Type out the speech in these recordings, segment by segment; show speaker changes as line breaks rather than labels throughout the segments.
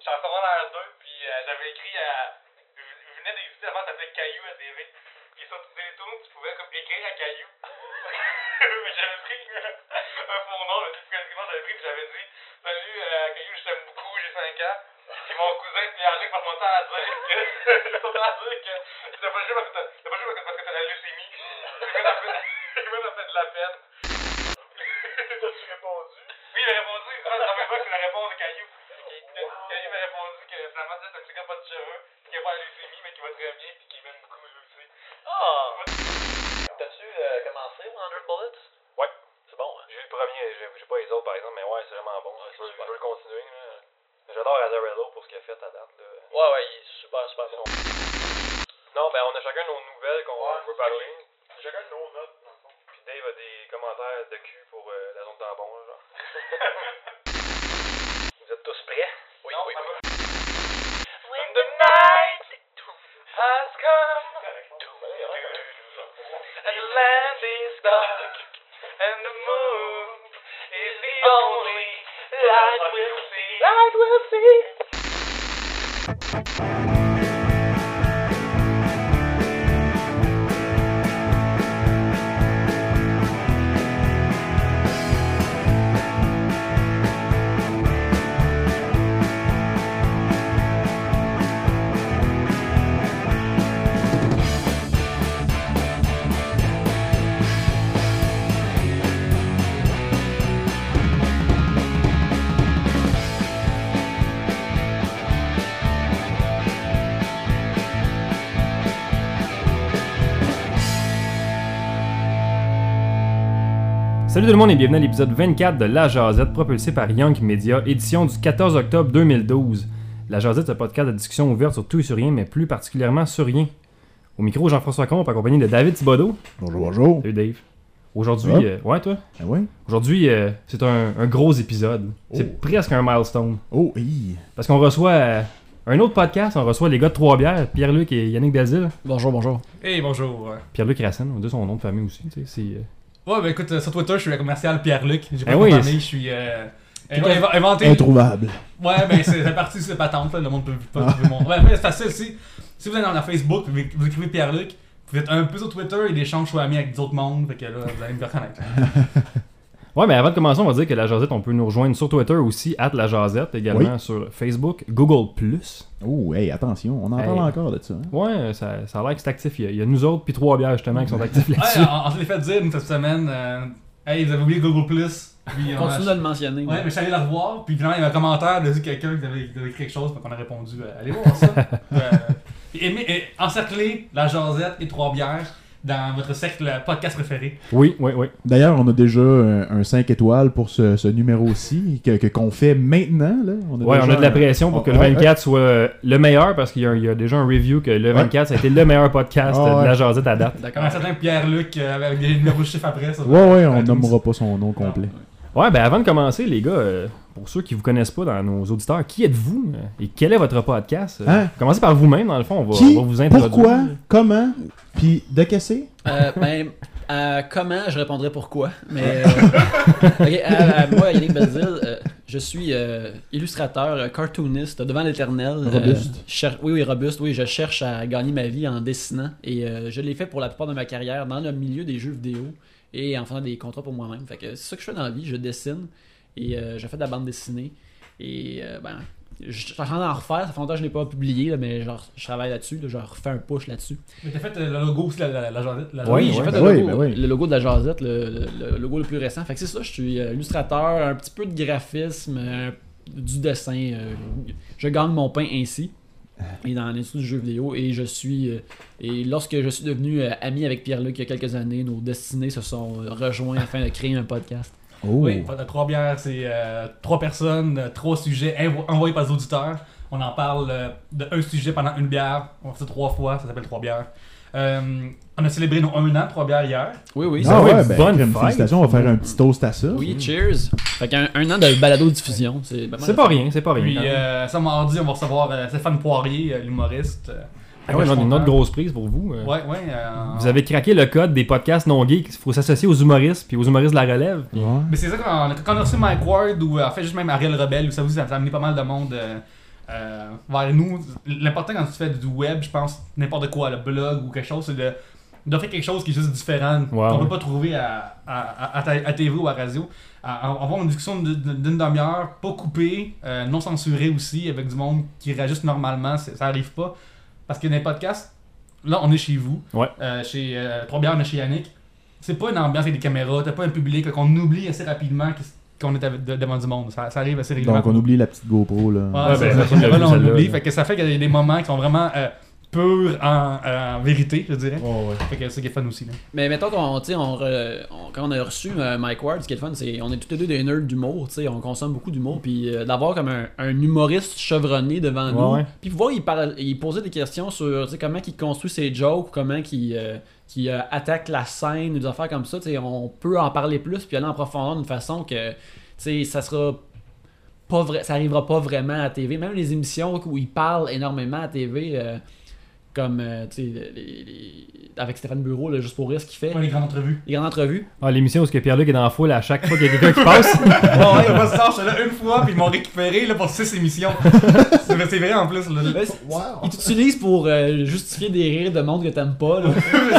à deux, puis euh, j'avais écrit à. Il venait d'exister avant, ça s'appelait Caillou à TV. Puis sur des tours, tu pouvais comme écrire à Caillou. Mais j'avais pris un faux nom, le typiquement j'avais pris, puis j'avais dit Salut, euh, Caillou, je t'aime beaucoup, j'ai 5 ans. Puis mon cousin Pierre-Luc m'a monté à dire que. Il m'a monté à dire que. T'as pas joué parce que t'as t'as pas joué parce que t'as la leucémie. Il m'a fait- il m'a fait de la peine.
T'as-tu répondu?
Oui, il a répondu, il ne savait pas que la réponse de Caillou. Et que- Caillou m'a répondu que finalement, ça, ça me fait comme pas de cheveux, qu'il n'a pas la leucémie, mais qu'il va très bien, puis qu'il m'aime beaucoup lui aussi.
Ah! T'as-tu euh, commencé 100 Bullets?
Ouais.
C'est bon, hein?
J'ai eu le premier, j'ai j'ai pas les autres par exemple, mais ouais, c'est vraiment bon.
Ouais,
je, veux,
c'est super.
je veux le continuer. là. J'adore Azarello pour ce qu'il a fait à date. Là.
Ouais, ouais, il est super, super bon.
Non, ben on a chacun nos nouvelles qu'on
Ouais,
veut parler.
Chacun de nos notes, dans le fond.
Puis Dave a des commentaires de cul pour euh, la zone tampon. là, genre. Vous êtes tous prêts?
Oui, oui, oui.
When the night has come, and the land is dark, and the moon is the only light we'll see. Light we'll see.
Salut tout le monde et bienvenue à l'épisode 24 de La Jazette propulsé par Young Media, édition du 14 octobre 2012. La Jazette, c'est un podcast de discussion ouverte sur tout et sur rien, mais plus particulièrement sur rien. Au micro, Jean-François Comte, accompagné de David Thibodeau.
Bonjour, bonjour.
Salut Dave. Aujourd'hui,
Hop.
euh, ouais toi?
Ah ouais?
Aujourd'hui, euh, c'est un, un gros épisode. C'est
Oh.
presque un milestone.
Oh, hi.
Parce qu'on reçoit euh, un autre podcast, on reçoit les gars de Trois-Bières, Pierre-Luc et Yannick Basile.
Bonjour, bonjour.
Hey, bonjour. Ouais,
Pierre-Luc Racine, on dit son nom de famille aussi, tu sais, c'est... euh,
ben écoute, euh, sur Twitter, je suis le commercial Pierre-Luc. J'ai pas
Eh
de
oui,
famille, je suis. Euh, inv- inv- inventé.
Introuvable.
Ouais, ben c'est c'est parti de cette patente, là. Le monde peut pas trouver mon. Ouais, mais c'est facile. Si, si vous allez dans la Facebook, vous, vous écrivez Pierre-Luc, vous êtes un peu sur Twitter et des chances, je suis ami avec d'autres mondes. Fait que là, vous allez me reconnaître.
Ouais, mais avant de commencer, on va dire que la Jazette, on peut nous rejoindre sur Twitter aussi, at la Jazette, également sur Facebook, Google.
Oh, hey, attention, on en
Hey.
parle encore de ça. hein?
Ouais, ça, ça a l'air que c'est actif. Il y, a, il y a nous autres, puis trois bières justement qui sont actifs là-dessus.
Ouais, ah. on, on se l'est fait dire une, cette semaine. euh, hey, vous avez oublié Google Plus. Puis, on a-
Continue de le mentionner.
Ouais, mais je suis allé la revoir, puis finalement, il y avait un commentaire de quelqu'un qui avait, qui avait écrit quelque chose, donc on a répondu euh, Allez voir ça. euh, puis aimez- et- encerclez la jasette et trois bières dans votre cercle euh, podcast préféré.
Oui, oui, oui.
D'ailleurs, on a déjà un, un 5 étoires pour ce, ce numéro-ci que, que- qu'on fait maintenant. Là. On
Ouais,
déjà
on a de la
un-
pression pour que
on-
le
on-
24 soit euh, le meilleur, parce qu'il y, a- il y a déjà un review que le 24, ça a été le meilleur podcast
Ah
euh, de la
ouais.
Jazette à date.
Comme un certain Pierre-Luc euh, avec des numéros de chiffres après. Ça, Ah,
Ouais, ouais, on
iTunes.
nommera pas son nom complet.
Ouais, ben avant de commencer, les gars, euh, pour ceux qui vous connaissent pas dans nos auditeurs, qui êtes-vous euh, et quel est votre podcast Euh,
Hein?
Commencez par vous-même, dans le fond, on va,
Qui?
on va vous introduire.
Pourquoi? Comment? Puis de casser?
Euh, ben, euh, comment je répondrai pourquoi. Mais. euh, ok, euh, euh, moi, Yannick Belzil, euh, je suis euh, illustrateur, euh, cartooniste devant l'éternel. euh,
Robuste.
cher- oui, oui, robuste. Oui, je cherche à gagner ma vie en dessinant. Et euh, je l'ai fait pour la plupart de ma carrière dans le milieu des jeux vidéo et en faisant des contrats pour moi-même. Fait que c'est ça que je fais dans la vie. Je dessine et euh, je fais de la bande dessinée. Et euh, ben. Je je suis en train d'en refaire, ça fait longtemps que je n'ai pas publié, là, mais genre, je travaille là-dessus, là, je refais un push là-dessus.
Mais t'as fait euh, le logo aussi, la, la, la jasette. la-
Ah Oui,
Oui, j'ai
ouais,
fait
ben
le,
oui,
logo,
ben oui.
le logo de la Jazette, le, le- le logo le plus récent. Fait que c'est ça, je suis euh, illustrateur, un petit peu de graphisme, euh, du dessin. euh, je gagne mon pain ainsi. Et dans l'industrie du jeu vidéo, et je suis. euh, et lorsque je suis devenu euh, ami avec Pierre-Luc il y a quelques années, nos destinées se sont euh, rejoints afin de créer un podcast.
Oh,
Oui, pas de trois bières, c'est euh, trois personnes, euh, trois sujets invo- envoyés par les auditeurs. On en parle euh, de un sujet pendant une bière. On fait ça trois fois, ça s'appelle trois bières. Euh, on a célébré nos un an, de trois bières hier.
Oui, oui.
ça
ah
va
ouais,
être
ben,
bonne
crème,
fête.
félicitations, on va faire un petit toast à ça.
Oui, cheers! Fait qu'un un an de balado-diffusion. C'est ben,
C'est pas rien, c'est pas rien.
Puis
quand même.
euh, ce mardi, on va recevoir euh, Stéphane Poirier, euh, l'humoriste. euh,
Ah ouais,
je
j'en ai une
comprends.
autre grosse prise pour vous. euh.
Ouais, ouais. euh,
Vous avez craqué le code des podcasts non gays. Il faut s'associer aux humoristes puis aux humoristes de la relève.
Ouais.
Mais c'est ça, quand, quand on a reçu Mike Ward ou euh, en fait juste même Ariel Rebelle, vous savez, ça, ça a amené pas mal de monde. euh, euh, euh, vers nous. L'important quand tu fais du web, je pense, n'importe quoi, le blog ou quelque chose, c'est de d'offrir quelque chose qui est juste différent,
Ouais,
qu'on ne
ouais.
peut pas trouver à, à, à- à ta- à TV ou à radio. À- à- avoir une discussion d'une d'une demi-heure, pas coupée, euh, non censurée aussi, avec du monde qui réajuste normalement, c'est- ça arrive pas. Parce que dans les podcasts, là, on est chez vous.
Ouais.
Euh, chez euh, Trois-Bières, on est chez Yannick. C'est pas une ambiance avec des caméras, t'as pas un public, fait qu'on oublie assez rapidement qu'est-ce- qu'on est avec- de- devant du monde. Ça, ça arrive assez régulièrement.
Donc, on oublie la petite GoPro, là.
Ouais,
Ouais,
c'est
ben,
ça.
personne l'a vu,
Voilà, on
celle-là,
l'oublie.
là.
Fait que ça fait qu'il y a des moments qui sont vraiment euh, purs en, en vérité, je dirais. Fait que c'est ce qui est fun aussi. Là.
Mais mettons qu'on, tu sais, on, re- on- quand on a reçu euh, Mike Ward, ce qui est le fun, c'est on est tous les deux des nerds d'humour, tu sais, on consomme beaucoup d'humour, puis euh, d'avoir comme un, un humoriste chevronné devant
Ouais,
nous,
ouais.
puis pouvoir il, parle, il poser des questions sur, tu sais, comment il construit ses jokes, comment il, euh, qu'il, euh, attaque la scène, des affaires comme ça, tu sais, on peut en parler plus, puis aller en profondeur d'une façon que, tu sais, ça sera pas vrai, ça arrivera pas vraiment à TV. Même les émissions où ils parlent énormément à TV, euh, comme euh, tu sais, les- les- les- avec Stéphane Bureau, là, juste pour rire, ce qu'il fait,
les grandes entrevues.
les grandes entrevues.
Ah, l'émission où ce que Pierre-Luc est dans la foule à chaque fois qu'il y a quelqu'un qui passe.
ouais, ouais, moi, ça, je suis là une fois, puis ils m'ont récupéré là, pour 6 émissions. c'est vrai- c'est vrai en plus. Là,
Ben, c'est- Ils t'utilisent pour euh, justifier des rires de monde que t'aimes pas. là.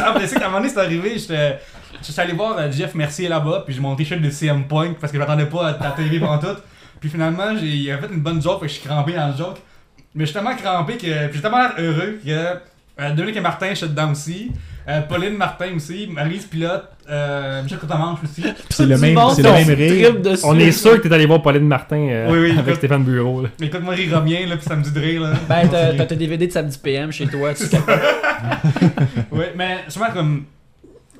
Après, c'est qu'à un moment donné, c'est arrivé, j'étais j'étais allé voir euh, Jeff Mercier là-bas, puis j'ai monté t-shirt de CM Punk parce que je m'attendais pas à ta TV pendant tout. Puis finalement, j'ai il a fait une bonne joke, fait que je suis crampé dans le joke. Mais je suis tellement crampé que. Puis j'ai tellement l'air heureux que. euh, Dominique et Martin, je suis dedans aussi. euh, Pauline Martin aussi. Marise Pilote. euh, Michel Coutamanche aussi.
C'est le
Tout
même,
monde
c'est le
se
même rire.
tripe dessus.
On est sûr que t'es allé voir Pauline Martin euh,
Oui, oui,
avec
écoute.
Stéphane Bureau. là.
Mais écoute-moi rire bien, là, puis ça me dit de rire, là.
Ben, t'as
Continuez.
t'as tes DVD de samedi PM chez toi, tu capotes.
Oui, mais sûrement comme.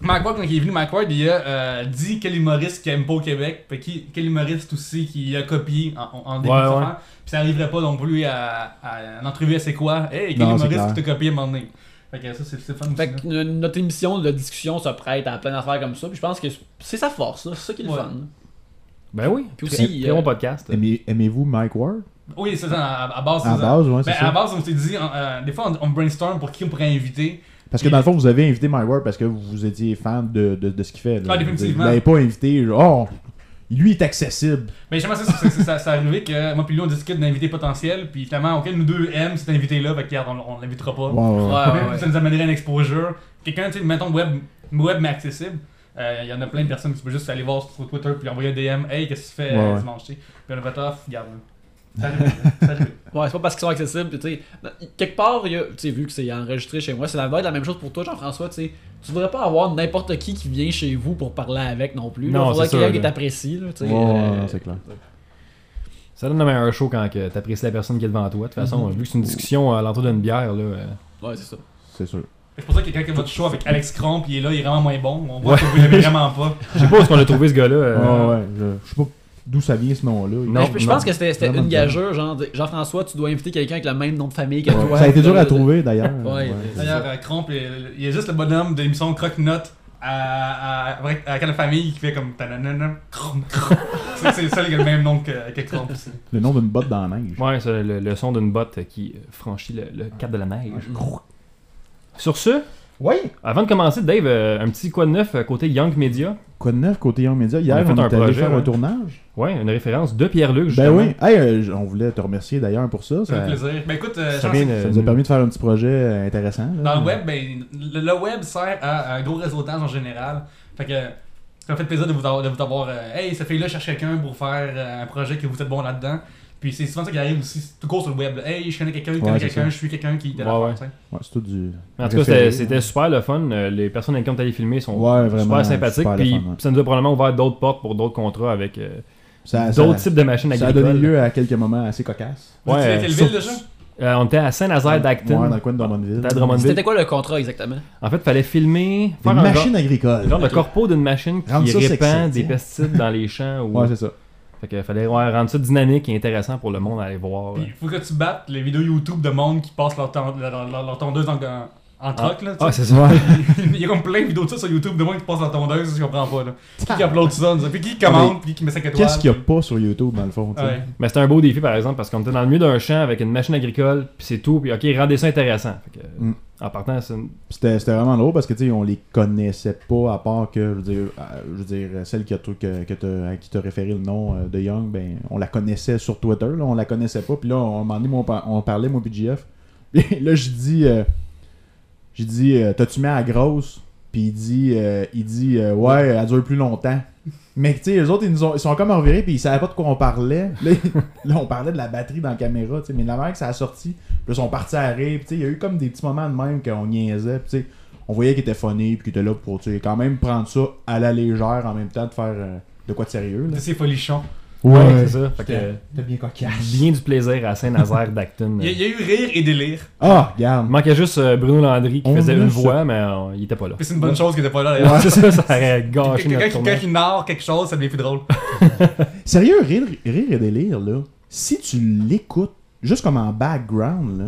Mike Ward, quand il est venu, Mike Ward, il a euh, dit quel humoriste qu'il aime pas au Québec. Fait qu'il- quel humoriste aussi qu'il a copié en, en début
Ouais,
de
ouais.
affaire. Puis ça arriverait pas non plus à, à une entrevue à C'est quoi Hey, quel
Non, c'est
humoriste
clair.
que t'as copié à un moment donné Fait que ça, c'est c'est le fun
Fait
aussi.
que euh, notre émission de discussion se prête à plein d'affaires comme ça, puis je pense que c'est sa force, là. c'est ça qui est le
Ouais.
fun.
Ben oui.
Puis
Très-
aussi,
très
euh,
bon podcast.
Aimez- Aimez-vous Mike Ward?
là. Oui, c'est ça, à, à base.
À
c'est ça.
base, ouais, c'est
Ben, à
ça.
base, on s'est dit, on- euh, des fois, on, on brainstorm pour qui on pourrait inviter.
Parce que dans le fond, vous avez invité Mike Ward parce que vous étiez fan de, de, de ce qu'il fait. là.
Ah, définitivement.
Vous l'avez pas invité. genre, Oh, lui est accessible.
Mais Ben, justement, ça, c'est- c'est- ça- ça arrivait que moi, puis lui, on discute d'invités potentiels. Puis finalement, aucun de nous deux aime cet invité-là. Fait que, regarde, on, on l'invitera
Ouais,
pas.
ouais, ouais.
Ah, Ouais, ouais, ouais.
Ça nous amènerait une exposure. Quelqu'un, tu sais, mettons web, web mais accessible. Euh, Il y en a plein de personnes qui peuvent juste aller voir sur Twitter puis envoyer un DM. Hey, qu'est-ce que tu fais
Ouais, ouais.
dimanche, tu sais? Puis on va off, garde. Ça arrive, ça arrive.
Ouais, c'est pas parce qu'ils sont accessibles, puis tu sais, dans- quelque part, il y a- tu sais, vu que c'est enregistré chez moi, c'est la, va être la même chose pour toi, Jean-François, tu sais, tu voudrais pas avoir n'importe qui qui vient chez vous pour parler avec non plus.
Non,
il faudrait
c'est
qu'il y ait
sûr,
qui
là.
t'apprécie, là, tu
Ouais,
sais.
ouais,
euh,
non, c'est clair.
Ça donne le meilleur show quand que t'apprécies la personne qui est devant toi. De toute façon, vu que c'est une discussion à l'entour d'une bière, là. euh,
ouais, c'est ça.
C'est sûr.
C'est pour ça que quelqu'un qui a votre show avec Alex Cromp, il est là, il est vraiment moins bon. On voit que vous l'aimez vraiment pas.
Je sais pas où est-ce qu'on a trouvé ce gars-là. euh,
Ouais, ouais, je, je sais pas d'où ça vient ce nom-là.
Non,
Mais je, je pense que c'était c'était
Vraiment
une gageure, genre, de- Jean-François, tu dois inviter quelqu'un avec le même nom de famille que
Ouais.
toi.
ça a été dur à
De- de-
trouver d'ailleurs.
Ouais, c'est
D'ailleurs, euh, Cromp, il, il est juste le bonhomme de l'émission Croque-Note à, à, avec- avec la famille qui fait comme tananana, Cromp, Cromp. C'est c'est ça, il a le même nom que, que Cromp aussi.
Le nom d'une botte dans la neige.
Ouais, c'est le, le son d'une botte qui franchit le, le cap de la neige. Sur ce,
Oui.
avant de commencer, Dave, euh, un petit quoi de neuf euh, côté Young Media.
Quoi de neuf côté Young Media Hier,
On a
on,
fait
est
un
allé
projet,
faire un
ouais.
tournage.
Ouais, une référence de Pierre-Luc,
Ben
justement.
oui. Hey, euh, j- on voulait te remercier d'ailleurs pour ça.
Ça fait
Ça,
plaisir. Ben écoute, euh,
Ça
Charles,
vient,
ça
euh,
nous a permis de faire un petit projet euh, intéressant. là.
Dans le web, ben, le, le web sert à un gros réseautage en général. Fait que ça m'a fait plaisir de vous avoir. De vous avoir euh, hey, cette fille-là cherche quelqu'un pour faire euh, un projet que vous êtes bon là-dedans. Puis c'est souvent ça qui arrive aussi, tout court sur le web. là. Hey, je connais quelqu'un, je
Ouais,
connais
c'est
quelqu'un,
ça.
je suis quelqu'un qui.
Ouais,
la
ouais.
fin, tu sais.
Ouais, c'est tout du.
Mais en tout cas,
référé,
c'était, c'était
hein.
super le fun. Euh, Les personnes avec qui on est allé filmer sont
Ouais, vraiment,
super sympathiques.
super le
puis
fun, ouais.
ça nous a probablement ouvert d'autres portes pour d'autres contrats avec euh,
Ça- ça-
d'autres types de machines
Ça a
agricoles.
donné lieu à quelques moments assez cocasses.
Vous étiez à
Ouais,
quelle
euh, sur-
ville déjà
euh, on était à Saint-Nazaire d'Acton.
Ouais, dans le coin de Drummondville.
C'était à Drummondville.
C'était quoi le contrat exactement?
En fait, fallait filmer,
Des
faire un genre-
machines agricoles.
genre, le corpo d'une machine qui
Rendre ça
répand
sexy,
des
tiens.
pesticides dans les champs. Ou...
Ouais, c'est ça.
fait que fallait ouais, rendre ça dynamique et intéressant pour le monde à aller voir.
Puis il faut que tu battes les vidéos YouTube de monde qui passent leur, ton- leur, leur- leur tondeuse en, en, en troc. Là, tu
Ah,
sais.
c'est ça.
il y a comme plein de vidéos de ça sur YouTube de monde qui passe leur tondeuse, je comprends pas. Là. Qui qui upload ça nous- Puis qui commande, puis qui met 5 étoiles.
Qu'est-ce qu'il y a pas sur YouTube dans le fond tu sais?
Ouais.
Mais c'était un beau défi, par exemple, parce qu'on était dans le milieu d'un champ avec une machine agricole, puis c'est tout, puis ok, rendez ça intéressant. Fait que,
Mm.
En partant, c'est une-
C'était c'était vraiment drôle parce que tu sais, on les connaissait pas à part que, je veux dire, euh, je veux dire, celle qui a, tout- que, que t'as- à qui t'a référé le nom euh, de Young, ben, on la connaissait sur Twitter, là, on la connaissait pas. Puis là, on, un moment donné, moi, on, par- on parlait, moi, puis JF. Puis là, j'ai dit, euh, j'ai dit, euh, t'as-tu mis à la grosse? Puis il dit, euh, il dit, euh, ouais, elle dure plus longtemps. Mais tu sais, les autres, ils, nous ont- ils sont comme revirés, puis ils savaient pas de quoi on parlait. Là, ils- là, on parlait de la batterie dans la caméra, tu sais, mais la manière que ça a sorti, puis ils sont partis à rire, puis tu sais, il y a eu comme des petits moments de même qu'on niaisait, puis tu sais, on voyait qu'ils étaient funny, puis qu'ils étaient là pour, tu sais, quand même prendre ça à la légère en même temps de faire euh, de quoi de sérieux, là.
De ces folichons.
c'est ça. Fait que,
T'as bien cocasse.
bien du plaisir à Saint-Nazaire d'Acton.
Il y, a- il y a eu rire et délire.
Ah, regarde.
Il manquait juste euh, Bruno Landry qui
On
faisait
l'a
une
ça.
voix, mais euh, il était pas là.
Puis c'est une bonne chose qu'il était pas là d'ailleurs.
Ouais, c'est ça, ça aurait
Quand,
gâché notre
quand, quand
tournage.
il narre quelque chose, ça devient plus drôle.
Sérieux, rire, rire et délire, là, si tu l'écoutes juste comme en background, là,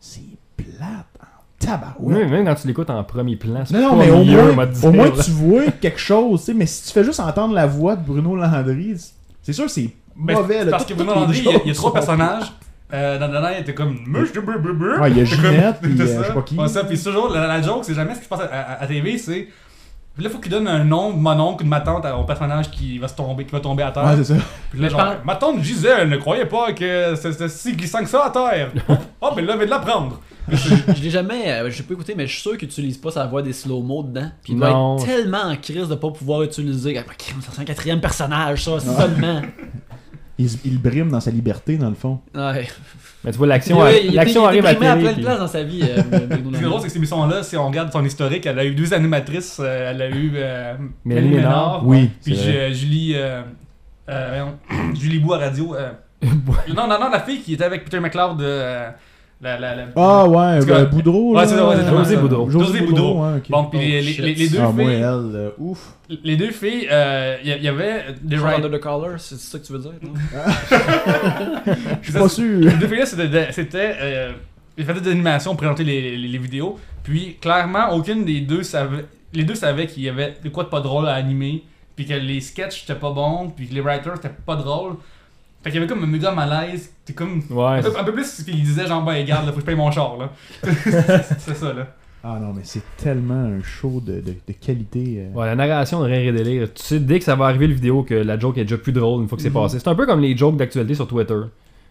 c'est plate en
Oui,
tabarouette.
mais même quand tu l'écoutes en premier plan, c'est
Non, non,
pas
mais au
mieux, on
moins,
va te
au
dire,
moins
là.
tu vois quelque chose, tu sais, mais si tu fais juste entendre la voix de Bruno Landry, c'est- c'est sûr que c'est
Mais
mauvais.
c'est
là.
parce
Tout-
que
toutes
Bruno
les
Landry, il y a- il y a
choses
trois
sont-
personnages. Euh, dans le dernier, il était comme Mouche de bleu, bleu, bleu.
Ouais, il y a Ginette,
Comme-
puis,
c'est
euh,
ça.
je sais pas qui.
Ouais, ça, puis c'est toujours, la, la joke, c'est jamais ce qui se passe à, à- à TV, c'est. Puis là, faut qu'il donne un nom, mon oncle, ma tante, à- au personnage qui va se tomber, qui va tomber à terre.
Ouais, c'est ça.
Puis là,
Mais
genre,
je pense-
ma tante Gisèle ne croyait pas que c'était si glissant que ça à terre. oh, mais là, elle va de la prendre.
Je l'ai jamais, euh, j'ai pas écouté, mais je suis sûr qu'il utilise pas sa voix des slow-mo dedans. Puis il
Non.
doit être tellement en crise de pas pouvoir utiliser. Ah, crime, ça c'est un quatrième personnage, ça, seulement.
Il, se- il brime dans sa liberté, dans le fond.
Ouais.
Mais tu vois,
Il,
l'action
a-
arri-
il était-
l'action
il
arrive
était
à
primé à
télé.
plein de
puis-
place dans sa vie, euh, Bruno
Ce qui est drôle, c'est
Landry.
que cette émission-là, si on regarde son historique, elle a eu deux animatrices. euh, Elle a eu euh,
Mélanie Ménard,
oui,
Puis
c'est vrai.
Ju- Julie. euh, euh, voyons, Julie Bois Radio. euh, non, non, non, la fille qui était avec Peter McLeod de. euh, la, la, la-
Ah ouais,
Parce
ben,
que-
Boudreau.
Ouais,
là,
c'est ça, ouais, c'est ça.
José Boudreau.
José
José
Boudreau.
Boudreau.
ouais, ok.
Bon, puis les,
Oh,
les-
shit.
les- les deux
Ah, moi,
filles.
elle, euh, ouf.
les deux filles, euh, il y, il y avait. euh, des
Genre
writers-
Under the Collar, c'est ça que tu veux dire? non?
Je suis pas sûr.
Les deux filles-là, c'était. de- c'était, euh, ils faisaient des animations, présentaient les, les- les vidéos. Puis, clairement, aucune des deux savait. Les deux savaient qu'il y avait de quoi de pas drôle à animer. Puis que les sketchs étaient pas bons. Puis que les writers étaient pas drôles. Fait qu'il y avait comme un méga malaise. T'es comme.
Ouais,
Un
c'est-
peu, un peu plus, puis il disait genre, ben, regarde, là, faut que je paye mon char, là. c'est ça, là.
Ah non, mais c'est tellement un show de, de, de qualité. euh.
Ouais, la narration de Rire et Délire, tu sais, dès que ça va arriver le vidéo, que la joke est déjà plus drôle une fois que c'est
Mhm.
passé. C'est un peu comme les jokes d'actualité sur Twitter.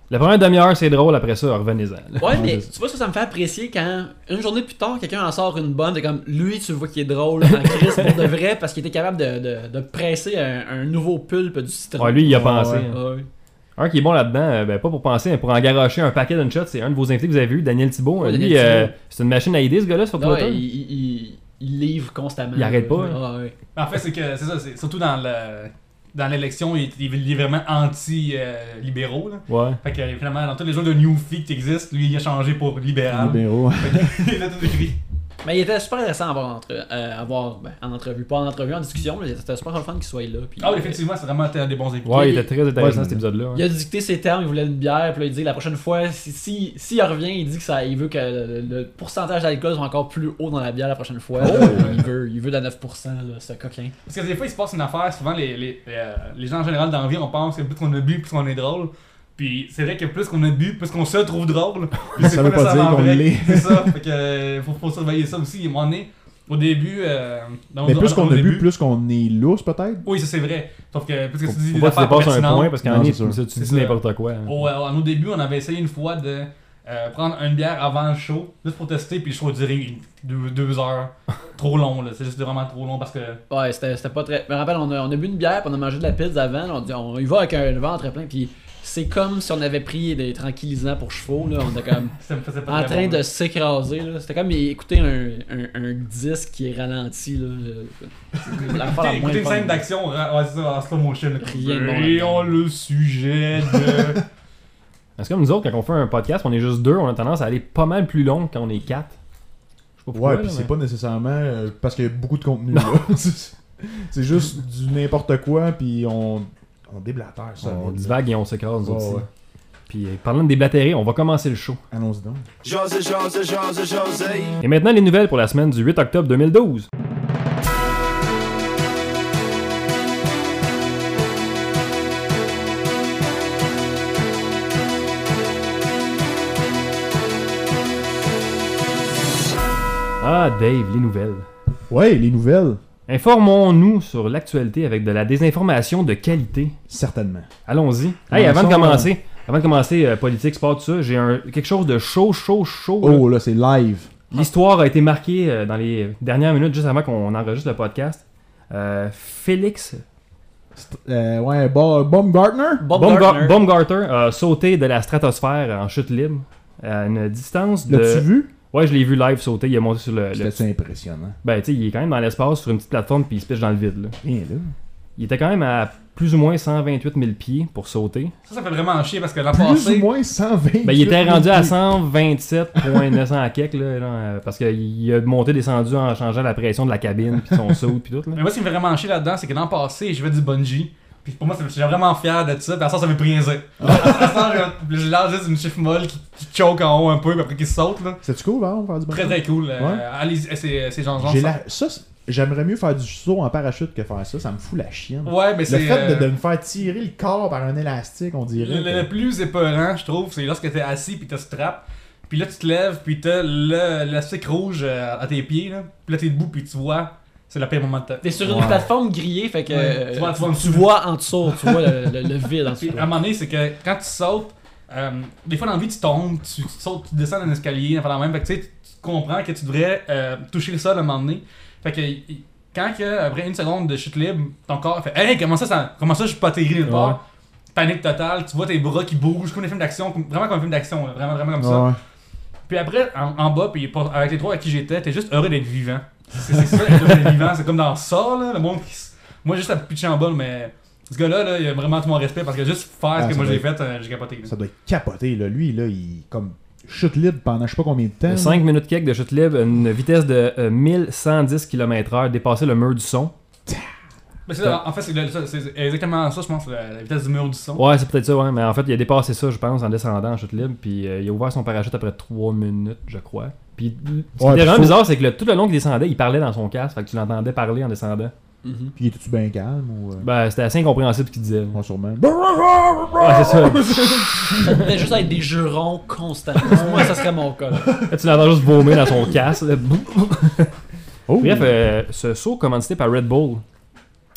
La première demi-heure, c'est drôle, après ça, revenez-en. là.
Ouais,
Ouais,
mais
je-
tu vois, ça, ça me fait apprécier quand, une journée plus tard, quelqu'un en sort une bonne, t'es comme, lui, tu vois qu'il est drôle, en crise pour de vrai, parce qu'il était capable de, de, de presser un, un nouveau pulpe du citron. Ah
Ouais, lui, il a
Ouais,
pensé. hein.
ouais.
Ouais.
Un qui est bon là-dedans, euh, ben, pas pour penser, mais pour en garocher un paquet d'une shot, c'est un de vos invités que vous avez vu, Daniel Thibault.
Ouais,
Euh, lui,
Daniel
euh,
Thibault.
c'est une machine à idées, ce gars-là, sur
Non,
Twitter.
il, il- il- il livre constamment.
Il arrête pas,
Ouais,
hein.
ouais.
Mais en fait, c'est que, c'est ça, c'est surtout dans le. Dans l'élection, il, il est vraiment anti-libéraux. là.
Ouais.
fait que euh, finalement, dans tous les jeux de Newfie qui existent, lui, il a changé pour libéral.
Libéraux.
il a tout écrit.
Mais il était super intéressant à voir, entre, euh, à voir, ben, en entrevue, pas en entrevue, en discussion, mais c'était super le fun qu'il soit là. puis-
Ah oui, effectivement, c'est vraiment un des bons épisodes.
Ouais, il
il-
était très intéressant
Ouais,
cet épisode-là. hein.
Il a dicté ses termes, il voulait une bière, puis là, il dit la prochaine fois, si, si, s'il revient, il dit que ça, il veut que le, le pourcentage d'alcool soit encore plus haut dans la bière la prochaine fois.
Oh,
là. il veut, il veut de la 9%, là, ce coquin.
Parce que des fois, il se passe une affaire, souvent, les, les, euh, les gens en général dans la vie, on pense que plus qu'on a bu, plus qu'on est drôle. Puis c'est vrai que plus qu'on a bu, plus qu'on se trouve drôle. Puis c'est
Ça veut pas dire
nécessairement
qu'on
vrai.
l'est.
C'est ça, fait que euh, faut, faut surveiller ça aussi. Moi, on est au début. euh, dans-
Mais
dans-
plus
dans-
qu'on
au
a bu,
début-
plus qu'on est lourd, peut-être.
Oui, ça c'est vrai. Sauf que, parce que tu dis
Faut
des
pas que tu
affaires pas
dépasses un
pertinentes.
point parce qu'en
Non,
année,
c'est sûr.
tu tu
C'est
dis
ça.
n'importe quoi. hein.
Au, euh, à nos débuts, on avait essayé une fois de euh, prendre une bière avant le show, juste pour tester, puis le show durait une- deux, deux heures. trop long, là. C'est juste vraiment trop long parce que.
Ouais, c'était c'était pas très. Je me rappelle, on a, on a bu une bière, puis on a mangé de la pizza avant, là, on dit on y va avec un ventre plein, puis c'est comme si on avait pris des tranquillisants pour chevaux, là, on était comme
Ça me faisait pas
en
très
train
bon,
de
là.
s'écraser, là. C'était comme écouter un, un, un disque qui est ralenti, là. La
Écoutez-
fois la moins
écoutez une
fun.
scène d'action ra- ouais, c'est ça, en slow motion. là.
Rien de bon
Voyons
là-dedans.
le sujet de.
Parce que comme nous autres, quand on fait un podcast, on est juste deux, on a tendance à aller pas mal plus long que quand on est quatre. Je sais pas pourquoi.
Ouais,
là,
puis c'est
mais-
pas nécessairement euh, parce qu'il y a beaucoup de contenu. là. C'est c'est juste du n'importe quoi, puis on, on déblatère ça.
On
là.
divague et on s'écrase nous
Ouais,
autres, aussi.
ouais.
Puis euh, parlant de déblatérer, on va commencer le show.
Allons-y donc.
Et maintenant, les nouvelles pour la semaine du 8 octobre 2012. Ah, Dave, les nouvelles.
Ouais, les nouvelles,
Informons-nous sur l'actualité avec de la désinformation de qualité.
certainement.
Allons-y. Hey,
Commençons,
avant de commencer, avant de commencer euh, politique, sport, tout ça, j'ai un, quelque chose de chaud, chaud, chaud. là.
Oh là, c'est live.
L'histoire a été marquée euh, dans les dernières minutes, juste avant qu'on enregistre le podcast. Euh, Félix
Euh, ouais, Bo- Baumgartner?
Baumgar- Baumgartner a sauté de la stratosphère en chute libre à une distance de...
L'as-tu vu?
Ouais, je l'ai vu live sauter. Il est monté sur le... le-
C'était impressionnant.
Ben, tu sais, il est quand même dans l'espace sur une petite plateforme puis il se pitche dans le vide. là.
Rien là.
Il était quand même à plus ou moins 128 000 pieds pour sauter.
Ça, ça fait vraiment chier parce que l'an
Plus ou
passé,
moins 120.
Ben, il était rendu à 127.900 à quelques, là, là, euh, parce qu'il a monté, descendu en changeant la pression de la cabine, puis son saut, puis tout. Là.
Mais moi, ce qui me fait vraiment chier là-dedans, c'est que l'an passé, je vais du bungee. Puis pour moi, ça me- j'étais vraiment fier de ça. Puis à ça, ça me brisait. À ça, je, je lance juste une chiffre molle qui, qui choke en haut un peu, puis après qui saute. Là.
C'est-tu cool, hein, on va faire du
Très
parachute?
très cool. Euh,
Ouais.
allez-y, euh, c'est c'est genre.
J'ai
genre
la- Ça, c'est- j'aimerais mieux faire du saut en parachute que faire ça. Ça me fout la chienne.
ça. Ouais, mais
Le
c'est.
fait de, de
euh,
me faire tirer le corps par un élastique, on dirait.
le, le
que-
plus épeurant, je trouve, c'est lorsque t'es assis, puis t'as strap. Puis là, tu te lèves, puis t'as le- l'élastique rouge euh, à tes pieds. Là. Puis là, t'es debout, puis tu vois. C'est le pire moment de ta
T'es sur une
Ouais.
plateforme grillée, fait que
Ouais.
euh,
Tu vois- tu vois en
tu
dessous.
vois en dessous, tu vois le, le- le vide en
Puis,
dessous.
à un moment donné, c'est que quand tu sautes, euh, des fois dans la vie, tu tombes, tu, tu sautes, tu descends d'un escalier, enfin la même. Fait que tu sais, tu tu comprends que tu devrais euh, toucher le sol à un moment donné. Fait que il- quand que, après une seconde de chute libre, ton corps fait Hey, comment ça, ça comment ça je suis pas atterri nulle part
Ouais.
Panique totale, tu vois tes bras qui bougent, comme des films d'action, comme- vraiment comme un film d'action, là, vraiment, vraiment comme ça.
Ouais.
Puis après, en, en bas, puis pour- avec les trois à qui j'étais, t'es juste heureux d'être vivant. C'est c'est ça, être heureux d'être vivant. C'est comme dans ça, là, le monde qui. s- Moi, juste à pitcher en bas, mais. Ce gars-là, là, il a vraiment tout mon respect parce que juste faire
Ah,
ce que
ça
moi
doit
j'ai
être-
fait, euh, j'ai capoté. là.
Ça doit être capoté, là. Lui, là, il comme chute libre pendant je sais pas combien de temps.
5 Euh, minutes quelques de chute libre, une vitesse de euh, 1110 km/h, dépasser le mur du son.
Mais c'est- en fait, c'est le- ça- c'est exactement ça, je pense, la, la vitesse du mur du son.
Ouais, c'est peut-être ça, ouais, mais en fait, il a dépassé ça, je pense, en descendant en chute libre, puis euh, il a ouvert son parachute après 3 minutes, je crois. Puis euh, ce qui
Ouais,
était
puis
vraiment
faut-
bizarre, c'est que le- tout le long qu'il descendait, il parlait dans son casque, fait que tu l'entendais parler en descendant.
Mhm.
Puis il était-tu bien calme ou. euh,
Ben, c'était assez incompréhensible ce qu'il disait.
Ben.
Bon, sûrement.
Ouais, c'est ça.
Ça devait juste être des jurons constants. Moi, ça serait mon cas. là.
Là, tu l'entends juste vomir dans son casque. là.
Oh,
Bref, euh, ce saut commandité par Red Bull.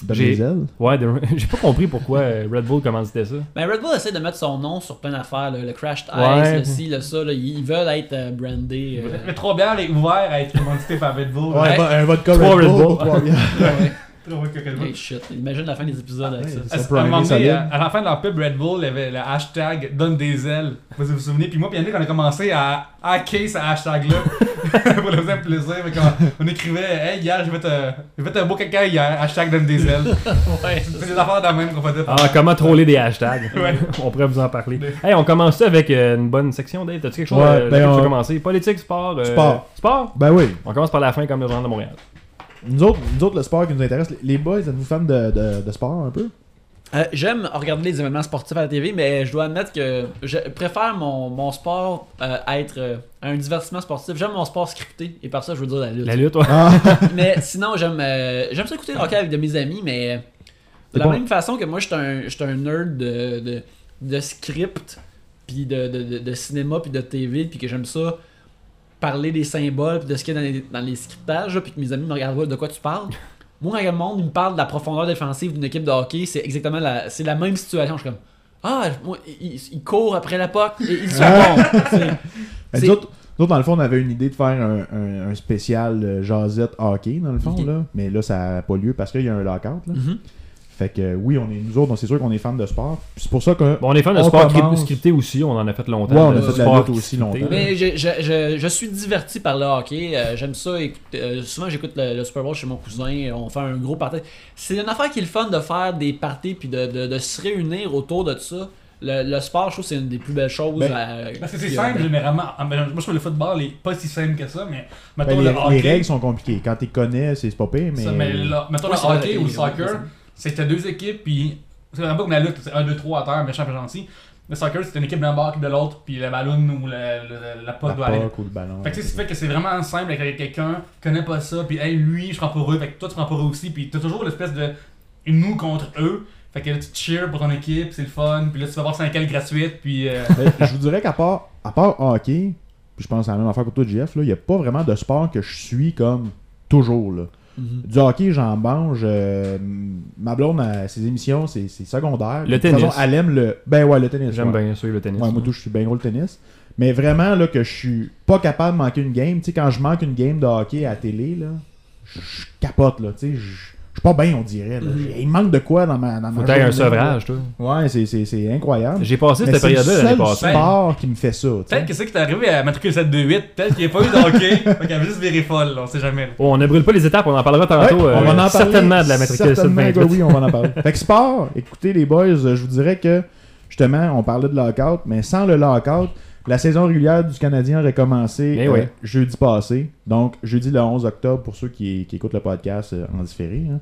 donne
j'ai-
des ailes.
Ouais, de- j'ai pas compris pourquoi euh, Red Bull commanditait ça.
Mais Ben, Red Bull essaie de mettre son nom sur plein d'affaires, là, le Crashed Ice,
Ouais.
le ci, le ça. là. Ils ils veulent être euh, brandés. euh,
Le 3 bières est ouvert à être commandité par Red Bull.
Ouais, un vo- un vodka
Trois Red
Red
Bull.
Bull pour trois bières.
ouais.
Trop que- que- que-
Hey, shit. Imagine la fin des épisodes avec ça.
À,
Ça peut
à un
arriver
moment donné,
solide.
à- à la fin de leur pub, Red Bull il y avait le hashtag donne des ailes. Je sais pas si vous vous souvenez. Puis moi, puis Yannick, on a commencé à hacker ce hashtag-là pour le faire plaisir. Fait qu'on- on, écrivait Hey, hier, j'ai fait, un- j'ai fait un beau caca hier, hashtag donne des ailes.
Ouais.
C'est des affaires de la même qu'on faisait.
Ah, comment troller des hashtags
Ouais.
On pourrait vous en parler. Hey, on commence ça avec euh, une bonne section, Dave. T'as-tu quelque chose
Ouais,
euh,
ben,
laquelle tu veux
on-
commencer Politique, sport. euh,
Sport.
Sport
Ben oui.
On commence par la fin, comme le journal de Montréal.
Nous autres, nous autres, le sport qui nous intéresse, les- les boys, êtes-vous fans de, de, de sport un peu?
Euh, J'aime regarder les événements sportifs à la TV, mais je dois admettre que je préfère mon, mon sport euh, être euh, un divertissement sportif. J'aime mon sport scripté, et par ça, je veux dire la lutte.
La lutte, ouais.
mais sinon, j'aime euh, j'aime ça écouter le hockey avec de mes amis, mais euh, de
C'est
la
bon.
même façon que moi, je suis un, je suis un nerd de, de, de script, puis de, de, de- de cinéma, puis de TV, puis que j'aime ça parler des symboles, puis de ce qu'il y a dans les, dans les scriptages, là, puis que mes amis me regardent Ouais, de quoi tu parles. Moi, quand le monde il me parle de la profondeur défensive d'une équipe de hockey, c'est exactement la, c'est la même situation. Je suis comme Ah, moi, il, il- il court après la puck et ils sont
Ah.
bons. C'est-
Ben,
C'est-
nous, autres, nous autres, dans le fond, on avait une idée de faire un, un- un spécial euh, Jazette hockey, dans le fond,
Ok.
là. Mais là, ça n'a pas lieu parce qu'il y a un lockout, là.
Mhm.
Fait que euh, oui, on est, nous autres, on- c'est sûr qu'on est fans de sport. Puis C'est pour ça que.
Bon, on est fan de
On
sport
commence.
script- scripté aussi, on en a fait longtemps.
Ouais, on a
le
fait de la
sport
lutte aussi
scripté,
longtemps. Ben,
là.
Mais je, je, je, je suis diverti par le hockey. Euh, J'aime ça. écouter- euh, souvent, j'écoute le, le Super Bowl chez mon cousin. On fait un gros party. C'est une affaire qui est le fun de faire des parties puis de, de, de se réunir autour de ça. Le, le sport, je trouve, c'est une des plus belles choses.
Ben,
euh,
Parce que c'est
qu'il y a.
simple, généralement. Ah, ben, Moi, je trouve le football est pas si simple que ça, mais
Ben,
mettons
les,
le hockey.
les règles sont compliquées. Quand tu connais, c'est c'est pas pire, mais.
Ça, mais là, mettons
Oui,
le
c'est vrai,
hockey ou le
oui,
soccer, c'était deux équipes, puis c'est vraiment pas comme la lutte, c'est 1, 2, 3 à terre, méchant et gentil. Le soccer, c'était une équipe d'un bord, équipe de l'autre, puis le ballon ou le- le- la
la
pote doit aller.
puck ou le ballon.
hein. Fait que tu sais, ça fait que c'est vraiment simple avec quelqu'un, connaît pas ça, puis hey, lui, je prends pour eux, fait que toi, tu prends pour eux aussi, puis t'as toujours l'espèce de nous contre eux. Fait que là, tu cheers pour ton équipe, c'est le fun, puis là, tu vas voir 5 gratuite, puis. euh,
Ben, je vous dirais qu'à part, à part hockey, puis je pense à la même affaire pour toi, JF, là, il n'y a pas vraiment de sport que je suis comme toujours. Là.
Mhm.
Du hockey, j'en mange. euh, ma blonde, à ses émissions, c'est c'est secondaire.
Le
De toute façon,
tennis.
elle aime le. Ben ouais, le tennis.
J'aime
ouais.
bien suivre le tennis.
Ouais, moi, tout, je suis bien gros le tennis. Mais vraiment, là, que je suis pas capable de manquer une game. Tu sais, quand je manque une game de hockey à la télé, là, je je capote, là. Tu sais, je je suis pas bien, on dirait. là. J'ai- Il manque de quoi dans ma. Dans ma
Mhm. Faut taire un
journée, là.
sevrage, toi.
Ouais, c'est- c'est c'est incroyable.
J'ai passé
Mais
cette
c'est le
période-là l'année
seul
passée.
sport qui me fait ça. tu sais.
Peut-être que c'est que t'es arrivé à matriculer 728, peut-être qu'il n'y a pas eu d'hockey, fait qu'elle a juste viré folle, là, on sait jamais. là.
Oh, on ne brûle pas les étapes, on en parlera tantôt.
Ouais,
euh,
on va en parler.
certainement de la matricule
Certainement, Ben
728.
oui, on va en parler. fait que sport, écoutez les boys, euh, je vous dirais que justement, on parlait de lockout, mais sans le lockout, la saison régulière du Canadien aurait commencé
Mais
euh,
ouais.
jeudi passé. Donc, jeudi le 11 octobre, pour ceux qui, qui écoutent le podcast euh, en différé. hein.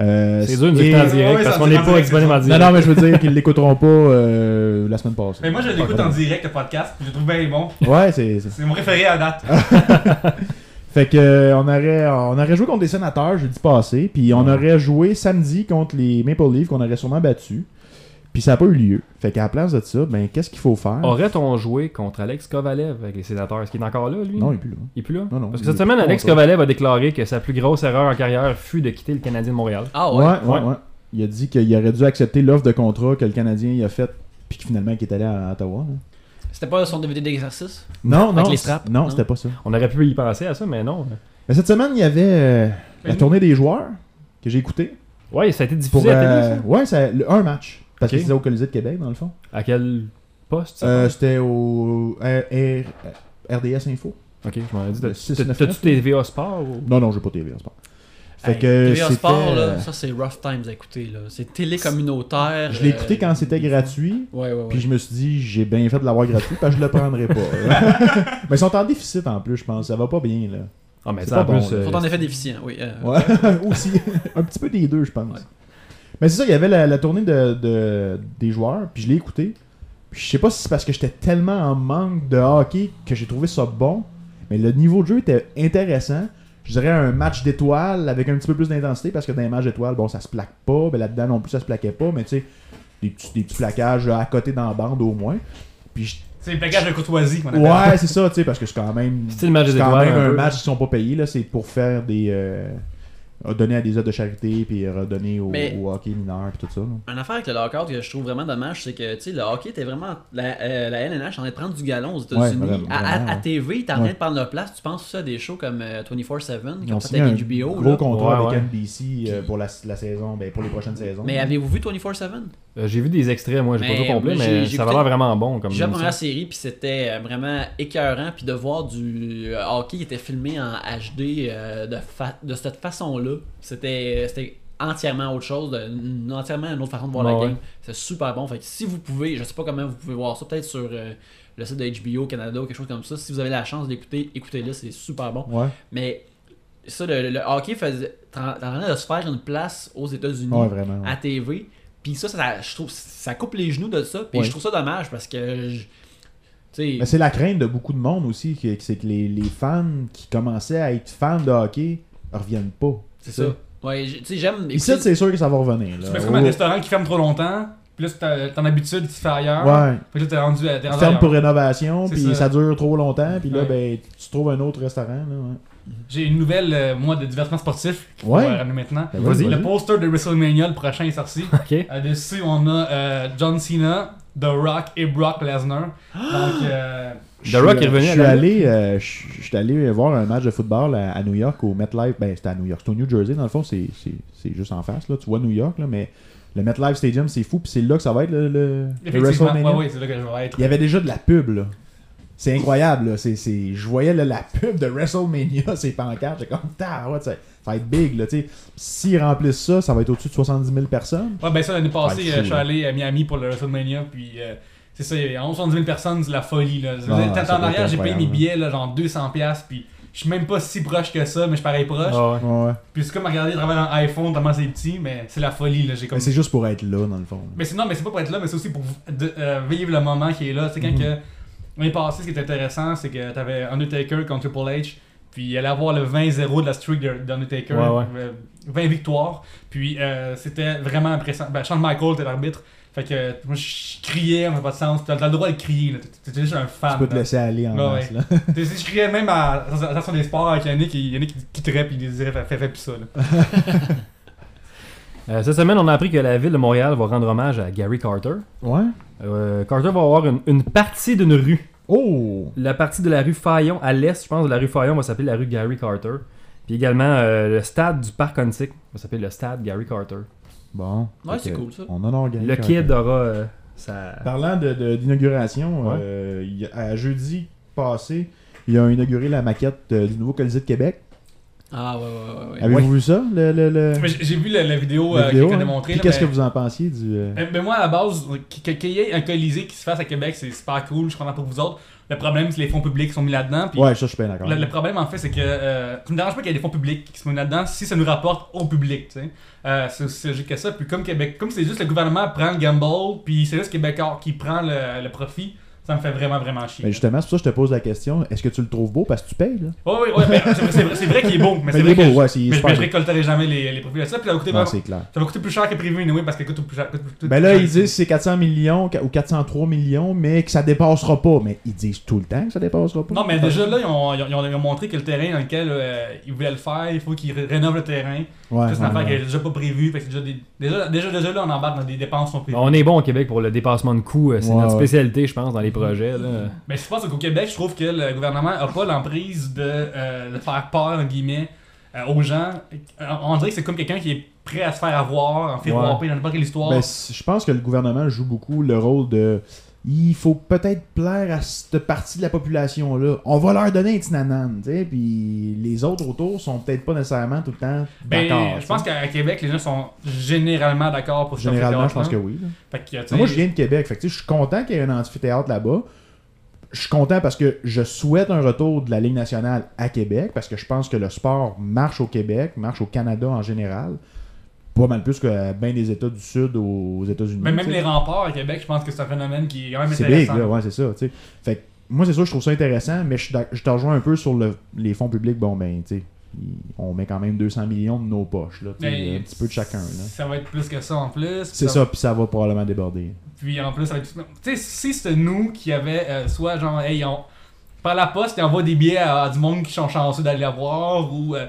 Euh,
C'est dur de nous
et-
écouter en direct
Ouais,
parce
ça
qu'on
me
n'est
dit
pas
en
disponible en
direct,
Non,
direct.
non, mais je veux dire qu'ils l'écouteront pas euh, la semaine passée.
Mais moi, je l'écoute
Pas
en
grave.
direct, le podcast, puis je le trouve bien bon.
Ouais, c'est. c'est-
C'est mon préféré à date.
Fait que euh, on aurait on aurait joué contre les sénateurs jeudi passé, puis on aurait joué samedi contre les Maple Leafs qu'on aurait sûrement battu. Puis ça n'a pas eu lieu. Fait qu'à la place de ça, ben qu'est-ce qu'il faut
Oh.
faire
Aurait-on joué contre Alex Kovalev avec les sénateurs Est-ce qu'il est encore là, lui
Non, il est plus là.
Il est plus là
Non, non,
Parce que
il
cette
est
semaine,
plus
Alex
contre-
Kovalev a déclaré que sa plus grosse erreur en carrière fut de quitter le Canadien de Montréal.
Ah
Ouais,
ouais.
ouais, ouais. Il a dit qu'il aurait dû accepter l'offre de contrat que le Canadien y a faite, puis que finalement qu'il est allé à Ottawa. là.
C'était pas son DVD d'exercice
Non, non.
Avec les
c-
straps,
non,
non?
c'était pas ça.
On aurait pu y penser à ça, mais non.
Mais cette semaine, il y avait euh, la
nous-
tournée des joueurs que j'ai écouté
Ouais, ça a été
pour
diffusé Ben, à la
euh,
télé, ça.
ouais, ça- le- un match parce
Ok.
que c'était au Colisée de Québec dans le fond.
À quel poste ça
Euh, c'était au euh, R- RDS Info.
Ok, je m'en ai dit.
le
t'as-
699,
T'as-tu tes VA Sport ou-
Non, non, j'ai pas TV en sport. Fait
Hey,
que
TVA
c'était... euh,
Sport, là, ça c'est rough times à écouter. là. C'est télé communautaire.
Je l'ai
euh,
écouté quand c'était gratuit,
Ouais, ouais, ouais.
puis je me suis dit, j'ai bien fait de l'avoir gratuit, parce que je le prendrai pas. Mais ils sont en déficit en plus, je pense. Ça va pas bien, là.
Ah, mais
C'est
ça, en
pas bon,
plus.
là.
euh,
Faut en effet déficient, oui. euh,
Ouais, aussi. Un petit peu des deux, je pense.
Ouais.
Mais c'est ça, il y avait la, la tournée de, de- des joueurs, puis je l'ai écouté. Puis je sais pas si c'est parce que j'étais tellement en manque de hockey que j'ai trouvé ça bon, mais le niveau de jeu était intéressant. Je dirais un match d'étoiles avec un petit peu plus d'intensité parce que dans les matchs d'étoiles, bon, ça se plaque pas. Ben là-dedans non plus, ça se plaquait pas, mais tu sais, des petits, des petits plaquages à côté dans la bande au moins. Puis je-
C'est le plaquage de courtoisie qu'on appelle.
Ouais, c'est ça, tu sais, parce que c'est quand même.
C'est le match des
c'est quand
étoiles,
même
un
un,
peu.
match qui sont pas payés, là. C'est pour faire des. euh, donner à des œuvres de charité, puis redonner au,
Mais-
au hockey mineur, puis tout ça. là.
Un affaire avec le lockout que je trouve vraiment dommage, c'est que tu sais, le hockey était vraiment. La, euh, la LNH en train de prendre du galon aux États-Unis.
Ouais, vraiment,
à, à- à
vraiment, ouais.
TV, t'es en train
Ouais.
de prendre leur place. Tu penses ça à des shows comme euh, 24-7 qui
Ils
ont
ont
fait
signé un
avec HBO.
gros
là.
contrat
Ouais,
avec
ouais.
NBC euh, pour la, la saison, ben, pour les prochaines saisons.
Mais avez-vous vu 24-7
euh, J'ai vu des extraits, moi, j'ai pas
Mais
tout complet,
moi, j'ai-
mais
j'ai
ça a
écouté-
l'air vraiment bon comme
J'ai vu la
émission.
première série, puis c'était euh, vraiment écœurant. Puis de voir du euh, hockey qui était filmé en HD euh, de, fa- de cette façon-là, c'était c'était entièrement autre chose, de- une- entièrement une autre façon de voir
Ouais,
la
ouais.
game. C'est super bon. Fait que si vous pouvez, je sais pas comment vous pouvez voir ça, peut-être sur euh, le site de HBO Canada ou quelque chose comme ça, si vous avez la chance d'écouter, écoutez-le, c'est super bon.
Ouais,
Mais ça, le, le hockey faisait, t'es en t'es en train de se faire une place aux États-Unis
ouais, vraiment. ouais.
à TV. Puis ça, ça, ça- je trouve, ça coupe les genoux de ça. Puis
Ouais.
je trouve ça dommage parce que, je- tu sais,
Mais c'est la crainte de beaucoup de monde aussi, que- que c'est que les, les fans qui commençaient à être fans de hockey reviennent pas.
c'est ça. Ouais, j- tu sais, j'aime.
Ici,
écouter-
c'est sûr que ça va revenir.
Tu
Là.
fais comme un
Oh,
restaurant qui ferme trop longtemps, puis là, c'est ta- ton habitude, tu fais ailleurs.
Ouais.
Fait que là, t'es rendu à. t'es rendu
Ferme
ailleurs.
pour rénovation,
C'est
puis
ça.
ça. dure trop longtemps, puis là,
Ouais.
ben, tu trouves un autre restaurant. Là, ouais.
J'ai une nouvelle, euh, moi, de divertissement sportif. qu'il faut,
Ouais.
euh, ramener maintenant.
Ben,
Vas-y.
Le poster de WrestleMania, le prochain, est sorti.
Ok.
Euh, dessus, on a euh, John Cena, The Rock et Brock Lesnar. Donc, euh,
The Rock est revenu
je
à
suis
la-
allé, euh, je je suis allé voir un match de football à, à New York au MetLife. Ben, c'était à New York. C'était au New Jersey, dans le fond. C'est, c'est, c'est juste en face. Là. Tu vois New York, là, mais le MetLife Stadium, c'est fou. Puis c'est là que ça va être le, le- le
effectivement,
WrestleMania.
ouais, ouais, c'est là que je vais être.
Il y avait déjà de la pub. Là. C'est incroyable. Là. C'est, c'est... Je voyais là, la pub de WrestleMania, ces pancartes. J'étais comme, Tar, ouais, ça, ça va être big. Là, tu sais. S'ils remplissent ça, ça va être au-dessus de 70 000 personnes.
Ouais, ben ça, l'année passée,
Ouais,
euh,
fou,
je suis
là.
allé à Miami pour le WrestleMania, puis euh, c'est ça, il y a 70 000 personnes, c'est de la folie, là. Je veux
Ah,
dire,
ça
T'as en
doit
arrière,
être
j'ai payé mes
incroyable,
billets, là, genre 200$, piastres, puis je suis même pas si proche que ça, mais je parais proche.
Ah ouais.
Ouais.
Puis c'est comme regarder travailler dans iPhone, tellement c'est petit, mais c'est la folie, là. J'ai comme.
Mais c'est juste pour être là, dans le fond.
Mais c'est non, mais c'est pas pour être là, mais c'est aussi pour de- euh, vivre le
Mhm.
moment qui est là. C'est quand que. On est passé, ce qui est intéressant, c'est que t'avais Undertaker contre Triple H, Puis il allait avoir le 20-0 de la streak de- d'Undertaker.
Ouais, ouais.
Euh, 20 victoires. Puis euh, c'était vraiment impressionnant. Ben, Shawn Michael était l'arbitre. Fait que euh, moi, je criais, on fait pas de sens. T'as t'as le droit de crier, là. T'es- T'es juste un fan.
Tu peux te
là.
laisser aller en
Ouais,
masse,
ouais.
là.
T'es- Je criais même à à la station des sports avec Yannick. et Yannick qui quitterait puis il disait fais, fais, fais plus ça. là.
Euh, cette semaine, on a appris que la ville de Montréal va rendre hommage à Gary Carter.
Ouais.
Euh, Carter va avoir une, une partie d'une rue.
Oh!
La partie de la rue Fayon, à l'est, je pense, de la rue Fayon va s'appeler la rue Gary Carter. Puis également, euh, le stade du Parc Antique va s'appeler le stade Gary Carter.
Bon.
Ouais,
Fait
c'est
que
cool, ça.
On honore Gary
Le
Carter.
kid aura euh, sa...
Parlant de- de- d'inauguration,
Ouais.
euh, il y a- à jeudi passé, il a inauguré la maquette euh, du nouveau Colisée de Québec.
Ah, ouais, ouais, ouais. ouais.
Avez-vous vu ça? Le, le, le-
Mais j'ai- J'ai vu la, la vidéo,
la
euh,
vidéo,
qu'il
hein?
a démontrée.
Puis
là,
Qu'est-ce
mais-
que vous en pensiez du. euh,
Euh, Mais moi, à la base, qu- que- qu'il y ait un colisée qui se fasse à Québec, c'est super cool, je comprends pour vous autres. Le problème, c'est que les fonds publics sont mis là-dedans. puis
Ouais, ça, je suis bien d'accord.
Le, le problème, en fait, c'est que euh, ça ne me dérange pas qu'il y ait des fonds publics qui se mettent là-dedans si ça nous rapporte au public. tu sais. Euh, c'est aussi logique que ça. Puis comme Québec, comme c'est juste le gouvernement prend le gamble, puis c'est juste Québécois qui prend le, le profit, ça me fait vraiment, vraiment chier.
Mais justement, c'est pour ça que je te pose la question. Est-ce que tu le trouves beau parce que tu payes, là?
Ouais, ouais, ouais, mais c'est vrai- c'est vrai, c'est vrai qu'il est bon, mais,
Mais
c'est
il est
vrai que
beau,
je-
ouais, c'est il est
mais je-
super
mais je
beau.
récolterai jamais les, les profits de ça. Puis ça va coûter,
Non,
vraiment-
c'est clair.
ça va coûter plus cher que prévu, anyway, parce que coûte plus cher. coûte plus-
Ben là,
coûte-
ils disent que c'est 400 millions ou 403 millions, mais que ça dépassera pas. Mais ils disent tout le temps que ça dépassera pas.
Non, mais déjà là, ils ont, ils ont- ils ont- ils ont montré que le terrain dans lequel euh, ils voulaient le faire, il faut qu'ils ré- rénovent le terrain.
Ouais,
Ça, c'est une
ouais,
affaire
ouais.
qui est déjà pas prévue. fait que c'est déjà, des- déjà, déjà, déjà là, on embarque dans des dépenses qui sont prévues.
On est bon au Québec pour le dépassement de coûts. euh, C'est
Ouais,
notre
ouais.
spécialité, je pense, dans les projets. là.
Mais je pense qu'au Québec, je trouve que le gouvernement a pas l'emprise de, euh, de faire peur, en guillemets, euh, aux gens. Euh, On dirait que c'est comme quelqu'un qui est prêt à se faire avoir, en fait,
Ouais.
warper dans n'importe quelle histoire.
Ben, c- je pense que le gouvernement joue beaucoup le rôle de. Il faut peut-être plaire à cette partie de la population-là. On va leur donner un petit nanan, tu sais. Puis les autres autour sont peut-être pas nécessairement tout le temps
Ben,
d'accord.
je pense
tu sais.
qu'à Québec, les gens sont généralement d'accord pour ce
Généralement, je pense
hein.
que oui. là. Moi, je viens de Québec. Fait que, tu sais, je suis content qu'il y ait un amphithéâtre là-bas. Je suis content parce que je souhaite un retour de la Ligue nationale à Québec parce que je pense que le sport marche au Québec, marche au Canada en général. Pas mal plus que euh, bien des États du Sud aux États-Unis.
Mais même
tu sais.
les remparts à Québec, je pense que c'est un phénomène qui est quand même
C'est
intéressant.
big, là, ouais, c'est ça. tu sais. Fait que moi, c'est sûr, je trouve ça intéressant, mais je, suis d'ac- je te rejoins un peu sur le, les fonds publics. Bon, ben, tu sais, ils- on met quand même 200 millions de nos poches, là, tu sais,
Mais
euh, un petit peu de chacun. là.
Ça va être plus que ça en plus.
C'est ça, puis ça va probablement déborder.
Puis en plus, ça va être- tu sais, si c'était nous qui avait euh, soit genre, hey, on... par la poste, ils envoient des billets à, à du monde qui sont chanceux d'aller la voir ou euh,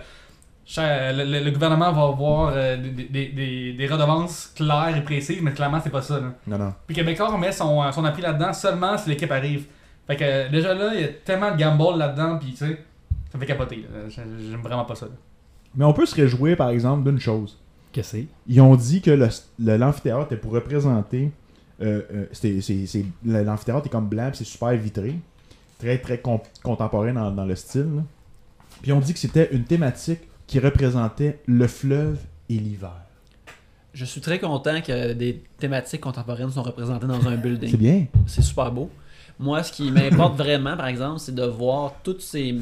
cha- le, le- le gouvernement va avoir euh, des, des- des- des redevances claires et précises, mais clairement, c'est pas ça. là.
Non, non.
Puis Québécois, on met son, euh, son appui là-dedans seulement si l'équipe arrive. Fait que euh, déjà là, il y a tellement de gamble là-dedans, puis tu sais, ça me fait capoter. là. J'ai- J'aime vraiment pas ça. là.
Mais on peut se réjouir, par exemple, d'une chose.
Qu'est-ce que c'est?
ils ont dit que le- le- l'amphithéâtre était pour représenter. euh, euh, c'était- c'est- c'est- le- l'amphithéâtre est comme blanc, puis c'est super vitré. Très, très com- contemporain dans, dans le style. là. Puis on dit que c'était une thématique qui représentait le fleuve et l'hiver.
Je suis très content que des thématiques contemporaines sont représentées dans un
C'est
building.
bien.
C'est super beau. Moi, ce qui m'importe vraiment, par exemple, c'est de voir tous ces,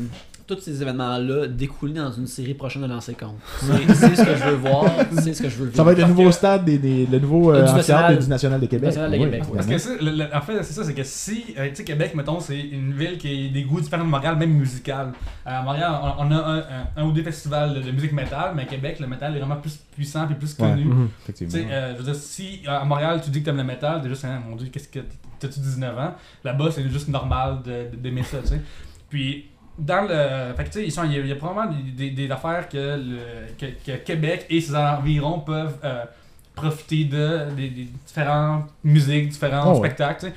tous ces événements-là découler dans une série prochaine de lancer compte. C'est c'est ce que je veux voir, c'est ce que je veux vivre.
Ça va être le
Parce
nouveau
que-
stade, des, des- le nouveau euh,
Du
amphithéâtre
national.
du National de Québec.
National de
Oui,
Québec, ouais.
Parce
évidemment.
que c'est- le- le- en fait, c'est ça, c'est que si, euh, tu sais, Québec, mettons, c'est une ville qui a des goûts différents de Montréal, même musical. Euh, À Montréal, on, on a un, un- un ou deux festivals de, de musique métal, mais à Québec, le métal est vraiment plus puissant et plus
Ouais.
connu.
Mhm.
Tu sais,
Effectivement.
euh, je veux dire, si euh, à Montréal, tu dis que t'aimes le métal, t'es juste, Hein, mon dieu, qu'est-ce que. T'as-tu 19 ans Là-bas, c'est juste normal de- de- d'aimer ça, tu sais. Puis, dans le. Fait que, tu sais, ils sont- il y, a- il y a probablement des, des- des affaires que, le, que, que Québec et ses environs peuvent euh, profiter de, des, des différentes musiques, différents
Oh, ouais.
spectacles, tu sais.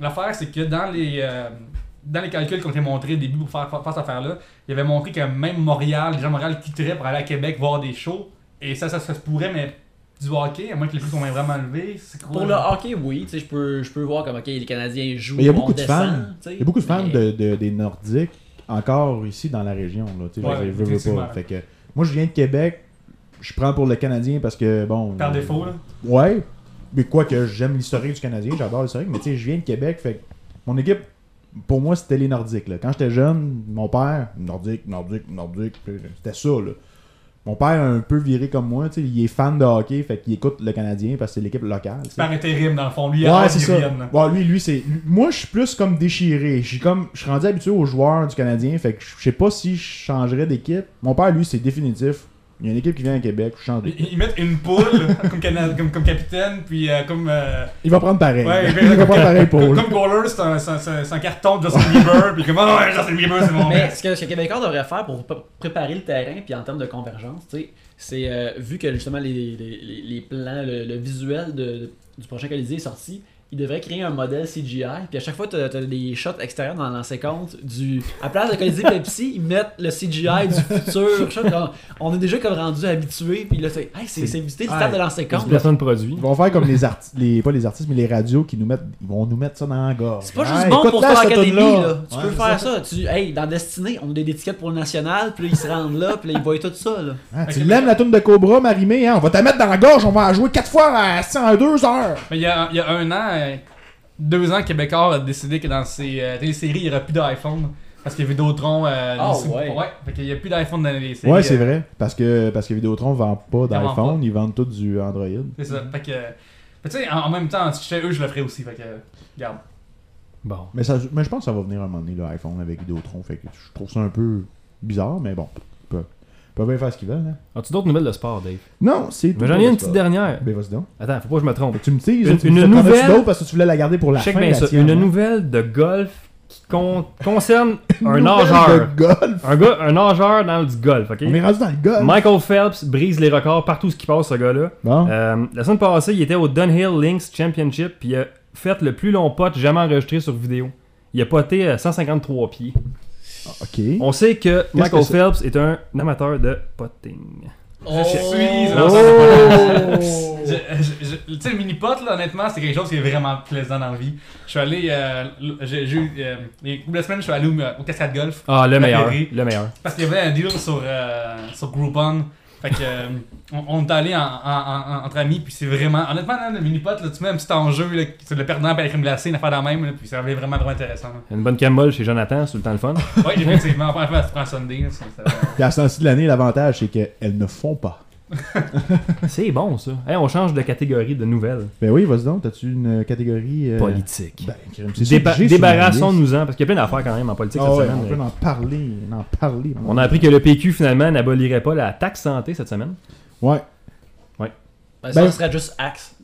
L'affaire, c'est que dans les. euh, dans les calculs qu'on t'a montrés au début pour faire face à faire là, il avait montré que même Montréal, les gens de Montréal quitteraient pour aller à Québec voir des shows. Et ça, ça, ça se pourrait, mais du hockey, à moins que les prix soient vraiment élevés, c'est quoi
Pour le hockey, oui, tu sais, je peux, je peux voir comme ok, les Canadiens jouent.
Mais il y a
on
beaucoup de
descend,
fans.
tu sais,
Il y a beaucoup de fans
mais-
de, de- des Nordiques encore ici dans la région. Là, tu sais,
Ouais,
je veux- je veux pas.
effectivement.
Fait que, moi, je viens de Québec. Je prends pour le Canadien parce que, bon.
Par
euh,
défaut, là.
Ouais. Mais quoi que j'aime l'historique du Canadien, j'adore l'historique. Mais tu sais, je viens de Québec. Fait que mon équipe, pour moi, c'était les Nordiques. Là. Quand j'étais jeune, mon père, Nordique, Nordique, Nordique. puis C'était ça. Là. Mon père a un peu viré comme moi, tu sais, il est fan de hockey, fait qu'il écoute le Canadien parce que c'est l'équipe locale. tu sais.
Par intérim, dans le fond. Lui, il a
Ouais,
hâte
c'est
qu'il
ça.
revienne.
Bon, lui, lui, c'est. Moi, je suis plus comme déchiré. Je suis comme. Je suis rendu habitué aux joueurs du Canadien. Fait que je sais pas si je changerais d'équipe. Mon père, lui, c'est définitif. Il y a une équipe qui vient à Québec, je change d'équipe.
Ils ils mettent une poule comme, cana- comme, comme capitaine, puis euh, comme. euh,
Il va prendre pareil.
ouais,
il va prendre pareil pour.
comme, comme goaler, c'est un, c'est un- c'est un- c'est un carton de Justin Bieber, puis comme, oh, ouais, Justin Bieber, c'est mon
Mais
mec.
ce que, ce que les Québécois devraient faire pour pr- préparer le terrain, puis en termes de convergence, tu sais, c'est euh, vu que justement les, les- les- les plans, le, le visuel de- de- du prochain Colisée est sorti, ils devraient créer un modèle CGI, puis à chaque fois, tu as, des shots extérieurs dans la séquence du. À place de Colisée Pepsi, ils mettent le CGI du futur. shot. Comme- on est déjà comme rendu habitué, puis là, c'est. Hey, c'est c'est visiter le stade de l'ancien
Du placement de produit.
Ils vont faire comme les artistes, les, pas les artistes, mais les radios qui nous mettent, ils vont nous mettre ça dans la gorge.
C'est pas
Hey,
juste bon pour
écoute-la,
faire
cette
l'académie,
tune-là.
là. Tu
Ouais,
peux
c'est
faire ça. Tu, hey, dans Destinée, on a des étiquettes pour le national, puis là, ils se rendent là, puis là, ils voient tout ça, là.
Ah, tu l'aimes la tune de Cobra, Marimé, hein? On va te la mettre dans la gorge, on va la jouer 4 fois à 102 heures.
Mais il y a, il y a un an, euh, deux ans, Québécois a décidé que dans ses euh, téléséries, il n'y aurait plus d'iPhone. Parce qu'il y a Vidéotron. Euh,
Ah,
distribue-
ouais.
Fait qu'il n'y a plus d'iPhone dans les séries.
Ouais, c'est
euh,
vrai. Parce que, parce que Vidéotron vend pas
vendent
d'iPhone, ils vendent tout du Android.
euh, C'est
Mhm.
ça. Fait que. fait que tu sais, en, en même temps, si j'étais eux, je le ferais aussi. Fait que. Regarde.
Bon.
Mais, ça, mais je pense que ça va venir un moment donné, l'iPhone avec Vidéotron. Fait que je trouve ça un peu bizarre, mais bon, ils peuvent, ils peuvent bien faire ce qu'ils veulent. Hein.
As-tu d'autres nouvelles de sport, Dave
Non, c'est tout.
Mais J'en ai une petite dernière.
Ben vas-y donc.
Attends, faut pas que je me trompe.
Fait que tu me tises,
Une-
tu
une
me fais prendre
nouvelle-
un petit dos parce que tu voulais la garder pour la
Check
fin.
bien
la
ça.
tienne,
Une
hein.
nouvelle de golf qui con- concerne un
Nouvelle
nageur.
de golf.
Un, gars, un nageur dans du golf, ok?
On est rendu dans le golf.
Michael Phelps brise les records partout ce qui passe, ce gars-là.
Bon.
Euh, la semaine passée, il était au Dunhill Links Championship, puis il a fait le plus long pot jamais enregistré sur vidéo. Il a poté euh, 153 pieds.
ok.
On sait que Michael
que c'est?
Phelps est un amateur de potting.
Je suis
Oh!
dans
Oh!
Je- je- je- Tu sais, le mini-pot, là, honnêtement, c'est quelque chose qui est vraiment plaisant dans la vie. Je suis allé. euh, l- j'ai j'ai eu. euh, il y a une couple de semaines, je suis allé au, au Cascade Golf.
Ah, le
La
meilleur.
théorie.
Le meilleur.
Parce qu'il y avait un deal sur, euh, sur Groupon. Fait que, euh, on, on est allé en, en- en- entre amis, puis c'est vraiment. Honnêtement, là, le mini-pot, là, tu mets un petit enjeu, là, sur le perdant, puis la crème glacée, une affaire dans la même, là, puis ça avait vraiment, vraiment intéressant. là.
Une bonne camole chez Jonathan, c'est tout le temps le fun.
Ouais, effectivement, on faire un Sunday. là, c'est- c'est-
Puis à ce temps-ci de l'année, l'avantage, c'est qu'elles ne font pas.
c'est bon, ça. Hey, on change de catégorie de nouvelles.
Ben oui, vas-y donc, t'as-tu une catégorie. euh,
Politique.
Ben, crime, c'est sûr que
Déba-
j'ai sur ma liste.
Débarrassons-nous-en, parce qu'il y a plein d'affaires quand même en politique
Ah
cette
ouais,
semaine.
on peut en parler, en parler.
On a appris que le PQ finalement n'abolirait pas la taxe santé cette semaine.
Ouais.
Ben, ça
Ben-
serait juste axe.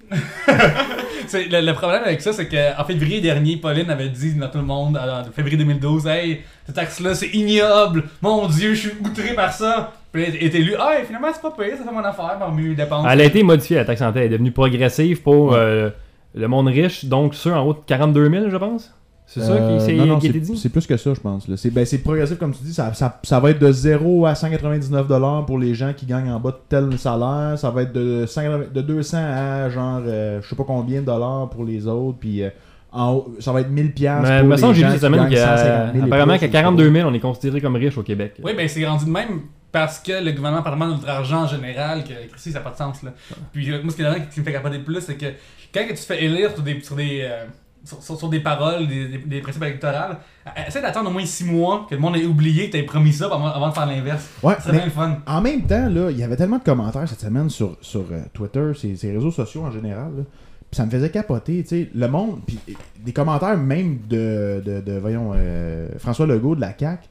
C'est- le, le problème avec ça, c'est qu'en février dernier, Pauline avait dit dans tout le monde, en en février 2012, Hey, ce taxe-là, c'est ignoble! Mon Dieu, je suis outré par ça! Puis elle est élue, Hey, finalement, c'est pas payé, ça fait mon affaire, parmi les dépenses.
Elle a été modifiée, la taxe santé. Elle est devenue progressive pour euh, le monde riche, donc ceux en haut de 42 000, je pense. C'est ça
Euh,
qui, c'est-
non, non,
qui a
c'est-
été dit?
C'est plus que ça, je pense. là. C'est ben, c'est progressif, comme tu dis. Ça, ça- ça va être de 0 à 199 pour les gens qui gagnent en bas de tel salaire. Ça va être de, 180 de 200 à genre, euh, je sais pas combien de dollars pour les autres. Puis euh, en haut, ça va être 1000
Mais
piastres pour
Euh, me
les
semble que euh, j'ai
gens
vu cette
qui
semaine
gagnent 150 000 et
qu'apparemment
plus,
qu'à
ou
42 000, on est considéré comme riche au Québec.
Oui, ben c'est rendu de même parce que le gouvernement parle de notre argent en général, que Christy, ça n'a pas de sens. Là. Puis euh, moi, ce qui est dingue, qui me fait capoter le plus, c'est que quand que tu te fais élire sur des, sur des, euh, sur, sur- sur des paroles, des, des- des principes électoraux, euh, essaie d'attendre au moins 6 mois que le monde ait oublié que tu promis ça avant, avant de faire l'inverse.
Ouais,
C'est
mais-
bien le fun.
En même temps, là, il y avait tellement de commentaires cette semaine sur, sur euh, Twitter, ces, ces réseaux sociaux en général. là. Puis ça me faisait capoter, tu sais, le monde, puis euh, des commentaires même de, de, de, voyons, euh, François Legault de la CAQ,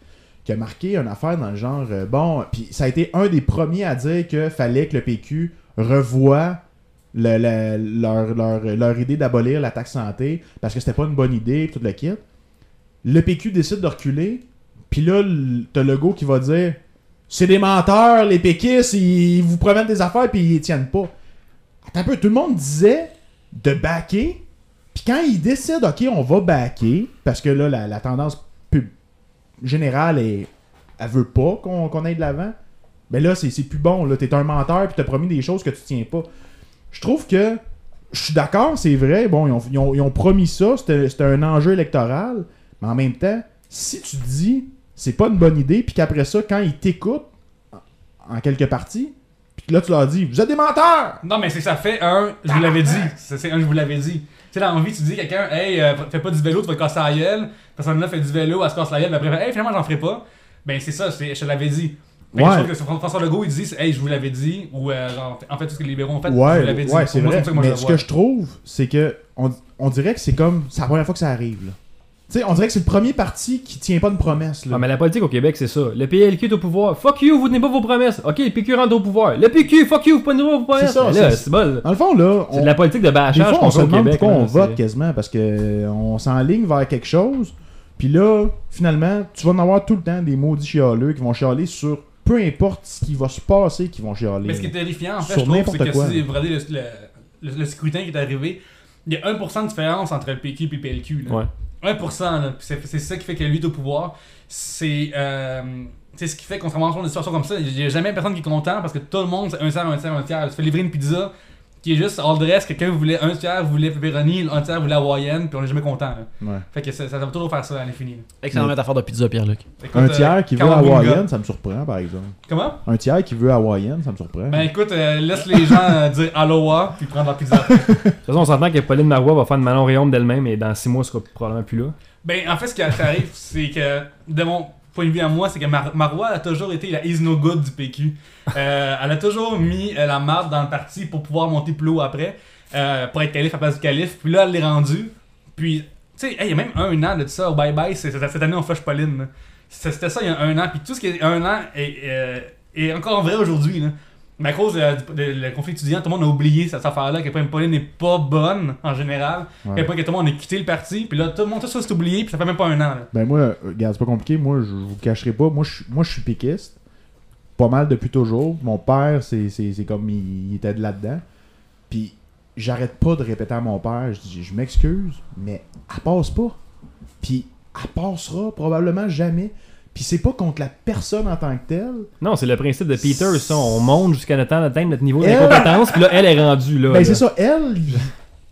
qui a marqué une affaire dans le genre, euh, bon, puis ça a été un des premiers à dire que fallait que le PQ revoie le- le- leur, leur, leur idée d'abolir la taxe santé, parce que c'était pas une bonne idée, puis tout le kit. Le PQ décide de reculer, puis là, l- t'as Legault qui va dire c'est des menteurs, les péquistes, ils vous promettent des affaires puis ils les tiennent pas. Attends un peu, tout le monde disait de backer, puis quand ils décident, ok, on va backer, parce que là, la, la tendance pub- générale est. Elle veut pas qu'on qu'on aille de l'avant, mais là, c'est c'est plus bon, là, t'es un menteur puis t'as promis des choses que tu tiens pas. Je trouve que. Je suis d'accord, c'est vrai, bon, ils ont, ils ont- ils ont promis ça, c'était c'était un enjeu électoral, mais en même temps, si tu dis c'est pas une bonne idée, puis qu'après ça, quand ils t'écoutent, en- en quelques parties, puis que là, tu leur dis, vous êtes des menteurs!
Non, mais c'est que ça fait un, je vous l'avais dit. C'est c'est un, je vous l'avais dit. Tu sais, dans la vie, tu dis à quelqu'un, hey, euh, fais pas du vélo, tu vas te casser la gueule. Cette Personne-là fait du vélo, elle se casse la gueule, puis après, hey, finalement, j'en ferai pas. Ben, c'est ça, c'est- je te l'avais dit. Fait que
Ouais.
je trouve que Fran- François Legault, il dit c'est, Hey, je vous l'avais dit, ou euh, genre, en fait, tout ce que les libéraux ont fait, je vous l'avais
Ouais,
dit.
ouais,
Pour
c'est
moi,
vrai.
comme ça que moi,
mais
je le
ce
vois.
que je trouve, c'est que on, on dirait que c'est comme c'est la première fois que ça arrive. là. Tu sais, on dirait que c'est le premier parti qui tient pas de promesse. Là.
Ah, mais la politique au Québec, c'est ça. Le PLQ est au pouvoir. Fuck you, vous tenez pas vos promesses. Ok, le PQ rentre au pouvoir. Le PQ, fuck you, vous tenez pas vos promesses.
ça,
Mais là,
c'est-
c'est bol.
Dans le fond, là,
C'est
on-
de la politique de
des
bâchage
fois,
qu'on
on se
fait au
demande
Québec.
pourquoi
là,
on
c'est-
vote quasiment parce que euh, on s'enligne vers quelque chose. Puis là, finalement, tu vas en avoir tout le temps des maudits chialeux qui vont chialer sur peu importe ce qui va se passer, qui vont chialer.
Mais ce qui est terrifiant, en fait,
Sur
je trouve,
n'importe
c'est que
quoi.
si vous regardez le, le- le- le scrutin qui est arrivé, il y a 1% de différence entre le PQ et le PLQ. là.
Ouais.
1%, là, puis c'est c'est ça qui fait que lui est au pouvoir. C'est euh, c'est ce qui fait qu'on se ramasse dans une situation comme ça. Il n'y a jamais personne qui est content parce que tout le monde, c'est un tiers, un tiers, un tiers. Tu fais livrer une pizza qui est juste all dress, quelqu'un voulait un tiers, voulait pepperoni, un tiers voulait hawaïenne, puis on n'est jamais content. là.
Ouais.
Fait que ça, ça va toujours faire ça à l'infini. là.
Excellente métaphore de pizza, Pierre-Luc.
Écoute,
Un
euh,
tiers qui veut
Kawabunga.
hawaïenne, ça me surprend, par exemple.
Comment
Un tiers qui veut hawaïenne, ça me surprend.
Ben écoute, euh, laisse les gens euh, dire aloha puis prendre leur pizza après.
De toute façon, on s'entend que Pauline Marois va faire une Manon Réaume d'elle-même et dans 6 mois, elle sera probablement plus là.
Ben, en fait, ce qui arrive, c'est que, de mon point de vue à moi, c'est que Mar- Marois a toujours été la is no good du PQ. Euh, elle a toujours mis euh, la marde dans le parti pour pouvoir monter plus haut après, euh, pour être calife à place du calife. Puis là, elle l'est rendue. Puis, tu sais, hey, il y a même un an de tout ça, au bye-bye, c'est- c'est- cette année, on fâche Pauline. là. C'est- C'était ça il y a un an. Puis tout ce qui est un an est, euh, est encore vrai aujourd'hui. là. Mais à cause euh, du de- le conflit étudiant, tout le monde a oublié cette affaire-là, que Pauline n'est pas bonne en général.
Ouais.
À quel point que tout le monde a quitté le parti, puis là, tout le monde, tout ça, c'est oublié, puis ça fait même pas un an. là.
Ben moi, euh, regarde, c'est pas compliqué, moi je je vous cacherai pas, moi je, suis- moi je suis péquiste, pas mal depuis toujours, mon père c'est, c'est, c'est comme il, il était de là-dedans, puis j'arrête pas de répéter à mon père, je dis je m'excuse, mais elle passe pas, puis elle passera probablement jamais, puis c'est pas contre la personne en tant que telle,
Non, c'est le principe de Peter, ça. On monte jusqu'à notre temps d'atteindre notre niveau
Elle-
d'incompétence, puis là, elle est rendue là.
Eh ben
là.
c'est ça, elle, il-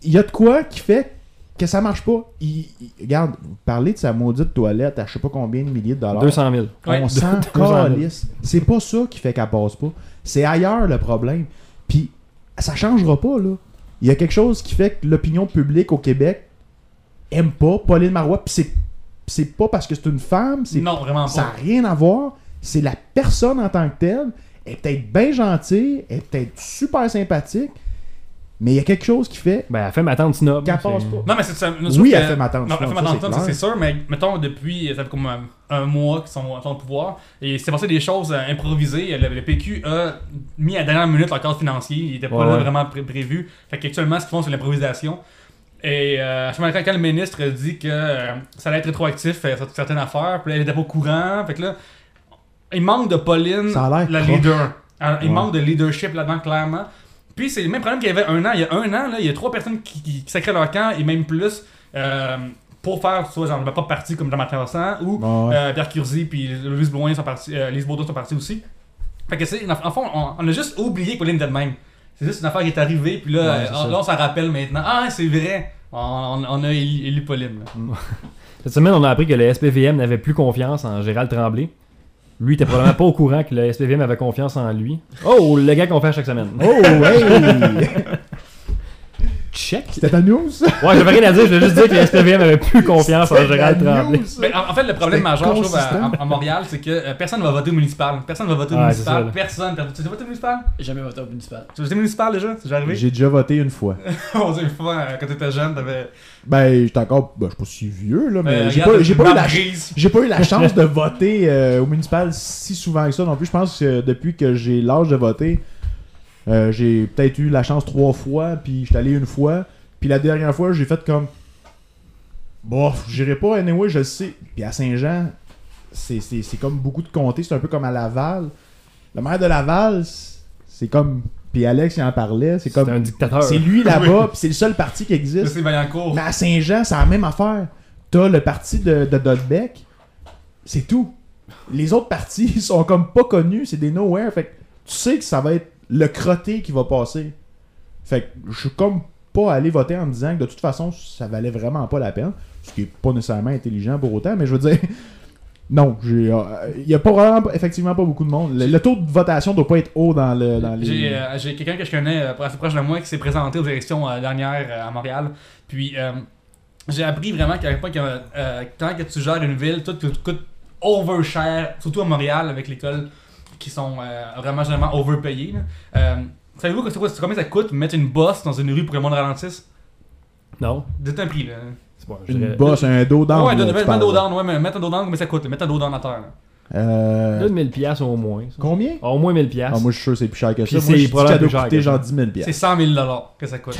il y a de quoi qui fait que ça marche pas, il, il- regarde, parler de sa maudite toilette à je sais pas combien de milliers de dollars,
200 000.
Ouais,
on
de-
s'en
de-
calisse. C'est pas ça qui fait qu'elle passe pas. C'est ailleurs le problème. Puis ça changera pas, là. Il y a quelque chose qui fait que l'opinion publique au Québec aime pas Pauline Marois. Puis c'est- c'est pas parce que c'est une femme, c'est
Non, vraiment pas.
ça n'a rien à voir. C'est la personne en tant que telle. Elle est peut-être bien gentille, elle est peut-être super sympathique, mais il y a quelque chose qui fait
Ben, elle fait ma tante snob.
qu'elle
c'est-
passe pas.
Non, mais c'est ça.
Oui, elle fait ma tante
Non, elle
Snob,
fait ma
ça,
tante
c'est
Snob, ça,
clair.
c'est sûr, mais mettons, depuis, euh, ça fait comme un, un mois qu'ils sont, sont au pouvoir, et il s'est passé des choses euh, improvisées. Le, le PQ a mis à la dernière minute leur cadre financier, il était pas
Ouais,
là
ouais.
vraiment pré- prévu. Fait qu'actuellement, ce qu'ils font, c'est l'improvisation. Et euh, à ce moment-là, quand le ministre dit que euh, ça allait être rétroactif, euh, sur certaines affaires, puis là, elle était pas au courant, fait que là, il manque de Pauline,
Ça a l'air
la
croche.
leader. Alors, Il
Ouais.
manque de leadership là-dedans, clairement. Puis c'est le même problème qu'il y avait un an. Il y a un an, là, il y a trois personnes qui, qui, qui sacraient leur camp et même plus euh, pour faire soit genre le propre parti comme Jean-Martin Vincent ou
Ouais, ouais.
euh, Pierre Curzi puis Louis Blouin sont partis, euh, Lise Bourdon sont partis aussi. Fait que c'est, en, en fond, on, on a juste oublié Pauline d'elle-même. C'est juste une affaire qui est arrivée, puis là,
Ouais, c'est
euh,
ça.
là, on s'en rappelle maintenant. Ah, c'est vrai! On, on- on a élu, élu Pauline. là.
Cette semaine, on a appris que le SPVM n'avait plus confiance en Gérald Tremblay. Lui, était probablement pas au courant que le SPVM avait confiance en lui. Oh, le gars qu'on fait à chaque semaine.
Oh, hey!
Check.
C'était ta news?
Ouais, j'avais rien à dire, je voulais juste dire que le SPVM avait plus confiance en
C'était ta
Gérald Tremblay.
news?
Mais Ben, en en fait, le problème
C'était
majeur, je trouve, à,
consistant.
à- à Montréal, c'est que euh, personne ne va voter au municipal. Personne ne va voter au
Ouais, c'est ça,
municipal.
là.
Personne. Tu as voté au municipal?
Jamais voté au municipal.
Tu as voté au municipal déjà? C'est déjà arrivé?
J'ai déjà voté une fois.
Mon dieu, une fois, euh, quand t'étais jeune, t'avais.
Ben, j'étais encore. Ben, je suis pas si vieux, là, mais
Euh,
j'ai
regarde,
pas, j'ai pas eu la,
Marc Grise.
j'ai pas eu la chance de voter euh, au municipal si souvent que ça non plus. Je pense que depuis que j'ai l'âge de voter, euh, j'ai peut-être eu la chance trois fois, puis j'étais allé une fois. Puis la dernière fois, j'ai fait comme. Bof, j'irai pas, anyway, je le sais. Puis à Saint-Jean, c'est, c'est, c'est comme beaucoup de comtés, c'est un peu comme à Laval. Le maire de Laval, c'est- c'est comme. Puis Alex, il en parlait, c'est
C'est
comme.
un dictateur.
C'est lui là-bas, puis c'est le seul parti qui existe.
C'est Vaillancourt.
Mais à Saint-Jean, c'est la même affaire. T'as le parti de, de Dodbeck, c'est tout. Les autres partis sont comme pas connus, c'est des nowhere. Fait que tu sais que ça va être le crotté qui va passer. Fait que je suis comme pas allé voter en me disant que de toute façon, ça valait vraiment pas la peine. Ce qui est pas nécessairement intelligent pour autant, mais je veux dire. Non, euh, il y a pas vraiment, effectivement pas beaucoup de monde. Le, le taux de votation doit pas être haut dans, le, dans les.
J'ai euh, j'ai quelqu'un que je connais euh, assez proche de moi qui s'est présenté aux élections euh, dernières euh, à Montréal. Puis euh, j'ai appris vraiment qu'à l'époque, euh, euh, quand que tu gères une ville, tout te coûte over cher, surtout à Montréal avec l'école qui sont euh, vraiment généralement overpayés. là. Euh, Savez-vous que c'est quoi- c'est combien ça coûte mettre une bosse dans une rue pour que le monde ralentisse
Non,
Dites un prix. Là.
c'est bon. je
Une
dirais-
bosse, un dos d'âne.
ouais,
là,
donne-
Ah, tu
mettre un
parles.
dos down, ouais, mais mettre un dos down, combien ça coûte là? Mettre un dos down à terre. là.
Euh,
2000 pièces au moins. ça.
Combien
Au moins 1000 pièces.
Ah, moi, je suis sûr que c'est plus cher que
Puis
ça.
c'est
Moi, je dis que
probablement
ça doit
plus cher
coûter
que ça.
genre 10 000
C'est 100 000 que ça coûte.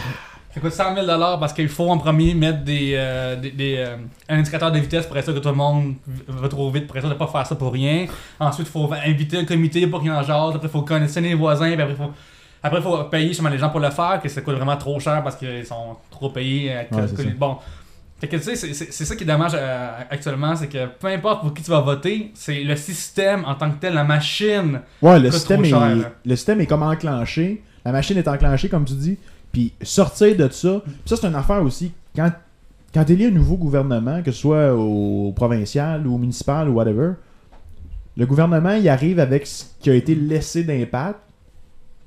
Ça coûte 100 000 parce qu'il faut en premier mettre des, euh, des, des, euh, un indicateur de vitesse pour être sûr que tout le monde va trop vite, pour être sûr de pas faire ça pour rien. Ensuite, il faut inviter un comité pour qu'il en jase. Après, il faut connaissionner les voisins. Puis après, faut, après, faut payer justement les gens pour le faire, que ça coûte vraiment trop cher parce qu'ils sont trop payés. euh, que-
Ouais, c'est
que-
ça.
bon. Fait que, tu sais, c'est- c'est c'est ça qui est dommage euh, actuellement, c'est que peu importe pour qui tu vas voter, c'est le système en tant que tel, la machine.
Ouais, le
coûte
système,
trop cher,
est,
hein.
là.
le système est comme enclenché. La machine est enclenchée, comme tu dis. Puis sortir de ça. Puis ça, c'est une affaire aussi. Quand, quand il y a un nouveau gouvernement, que ce soit au provincial ou au municipal ou whatever, le gouvernement, il arrive avec ce qui a été laissé d'impact.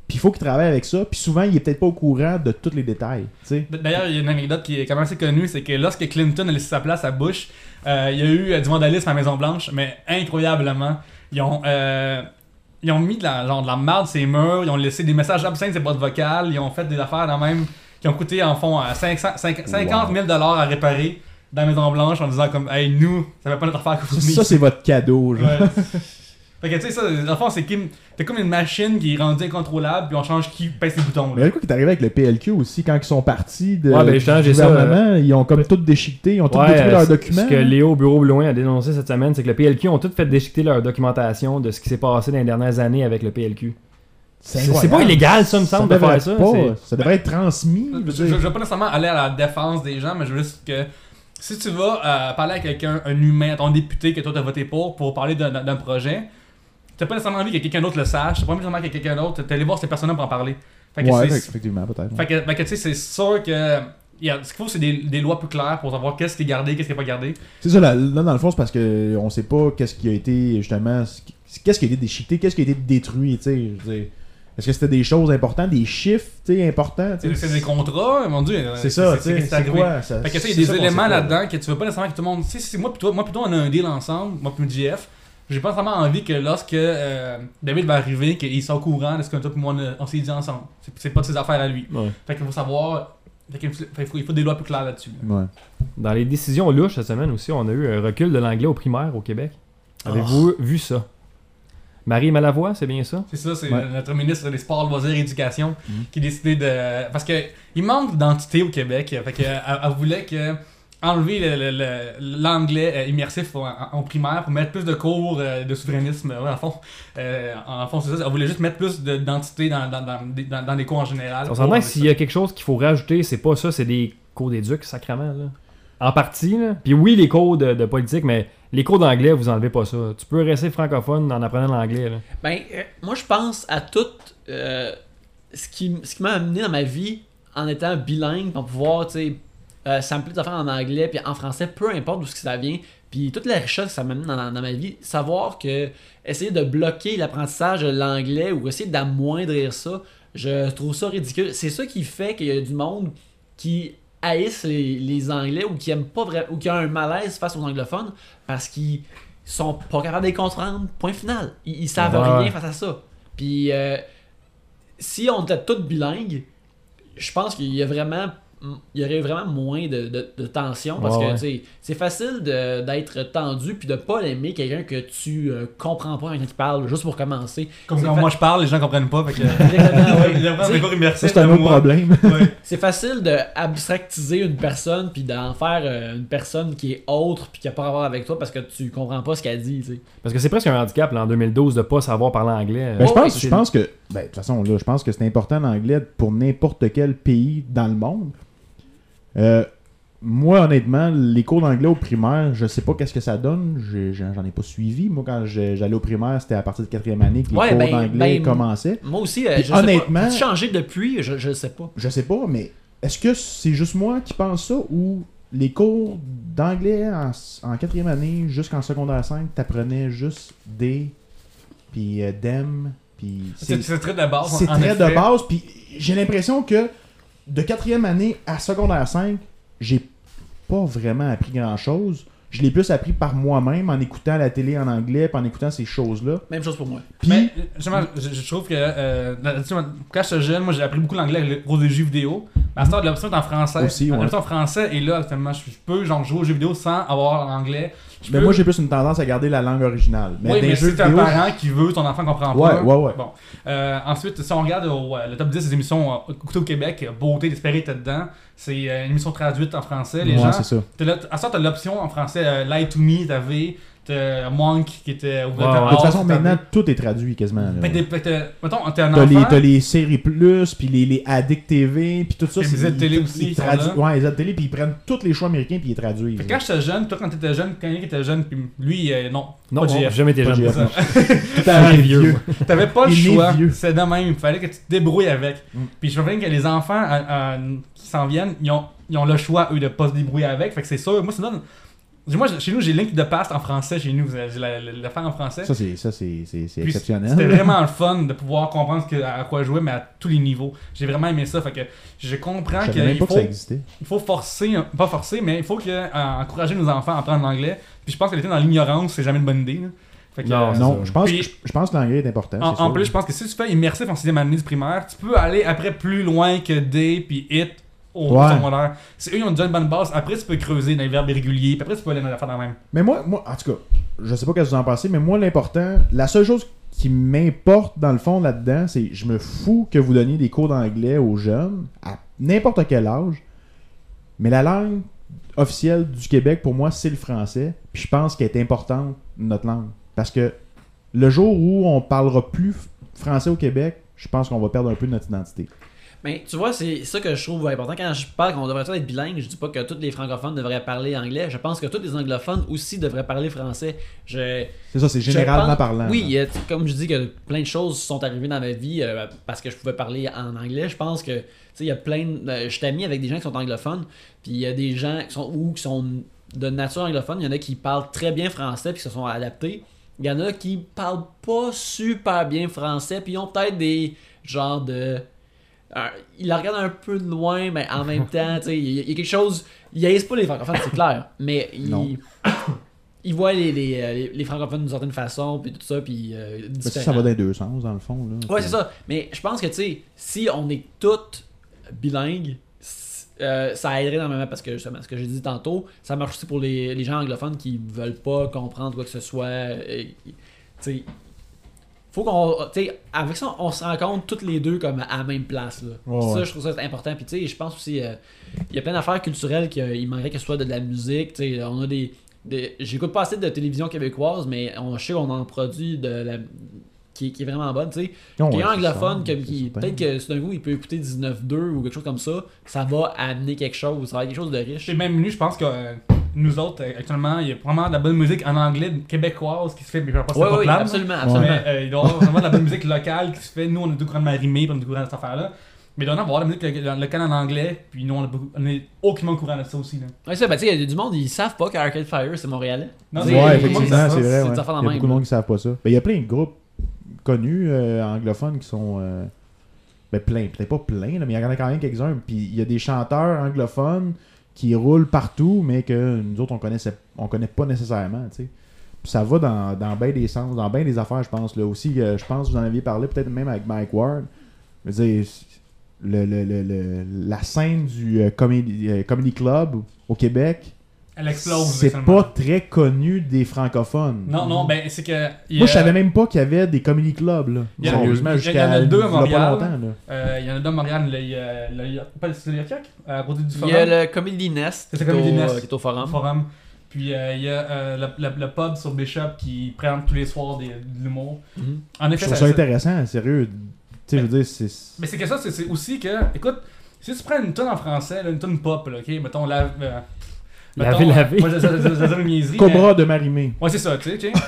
Puis il faut qu'il travaille avec ça. Puis souvent, il est peut-être pas au courant de tous les détails. tu sais.
D- D'ailleurs, il y a une anecdote qui est quand même assez connue, c'est que lorsque Clinton a laissé sa place à Bush, euh, il y a eu euh, du vandalisme à Maison-Blanche, mais incroyablement, ils ont, euh, ils ont mis de la, genre, de la marde sur ses murs, ils ont laissé des messages absents de boîtes vocales, ils ont fait des affaires quand même qui ont coûté en fond euh, 500 cinq- 50 000 à réparer dans Maison-Blanche en disant comme « Hey, nous, ça fait pas notre affaire que vous venez
Ça, c'est votre cadeau. genre.
Ouais. Fait que tu sais, ça, dans le fond, c'est comme- t'as comme une machine qui est rendue incontrôlable, puis on change qui pèse les boutons. là.
Mais il y a le coup qui est arrivé avec le PLQ aussi, quand ils sont partis de
Ouais, ben,
euh, du
justement, j'ai ça, euh,
gouvernement, ils ont comme tout déchiqueté, ils ont tout
Ouais,
détruit
euh,
leurs
c-
documents.
Ce que Léo Bureau-Blouin a dénoncé cette semaine, c'est que le PLQ ont tout fait déchiqueter leur documentation de ce qui s'est passé dans les dernières années avec le PLQ. C'est c'est pas
incroyable.
illégal, ça, me semble, de
devrait
faire ça.
être pas-
c'est-
ça devrait être transmis. je veux
Je,
dire.
je- je veux pas nécessairement aller à la défense des gens, mais je veux juste que si tu vas euh, parler à quelqu'un, un humain, ton député que toi t'as voté pour, pour parler d'un- d'un d'un projet, t'as pas nécessairement envie que quelqu'un d'autre le sache, t'as pas nécessairement que quelqu'un d'autre, t'es allé voir cette personne-là pour en parler. Fait que
Ouais,
c'est-
effectivement, peut-être.
fait que, fait que, tu sais, c'est sûr que. il y a- ce qu'il faut, c'est des, des lois plus claires pour savoir qu'est-ce qui est gardé, qu'est-ce qui est pas gardé.
C'est ça, là, là, dans le fond, c'est parce que on sait pas qu'est-ce qui a été, justement, ce qui- qu'est-ce qui a été déchiqueté, qu'est-ce qui a été détruit, tu sais. je veux dire. Est-ce que c'était des choses importantes, des chiffres, tu sais, importants, tu
C'est
sais.
c'est des contrats, mon dieu. euh,
C'est ça, tu sais,
qu'est-ce qui est
c'est
arrivé.
quoi? ça-
Fait que ça, il
c'est
y a
ça
des
qu'on
éléments
sait pas,
là-dedans que tu veux pas nécessairement que tout le monde. Si, si, moi, plutôt, moi, plutôt, on a un deal ensemble, moi, puis JF. J'ai pas nécessairement envie que lorsque euh, David va arriver, qu'il soit au courant de ce que toi, et moi, on a- on s'est dit ensemble. C'est- C'est pas de ses affaires à lui.
Ouais.
Fait qu'il faut savoir. fait qu'il faut- fait qu'il faut- il faut des lois plus claires là-dessus.
Ouais.
Dans les décisions louches cette semaine aussi, on a eu un recul de l'anglais au primaire au Québec.
Ah.
Avez-vous vu ça? Marie Malavoie, c'est bien ça?
C'est ça, c'est
Ouais.
notre ministre des Sports, Loisirs et Éducation
Mhm.
qui a décidé de. Parce que il manque d'identité au Québec. Fait que, elle, elle voulait que enlever le- le- le- l'anglais euh, immersif en, en primaire pour mettre plus de cours euh, de souverainisme, ouais, en fond. Euh, en fond, c'est ça. Elle voulait juste mettre plus de- d'identité dans, dans, dans, des- dans- dans les cours en général.
On s'entend
Pour-
que s'il y a quelque chose qu'il faut rajouter, c'est pas ça, c'est des cours d'éduc, sacrément. Là. En partie, là. Puis oui, les cours de, de politique, mais les cours d'anglais, vous enlevez pas ça. Tu peux rester francophone en apprenant l'anglais. là.
Ben, euh, moi, je pense à tout euh, ce qui, m- ce qui m'a amené dans ma vie en étant bilingue pour pouvoir, tu sais, euh, sampler des affaires en anglais puis en français, peu importe d'où ce que ça vient. Puis toute la richesse que ça m'amène dans, dans ma vie, savoir que essayer de bloquer l'apprentissage de l'anglais ou essayer d'amoindrir ça, je trouve ça ridicule. C'est ça qui fait qu'il y a du monde qui haïssent les, les anglais ou qui aiment pas vra- ou qui ont un malaise face aux anglophones parce qu'ils sont pas capables de les comprendre. Point final. Ils, ils savent
Ouais.
rien face à ça. Puis euh, si on était tous bilingues, je pense qu'il y a vraiment il y aurait vraiment moins de, de, de tension parce
Ouais,
que
ouais.
tu sais, c'est facile de- d'être tendu puis de pas aimer quelqu'un que tu euh, comprends pas quand il parle juste pour commencer
Comme
C'est
quand
fa-
moi je parle, les gens comprennent pas. Fait que. euh,
Exactement, ouais.
Il y a vraiment des cours
Ça,
immersifs
c'est un
de
autre
moi.
problème.
Ouais.
C'est facile de abstractiser une personne puis d'en faire euh, une personne qui est autre puis qui a pas à voir avec toi parce que tu comprends pas ce qu'elle dit. tu sais.
Parce que c'est presque un handicap là, en 2012 de pas savoir parler anglais.
Ben, je
Euh,
pense,
c'est-
je pense que, ben, de toute façon, là, je pense que c'est important l'anglais pour n'importe quel pays dans le monde. Euh, moi, honnêtement, les cours d'anglais au primaire, je sais pas qu'est-ce que ça donne. J'ai- j'ai- J'en ai pas suivi. Moi, quand j'ai- j'allais au primaire, c'était à partir de quatrième année que les
Ouais,
cours
ben-
d'anglais
ben,
commençaient.
Moi aussi, euh,
Puis
je sais
honnêtement-
pas. As-tu changé depuis, je, je sais pas.
Je sais pas, mais est-ce que c'est juste moi qui pense ça ou les cours d'anglais en, en quatrième année jusqu'en secondaire 5, t'apprenais juste des, puis euh, dem, puis
C'est c'est très de base.
c'est
Oh, en
très
effet.
de base. Puis j'ai l'impression que de quatrième année à secondaire 5, j'ai pas vraiment appris grand chose. je l'ai plus appris par moi-même en écoutant la télé en anglais, puis en écoutant ces choses-là.
Même chose pour moi.
Puis,
Mais, justement, je, je trouve que euh, là-dessus, quand j'étais jeune, moi j'ai appris beaucoup l'anglais avec le gros des jeux vidéo. Mais à ce temps, l'option est en français.
Aussi, ouais.
L'option en français est là actuellement. Je, je peux genre jouer aux jeux vidéo sans avoir l'anglais. Je
mais
peux-
Ben, moi, j'ai plus une tendance à garder la langue originale. Mais
oui,
dans
mais
les jeux
si t'es un
vidéo,
parent qui veut, ton enfant comprend
Ouais,
pas.
ouais, ouais.
Bon. Euh, ensuite, si on regarde au, euh, le top 10 des émissions euh, écoutées au Québec, euh, Beauté, L'Espéré était dedans. C'est euh, une émission traduite en français. Les
Ouais,
gens.
c'est ça.
t'as la- à ça, t'as l'option en français euh, Lie to Me, t'avais. T'as Monk qui était.
Ouais, ouais.
De toute façon, maintenant, tout est traduit quasiment. là.
Fait que t'es- fait que t'es- mettons, t'es un
T'as les,
enfant.
t'as les séries plus, puis les, les Addict TV, puis tout ça.
Puis
c'est-
les Z-Télé
ils-
aussi,
ils
ils sont
traduisent-
là.
Ouais, les Z-Télé, puis ils prennent tous les choix américains, puis ils traduisent.
Fait que quand j'étais jeune, toi quand t'étais jeune, quand il était jeune, puis lui, euh, non.
Non,
pas
j'ai
GF.
jamais été
Pas
jeune.
GF. Tout
T'as
à
un
fait
vieux.
vieux.
T'avais pas le
Il est
choix.
vieux. Mm.
C'est de même. Il fallait que tu te débrouilles avec. Puis je me souviens que les enfants euh, euh, qui s'en viennent, ils ont, ils ont le choix, eux, de pas se débrouiller avec. Fait que c'est sûr. Moi, ça donne. Moi, j'ai- chez nous, j'ai Link de Past en français. Chez nous, j'ai la- la- l'affaire en français.
Ça, c'est, ça, c'est, c'est, c'est
Puis
exceptionnel.
C'était vraiment le fun de pouvoir comprendre ce que- à quoi jouer, mais à tous les niveaux. J'ai vraiment aimé ça. Fait que je comprends
Je
qu'il
savais même pas
faut,
que ça existait.
il faut forcer, pas forcer, mais il faut que, euh, encourager nos enfants à apprendre l'anglais. Puis je pense que l'été dans l'ignorance, c'est jamais une bonne idée. là. Fait que,
Non,
euh,
Non, je pense,
Puis-
que, je pense que l'anglais est important.
En,
c'est
en
sûr.
plus, je pense que si tu fais immersif en 6 année de primaire, tu peux aller après plus loin que D puis it au
Ouais.
secondaire. Si eux ils ont déjà une bonne base, après tu peux creuser dans les verbes irréguliers, puis après tu peux aller dans la fin dans la même.
Mais moi, moi, en tout cas, je sais pas qu'est-ce que vous en pensez, mais moi, l'important, la seule chose qui m'importe dans le fond là-dedans, c'est je me fous que vous donniez des cours d'anglais aux jeunes, à n'importe quel âge, mais la langue officielle du Québec, pour moi, c'est le français, puis je pense qu'elle est importante, notre langue. Parce que le jour où on parlera plus f- français au Québec, je pense qu'on va perdre un peu notre identité.
Mais tu vois, c'est ça que je trouve important. Quand je parle qu'on devrait tous être bilingue, je dis pas que tous les francophones devraient parler anglais. Je pense que tous les anglophones aussi devraient parler français. Je,
C'est ça, c'est
je
généralement
pense-
parlant.
Oui,
hein.
euh, tu- comme je dis que plein de choses sont arrivées dans ma vie euh, parce que je pouvais parler en anglais. Je pense que, tu sais, il y a plein. de- euh, je suis ami avec des gens qui sont anglophones, puis il y a des gens qui sont ou qui sont de nature anglophone. Il y en a qui parlent très bien français puis qui se sont adaptés. Il y en a qui parlent pas super bien français puis ils ont peut-être des genres de euh, il la regarde un peu de loin, mais en même temps, tu sais, il y, a- il y a quelque chose. Il haïssent pas les francophones, c'est clair. Mais
Non.
il, il voit les, les, euh, les- les francophones d'une certaine façon, puis tout ça, puis euh,
Mais ça,
différent.
ça va dans les deux sens, dans le fond. Là.
Ouais, c'est ça. Mais je pense que, tu sais, si on est toutes bilingues, c- euh, ça aiderait énormément parce que, justement, ce que j'ai dit tantôt, ça marche aussi pour les, les gens anglophones qui veulent pas comprendre quoi que ce soit. euh, Tu sais, faut qu'on. Tu sais, avec ça, on se rencontre toutes les deux comme à la même place. Là.
Ouais,
Puis
ouais.
Ça, je trouve ça important. Puis, tu sais, je pense aussi, euh, il y a plein d'affaires culturelles qu'il manquerait que ce soit de la musique. Tu sais, on a des. des- J'écoute pas assez de télévision québécoise, mais on, je sais qu'on en produit de la, qui, qui est vraiment bonne, tu sais.
Non,
Puis
ouais,
un
c'est
anglophone,
ça,
comme
c'est
qui-
certain.
peut-être que c'est un coup, il peut écouter 19.2 ou quelque chose comme ça, ça va amener quelque chose, ça va être quelque chose de riche.
Chez même lui, je pense que euh, nous autres, euh, actuellement, il y a vraiment de la bonne musique en anglais québécoise qui se fait, mais je sais pas si
Oui,
c'est pas
oui,
plate, là.
absolument, absolument.
Mais euh, il doit y avoir vraiment de la bonne musique locale qui se fait. Nous, on est tout courant de Marimé, puis on est tout courant de cette affaire-là. Mais il doit y en avoir de la musique lo- locale en anglais, puis nous, on est beaucoup- on est aucunement au courant de ça aussi. Là.
Ouais, ça, ben, tu sais, il y a du monde, ils savent pas qu'Arcade Fire, c'est montréalais.
Non,
Ouais,
c'est-
Ouais,
c'est-
effectivement,
c'est-
c'est vrai. ouais.
c'est des affaires de
Il y a
même,
beaucoup de
là.
monde qui savent pas ça. Ben, il y a plein de groupes connus euh, anglophones qui sont. euh, ben, plein, peut-être pas plein, là, mais il y en a quand même quelques-uns. Puis il y a des chanteurs anglophones qui roulent partout, mais que nous autres, on connaissait, on connaît pas nécessairement, tu sais. Puis ça va dans, dans bien des sens, dans bien des affaires, je pense. Là aussi, euh, je pense que vous en aviez parlé peut-être même avec Mike Ward. Je veux dire, le, le- le- le- la scène du euh, comedy, euh, comedy club au Québec,
Elle explose.
c'est
actuellement.
pas très connu des francophones.
Non, non, ben c'est que. il y
Moi,
a-
je savais même pas qu'il y avait des comedy clubs, là.
Il y en a- il
Sérieusement,
y en a
jusqu'à
deux à
il y a
Montréal.
pas longtemps, là.
euh, Il y en a deux à Montréal, le, le, le, pas le, le Yurkiak, à côté du
Il
forum.
y a le Comedy Nest,
C'est
qui
le
est au-
Comedy Nest.
qui est au
au
forum.
forum. Puis euh, il y a euh, le, le- le pub sur Bishop qui prend tous les soirs des- de l'humour.
Mhm.
En
Je
effet,
trouve
ça,
ça
ça-
intéressant, sérieux. Tu sais, je veux dire, c'est.
Mais c'est que ça, c'est c'est aussi que, écoute, si tu prends une tonne en français, là, une tonne pop, là, ok, mettons, la. euh,
Laver,
mettons, euh,
laver.
Moi, je- je- je- je- je- une niaiserie, mais-
Cobra de Marimé.
Ouais, c'est ça, tu sais, ok.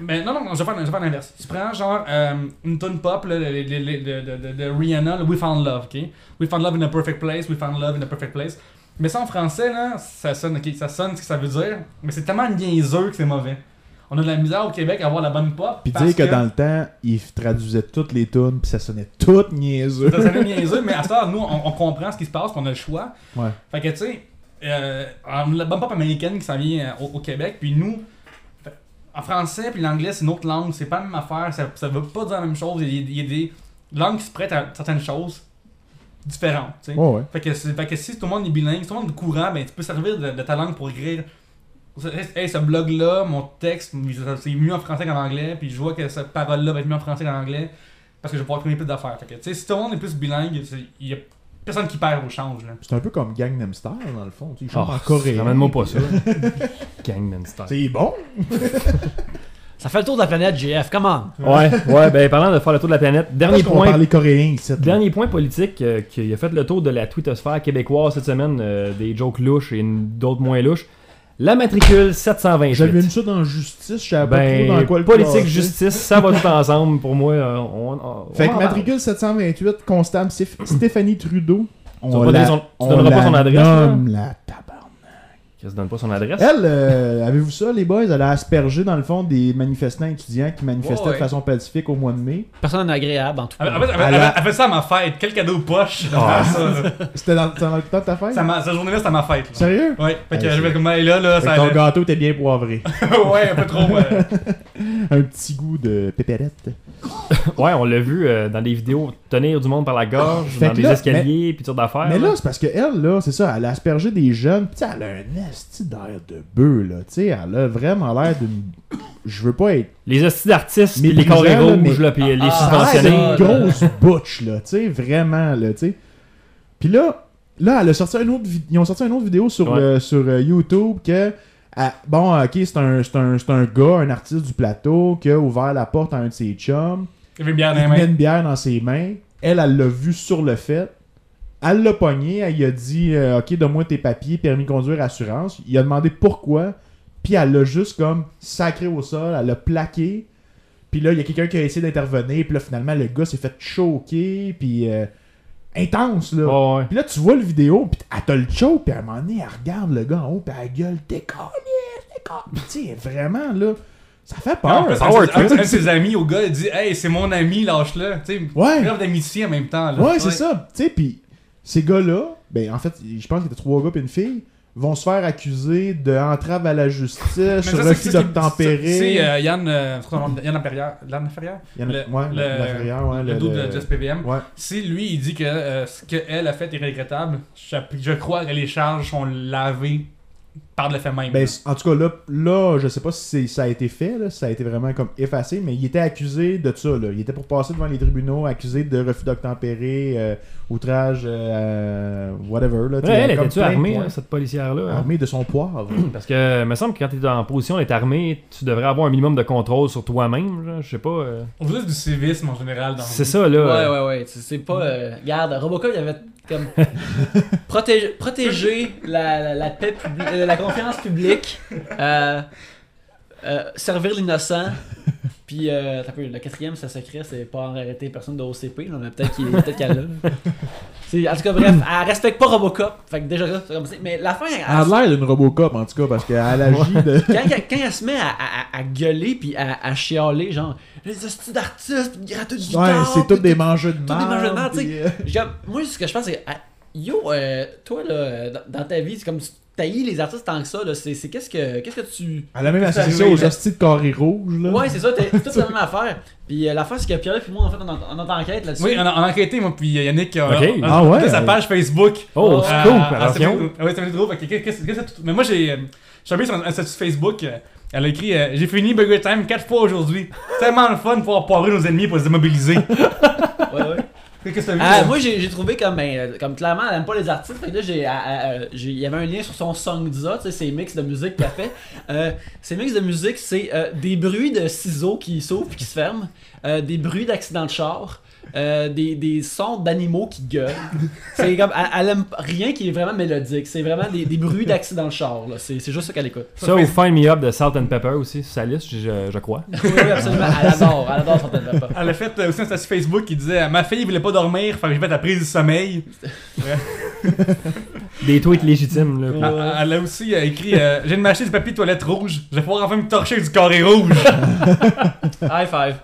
Mais non, non, non, je vais faire, je vais faire l'inverse. Tu prends genre euh, une tonne pop là, de, de- de- de- de Rihanna, le We Found Love, ok? We Found Love in a Perfect Place, We Found Love in a Perfect Place. Mais ça en français, là, ça sonne, ok, ça sonne ce que ça veut dire, mais c'est tellement niaiseux que c'est mauvais. On a de la misère au Québec à avoir la bonne pop.
Puis
parce
dire que, dans le temps, ils traduisaient toutes les tunes, puis ça sonnait toutes niaiseux.
Ça sonnait niaiseux, mais à ce temps, nous, on, on comprend ce qui se passe, puis on a le choix.
Ouais.
Fait que, tu sais, euh, en- la bomb-pop américaine qui s'en vient euh, au, au Québec, puis nous, fait- en français, puis l'anglais, c'est une autre langue, c'est pas la même affaire, ça, ça veut pas dire la même chose, il y, a- il y a des langues qui se prêtent à certaines choses différentes, tu sais.
Ouais, ouais.
Fait que, c'est- fait que si tout le monde est bilingue, si tout le monde est courant, ben, tu peux servir de, de ta langue pour écrire. Hey, ce blog-là, mon texte, c'est mieux en français qu'en anglais, puis je vois que cette parole-là va être mieux en français qu'en anglais, parce que je vais pouvoir créer plus d'affaires. Fait que, tu sais, si tout le monde est plus bilingue, c'est- il y a personne qui perd au change, là.
C'est un peu comme Gangnam Style, dans le fond. Tu sais, ils chantent en
Ah,
coréen.
Ramène-moi pas ça. Gangnam Style.
C'est bon.
Ça fait le tour de la planète, GF, comment?
Ouais, ouais, ben parlant de faire le tour de la planète, dernier
Dernier qu'on
point,
parlait coréen ici. là.
dernier point politique euh, qui a fait le tour de la twittosphère québécoise cette semaine, euh, des jokes louches et une- d'autres moins louches. La matricule
J'avais
728.
mis ça dans justice, je savais pas trop
Ben,
dans quoi le
politique,
classer.
justice, ça va tout ensemble pour moi. euh, on, on-
Fait
on
que
en
matricule 728, constable Sif- Stéphanie Trudeau.
vas pas donner son- tu donneras pas son adresse, là?
Nomme la tabarnak.
parle. Qu'elle se donne pas son adresse.
Elle, euh, avez-vous ça, les boys? Elle a aspergé, dans le fond, des manifestants étudiants qui manifestaient
Ouais, ouais.
de façon pacifique au mois de mai.
Personne agréable en tout
En fait,
cas.
en fait, elle,
À la-
elle fait ça à ma fête. Quel cadeau poche!
Ah.
Ça, là.
C'était dans, c'était dans le temps de ta fête?
Ça m'a- cette journée-là, c'est à ma fête. là.
Sérieux?
Ouais, fait que
Ah,
je vais
c'est-
comme, hey, là, là,
Fait
ça
que ton
allait-
gâteau était bien poivré.
Ouais, un peu trop. ouais.
Un petit goût de pépérette.
Ouais, on l'a vu euh, dans des vidéos tenir du monde par la gorge,
Fait
dans
que
des
là,
escaliers, puis toutes sortes d'affaires.
Mais là, c'est parce que elle, là, c'est ça, elle a aspergé des jeunes, pis elle a un esti d'air de bœuf, là, tu sais, elle a vraiment l'air d'une... Je veux pas être...
les hosties d'artistes, puis
Mais
les
bizarre,
carrés
là,
rouges,
mais-
là, puis les
Ah, c'est
subventionnés.
une grosse butch, là, tu sais, vraiment, là, tu sais. Puis là, là, elle a sorti un autre... vid- Ils ont sorti une autre vidéo sur,
Ouais.
euh, sur euh, YouTube que... ah, bon, ok, c'est un, c'est un, c'est un gars, un artiste du plateau qui a ouvert la porte à un de ses chums.
Il y avait une bière dans les
Il met
mains.
une bière dans ses mains. Elle, elle l'a vu sur le fait. Elle l'a pogné. Elle lui a dit euh, Ok, donne-moi tes papiers, permis de conduire, assurance. Il a demandé pourquoi. Puis elle l'a juste comme sacré au sol. Elle l'a plaqué. Puis là, il y a quelqu'un qui a essayé d'intervenir. Puis là, finalement, le gars s'est fait choquer. Puis euh, intense, là.
Ouais, ouais.
Puis là, tu vois le vidéo, puis elle te le choke, puis à un moment donné, elle regarde le gars en haut, puis elle gueule T'es con, t'es con. Puis tu sais, vraiment, là, ça fait
En
peur.
plus, un, de ses- un de ses amis au gars, il dit Hey, c'est mon ami, lâche-le. Tu sais,
Ouais.
grave d'amitié en même temps. Là.
Ouais, c'est ça. Tu sais, puis ces gars-là, ben en fait, je pense qu'il y a trois gars et une fille, vont se faire accuser d'entrave à la justice,
Mais
sur
ça,
refus
c'est- c'est- C'est
d'obtempérer.
c'est, euh, Yann, euh, c'est son nom, Yann Laferrière. Yann Laferrière?
Il y en a-
le-
ouais,
le-
la- la frayeur, ouais,
Le
le-
double
le-
de Just PVM.
Ouais.
Si lui, il dit que euh, ce qu'elle a fait est regrettable, je, je crois que les charges sont lavées par le fait même.
Ben, c- en tout cas, là, là je sais pas si c'est- ça a été fait, là, si ça a été vraiment comme effacé, mais il était accusé de ça. Là. Il était pour passer devant les tribunaux, accusé de refus d'obtempérer, euh, outrage, euh, whatever. Là,
Ouais,
tu sais,
elle
comme
était-tu
plein de
armée,
points. Ah.
hein, cette policière-là? hein?
Armée de son poivre.
Parce que, euh, me semble que quand t'es en position d'être armé, tu devrais avoir un minimum de contrôle sur toi-même, genre, je sais pas. euh.
On veut juste du civisme en général dans
C'est ça, là.
Ouais,
euh,
ouais, ouais. C'est c'est pas. euh, Regarde, Robocop, il avait comme. protéger protéger la, la, la paix publi- euh, la confiance publique, euh, euh, servir l'innocent. Puis, euh, t'as peu, le quatrième, ça secret, c'est pas arrêter personne de OCP. Là, mais peut-être qu'il- peut-être qu'elle l'a, là. C'est- En tout cas, bref, elle respecte pas Robocop. Fait que déjà, là, c'est comme ça. Mais la fin, elle-
Elle a l'air d'une Robocop, en tout cas, parce qu'elle agit de.
quand, quand- quand elle se met à, à- à- à gueuler puis à, à chialer, genre, les hosties d'artistes, puis gratteux du
Ouais, c'est tous des mangeux de
des mangeux de merde,
merde.
tu sais.
puis, euh,
Genre, moi, ce que je pense, c'est. ah, Yo, euh, toi, là, euh, dans- dans ta vie, c'est comme tu taillis les artistes tant que ça, là. C'est c'est qu'est-ce que, qu'est-ce que tu.
Elle a même
C'est
associé
arrivé,
aux
là.
hosties de carré rouge, là.
Ouais, c'est ça, t'es- c'est toute la même affaire. Puis euh, l'affaire, c'est que Pierre et moi, en fait, on, en- on est en enquête là-dessus.
Oui, on a, on a enquêté, moi, puis Yannick. euh,
Ok.
on- on-
Ah ouais?
de sa page Facebook.
Oh,
Euh,
scoop,
ah,
attention.
c'est- Oui, c'est un trop. Fait que qu'est- qu'est-ce- qu'est-ce que tu- Mais moi, j'ai. euh, Je suis tombé sur un un statut Facebook. euh, Elle a écrit euh, J'ai fini Burger Time 4 fois aujourd'hui. C'est tellement le fun de pouvoir poivrer nos ennemis pour les immobiliser.
Ouais, ouais.
Qu'est-ce que t'as vu
Ah,
ça?
moi, j'ai j'ai trouvé comme, ben, euh, comme clairement, elle aime pas les artistes. Fait que là, j'ai- ah, ah, euh, j'ai- il y avait un lien sur son Songza, tu sais, ses mix de musique qu'elle fait. Euh, ses mix de musique, c'est euh, des bruits de ciseaux qui s'ouvrent puis qui se ferment, euh, des bruits d'accidents de char, euh, des, des sons d'animaux qui gueulent. C'est comme, elle, elle aime rien qui est vraiment mélodique. C'est vraiment des, des bruits d'accidents de char, là. C'est c'est juste ça qu'elle écoute.
Ça, ou Find Me Up de Salt and Pepper aussi, sur sa liste, je- je, je crois.
Oui, oui, absolument. Elle adore, elle adore certaines rapports.
Elle a fait euh, aussi un statut Facebook qui disait Ma fille voulait pas dormir, fait que j'ai fait la prise du sommeil.
Des tweets légitimes, là. puis-
Ah, ah, Elle a aussi euh, écrit euh, J'ai de m'acheter du papier de toilette rouge, je vais pouvoir enfin me torcher du carré rouge.
High five.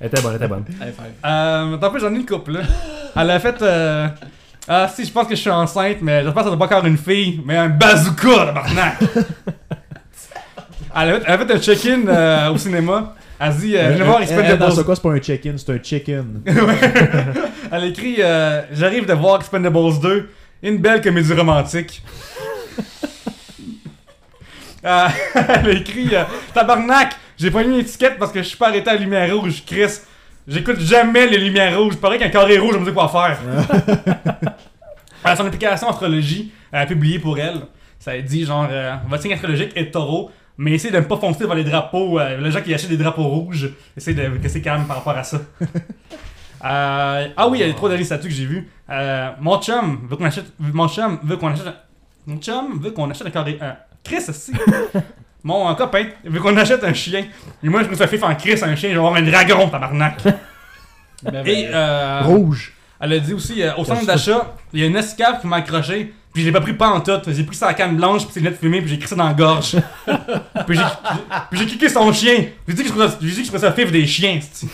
Elle était bonne, elle était bonne.
High five.
Euh, attends un peu, j'en ai une couple là. Elle a fait. euh, Ah si, je pense que je suis enceinte, mais j'espère que ça sera pas encore une fille, mais un bazooka, tabarnak! elle, a fait, elle a fait un check-in euh, au cinéma. Elle dit, euh, venez voir
Eh,
Expend
eh, dans ce
Balls
cas, c'est pas un check-in, c'est un chicken.
Elle écrit euh, J'arrive de voir Expendables 2, une belle comédie romantique. Euh, elle écrit euh, Tabarnak, j'ai pas mis une étiquette parce que je suis pas arrêté à la lumière rouge, Chris. J'écoute jamais les lumières rouges. Pareil qu'un carré rouge, je me dis quoi faire. Euh, son application astrologie euh, publiée pour elle, ça dit genre euh, Votre signe astrologique est taureau. Mais essayez de ne pas foncer vers les drapeaux. euh, les gens qui achètent des drapeaux rouges, essayez de rester calme par rapport à ça. Euh, ah oui, il y a les trois derniers statuts que j'ai vus. Euh, mon chum veut qu'on achète. Mon chum veut qu'on achète. un- Mon chum veut qu'on achète un carré. Un... Chris aussi. mon euh, copain veut qu'on achète un chien. Et moi, je me suis fait faire Chris un chien. Je vais avoir un dragon, tabarnak.
Ben, ben,
Et.
Ah.
Euh,
Rouge.
elle a dit aussi, euh, au centre d'achat, il y a une escale qui m'a accroché, puis j'ai pas pris pas en tout. J'ai pris ça à la canne blanche, puis c'est net fumé, puis j'ai crissé dans la gorge. puis j'ai- puis j'ai kické son chien. J'ai dit que je trouvais ça- j'ai dit que je trouvais ça fif des chiens, c'ti.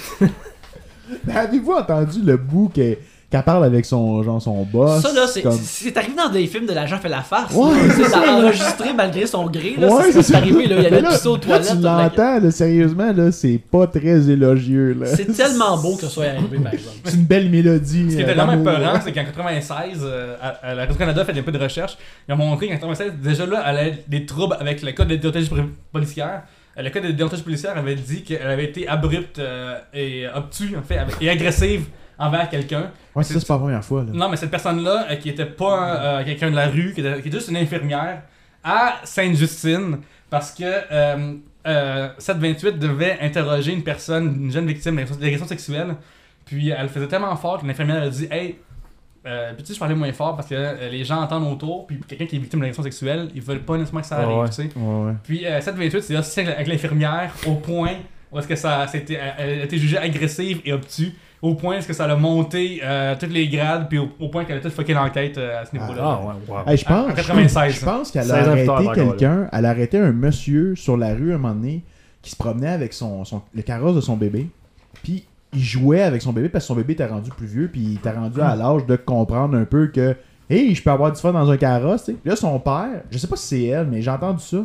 Mais Avez-vous entendu le bout qu'elle qu'elle parle avec son, genre, son boss?
ça, là, c'est
comme-
c'est arrivé dans des films de l'agent fait la farce.
Ouais,
là.
c'est
c'est
ça, là.
enregistré malgré son gré. là,
Ouais,
c'est
c'est
c'est
ça.
arrivé. Là, il
Mais
allait
là,
pisser aux
là,
toilettes.
Tu
toute la-
l'entends, là, sérieusement, là, c'est pas très élogieux. là.
C'est tellement beau que ça soit arrivé, par exemple.
C'est une belle mélodie.
Ce qui
euh,
était vraiment
d'amour,
peurant,
hein.
c'est qu'en 96, euh, à, à la Radio-Canada a fait un peu de recherche. Ils ont montré qu'en 96, déjà là, elle avait des troubles avec le code de déontologie pri- policière. Euh, Le code de déontologie policière avait dit qu'elle avait été abrupte euh, et obtue, en fait, avec- et agressive envers quelqu'un.
Ouais, ça, c'est pas la première fois. Là.
Non, mais cette personne-là, euh, qui était pas euh, quelqu'un de la rue, qui était, qui était juste une infirmière, à Sainte-Justine, parce que euh, euh, 728 devait interroger une personne, une jeune victime d'agression d'agression sexuelle, puis elle faisait tellement fort que l'infirmière a dit Hey, euh, peux-tu que je parlais moins fort parce que euh, les gens entendent autour, puis quelqu'un qui est victime d'agression sexuelle, ils veulent pas nécessairement que ça arrive,
Ouais, ouais.
tu sais.
Ouais, ouais.
Puis euh, 728, c'est aussi avec l'infirmière au point où est-ce que ça c'était elle a été jugée agressive et obtue au point est-ce que ça a monté euh, toutes les grades puis au, au point qu'elle a tout fucké l'enquête euh, à ce niveau-là.
Ah ouais, wow.
Hey, je pense,
En 96,
je pense qu'elle a
16 ans plus
arrêté
tard, encore, là.
quelqu'un, elle a arrêté un monsieur sur la rue un moment donné qui se promenait avec son, son- le carrosse de son bébé. Puis il jouait avec son bébé parce que son bébé était rendu plus vieux puis il était rendu à l'âge de comprendre un peu que hey, je peux avoir du fun dans un carrosse, tu sais. Puis Là son père, je sais pas si c'est elle mais j'ai entendu ça.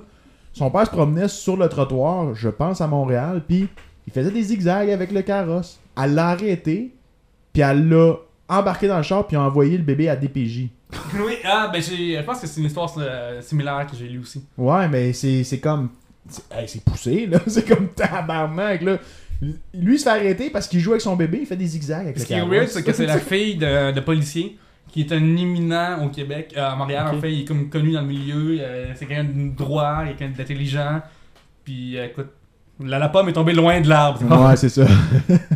Son père se promenait sur le trottoir, je pense à Montréal, puis il faisait des zigzags avec le carrosse. Elle l'a arrêté, puis elle l'a embarqué dans le char puis a envoyé le bébé à DPJ.
oui, ah ben j'ai je pense que c'est une histoire euh, similaire que j'ai lu aussi.
Ouais, mais c'est c'est comme. C'est hey, c'est poussé, là. C'est comme tabarnak, là. Lui, il se fait arrêter parce qu'il joue avec son bébé, il fait des zigzags avec
Ce
le
qui est
carrosse.
weird c'est que c'est la fille de, de policier qui est un éminent au Québec, euh, à Montréal en fait, il est comme connu dans le milieu, euh, c'est quelqu'un de droit, quelqu'un d'intelligent. Puis euh, écoute, la, la pomme est tombée loin de l'arbre. c'est pas
Ouais, c'est ça.
Ouais,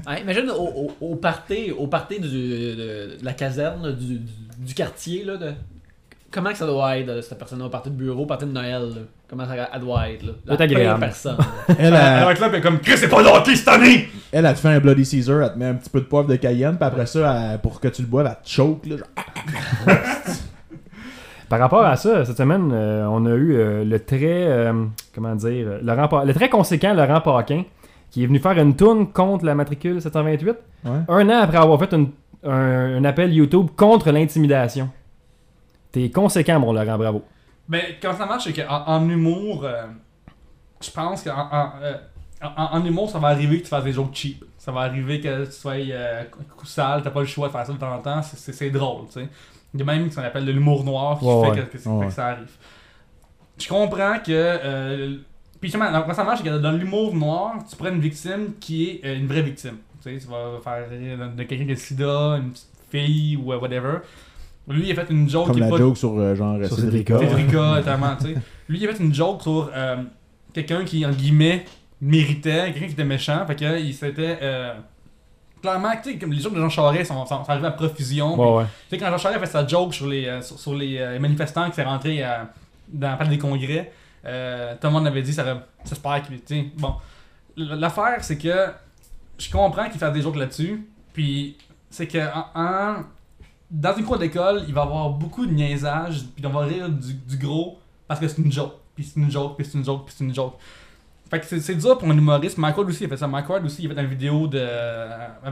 Hein, imagine au, au, au party, au party du- de, de la caserne, du, du- du quartier, là, de... comment que ça doit être, euh, cette personne-là, au party de bureau, au party de Noël, là? comment ça, elle doit être, là? La
Doit être
pire
agréable.
personne.
Elle,
Elle
a,
va être là, puis elle est comme Chris, c'est pas le hockey cette année!
elle, elle te fait un Bloody Caesar, elle te met un petit peu de poivre de cayenne, puis après ça, elle- pour que tu le boives, elle te choke, là. genre.
Par rapport à ça, cette semaine, euh, on a eu euh, le très, euh, comment dire, euh, Laurent Pa- le très conséquent Laurent Paquin, qui est venu faire une tourne contre la matricule 728,
Ouais.
un an après avoir fait une- un, un appel YouTube contre l'intimidation. T'es conséquent, mon Laurent, bravo.
Ben, comment ça marche, c'est qu'en en humour, euh, je pense qu'en en, euh, en- en humour, ça va arriver que tu fasses des jokes cheap. Ça va arriver que tu sois euh, cou- cou- sale, t'as pas le choix de faire ça de temps en temps, c'est- c'est c'est drôle, tu sais. Il y a même ce qu'on appelle de l'humour noir qui
Ouais,
fait,
ouais,
que, que-
ouais.
fait que ça arrive. Je comprends que. euh, puis justement, dans- comment ça marche, c'est que dans l'humour noir, tu prends une victime qui est euh, une vraie victime. Tu sais, tu vas faire rire de de quelqu'un qui a le sida, une petite fille ou euh, whatever. Lui, il a fait une joke
Comme
qui est
la
pas
joke sur, euh, genre,
Sur
Cédrica.
Cédrica.
Cédrica, notamment, tu sais. Lui, il a fait une joke sur euh, quelqu'un qui, en guillemets, méritait, quelqu'un qui était méchant, fait que il s'était. euh, clairement, tu sais, comme les jokes de Jean Charest sont, sont, sont arrivés à profusion. puis
Ouais, ouais.
tu sais, quand Jean Charest a fait sa joke sur les, euh, sur, sur les euh, manifestants qui s'est rentré euh, dans la palais des congrès, euh, tout le monde avait dit ça aurait- ça se perd qu'il- tu sais, Bon. L- L'affaire, c'est que je comprends qu'il fasse des jokes là-dessus, puis c'est que en- en- dans une cour d'école, il va y avoir beaucoup de niaisage, puis on va rire du, du gros parce que c'est une joke, puis c'est une joke, puis c'est une joke, puis c'est une joke. Fait que c'est- c'est dur pour un humoriste. Mike Ward aussi, il a fait ça. Mike Ward aussi, il a fait une euh, vidéo de,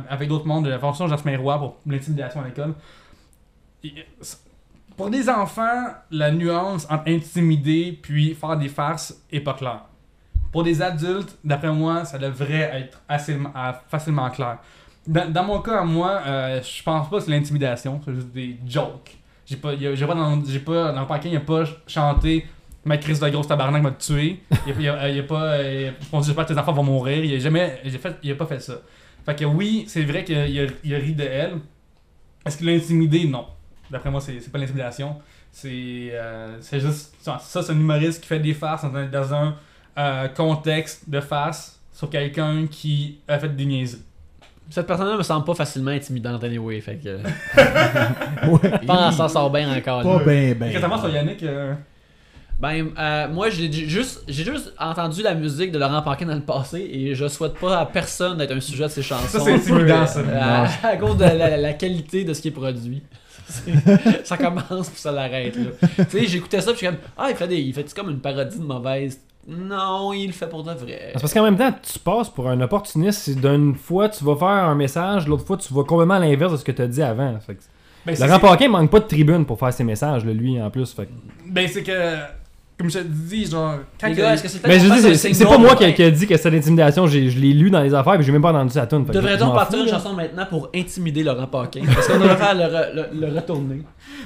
avec d'autres mondes de la fonction Jasmin Roy pour l'intimidation à l'école Pour des enfants, la nuance entre intimider puis faire des farces est pas claire. Pour des adultes, d'après moi, ça devrait être assez, à- facilement clair. Dans, dans mon cas, moi, euh, je pense pas que c'est l'intimidation, c'est juste des jokes. J'ai pas, y a- j'ai pas dans, j'ai pas, dans le paquet, il a pas ch- chanté ma crise de grosse tabarnak m'a tué. Il y a, y a pas, euh, je pense pas que tes enfants vont mourir. Il a jamais, j'ai fait, il a pas fait ça. Fait que oui, c'est vrai qu'il a, il a ri de elle. Est-ce qu'il l'a intimidé Non. D'après moi, c'est c'est pas l'intimidation. C'est euh, c'est juste. Ça, ça, c'est un humoriste qui fait des farces dans un, dans un, euh, contexte de farce sur quelqu'un qui a fait des niaiseries.
Cette personne-là me semble pas facilement intimidante, anyway. Fait que.
Ouais.
Je pense ça sort bien encore. là.
Pas ben, ben.
Récemment sur Yannick, euh,
Ben, euh, moi, j'ai ju- juste, j'ai juste entendu la musique de Laurent Paquin dans le passé et je souhaite pas à personne d'être un sujet de ses chansons.
ça
Euh,
c'est intimidant ça.
à, à cause de la, la qualité de ce qui est produit. C'est- ça commence puis ça l'arrête là. tu sais, j'écoutais ça puis je suis comme ah il fait des, il fait comme une parodie de mauvaise. Non, il le fait pour de vrai.
Ah, C'est parce qu'en même temps, tu passes pour un opportuniste si d'une fois tu vas faire un message, l'autre fois tu vas complètement à l'inverse de ce que tu as dit avant. Fait que-
Ben, c'est-
Laurent Paquin manque pas de tribune pour faire ses messages, là, lui en plus. Fait que-
Ben c'est que. Comme je te dis, genre. Quand
Les
que-
gars, est-ce que c'est le temps
Mais je
qu'on
dis,
fasse un
c'est- c'est c'est
single?
pas moi qui, qui a dit que c'était l'intimidation, j'ai- je l'ai lu dans les affaires et j'ai même pas entendu sa tune.
Devrait-on partir une chanson maintenant pour intimider Laurent Paquin Parce qu'on devrait faire le, re- le- le retourner.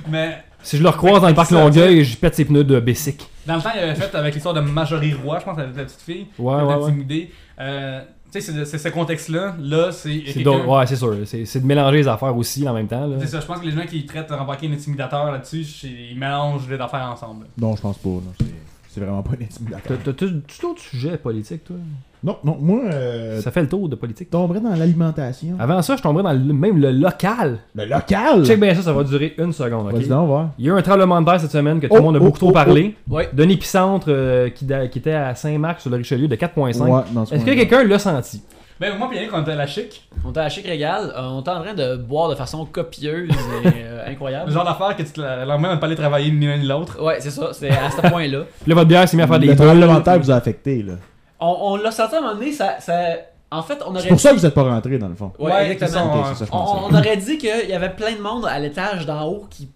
Mais
Si je le recroise dans le parc
Ça,
Longueuil, je pète ses pneus de Bessic.
dans le temps, il avait fait avec l'histoire de Majorie Roy, je pense, avec la petite fille.
Ouais, ouais,
qui était
ouais.
intimidée. Euh, tu sais, c'est de- c'est ce contexte-là. Là, c'est.
C'est
quelqu'un-
d'autres- Ouais, c'est sûr. C'est c'est de mélanger les affaires aussi en même temps. là.
C'est ça, je pense que les gens qui traitent un paquet d'intimidateurs là-dessus, c'est- ils mélangent les affaires ensemble.
Non, je pense pas. là. C'est- C'est vraiment pas une intimidation.
T'as- t'as- T'as-tu d'autres sujets politiques, toi
Non, non, moi, euh,
Ça fait le tour de politique.
tomberais dans l'alimentation.
Ah.
Avant ça, je tomberais dans le, même le local.
Le
Ben,
local!
Check bien ça, ça va durer une seconde. ok?
Vas-y donc, voir.
Il y a eu un tremblement de terre cette semaine que tout le
Oh,
monde a
oh,
beaucoup trop
oh,
parlé.
Ouais.
D'un épicentre euh, qui, da- qui était à Saint-Marc sur le Richelieu de 4.5.
Ouais, dans ce
Est-ce que
coin-là.
quelqu'un l'a senti
Ben, moi, Pierre, quand on était à la chic,
On t'a à Chic Régal, euh, on est en train de boire de façon copieuse et euh,
le
incroyable.
genre d'affaire que tu te la- l'emmènes pas aller travailler ni l'un ni l'autre.
Ouais, c'est ça, c'est à ce point-là.
Puis là, votre bière s'est mis à faire des
Le tremblement de
boules.
terre vous a affecté, là.
On, on l'a senti à un moment donné, ça, ça- En fait, on aurait
C'est pour ça que
dit-
vous êtes pas rentré, dans le fond.
Ouais, exactement.
c'est
Ok,
ça,
c'est ça, je
On,
pensais.
on aurait dit qu'il y avait plein de monde à l'étage d'en haut qui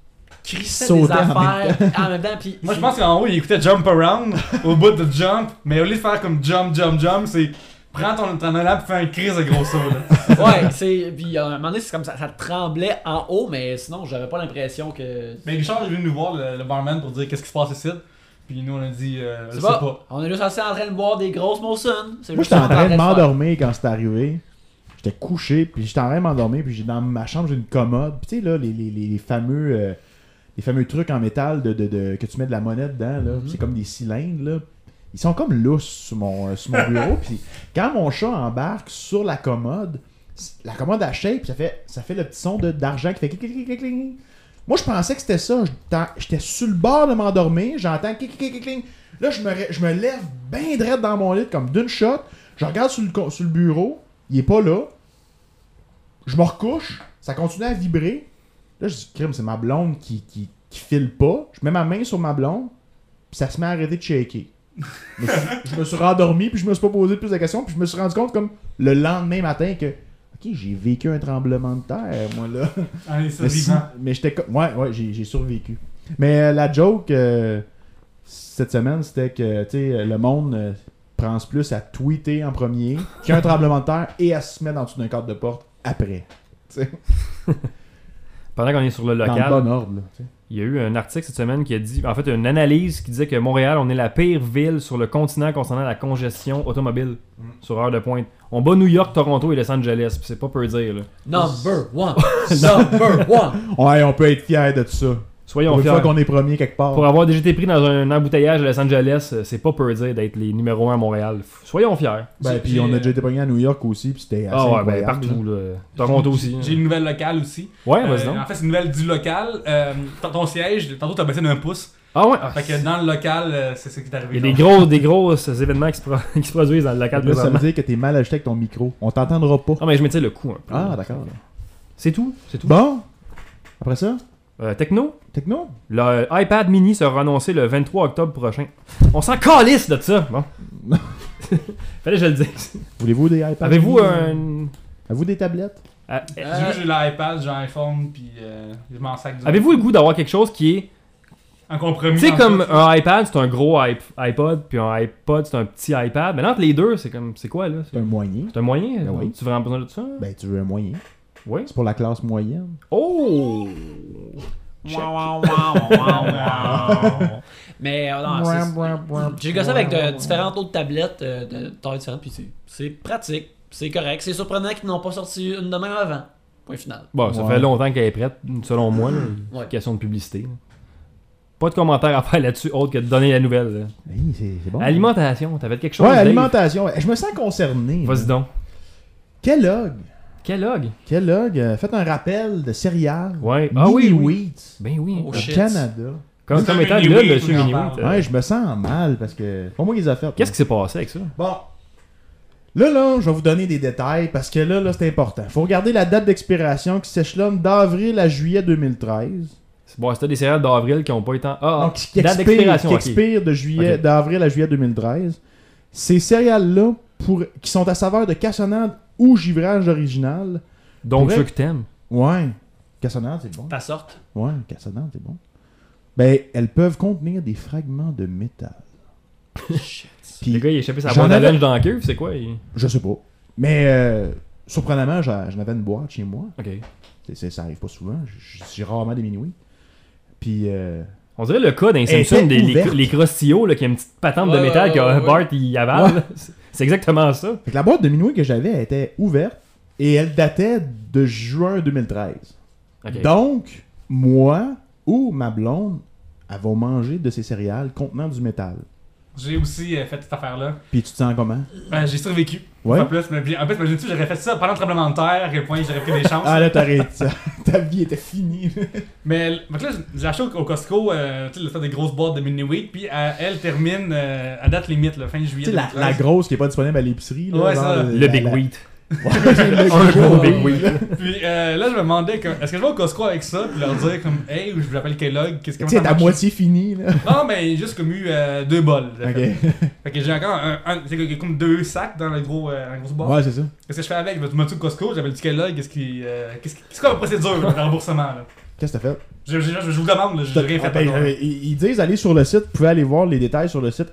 crissait des
Sautait en
affaires
même
en même temps. puis
Moi, je pense qu'en haut, il écoutait Jump Around au bout de Jump, mais au lieu de faire comme Jump, Jump, Jump, c'est prends ton entreneur et fais un crise de gros saut. là.
Ouais, c'est. Puis euh, à un moment donné, c'est comme ça, ça tremblait en haut, mais sinon, j'avais pas l'impression que.
Mais Ben, Richard est venu nous voir, le, le barman, pour dire qu'est-ce qui se passe ici. Puis nous, on a dit, euh, je
C'est
sais
pas-
pas.
On est juste assis en train de boire des grosses Molson. C'est
Moi,
juste
j'étais en
ça qu'on
train de
est en faire.
m'endormir quand c'est arrivé. J'étais couché, puis j'étais en train de m'endormir, puis j'ai dans ma chambre, j'ai une commode. Puis tu sais, là, les, les, les- les fameux, euh, les fameux trucs en métal de, de- de- que tu mets de la monnaie dedans, là.
Mm-hmm.
C'est comme des cylindres, là. Ils sont comme lousses sur mon, euh, sur mon bureau. puis quand mon chat embarque sur la commode, c- la commode à shake, puis ça fait, ça fait le petit son de- d'argent qui fait clic, clic, clic, clic, clic. Moi, je pensais que c'était ça. J'étais- J'étais sur le bord de m'endormir. J'entends clic, clic, clic, clic. Là, je me, ré- je me lève bien drette dans mon lit, comme d'une shot. Je regarde sur le, co- sur le bureau. Il est pas là. Je me recouche. Ça continue à vibrer. Là, je dis, crime, c'est ma blonde qui, qui, qui file pas. Je mets ma main sur ma blonde. Puis ça se met à arrêter de shaker. Je me suis- je me suis rendormi, puis je me suis pas posé plus de questions. Puis je me suis rendu compte, comme le lendemain matin, que. Ok, j'ai vécu un tremblement de terre, moi, là.
On Ah, est
Mais, si-
survivants.
mais j'étais comme. Ouais, ouais, j'ai j'ai survécu. Mais euh, la joke euh, cette semaine, c'était que tu sais, le monde euh, pense plus à tweeter en premier qu'un tremblement de terre et à se mettre en dessous d'un cadre de porte après. Tu sais,
Pendant qu'on est sur le
Dans le
local,
bon ordre. là, tu sais.
il y a eu un article cette semaine qui a dit, en fait, une analyse qui disait que Montréal, on est la pire ville sur le continent concernant la congestion automobile
Mm.
sur heure de pointe. On bat New York, Toronto et Los Angeles, puis c'est pas peu dire. Là.
Number one. Number one.
Ouais, on peut être fier de tout ça.
Soyons
Pour une
fiers.
fois qu'on est premier quelque part.
Pour avoir déjà été pris dans un embouteillage à Los Angeles, euh, c'est pas peu dire d'être les numéros 1 à Montréal. F- Soyons fiers.
Ben,
J'ai-
puis on
j'ai-
a déjà été pogné à New York aussi, puis c'était assez
euh, Ah ouais, ben
incroyable, là.
partout. Là. Toronto aussi. hein.
J'ai une nouvelle locale aussi.
Ouais,
Euh,
vas-y donc.
en fait, c'est une nouvelle du local. Euh, ton, ton siège, tantôt, t'as baissé d'un pouce.
Ah ouais, ah,
Fait que dans le local, euh, c'est ce qui est arrivé.
il y a des gros, des gros euh, événements qui se, pro- qui se produisent dans le local
Fait que Là, ça
présentement.
veut dire que t'es mal acheté avec ton micro. On t'entendra pas.
Ah, mais je mettais le coup un peu.
Ah, d'accord.
C'est tout, c'est tout.
Bon, après ça,
Euh, techno,
techno?
le euh, iPad mini sera annoncé le 23 octobre prochain. On s'en calisse de ça. Bon. Fallait que je le dise.
Voulez-vous des iPads?
Avez-vous
mini?
un.
Avez-vous des tablettes?
Ah, eh,
J'ai J'ai l'iPad, j'ai l'iPhone, puis euh, je m'en sac du
Avez-vous le goût d'avoir quelque chose qui est.
un compromis
Tu sais,
dans
comme
tout.
un iPad, c'est un gros iP- iPod, puis un iPod, c'est un petit iPad. Mais entre les deux, c'est comme. C'est quoi, là
C'est un moyen.
C'est un moyen
Ben oui.
Tu as vraiment besoin de ça
Ben, tu veux un moyen.
Oui.
C'est pour la classe moyenne.
Oh
Mais euh, non, c'est- J'ai gossé avec de- différentes autres tablettes euh, de taille différentes, puis c'est- c'est pratique, c'est correct, c'est surprenant qu'ils n'ont pas sorti une de même avant. Point final.
Bon, ça
Ouais.
fait longtemps qu'elle est prête, selon moi. là.
Ouais.
Question de publicité. là. Pas de commentaire à faire là-dessus, autre que de donner la nouvelle. là.
Hey, Ben, c'est c'est bon.
Alimentation, t'avais quelque chose
Ouais,
Dave?
alimentation. Je me sens concerné.
Vas-y donc.
Kellogg.
Kellogg
Kellogg, euh, faites un rappel de céréales.
Ouais. Ah oui,
Mini
oui.
Wheats.
Ben oui.
Oh,
Au
shit.
Canada.
Comme,
C'est
comme
un
étant
mini
là,
wheat,
le
on en
mini
parle.
wheat, euh,
Ouais, je me sens mal parce que. Pas moi qui les a fait.
Qu'est-ce qui s'est passé avec ça
Bon. Là, là, je vais vous donner des détails parce que là, là, c'est important. Faut regarder la date d'expiration qui s'échelonne d'avril à juillet 2013.
C'est- Bon, c'était des céréales d'avril qui n'ont pas été. en- Ah,
Donc, qui
date
expire,
d'expiration.
qui
ok.
expire de juillet,
Ok.
d'avril à juillet 2013. Ces céréales-là, pour, qui sont à saveur de cassonade ou givrage original.
Donc,
Pour
ceux
vrai-
que t'aimes.
Ouais, cassonade, c'est bon.
Ta sorte.
Ouais, cassonade, c'est bon. Ben, elles peuvent contenir des fragments de métal.
Shit.
Le
Puis,
gars, il a échappé sa
J'en
boîte à
avais-
lunch dans la cuve, c'est quoi il-
je sais pas. Mais, euh, surprenamment, j'a- j'en avais une boîte chez moi.
Ok.
C'est- c'est- ça arrive pas souvent. J- j- J'ai rarement des minuit. Puis, euh,
On dirait le cas dans les
Elle
Simpsons,
était
des- les,
ouverte.
les crostillots, là, qui a une petite patente
Ouais,
de
ouais,
métal
ouais,
que
ouais,
Bart il avale. C'est- C'est exactement ça.
fait que la boîte de minuit que j'avais elle était ouverte et elle datait de juin 2013.
Ok.
Donc, moi ou ma blonde avons mangé de ces céréales contenant du métal.
J'ai aussi euh, fait cette affaire-là.
Puis tu te sens comment?
Ben, j'ai survécu.
Ouais.
En plus, mais bien- en plus, imagine-tu, j'aurais fait ça pendant le tremblement de terre, à quel point j'aurais pris des chances.
Ah là, t'arrêtes. Ta vie était finie.
Mais donc là, j'ai acheté au au Costco, euh, tu sais, l'espèce de grosse boîte de mini wheat, puis euh, elle termine euh, à date limite, le fin juillet.
tu sais, la, la
2013.
grosse qui est pas disponible à l'épicerie. là,
Ouais,
genre,
ça.
euh,
Le
la-
Big
la-
Wheat.
Ouais, le
Un gros
Big
Big
Wheat.
Wheat.
Puis euh, là, je me demandais, que- est-ce que je vais au Costco avec ça, puis leur dire comme, hey, je m'appelle Kellogg, qu'est-ce que
Tu sais, t'es à moitié fini. Là.
Non, mais j'ai juste comme eu euh, deux bols. j'ai
Ok.
fait. Fait que j'ai encore un, un- tu sais, il y a comme deux sacs dans le gros, euh, la grosse boîte.
Ouais, c'est ça.
Qu'est-ce que je fais avec Je vais tout mettre au Costco, j'appelle du Kellogg, qu'est-ce qui. euh, qu'est-ce qui- c'est quoi la procédure de remboursement là?
Qu'est-ce que t'as fait?
Je, je, je, je vous demande, là, je n'ai rien fait
Ah, ben,
pas,
euh,
non.
ils ils disent aller sur le site, vous pouvez aller voir les détails sur le site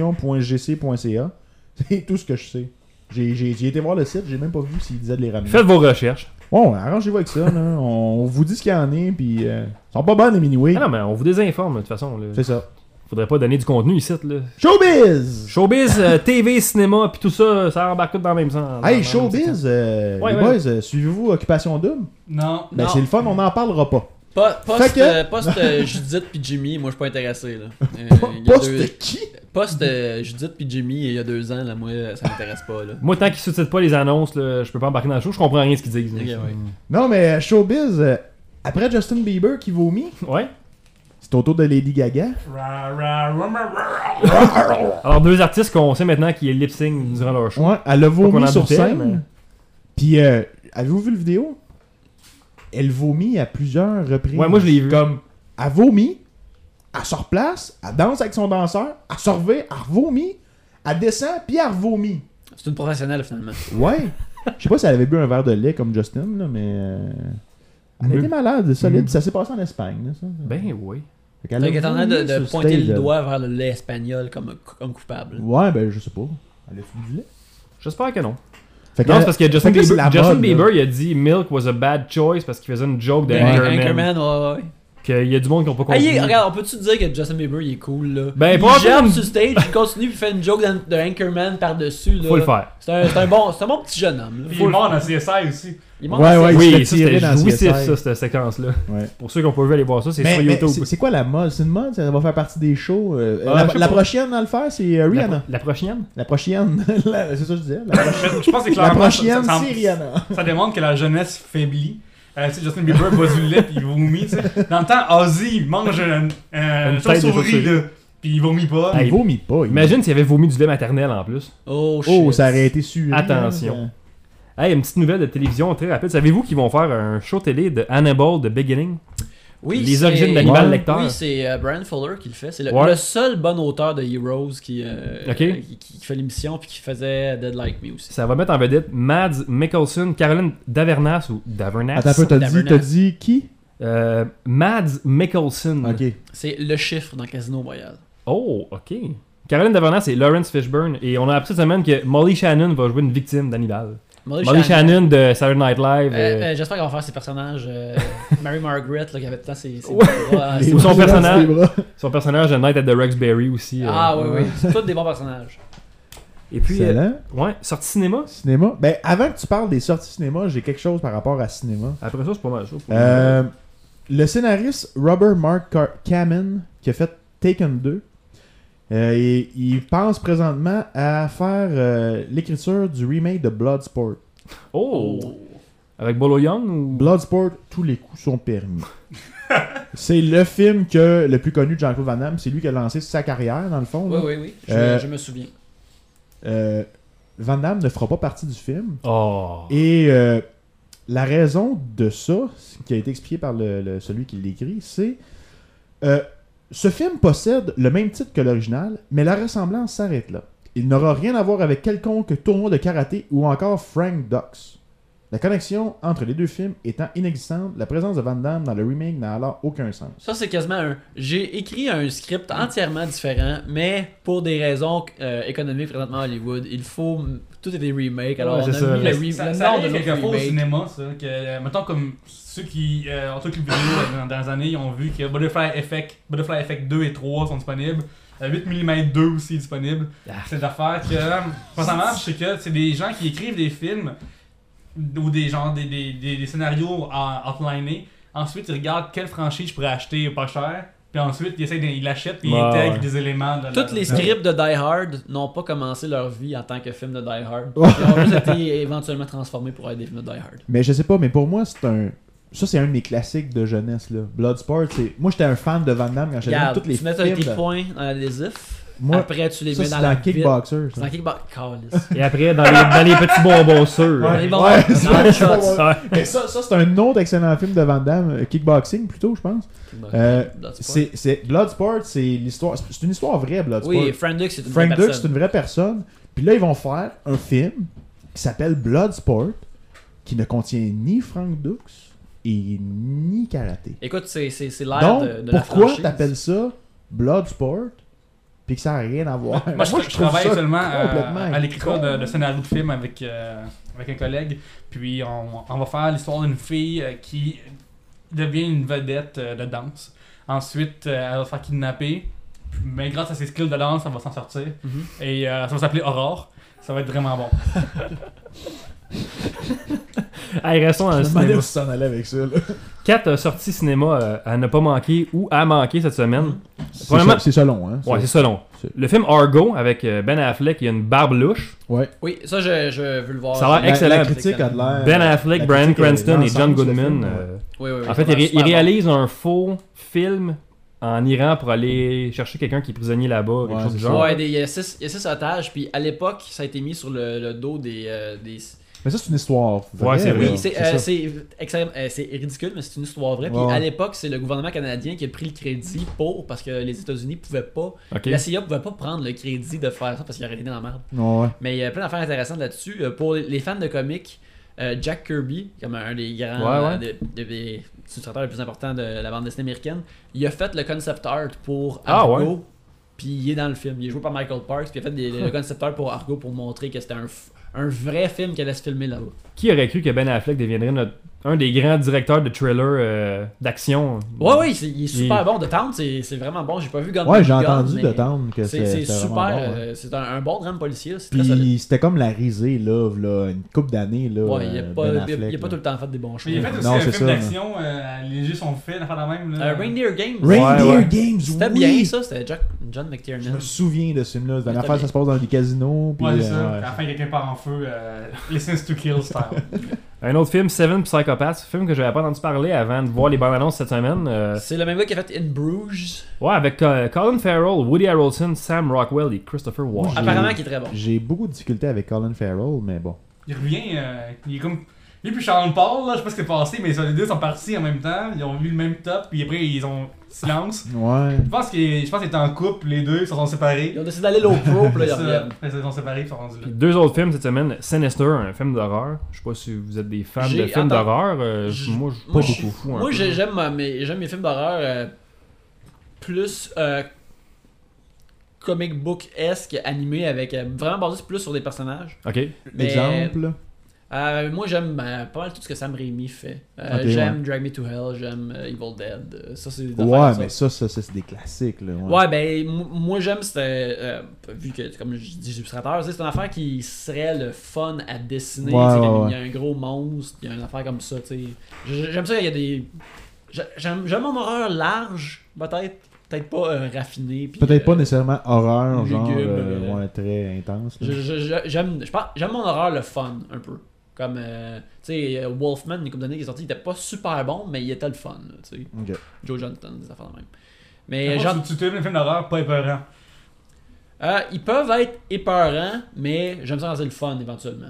inspection.gc.ca. C'est tout ce que je sais. J'ai- J'ai j'ai été voir le site, j'ai même pas vu s'ils disaient de les ramener.
Faites vos recherches.
Bon, arrangez-vous avec ça, là. On vous dit ce qu'il y en a, puis euh, ils sont pas bonnes les minuit.
Ah non, mais on vous désinforme, de toute façon. Là.
C'est ça.
Faudrait pas donner du contenu ici. Là.
Showbiz!
Showbiz, euh, TV, cinéma, puis tout ça, ça embarque tout dans le même sens. Dans-
Hey,
dans-
showbiz! euh,
Ouais,
les
ouais.
boys, euh, suivez-vous Occupation Double?
Non.
Ben,
Non.
c'est le fun, on n'en parlera pas.
Po- Poste,
que-
euh, poste euh, Judith puis Jimmy, moi je suis pas intéressé là. Euh, il y a
Poste
deux-
qui?
Poste euh, Judith puis Jimmy il y a deux ans là, moi ça m'intéresse pas là.
Moi, tant qu'ils sous-titrent pas les annonces, là, je peux pas embarquer dans le show, je comprends rien de ce qu'ils disent.
Ok, ouais.
Non, mais euh, showbiz, euh, après Justin Bieber qui vomit,
Ouais.
c'est au tour de Lady Gaga.
Ra, ra, ra, ra, ra.
Alors, deux artistes qu'on sait maintenant qui est lip sync durant leur show.
Ouais, elle a
Pas qu'on
vomi
en
sur
doutait,
scène.
mais-
Puis, euh, avez-vous vu la vidéo? Elle vomit à plusieurs reprises.
Ouais, moi, je l'ai vu.
Comme, elle vomit, elle se replace, elle danse avec son danseur, elle se revient, elle vomit, elle descend, puis elle vomit.
C'est une professionnelle finalement.
Ouais. Je sais pas si elle avait bu un verre de lait comme Justin, là, mais... euh, Elle
Mm.
était malade, solide.
Mm.
Ça s'est passé en Espagne, là, ça.
Ben oui.
Fait qu'elle
Elle
a
est en train de,
vomi
de
sur
pointer
stage,
le
là.
doigt vers le lait espagnol comme, comme coupable.
Ouais, ben, je sais pas. Elle a fumé du lait.
J'espère que non.
Fait
Non,
qu'elle-
c'est parce que Justin
fait que là, c'est
Bieber,
la
Justin
mode, là.
Bieber, il a dit Milk was a bad choice parce qu'il faisait une joke de
Ouais.
Anchorman.
Anchorman, ouais, ouais.
Qu'il y a du monde qui n'a pas
Ah,
compris.
il est- regarde, on peut-tu dire que Justin Bieber il est cool là?
Ben,
il
pas
gerbe
une-
sur stage, il continue puis fait une joke d'An- de Anchorman par-dessus là.
Faut le faire.
C'est un, c'est un bon, c'est un bon petit jeune homme là.
Puis il est mort dans CSI aussi.
Il monte
Ouais,
ses-
ouais, Ah, il se fait
Oui, ça,
tirer
c'était
dans
jouissif,
CSI.
ça, cette séquence-là.
Ouais.
Pour ceux qui n'ont pas vu aller voir ça, c'est
Mais-
sur
mais
YouTube.
c'est- C'est quoi la mode? C'est une mode? Ça va faire partie des shows? euh,
Ah,
la-
je sais
la,
pas.
prochaine à le faire, c'est euh,
La-
Rihanna.
La prochaine
La, prochaine. la- c'est ça que je disais. La,
Je je pense que
la
clairement. ça-
prochaine,
ça- ça-
c'est Rihanna.
Ça démontre que la jeunesse faiblit. Euh, tu sais, Justin Bieber boit du lait puis il vomit. tu sais. Dans le temps, Ozzy il mange un, un,
Une tête
une
de
chauve-souris
chauve-souris.
là, puis il vomit pas.
Hey,
Il vomit pas. il-
Imagine s'il avait vomi du lait maternel en plus.
Oh,
Oh,
shit.
ça aurait été sûr.
Attention. Hey, une petite nouvelle de télévision très rapide. Savez-vous qu'ils vont faire un show télé de Hannibal de Beginning
Oui,
Les
c'est-
origines d'Animal
Ouais.
Lecter.
Oui, c'est euh, Brian Fuller qui le fait. C'est le,
Ouais.
le seul bon auteur de Heroes qui, euh,
Ok.
qui, qui fait l'émission puis qui faisait Dead Like Me aussi.
Ça va mettre en vedette Mads Mikkelsen, Caroline Davernas ou Davernas.
Attends un peu, t'as dit,
Tavernas.
t'as dit qui
Euh, Mads Mikkelsen.
Ok.
C'est le chiffre dans Casino Royale.
Oh, ok. Caroline Davernas et Lawrence Fishburne. Et on a appris cette semaine que Molly Shannon va jouer une victime d'Hannibal.
Molly
Molly
Shannon.
Shannon de Saturday Night Live.
Euh,
euh,
euh, J'espère qu'on va faire ses personnages. euh, Mary Margaret, là, qui avait tant ses, ses
Ouais.
bras, ses-
Ou son
Les bras,
personnage.
les bras.
Son personnage de Night at the Roxbury aussi. euh,
Ah oui,
ouais.
oui. C'est tous des bons personnages.
Et puis, euh,
Excellent.
ouais, sortie cinéma.
Cinéma. Ben, avant que tu parles des sorties cinéma, j'ai quelque chose par rapport à cinéma.
Après ça, c'est pas mal. ça, pour-
Euh, le scénariste Robert Mark Car- Kamen, qui a fait Taken 2, euh, il, il pense présentement à faire euh, l'écriture du remake de Bloodsport.
Oh! Avec Bolo Young ou.
Bloodsport, tous les coups sont permis. c'est le film que le plus connu de Jean-Claude Van Damme. C'est lui qui a lancé sa carrière, dans le fond.
Oui,
là.
oui, oui. Je,
Euh,
je me souviens.
Euh, Van Damme ne fera pas partie du film.
Oh!
Et euh, la raison de ça, ce qui a été expliqué par le, le- celui qui l'écrit, c'est euh, ce film possède le même titre que l'original, mais la ressemblance s'arrête là. Il n'aura rien à voir avec quelconque tournoi de karaté ou encore Frank Dux. La connexion entre les deux films étant inexistante, la présence de Van Damme dans le remake n'a alors aucun sens.
Ça, c'est quasiment un. J'ai écrit un script
Mm.
entièrement différent, mais pour des raisons euh, économiques présentement à Hollywood, il faut. Tout est des remakes, alors
Ouais,
on a
c'est ça.
mis
Mais
le, re...
ça, ça
le nom de
arrive
l'autre
quelquefois au
remake.
cinéma, ça, que, euh, mettons comme ceux qui euh, ont tout vidéo euh, dans, dans les années, ils ont vu que Butterfly Effect, Butterfly Effect 2 et 3 sont disponibles. Euh, 8 mm 2 aussi est disponible.
Ah.
C'est des affaires que. euh, Comment ça marche, c'est que c'est des gens qui écrivent des films ou des genre des, des, des, des scénarios en- outlinés. Ensuite, ils regardent quelle franchise je pourrais acheter pas cher. Puis ensuite, ils, essaient de- ils l'achètent et ils
Ouais,
intègrent
ouais.
des éléments. de la-
Toutes les
de-
scripts de Die Hard n'ont pas commencé leur vie en tant que film de Die Hard. Ils ont juste été éventuellement transformés pour être des films de Die Hard.
Mais je sais pas, mais pour moi, c'est un. Ça, c'est un de mes classiques de jeunesse, là. Bloodsport, c'est. Moi, j'étais un fan de Van Damme quand j'avais vu
Regarde,
toutes les
tu mets tes
films.
points dans l'adhésif,
Moi,
après tu les
Ça,
mets
c'est
dans
dans,
la vitre.
Kickboxer. ça.
C'est dans Kickbox. Calisse.
Et après, dans les, dans les petits bonbons sûrs. Ah,
Ouais. bon,
Ouais,
dans
c'est
le
un
shot.
bon-
Ouais.
Mais ça, ça, c'est un autre excellent film de Van Damme, euh, kickboxing plutôt, je pense.
Kickbox.
Euh,
Bloodsport.
C'est c'est- Bloodsport, c'est l'histoire, c'est c'est une histoire vraie Bloodsport.
Oui, Frank Dux, c'est une
Frank
vraie
Dux, c'est
personne.
une vraie personne. Puis là, ils vont faire un film qui s'appelle Bloodsport, qui ne contient ni Frank Dux et ni karaté.
Écoute, c'est c'est- c'est l'air
Donc,
de, de la
pourquoi
franchise.
t'appelles ça Bloodsport puis que ça n'a rien à voir
Moi, je, je travaille
ça
seulement euh,
complètement
à l'écriture
con.
de, de scénario de film avec, euh, avec un collègue. Puis on, on va faire l'histoire d'une fille euh, qui devient une vedette euh, de danse. Ensuite, euh, elle va se faire kidnapper. Puis- Mais grâce à ses skills de danse, elle va s'en sortir.
Mhm.
Mm-hmm.
Et euh, ça va s'appeler Aurore. Ça va être vraiment bon.
Hey, restons dans le
Je me demandais
cinéma.
où s'en allait avec ça. là.
4 sorties cinéma euh, à ne pas manquer ou à manquer cette semaine.
C'est
Premièrement-
ça- C'est ça long, hein.
Ouais, c'est
Mmh. C'est-
ça long.
c'est-
Le film Argo avec euh, Ben Affleck, il y a une barbe louche.
Ouais.
Oui, ça, je, je veux le voir.
Ça a l'air
La-
excellent.
La critique a de l'air.
ben
Euh, la
Affleck,
critique
Brian
est
Cranston et John
l'ensemble du
Goodman.
film, ouais.
euh,
Oui, oui, oui,
en fait,
ça
ils
a l'air
ré- ils
super bon.
réalisent un faux film en Iran pour aller chercher quelqu'un qui est prisonnier là-bas, quelque
Ouais,
chose du
c'est
genre.
Ouais, des- il y, a six, il y a six otages, puis à l'époque, ça a été mis sur le, le dos des. euh, des...
Mais ça, c'est une histoire. vraie,
Ouais, c'est
là.
vrai.
Oui, c'est
ça.
euh, c'est extrême- euh, c'est ridicule, mais c'est une histoire vraie. Puis
Ouais.
à l'époque, c'est le gouvernement canadien qui a pris le crédit pour, parce que les États-Unis pouvaient pas,
Ok.
la CIA pouvait pas prendre le crédit de faire ça parce qu'il aurait été dans la merde.
Ouais.
Mais il y a plein d'affaires intéressantes là-dessus. Euh, Pour les fans de comics, euh, Jack Kirby, comme un des grands
Ouais, ouais.
euh, de- de- des illustrateurs les plus importants de la bande dessinée américaine, il a fait le concept art pour
Ah,
Argo.
ouais.
Puis il est dans le film. Il est joué par Michael Parks. Puis il a fait des- le concept art pour Argo pour montrer que c'était un, f- un vrai film qu'elle allait se filmer là-bas.
Qui aurait cru que Ben Affleck deviendrait notre- un des grands directeurs de thrillers euh, d'action
Ouais, ouais, c'est- il est super
Il-
bon. The Town, c'est c'est vraiment bon. J'ai pas vu Gun
Ouais, j'ai
Gun,
entendu
mais
de Town que
C'est c'est
c'est
super.
Bon, ouais.
euh, c'est un, un bon drame policier. là, C'est très solide.
Puis c'était comme la risée, là, v'là une coupe d'années, là.
Ouais, il a
euh,
pas,
Ben
il a- il a
Affleck,
pas
là.
tout le temps fait des bons choix.
Mais il a fait aussi
Non,
un
c'est ça,
film d'action. euh, les jeux sont faits, l'affaire de même. là.
Euh, Reindeer Games.
Reindeer
Ouais, ouais.
Games, oui!
C'était bien ça, c'était Jack- John McTiernan.
Je me souviens de ce film-là. Dans
C'était
l'affaire, ça
bien.
se passe dans des casinos. Puis,
Ouais,
euh,
c'est ça.
ouais.
À la fin, quelqu'un part en feu. Euh, Lessons to Kill style.
Un autre film, Seven Psychopaths, film que j'avais pas entendu parler avant de voir les bandes annonces cette semaine. euh,
C'est le même gars qui a fait In Bruges.
ouais, avec euh, Colin Farrell, Woody Harrelson, Sam Rockwell et Christopher Walken.
Moi,
Apparemment, qui est très bon.
J'ai beaucoup de difficultés avec Colin Farrell, mais bon.
Il revient, euh, il est comme. Lui puis Sean Paul, là, je sais pas ce qui s'est passé, mais les deux sont partis en même temps. Ils ont vu le même top, puis après, ils ont silence.
Ouais.
Je pense qu'ils je pense qu'ils étaient en couple, les deux, ils se sont séparés.
Ils ont décidé d'aller low pro, puis là, ils
C'est ça.
reviennent.
Ils se sont séparés, ils sont rendus là.
Puis deux autres films cette semaine. Sinister, un film d'horreur. Je sais pas si vous êtes des fans
J'ai-
de films
attends.
d'horreur. euh,
Je-
moi, je suis pas
moi, je suis-
beaucoup fou. un
Moi,
peu.
j'ai- j'aime euh, mes, j'aime mes films d'horreur euh, plus euh, comic book-esque, animé, avec euh, vraiment basé plus sur des personnages.
Ok.
Mais-
Exemple.
Euh, moi, j'aime euh, pas mal tout ce que Sam Raimi fait. Euh,
Ok,
j'aime Drag Me to Hell, j'aime euh, Evil Dead. euh, Ça, c'est des affaires
Ouais,
comme
mais
ça.
ça, ça, ça, c'est des classiques. Là, ouais.
Ouais, ben, m- moi, j'aime, c'était. euh, vu que, comme je dis, illustrateur, tu sais, c'est une affaire qui serait le fun à dessiner.
Ouais,
tu sais,
ouais,
comme
ouais.
Il y a un gros monstre, il y a une affaire comme ça, tu sais. J- J'aime ça, il y a des. j'a- J'aime j'aime mon horreur large, peut-être. Peut-être pas euh, raffiné. puis,
Peut-être pas
euh,
nécessairement horreur, genre
lugubre,
euh,
euh,
ouais, très intense. là.
je- je- je- J'aime je pense- j'aime mon horreur le fun, un peu. Comme, euh, tu sais, euh, Wolfman, il y a une couple d'années qui est sorti, il était pas super bon, mais il était le fun, là, tu sais.
Ok.
Joe Johnston, des affaires de même.
Par
Mais
contre,
genre,
tu, tu aimes les films d'horreur pas épeurants.
Euh, ils peuvent être épeurants, mais j'aime ça quand c'est le fun éventuellement.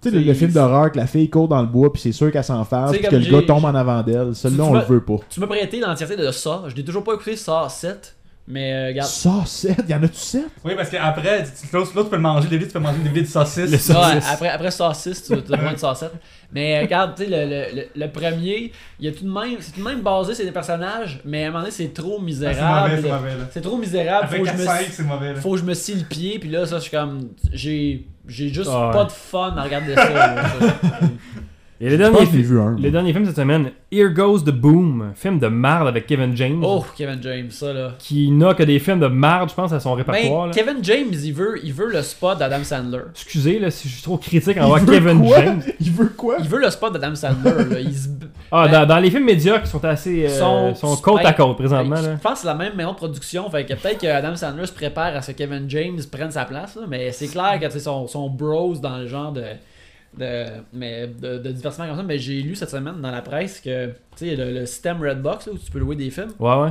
Tu sais, le, le film d'horreur que la fille court dans le bois, puis c'est sûr qu'elle s'en fasse,
Tu sais,
puis que
comme
le gars
j'ai-
tombe en avant d'elle. Celui-là,
Tu- tu
on le
m'as-
veut pas.
Tu m'as prêté l'entièreté de ça. Je n'ai toujours pas écouté ça 7, mais euh, regarde.
Ça, 7, y en a-tu 7
Oui, parce qu'après, tu- tu- l'autre, l'autre, tu peux le manger, le DVD, tu peux manger le DVD de saucisse.
Le
Ouais,
saucisse.
après, après ça 6, tu vas te moins de ça 7. Mais euh, regarde, tu sais, le, le, le- le premier, il y a tout de même, c'est tout de même basé sur des personnages, mais à un moment donné, c'est trop
Ah, c'est mauvais,
misérable.
c'est mauvais, là.
c'est trop misérable,
Après
faut que,
4
je
5,
me,
c'est mauvais, là.
faut que je me scie le pied, puis là, ça, je suis comme. J'ai j'ai juste
Ah ouais.
pas de fun à regarder ça. là, ça.
Et le
Je
dernier,
pense que j'ai vu un.
le dernier film cette semaine, Here Goes the Boom, film de marde avec Kevin James.
oh, Kevin James, ça là.
Qui n'a que des films de marde, je pense, à son
Ben,
répertoire. là.
Kevin James, il veut, il veut le spot d'Adam Sandler.
Excusez là, si je suis trop critique envers
veut
Kevin
quoi?
James.
Il veut quoi
Il veut le spot d'Adam Sandler. là. Il se-
Ah,
Ben,
dans, dans les films médiocres, qui sont assez. euh,
sont-
sont côte à côte présentement.
Ben, je
là.
pense que c'est la même maison de production. Fait que peut-être que Adam Sandler se prépare à ce que Kevin James prenne sa place. là, mais c'est clair que c'est son, son bros dans le genre de, de, mais de, de divertissement comme ça. Mais j'ai lu cette semaine dans la presse que tu sais, le, le système Redbox là, où tu peux louer des films.
Ouais, ouais.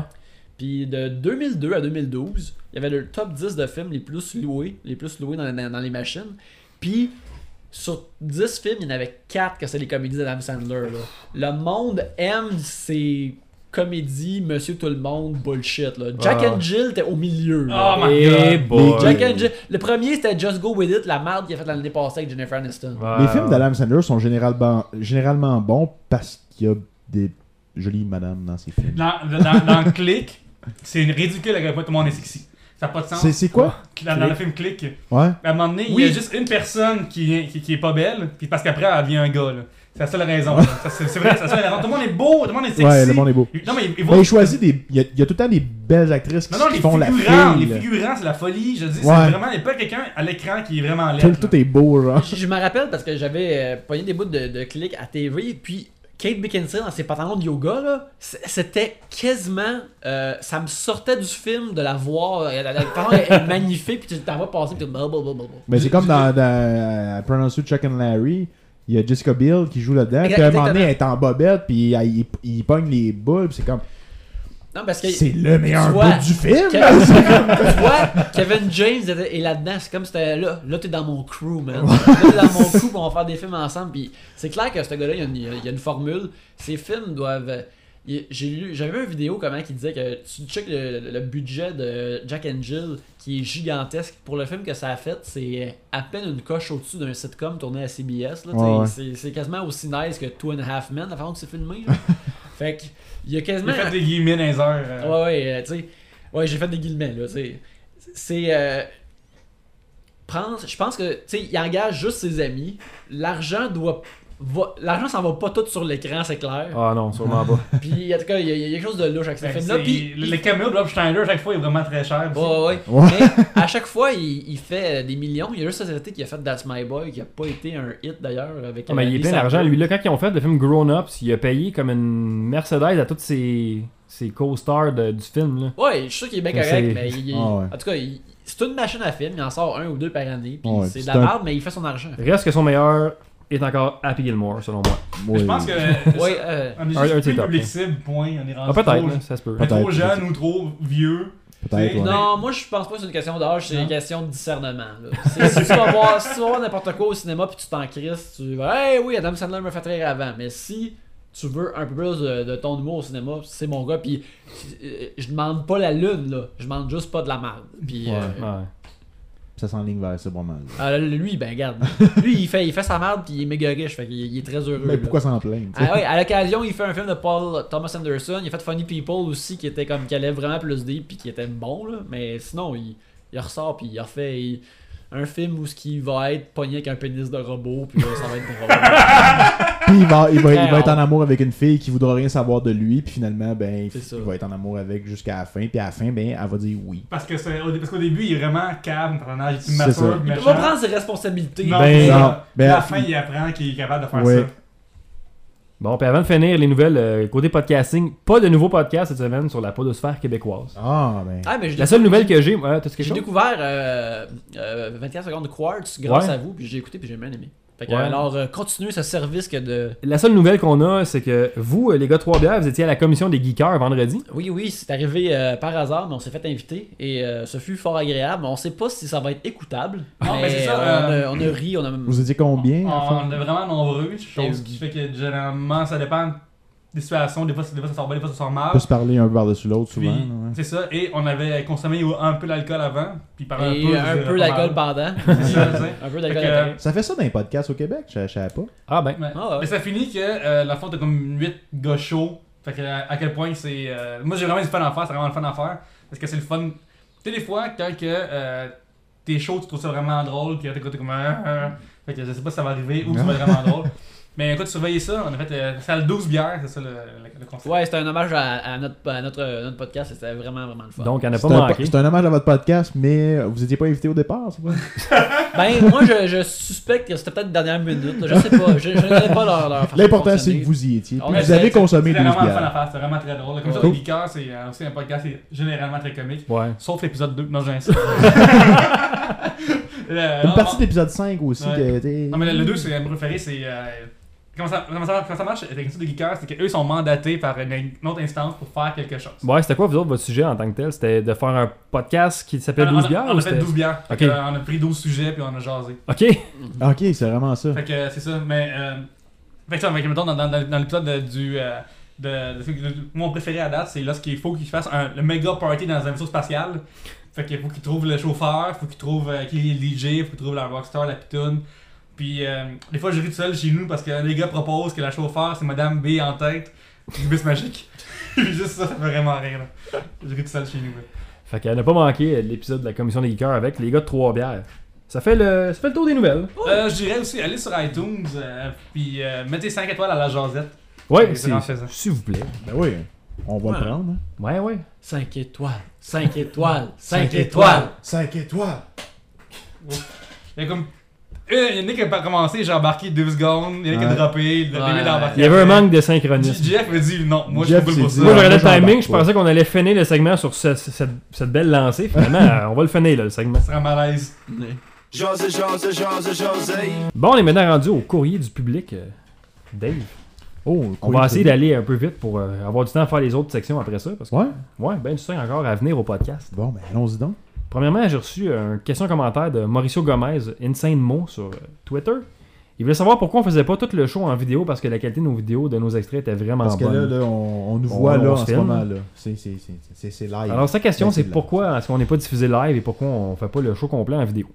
Puis de 2002 à 2012, il y avait le top 10 de films les plus loués, les plus loués dans, dans- dans les machines. Puis sur 10 films, il y en avait 4 que c'est les comédies d'Adam Sandler. là. Le monde aime ces comédies Monsieur Tout le Monde bullshit. là. Jack
Ouais.
and Jill était au milieu. là.
Oh my
Eh
God.
boy.
Les
Jack and Jill. Le premier c'était Just Go With It, la merde qu'il a faite l'année passée avec Jennifer Aniston.
Ouais,
Les films
ouais.
d'Adam Sandler sont généralement, généralement bons parce qu'il y a des jolies madames dans ces films.
Dans, dans, dans Click, c'est une ridicule à quel point tout le monde est sexy. Ça n'a pas de sens.
C'est c'est quoi
Dans, dans le film Click,
Ouais.
à un moment donné,
Oui.
il y a juste une personne qui, qui, qui est pas belle, puis parce qu'après, elle devient un gars. là. C'est la seule raison. là. Ça, C'est c'est vrai, c'est la seule raison. Tout le monde est beau, tout le monde est sexy.
Ouais, le monde est beau.
Non, mais
Mais
ils vont.
il choisit des. Il y, a, il y a tout le temps des belles actrices qui,
Non, non,
qui
les
font la
figurants,
fille.
les
là.
figurants, c'est la folie. Je dis, c'est
Ouais.
vraiment, il n'y a pas quelqu'un à l'écran qui est vraiment laid.
Tout, tout est beau, genre.
Je, je me rappelle parce que j'avais euh, pogné des bouts de, de clics à TV, puis Kate Beckinsale dans ses pantalons de yoga, là, c- c'était quasiment. euh, ça me sortait du film de la voir. Elle, elle- elle- pardon, elle est magnifique, puis tu t'en vas passer, puis tu blablabla.
Mais c'est comme dans, dans Pronounce Chuck and Larry. Il y a Jessica Biel qui joue là-dedans. Puis à un moment donné, elle est en bobette. Puis elle- il, il pogne les boules. Puis c'est comme.
Non, parce que.
C'est le meilleur
tu vois-
bout du film.
Ke-
là.
tu vois, Kevin James était- est là-dedans, c'est comme c'était là, là t'es dans mon crew, man. Là t'es dans mon crew, puis on va faire des films ensemble. Puis c'est clair que ce gars-là, il y, a une- il y a une formule. Ses films doivent. euh, il- J'ai lu, j'avais vu une vidéo comment qui disait que tu check le, le budget de Jack and Jill qui est gigantesque. Pour le film que ça a fait, c'est à peine une coche au-dessus d'un sitcom tourné à CBS. là, tu sais.
Ouais, ouais.
C'est- C'est quasiment aussi nice que Two and a Half Men, la façon que c'est filmé. là. fait que, il y a
Il
quasiment.
a fait des guillemets dans les heures. euh.
Ouais, ouais, euh, tu sais. Ouais, j'ai fait des guillemets, là, tu sais. C'est. euh, pense- je pense que, tu sais, il engage juste ses amis. L'argent doit. va- L'argent s'en va pas tout sur l'écran, c'est clair.
Ah non, sûrement pas.
Puis, en tout cas, il y, a- il y a quelque chose de louche avec ce
Fait que
film-là.
Ben, c'est-
Puis.
le le caméo de Rob Schneider, chaque fois, est vraiment très cher.
Ouais, ouais, ouais.
Ouais.
Mais à chaque fois, il, il fait euh, des millions. Il y a juste cette été qui a fait That's My Boy, qui a pas été un hit d'ailleurs. avec
Ah,
Euh,
mais il est
Andy
plein d'argent.
Samberg.
Lui, là, quand ils ont fait le film Grown Ups, il a payé comme une Mercedes à toutes ses, ses co-stars de- du film. Là.
Ouais, je suis sûr qu'il est bien
Mais
correct,
c'est-
mais il- il-
Ah ouais.
en tout cas, il- c'est une machine à film. Il en sort un ou deux par année.
Ah,
Puis
Ouais,
c'est de
c'est
la
un-
merde, mais il fait son argent.
Reste que son meilleur est encore Happy Gilmore, selon moi.
Mais Je
Oui.
pense que.
Ouais, euh,
On est
Un- un
juste plus
TikTok,
public
hein.
cible, point. On est rendu
Ah, peut-être,
trop,
là, ça se peut.
on est trop
Peut-être,
jeune ou trop vieux
Peut-être, ouais.
Non, moi je pense pas que c'est une question d'âge, c'est une question de discernement. là. C'est- Si tu vas voir, si tu vas voir n'importe quoi au cinéma puis tu t'en crises, tu vas Hey oui, Adam Sandler me fait rire avant. Mais si tu veux un peu plus de, de ton humour au cinéma, c'est mon gars, puis euh, je demande pas la lune, là. Je demande juste pas de la merde. Puis euh,
Ouais.
Ça s'enligne vers ce bon mal.
ah, lui, ben regarde. Lui, il fait, il fait sa merde puis il est méga riche, fait qu'il il est très heureux.
Mais
là.
pourquoi s'en plaindre? tu sais?
Ah oui, à l'occasion, il fait un film de Paul Thomas Anderson. Il a fait Funny People aussi, qui était comme qui allait vraiment plus deep puis qui était bon là. Mais sinon, il, il ressort puis il refait il- un film où ce qui va être pogné avec un pénis de robot puis là, ça va être drôle.
Puis il va, il, va, il va être
Très
en amour avec une fille qui voudra rien savoir de lui, puis finalement, ben,
C'est ça.
il va être en amour avec jusqu'à la fin, puis à la fin, ben, elle va dire oui.
Parce que c'est- au dé- parce qu'au début, il est vraiment calme, personnage, il est
C'est ça.
mature,
Il peut
méchant.
pas prendre ses responsabilités.
Non,
Ben,
c'est ça.
non.
Puis à la
Ben,
fin, il apprend qu'il est capable de faire
Ouais.
ça.
Bon, puis avant de finir les nouvelles, euh, côté podcasting, pas de nouveau podcast cette semaine sur la podosphère québécoise.
Ah, ben.
Ah, mais je
La seule nouvelle que j'ai, ouais, t'as quelque
J'ai
chose?
découvert euh, euh, 24 secondes de Quartz grâce
Ouais.
à vous, puis j'ai écouté, puis j'ai bien aimé. Fait que,
Ouais.
alors, euh, continuez ce service que de.
La seule nouvelle qu'on a, c'est que vous, euh, les gars de Trois bières, vous étiez à la commission des geekers vendredi.
Oui, oui, c'est arrivé euh, par hasard, mais on s'est fait inviter et euh, ce fut fort agréable. On sait pas si ça va être écoutable.
Non,
mais
mais c'est ça,
on,
euh,
a, on a ri, on a même.
Vous étiez combien? à la fin?
Ah, On est vraiment nombreux, chose qui fait que généralement, ça dépend des situations. Des fois, des fois, ça sort bien, des fois, ça sort
On
mal.
peut se parler un peu par-dessus l'autre,
Puis,
souvent. ouais.
C'est ça, et on avait consommé un peu d'alcool avant, puis par un peu.
Et
je
un
dirais pas
peu d'alcool
mal.
pendant.
C'est ça, tu sais.
un peu
Fait
d'alcool
que, euh,
à l'intérieur.
Ça fait ça dans les podcasts au Québec, je je savais pas.
Ah ben.
Ouais.
Ah ouais.
Mais ça finit que euh, la faute de comme 8 gars chauds. Fait que à, à quel point c'est. euh, Moi j'ai vraiment du fun à faire, c'est vraiment le fun à faire. Parce que c'est le fun. Tu sais, des fois, quand que, euh, t'es chaud, tu trouves ça vraiment drôle, puis là, t'es côté comme. euh, euh. Fait que je sais pas si ça va arriver ou ça va être vraiment drôle. Mais écoute, surveillez ça, on a fait euh, salle 12 bières, c'est ça le, le- le concept.
Ouais, c'était un hommage à, à notre, à notre, à notre podcast et c'était vraiment, vraiment le fun.
Donc, elle n'a
C'est
pas
un,
manqué.
c'est un hommage à votre podcast, mais euh, vous étiez pas invité au départ, c'est pas?
Ben, moi, je, je suspecte que c'était peut-être la dernière minute. là, Je sais pas. Je, je ne connais pas leur, leur
Ah,
façon de
L'important, c'est
fonctionner.
que vous y étiez.
On
puis vous
essaie,
avez
c'est-
consommé
C'est
12
vraiment le fun à
bières.
faire, c'est vraiment très drôle. Comme ça,
Cool.
les geekers, c'est euh, aussi un podcast, c'est généralement très comique.
Ouais.
Sauf l'épisode 2, non, j'ai Euh, insisté.
Une partie d'épisode 5 aussi. euh,
Ouais.
que, t'sais-
Non, mais le 2, c'est mon préféré, c'est. euh, comment, ça, comment, ça, comment ça marche avec l'équipe de geekers C'est qu'eux sont mandatés par une, une autre instance pour faire quelque chose.
Ouais, c'était quoi, vous autres, votre sujet en tant que tel C'était de faire un podcast qui s'appelle
Ah, On a- on a-
12 bières
On
ou
a fait
c'était.
12 bières. Fait
Ok.
que, euh, on a pris 12 sujets puis on a jasé.
Ok.
Ah, Ok, c'est vraiment ça.
Fait que euh, c'est ça. Mais. Euh, fait que ça, fait que, mettons, dans, dans, dans l'épisode de- du. euh, de, de- de- mon préféré à date, c'est lorsqu'il faut qu'il fasse un, le méga party dans un vaisseau spatial. Fait qu'il faut qu'il trouve le chauffeur, faut qu'il trouve euh, qui est le DJ, faut qu'il trouve la rockstar, la pitoune. Puis euh, des fois, je ris tout seul chez nous parce que les gars proposent que la chauffeur, c'est Madame B en tête du bus magique. Puis juste ça, ça fait vraiment rire. là. Je ris tout seul chez nous. là.
Fait qu'elle n'a pas manqué euh, l'épisode de la commission des geekers avec les gars de Trois bières. Ça fait le, ça fait le tour des nouvelles.
Euh, je dirais aussi, allez sur iTunes, euh, puis euh, mettez 5 étoiles à la jasette.
Ouais,
C'est en
c'est-
faisant.
s'il vous plaît.
Ben oui, on va
Ouais.
le prendre. hein.
Ouais, ouais.
5 étoiles, 5 étoiles, 5 étoiles.
5 étoiles!
Il y a comme. Euh, Il y en a qui a commencé, j'ai embarqué 2 secondes, il y en a qui a
Ouais.
droppé, le
Ouais.
début d'embarquer.
Il y avait un
euh,
après.
manque de synchronisme.
Jeff me dit non, moi je
Jeff,
suis pas
c'est
pour
dit,
ça.
Moi, je
Ouais,
regardais
moi,
le timing,
j'embarque
je pensais qu'on allait finir le segment sur ce- cette, cette belle lancée. Finalement, euh, on va le finir, là, le segment.
Ça serait malaise.
Bon, on est maintenant rendu au courrier du public, euh, Dave.
Oh,
On va essayer d'aller un peu vite pour euh, avoir du temps à faire les autres sections après ça. Parce que,
Ouais?
ouais, ben du temps encore à venir au podcast.
Bon, ben allons-y donc.
Premièrement, j'ai reçu euh, une question-commentaire de Mauricio Gomez, Insane Mo, sur euh, Twitter. Il voulait savoir pourquoi on faisait pas tout le show en vidéo parce que la qualité de nos vidéos, de nos extraits était vraiment
Parce que
bonne.
là, là, on, on nous
On-
voit
on
là en
se
ce
filme.
moment. là. C'est c'est- c'est- c'est- c'est live.
Alors sa question,
Ben,
c'est
c'est de la-
pourquoi est-ce qu'on n'est pas diffusé live et pourquoi on fait pas le show complet en vidéo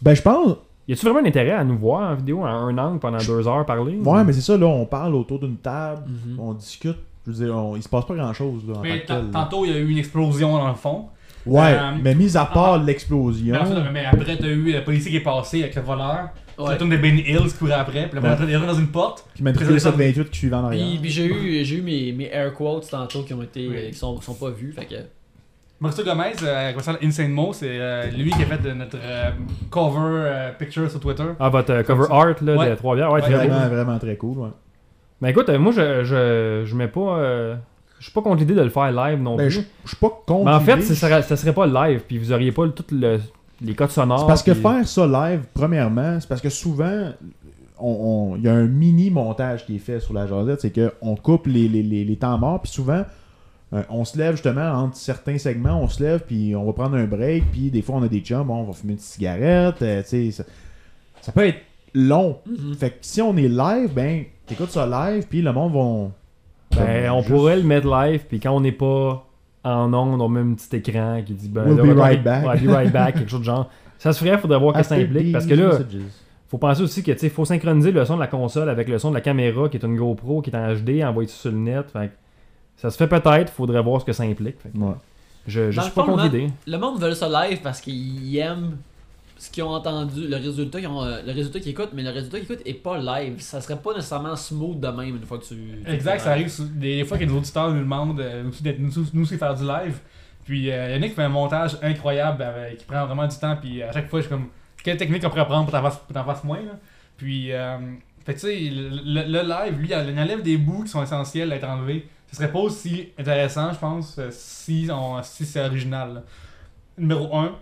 ben je pense,
Y a-tu vraiment un intérêt à nous voir en vidéo à un angle pendant deux heures parler
ouais, mais c'est ça, là, on parle autour d'une table,
Mm-hmm.
Mhm.
on discute. Je veux dire, on- il se passe pas grand-chose là, en
Mais
tant que tel,
tant-
là.
tantôt, il y a eu une explosion dans le fond.
Ouais,
Euh,
mais mis à part
Mais,
l'explosion,
ensuite, mais après, t'as eu le policier qui est passé avec le voleur.
Ouais.
La tourne de Benny Hills courait après. Puis le voleur il est rentré dans une porte.
puis matriculé 728 qui suivait en
Puis,
arrière.
puis j'ai eu, j'ai eu mes, mes air quotes tantôt qui ont été
Oui.
qui sont, sont pas vus. Fait que,
Mauricio Gomez, euh, concernant Insane Mo, c'est euh, lui qui a fait de notre euh, cover euh, picture sur Twitter.
Ah, votre euh, cover
Comme ça.
art là, de
Ouais.
Trois Bières, ouais,
Ouais,
très beau.
Vraiment, vraiment très cool, ouais.
Mais écoute, euh, moi, je, je, je mets pas. euh, je suis pas contre l'idée de le faire live non
Ben,
plus.
je je suis pas contre.
Mais en fait,
l'idée.
ça serait, ça serait pas live, puis vous auriez pas le- tout le- les codes sonores.
C'est parce que
puis-
faire ça live, premièrement, c'est parce que souvent, on- on- il y a un mini montage qui est fait sur la jasette, c'est qu'on coupe les, les- les- les temps morts, puis souvent, euh, on se lève justement entre certains segments, on se lève, puis on va prendre un break, puis des fois on a des chums, bon, on va fumer une petite cigarette, euh, tu sais, ça, ça peut être long.
Mm-hmm.
Fait que si on est live, ben, t'écoutes ça live, puis le monde vont.
Ben, on
juste-
pourrait le mettre live, puis quand on n'est pas en onde, on met un petit écran qui dit ben,
We'll
là,
be
on-
right back.
Ouais, be right back, quelque chose de genre. Ça se ferait, faudrait voir qu'est-ce que ça
After
implique, parce que
these
là,
messages.
faut penser aussi que, tu sais, faut synchroniser le son de la console avec le son de la caméra, qui est une GoPro, qui est en HD, envoyer ça sur le net, fait que ça se fait peut-être, faudrait voir ce que ça implique. fait que
Ouais.
je je
Dans
suis
le
pas
fond,
contre
le-
l'idée.
Le monde veut ça live parce qu'ils aiment ce qu'ils ont entendu, le résultat qu'ils ont, euh, le résultat qu'ils écoutent, mais le résultat qu'ils écoutent est pas live. Ça serait pas nécessairement smooth de même une fois que euh, tu. tu-
Exact, ça arrive sou- des fois que nos auditeurs nous demandent euh, nous aussi d'être- nous, nous aussi faire du live. Puis euh, Yannick fait un montage incroyable avec- qui prend vraiment du temps. Puis euh, à chaque fois, je suis comme, quelle technique on pourrait prendre pour t'en faire- pour t'en faire moins là? Puis, euh, fait que tu sais, le, le- le live, lui, il enlève des bouts qui sont essentiels à être enlevés. Ce serait pas aussi intéressant, je pense, euh, si, on- si c'est original. là. Numéro 1.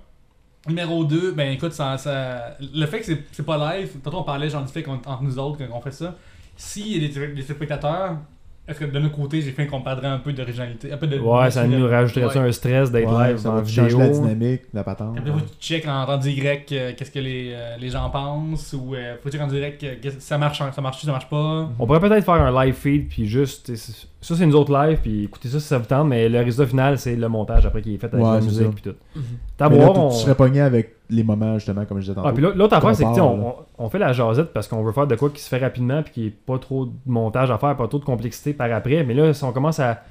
Numéro 2, ben écoute, ça, ça- le fait que c'est- c'est pas live, tantôt on parlait genre du fait qu'on est entre nous autres, qu'on fait ça. S'il y a des, des spectateurs, est-ce que de notre côté, j'ai fait qu'on perdrait un peu d'originalité un peu de,
Ouais, ça nous rajouterait un stress d'être
Ouais,
live
ça
en
va changer
vidéo.
la dynamique, la patente.
Après, faut que tu check en, en direct euh, qu'est-ce que les, euh, les gens pensent, ou euh, faut que tu check en direct euh, qu'est-ce- ça marche, ça marche, ça marche pas.
On pourrait peut-être faire un live feed, puis juste. t'sais, c'est- Ça, c'est nous autres live, puis écoutez ça si ça vous tente, mais le résultat final, c'est le montage après qui est fait avec
Ouais,
la
c'est
musique,
ça.
puis tout.
Mhm.
T'as
Mais là,
voir,
tu-
on-
tu serais pogné avec les moments, justement, comme je disais tantôt.
Ah, puis là, l'autre affaire, c'est que t'sais,
part,
on, on- on fait la jasette parce qu'on veut faire de quoi qui se fait rapidement, puis qui est pas trop de montage à faire, pas trop de complexité par après, mais là, si on commence à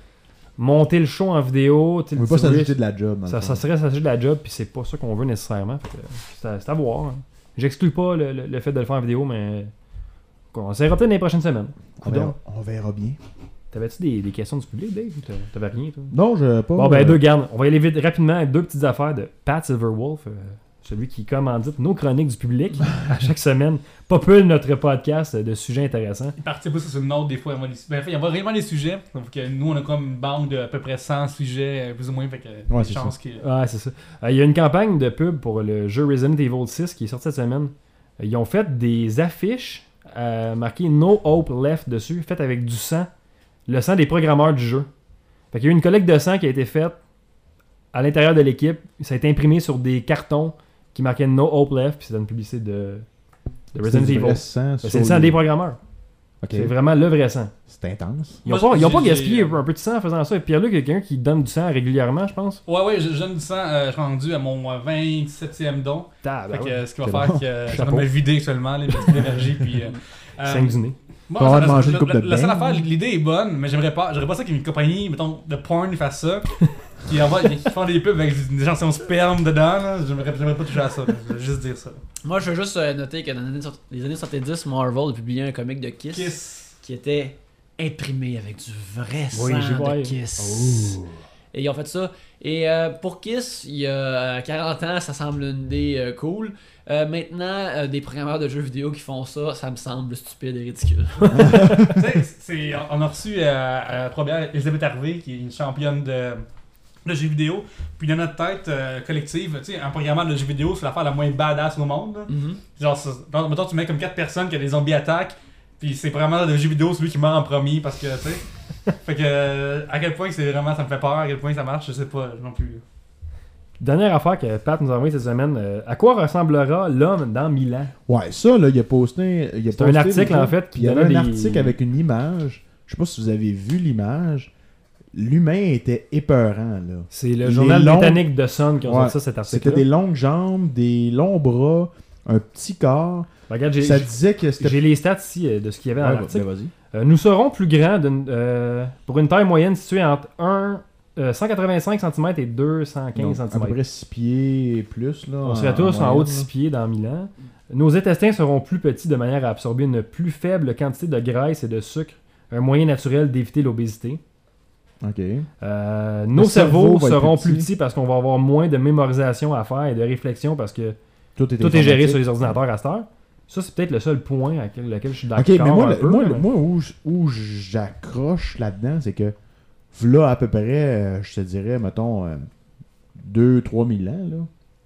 monter le show en vidéo, t'sais,
on
le
veut pas
petit
s'ajouter
riff,
de la job. dans le
ça,
fond.
ça serait s'ajouter de la job, puis c'est pas ça qu'on veut nécessairement. Fait que, euh, C'est à, c'est à voir. hein. J'exclus pas le, le- le fait de le faire en vidéo, mais. On essaiera peut-être dans les prochaines semaines.
on,
Coudonc.
verra, on verra bien.
T'avais-tu des, des questions du public, Dave? ou t'a- T'avais rien, toi?
Non, je pas.
Bon, ben,
euh,
deux, gardes. On va y aller vite, rapidement. Deux petites affaires de Pat Silverwolf, euh, celui qui commandite nos chroniques du public à chaque semaine. Popule notre podcast euh, de sujets intéressants.
Il participe aussi sur le nôtre, des fois, il y a des- ben, en fait, il y a vraiment des sujets. Donc, que nous, on a comme une banque de à peu près 100 sujets, euh, plus ou moins, fait que
Ouais,
des
c'est
chances que-
Ah, c'est ça. Euh, Il y a une campagne de pub pour le jeu Resident Evil 6 qui est sorti cette semaine. Euh, Ils ont fait des affiches euh, marquées No Hope Left dessus, faites avec du sang. Le sang des programmeurs du jeu. Fait qu'il y a eu une collecte de sang qui a été faite à l'intérieur de l'équipe. Ça a été imprimé sur des cartons qui marquaient No Hope Left, puis c'était une publicité de, de
c'est
Resident
du
Evil.
vrai sang
Fait que
sur
C'est le sang
les-
des programmeurs.
Ok.
C'est vraiment le vrai sang.
C'est intense.
Ils n'ont
Moi,
pas, ils ont pas
j'ai- euh.
gaspillé un peu de sang en faisant ça. Et Pierre-Luc est quelqu'un qui donne du sang régulièrement, je pense.
Ouais, ouais, je, je donne du sang, euh, je suis rendu à mon euh, 27e don. fait
Tabarnak.
que, euh, ce qui
Ah,
va
C'est
faire
bon.
que euh, je vais
Chapeau.
me vider actuellement, les petites énergies. puis, euh, euh,
Cinq du nez.
Moi,
Faut avoir
la-
mangé
la-
une coupe
la-
de
la seule
beignes.
affaire, l'idée est bonne, mais j'aimerais pas, j'aimerais pas ça qu'une compagnie, mettons, de porn fasse ça. qui, envoie, qui font des pubs avec des gens qui ont sperme dedans, là. J'aimerais, j'aimerais pas toucher à ça. Je veux juste dire ça.
Moi, je veux juste euh, noter que dans les années soix- les années 70, Marvel a publié un comic de Kiss,
Kiss.
qui était imprimé avec du vrai sang
Oui, j'ai
de
vu. Oh.
Kiss. Et ils ont fait ça. Et euh, pour Kiss, il y a 40 ans, ça semble une idée euh, cool. Euh, maintenant, euh, des programmeurs de jeux vidéo qui font ça, ça me semble stupide et ridicule.
Tu sais, c'est, on a reçu euh, à Trois-Bières Elisabeth Harvey, qui est une championne de, de jeux vidéo. Puis dans notre tête euh, collective, tu sais, un programmeur de jeux vidéo, c'est l'affaire la moins badass au monde. là.
Mm-hmm.
Mhm.
Genre, ça- genre, mettons, tu mets comme 4 personnes qui a des zombies attaquent, puis c'est vraiment le jeu vidéo celui qui meurt en premier parce que, tu sais. fait que, euh, à quel point c'est vraiment, ça me fait peur, à quel point ça marche, je sais pas non plus.
Dernière affaire que Pat nous a envoyée cette semaine. euh, à quoi ressemblera l'homme dans mille ans?
Ouais, ça, là, il a posté. Il a
C'est un
posté
article,
des fois,
en fait, qui
puis Il y avait un
donnait des-
article avec une image. Je sais pas si vous avez vu l'image. L'humain était épeurant, là.
C'est le
Les
journal
longs-
britannique de Sun qui a
Ouais,
sorti ça, cet
C'était
article.
des longues jambes, des longs bras, un petit corps.
Ben, Regarde, j'ai-
Ça disait que c'était.
j'ai les stats ici euh, de ce qu'il y avait dans
Ouais,
l'article.
ben, vas-y.
Euh, nous serons plus grands d'une- euh, pour une taille moyenne située entre 1, euh, 185 cm et 215
Donc, à peu
cm.
près 6 pieds et plus. Là,
On serait tous en haut
moyenne,
de 6
là.
pieds dans 1000 ans. Nos intestins seront plus petits de manière à absorber une plus faible quantité de graisse et de sucre, un moyen naturel d'éviter l'obésité.
OK.
Euh, nos
Le cerveau
cerveaux
va être
seront
plus
plus
petit.
petits parce qu'on va avoir moins de mémorisation à faire et de réflexion parce que
Tout est,
tout est géré
informatique.
sur les ordinateurs à cette heure. Ça, c'est peut-être le seul point avec lequel je suis d'accord.
Ok, mais moi,
un
le-
peu,
moi,
là,
le-
mais-
moi, où, j- où j'accroche là-dedans, c'est que là, à peu près, euh, je te dirais, mettons, euh, 2-3 000 ans, là,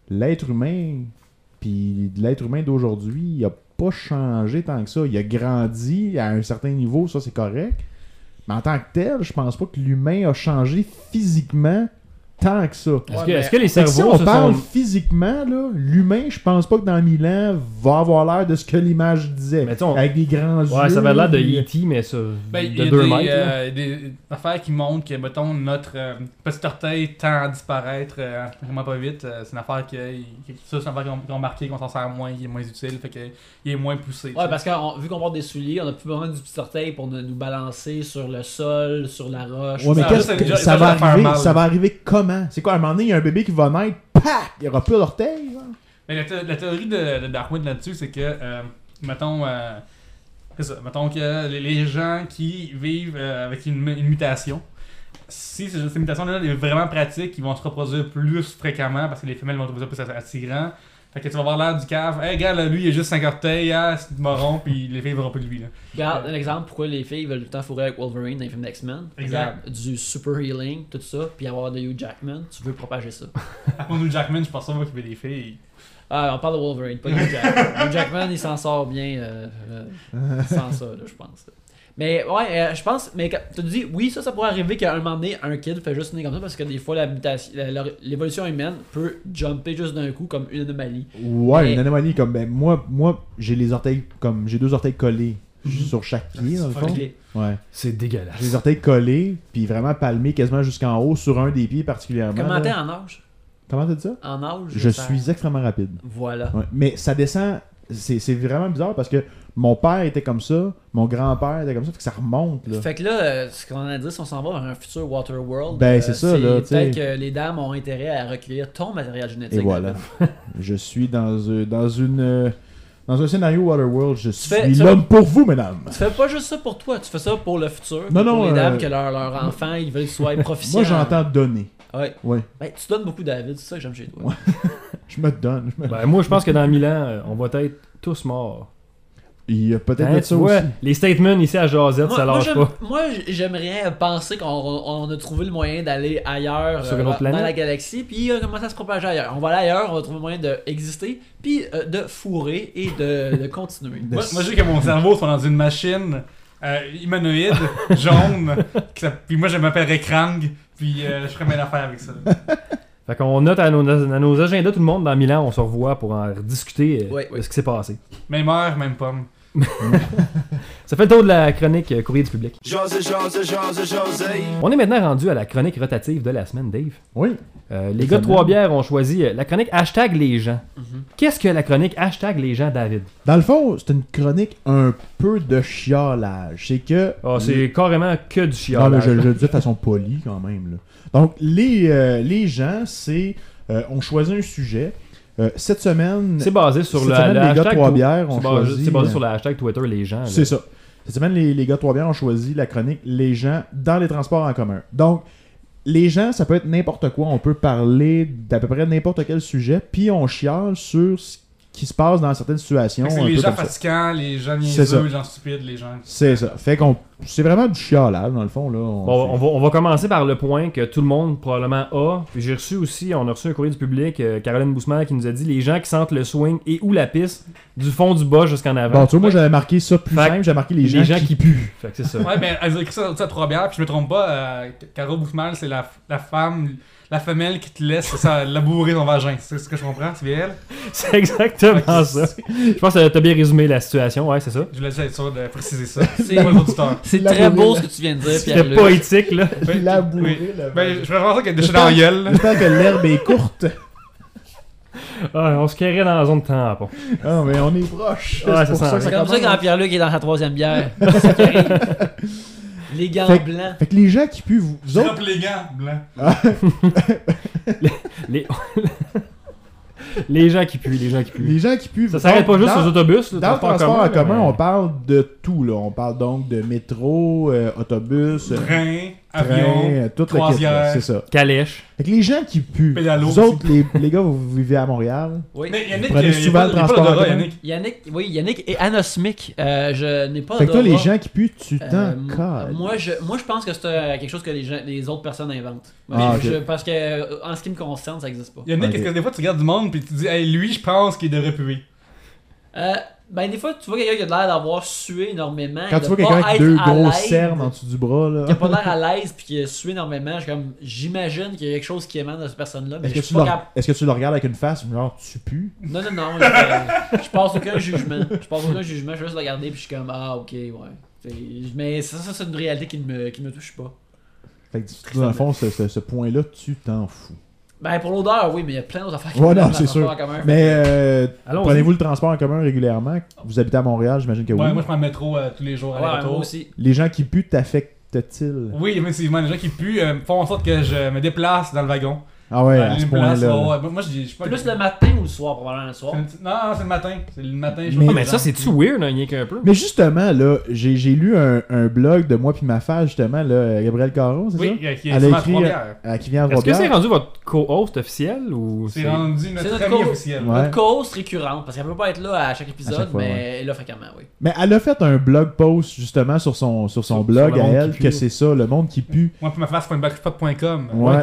l'être humain, puis l'être humain d'aujourd'hui, il a pas changé tant que ça. Il a grandi à un certain niveau, ça c'est correct. Mais en tant que tel, je pense pas que l'humain a changé physiquement tant que ça.
Est-ce
Ouais,
que,
mais-
est-ce que les
Fait que si
cerveaux
on
se
parle
sont...
physiquement, là, l'humain, je pense pas que dans mille ans, va avoir l'air de ce que l'image disait.
Mais t'sons-
avec des grands yeux.
Ouais, ça avait l'air de
puis-
E.T., mais ça,
Ben, il y a
de 2
des,
mètres. là.
euh, des affaires qui montrent que, mettons, notre euh, petit orteil tend à disparaître euh, vraiment pas vite. Euh, c'est une affaire que, que- ça, c'est une affaire qu'on qu'on a remarqué qu'on s'en sert moins, il est moins utile, fait que, il est moins poussé. tu sais.
Ouais, parce que on- vu qu'on porte des souliers, on a plus besoin du petit orteil pour ne- nous balancer sur le sol, sur la roche.
Ouais, mais
Ça,
qu'est-ce
ça,
que-
déjà-
ça, va
déjà, ça va faire
arriver,
mal.
ça va arriver comment C'est quoi, à un moment donné, il y a un bébé qui va naître, pac Il n'y aura plus d'orteils. genre.
Mais la, thé- la théorie de, de Darwin là-dessus, c'est que, euh, mettons, euh, c'est ça, mettons que les, les gens qui vivent euh, avec une, mu- une mutation, si ces, ces mutations-là sont vraiment pratiques, ils vont se reproduire plus fréquemment parce que les femelles vont trouver ça plus attirant. Fait que tu vas voir l'air du cave. Hey, gars, là, lui, il a juste 5 orteils, ah, c'est du moron, puis les filles verront plus de lui. Là.
Regarde, un exemple pourquoi les filles veulent tout le temps fourrer avec Wolverine dans les films d'X-Men.
Exact.
Regarde, Du super healing, tout ça, puis avoir de Hugh Jackman, tu veux propager ça.
Après nous, Jackman, je pense pas moi qui veut des filles.
Ah, on parle de Wolverine, pas de Hugh Jackman. Hugh Jackman, il s'en sort bien euh, euh, sans ça, là, je pense. Mais ouais, euh, je pense, mais quand- tu te dis, oui, ça, ça pourrait arriver qu'à un moment donné, un kid fait juste une comme ça parce que des fois, l'habitation- la- la- l'évolution humaine peut jumper juste d'un coup comme une anomalie.
Ouais,
Mais-
une anomalie comme ben moi, moi j'ai les orteils comme j'ai deux orteils collés sur chaque pied dans le fond.
Ok.
Ouais,
C'est dégueulasse.
j'ai les orteils collés puis vraiment palmés quasiment jusqu'en haut sur un des pieds particulièrement.
Comment
là.
t'es en âge
Comment t'as dit ça
En âge
Je
ça-
suis extrêmement rapide.
Voilà.
Ouais, Mais ça descend, c'est c'est vraiment bizarre parce que mon père était comme ça, mon grand-père était comme ça, fait que ça remonte là.
Fait que là, euh, ce qu'on a dit, c'est on s'en va vers un futur Waterworld.
Ben,
Euh,
c'est ça, là, tu sais.
Peut-être que les dames ont intérêt à recueillir ton matériel génétique.
Et voilà.
David.
je suis dans, euh, dans une euh, dans un scénario Waterworld, je suis
fais- tu
l'homme pour vous mesdames.
Tu fais pas juste ça pour toi, tu fais ça pour le futur.
Non,
pour
non,
les
euh,
dames que leur, leur enfant, ils veulent qu'ils soient
Moi
proficients.
j'entends donner.
Ouais.
Ouais,
Ben, tu donnes beaucoup, David, c'est ça que j'aime chez toi.
je me donne. je me-
Ben, moi, je pense que dans 1000 ans, euh, on va être tous morts.
Il y a peut-être
Hein,
de
tu
ça
vois,
aussi.
les statements ici à Josette,
Moi,
ça
moi,
lâche
j'aime-
pas.
moi, j- j'aimerais penser qu'on on a trouvé le moyen d'aller ailleurs
Sur une
euh,
autre
dans
planète?
la galaxie, puis euh, commencer à se propager ailleurs. On va aller ailleurs, on va trouver le moyen d'exister, puis euh, de fourrer et de, de continuer.
Moi, moi, je sais que mon cerveau soit dans une machine euh, humanoïde, jaune, qui s'appelle- puis moi, je m'appellerais Krang, puis euh, je ferais mes affaires avec ça.
Fait qu'on note à nos, à nos agendas, tout le monde, dans 1000 ans, on se revoit pour en discuter euh,
Ouais, ouais.
de ce qui s'est passé.
Même heure, même pomme.
Ça fait le tour de la chronique euh, Courrier du public.
José, José, José, José.
On est maintenant rendu à la chronique rotative de la semaine, Dave.
Oui.
Euh, les gars de
Étonnant.
Trois Bières ont choisi euh, la chronique hashtag les gens.
Mhm.
Qu'est-ce que la chronique hashtag les gens, David
Dans le fond, c'est une chronique un peu de chiolage. C'est que.
Ah, c'est carrément que du
Non, mais
chiolage.
je je le dis de façon polie quand même. là. Donc, les, euh, les gens, c'est. euh, on choisit un sujet. Euh, cette semaine.
C'est basé sur
cette
le, le
semaine, les gars de
hashtag.
Trois
Twi-
Bières ont
c'est basé,
choisi.
c'est basé
euh,
sur le hashtag Twitter les gens. là.
C'est ça. Cette semaine, les, les gars de Trois-Bières ont choisi la chronique Les gens dans les transports en commun. Donc, les gens, ça peut être n'importe quoi. On peut parler d'à peu près n'importe quel sujet, puis on chiale sur ce qui se passe dans certaines situations.
Fait que C'est
un
les
peu
gens
comme ça.
fatigants, les gens
C'est ça.
niaiseux, les gens stupides, les gens.
C'est ça. Fait qu'on. C'est vraiment du chialage, dans le fond, là. On
Bon,
fait-
on va, on va commencer par le point que tout le monde probablement a. Puis j'ai reçu aussi, on a reçu un courrier du public, euh, Caroline Bousman, qui nous a dit les gens qui sentent le swing et ou la piste du fond du bas jusqu'en avant.
Bon, tu vois, moi, j'avais marqué ça plus
Fait
simple. J'avais marqué les gens, qui...
puent. Fait que c'est ça.
Ouais, mais elles ont écrit ça ça à trois bières, puis je me trompe pas, euh, Caro Bouffmal, c'est la, la femme, la femelle qui te laisse ça, labourer ton vagin. C'est ce que je comprends, c'est bien elle.
C'est exactement ça. Je pense que t'as bien résumé la situation, ouais, c'est ça.
Je voulais juste être sûr de préciser ça.
C'est-
C'est pas l'auditeur.
C'est
La
très beau
bourrine.
ce que tu viens de dire,
C'était
Pierre-Luc.
pas éthique, là.
Ben,
Labourer
oui.
la
Ben, je préfère ça qu'elle est déchirée
Le temps-
dans la gueule. là.
J'espère que l'herbe est courte.
Ah, on se carrait dans la zone de tampon.
Ah, mais on est proche.
Ouais,
c'est pour
ça
ça,
sent
que ça
C'est comme ça
commence.
quand Pierre-Luc est dans sa troisième bière. C'est ça qui arrive. Les gants
Fait-
blancs.
Fait que les gens qui puent, vous, vous
Drop
autres.
les gants blancs.
Les... les gens qui puent, les gens qui puent.
Les gens qui puent.
Ça
vous
s'arrête
autres,
pas juste
dans-
aux autobus.
Dans le transport en commun,
là,
on parle de tout. Là. On parle donc de métro, euh, autobus, euh,
Train,
train,
avion,
euh, toute la
croisière.
C'est ça.
mais- Calèche.
Fait que les gens qui puent,
Pédalo
vous
aussi.
autres, les, les gars, vous vivez à Montréal.
Oui.
Mais Yannick,
prenez
il y a
souvent
pas-
le
il y a pas
transport en
d'odorat,
commun?
Yannick.
Yannick, oui, Yannick est anosmique. Euh, je n'ai pas
Fait que toi, les
d'odorat.
gens qui puent, tu t'en
Euh,
cales.
moi, je, moi, je pense que c'est euh, quelque chose que les, gens, les autres personnes inventent. Mais
Ah,
je-
ok.
parce que, euh, en ce qui me concerne, ça n'existe pas.
Yannick,
Ok.
est-ce que des fois tu regardes du monde puis tu dis, hey, lui, je pense qu'il devrait puer.
Euh, Ben, des fois, tu vois quelqu'un qui a l'air d'avoir sué énormément.
Quand
de
tu vois
pas
quelqu'un avec
être
deux
à
grosses
l'aise,
cernes hein. en dessous du bras, là.
Qui a pas l'air à l'aise puis qui a sué énormément, je suis comme, j'imagine qu'il y a quelque chose qui émane de cette personne-là. Mais
Est-ce que,
je suis
tu
pas
le...
capable.
est-ce que tu le regardes avec une face, genre, tu pues
Non, non, non. Je, je passe aucun jugement. Je passe aucun jugement. Je vais juste le regarder puis je suis comme, ah, ok, ouais. C'est- Mais ça, ça c'est une réalité qui ne me, qui ne me touche pas.
Fait que, dans le fond, ce, ce- ce point-là, tu t'en fous.
Ben, pour l'odeur, oui, mais il y a plein d'autres affaires qui
Ouais,
me
non,
donnent
c'est
la
sûr.
peur quand même.
Mais euh,
Allons-y.
prenez-vous le transport en commun régulièrement. Vous habitez à Montréal, j'imagine que oui.
Ouais, moi je prends le métro euh, tous les jours
Ouais,
à
moi
l'aller-retour.
aussi.
Les gens qui puent t'affectent-ils
Oui, effectivement, les gens qui puent euh, font en sorte que je me déplace dans le wagon.
Ah ouais,
Euh,
à ce
une place,
point-là.
ouais, ouais. Moi, je dis- je suis pas
Plus le matin ou le soir, probablement le soir.
C'est une petite- Non, non, c'est le matin. C'est le matin. je
Mais-
me
Ah, mais ça,
présente.
c'est-tu weird, hein, rien qu'un peu?
Mais justement, là, j'ai j'ai lu un, un blog de moi puis ma femme, justement, là, Gabriel Caron, c'est
Oui, il y a- il y
Elle
a
a
sûrement
écrit,
trois
euh,
bières.
ça? À qui vient à
Est-ce que c'est
Trois-Bières.
rendu votre co-host officiel ou
C'est rendu
C'est
notre
notre
ami
co-
officiel.
Ouais.
Notre cause récurrente, parce qu'elle peut pas être là à chaque épisode,
À chaque fois,
mais elle est là fréquemment, oui.
Mais elle a fait un blog post, justement, sur son, sur son
Sur-
blog
sur le
à
monde
elle,
qui pue.
que c'est ça, le monde qui pue.
Moi, puis ma face, backspot.com.
Ouais.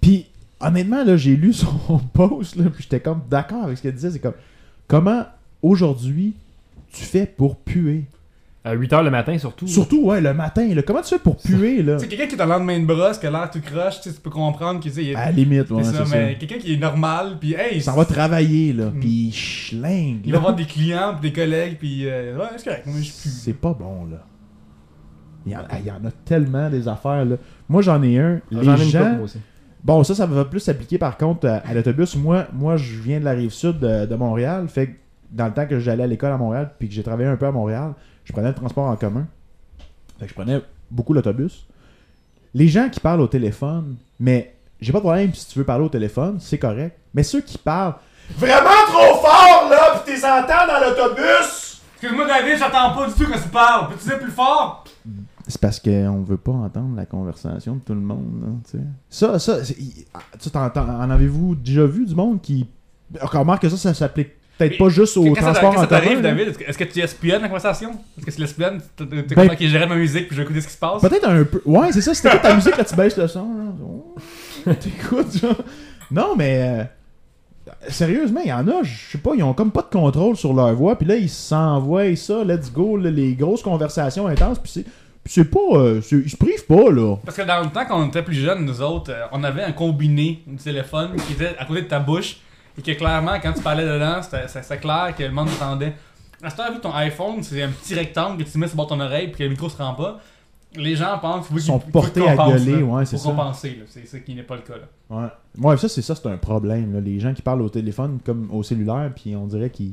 Puis honnêtement là, j'ai lu son post là, puis j'étais comme d'accord avec ce qu'elle disait, c'est comme comment aujourd'hui tu fais pour puer
à 8h le matin surtout?
Surtout ouais, le matin, là, comment tu fais pour puer là
Tu sais, quelqu'un qui est en lendemain de brosse, qui a l'air tout croche, tu sais, tu peux comprendre qu'il tu sais, il est-
À la limite,
c'est
Ah, ouais,
ça,
c'est ça.
mais quelqu'un qui est normal, puis hey,
Ça va travailler là,
Mm.
puis schlingue.
il va
là.
voir des clients, puis des collègues, puis euh, ouais, c'est correct, moi je pue.
C'est pas bon là. Il y, en, il y en a tellement des affaires là. Moi j'en ai un.
J'en
Les
ai une couple,
gens,
moi aussi.
Bon, ça, ça va plus s'appliquer par contre à, à l'autobus. Moi, moi, je viens de la rive sud de, de Montréal. Fait que dans le temps que j'allais à l'école à Montréal puis que j'ai travaillé un peu à Montréal, je prenais le transport en commun. Fait que je prenais beaucoup l'autobus. Les gens qui parlent au téléphone, mais j'ai pas de problème si tu veux parler au téléphone, c'est correct. Mais ceux qui parlent vraiment trop fort là, pis t'es entends dans l'autobus!
Excuse-moi, David, j'entends pas du tout quand tu parles. Peux-tu dire plus fort?
C'est parce qu'on veut pas entendre la conversation de tout le monde. là, tu sais. ça, ça, c'est- il- ah, tu t'entends- en avez-vous déjà vu du monde qui. ah, Remarque que ça, ça s'applique peut-être
Mais
pas juste au
Quand ça
transport
quand
en
ça
commun.
t'arrive,
là.
David, est-ce que- est-ce que tu espionnes la conversation? Est-ce que tu l'espionnes? T'es t'es
Ben-
comme qui gérait ma musique, puis je vais écouter ce qui se passe?
Peut-être un peu. Ouais, c'est ça. Si t'écoutes ta musique, là, tu baisses le son. Là. Oh, T'écoutes, genre. Non, mais. euh, Sérieusement, il y en a, je sais pas, ils ont comme pas de contrôle sur leur voix, puis là, ils s'envoient ça, let's go, là, les grosses conversations intenses, puis c'est. Puis c'est pas. euh, c'est- ils se privent pas, là.
Parce que dans le temps, quand on était plus jeunes, nous autres, euh, on avait un combiné du téléphone qui était à côté de ta bouche et que clairement, quand tu parlais dedans, c'était c'était- c'était clair que le monde entendait. À cette heure, vu ton iPhone, c'est un petit rectangle que tu mets sur le bord de ton oreille puis que le micro se rend pas, les gens pensent qu'il faut
Ils sont
qu'il- faut
portés
qu'on
à
pense,
gueuler,
là.
ouais, c'est
Faut
ça.
compenser, là. c'est ce qui n'est pas le cas. Là.
Ouais. Ouais, ça, c'est ça, c'est un problème. là. Les gens qui parlent au téléphone comme au cellulaire, puis on dirait qu'ils.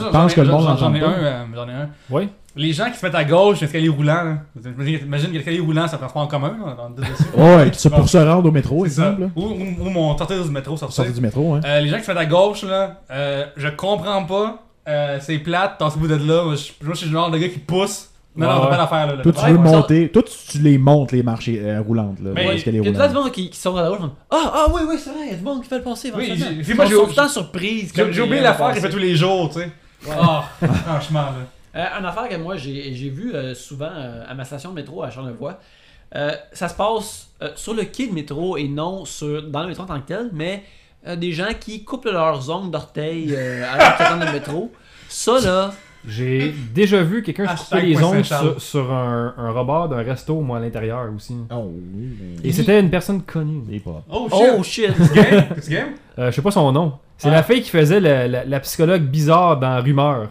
Tu
j'en-
penses
j'en-
que le
j'en-
monde
j'en- J'en ai
l'entend
un.
pas?
euh, J'en ai un.
Oui.
Les gens qui se mettent à gauche, l'escalier roulant, là. Imagine- imagine que l'escalier roulant, ça transport en commun. là, on- on- dessus.
Ouais, ça, pour se rendre au métro,
C'est ça.
exemple. là.
Ou, ou, ou mon sortir du métro, sortir.
Sortir du métro, hein.
Euh, les gens qui se mettent à gauche, là, euh, je comprends pas. Euh, c'est plate, t'en bout de là. Moi, je moi, je suis le genre de gars qui pousse. Non,
Ouais,
non, on
ouais.
va pas l'affaire, là. là.
Toi, tu
Euh, Ouais,
veux
ouais.
monter. Toi, tu, tu les montes, les marches euh, roulantes, là.
Mais-
parce qu'elle est
Il y a tout le
roulante.
monde qui, qui sont à la gauche, ils font, ah, ah, oui, oui, c'est vrai, il y a du monde qui fait le passer.
Oui,
éventuellement.
j'ai- j'ai-
Ils
moi,
sont-
j'ai-
sont tout le temps surprises.
J'ai
quand
j'ai
il y
oublié
a un
l'affaire qu'il
passé.
fait tous les jours, tu sais. Ah, franchement, là.
Euh, une affaire que moi j'ai j'ai vu euh, souvent euh, à ma station de métro à Charlevoix, euh, ça se passe euh, sur le quai de métro et non sur, dans le métro en tant que tel, mais euh, des gens qui coupent leurs ongles d'orteil euh, alors qu'ils attendent le métro. Ça là,
J'ai déjà vu quelqu'un se
Hashtag
couper les
point
ongles
Saint-Charles.
sur, sur un, un rebord d'un resto, moi, à l'intérieur aussi.
Oh, oui, oui.
Et c'était une personne connue.
Il est propre.
Oh, shit.
oh shit!
C'est game? C'est game?
Euh, je sais pas son nom. C'est
Ah.
la fille qui faisait le- la, la psychologue bizarre dans Rumeur.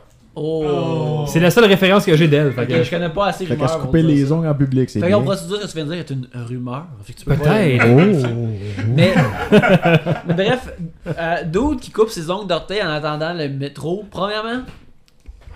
Oh!
C'est la seule référence que j'ai d'elle. fait
Fait
que-
que je connais pas assez
Fait qu'à
rumeur.
se couper les ongles en public, c'est
Fait qu'on
bien.
pourrait se dire que ce que tu viens de dire est une rumeur. Fait que tu peux pas-
Peut-être.
Oh!
Mais, mais bref, euh, dude qui coupe ses ongles d'orteil en attendant le métro, premièrement,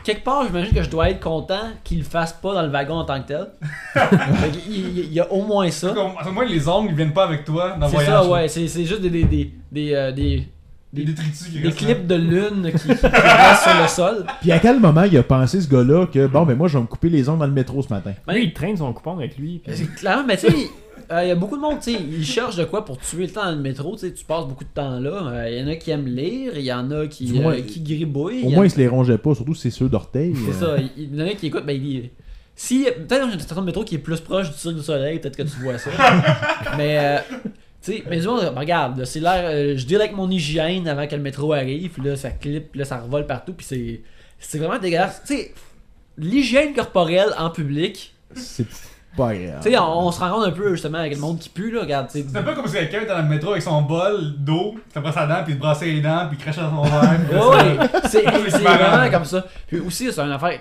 quelque part, j'imagine que je dois être content qu'il le fasse pas dans le wagon en tant que tel. Fait qu'il- il, il y a au moins ça.
Au moins, les ongles, ils viennent pas avec toi dans le
C'est
voyage.
ça,
là.
ouais. C'est c'est juste des, des, des, des, euh, des-
Des détritus qui
des
restent là.
clips de lune qui, qui restent sur le sol.
Puis à quel moment il a pensé, ce gars-là, que bon, ben moi, je vais me couper les ongles dans le métro ce matin?
Lui, il traîne son coupon avec lui. puis-
C'est Clairement, mais tu sais, euh, il y a beaucoup de monde, tu sais, ils cherchent de quoi pour tuer le temps dans le métro, tu sais, tu passes beaucoup de temps là. euh, Il y en a qui aiment lire, il y en a qui,
Du moins,
euh, qui gribouillent.
Au
y en
moins, il se les rongeait pas, surtout si c'est ceux d'orteil. euh,
C'est ça, il- il y en a qui écoutent, ben il Si, peut-être dans une station de métro qui est plus proche du Cirque du Soleil, peut-être que tu vois ça. mais, euh, tu sais, mais disons, regarde, là, c'est l'air. euh, je dirais avec mon hygiène avant que le métro arrive, puis là, ça clip, puis là, ça revole partout, puis c'est. C'est vraiment dégueulasse. Tu sais, l'hygiène corporelle en public,
C'est pas agréable.
tu sais, on, on se rend compte un peu justement avec le monde qui pue, là, regarde, tu sais.
C'est un peu comme si quelqu'un était dans le métro avec son bol d'eau, se brosse la dent, puis se brassait les dents, puis crachait dans son verre. puis
Ouais,
là,
ouais, c'est
C'est
c'est
marrant.
vraiment comme ça. Puis aussi, c'est une affaire.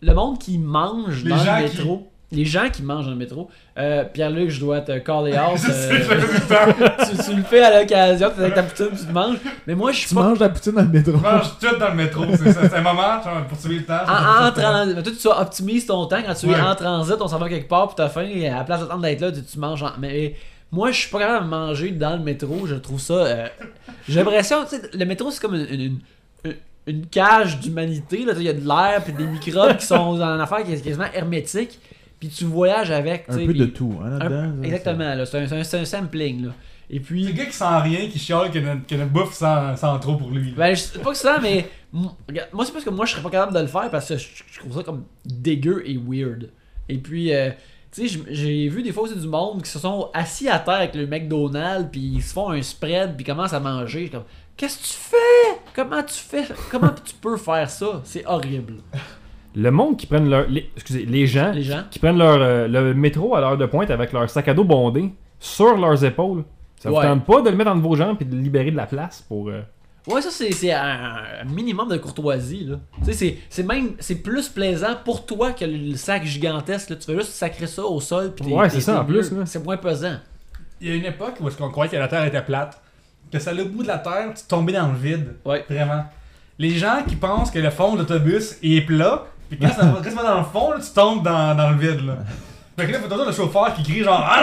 Le monde qui mange
Les
dans
gens
le
qui-
métro. Les gens qui mangent dans le métro. Euh, Pierre-Luc, je dois te caller out.
Je sais,
euh,
j'avais du temps.
tu, tu le fais à l'occasion, t'es avec ta poutine, tu te manges. Mais moi, je suis
Tu
pas.
manges la poutine dans le métro.
Je mange tout dans le métro, c'est ça. C'est un moment, genre, pour tuer le temps.
En, en transit. Mais toi, tu optimises ton temps quand tu
Ouais.
es en transit, on s'en va quelque part, puis t'as faim, et à la place d'attendre d'être là, tu, tu manges. en- Mais moi, je suis pas capable de manger dans le métro, je trouve ça. euh, J'ai l'impression, tu sais, le métro, c'est comme une. une- une- une cage d'humanité, là, tu sais, il y a de l'air puis des microbes qui sont dans une affaire qui est quasiment hermétique, puis tu voyages avec, tu
Un
sais,
peu de
puis-
tout, hein,
un-
là-dedans. là,
exactement, là, c'est un, c'est un- c'est un sampling, là. Et puis,
C'est le gars qui sent rien, qui chiale, que notre, que notre bouffe sent, sent trop pour lui. là.
Ben, je sais pas que ça, mais m- regarde, moi, c'est parce que moi, je serais pas capable de le faire parce que je, je trouve ça comme dégueu et weird. Et puis, euh, tu sais, je- j'ai vu des fois aussi du monde qui se sont assis à terre avec le McDonald's, puis ils se font un spread, puis ils commencent à manger. Je suis comme, qu'est-ce que tu fais Comment tu fais Comment tu peux faire ça C'est horrible.
Le monde qui prennent leur. Les, excusez, les gens,
Les gens.
qui prennent leur, euh, le métro à l'heure de pointe avec leur sac à dos bondé sur leurs épaules. Ça vous
Ouais.
tente pas de le mettre entre vos jambes et de libérer de la place pour. euh,
Ouais, ça, c'est c'est un un minimum de courtoisie, là. Tu sais, c'est- c'est même, c'est plus plaisant pour toi que le le sac gigantesque, là. Tu fais juste sacrer ça au sol, puis t'es-
Ouais,
t'es-
c'est ça,
t'es
en plus,
mieux.
là.
C'est moins pesant.
Il y a une époque où est-ce qu'on croyait que la Terre était plate, que ça allait au bout de la Terre, tu tombais dans le vide.
Ouais.
Vraiment. Les gens qui pensent que le fond de l'autobus est plat, puis quand ça va quand ça va dans le fond, là, tu tombes dans, dans le vide. Là. Fait que là, faut toujours le chauffeur qui crie genre En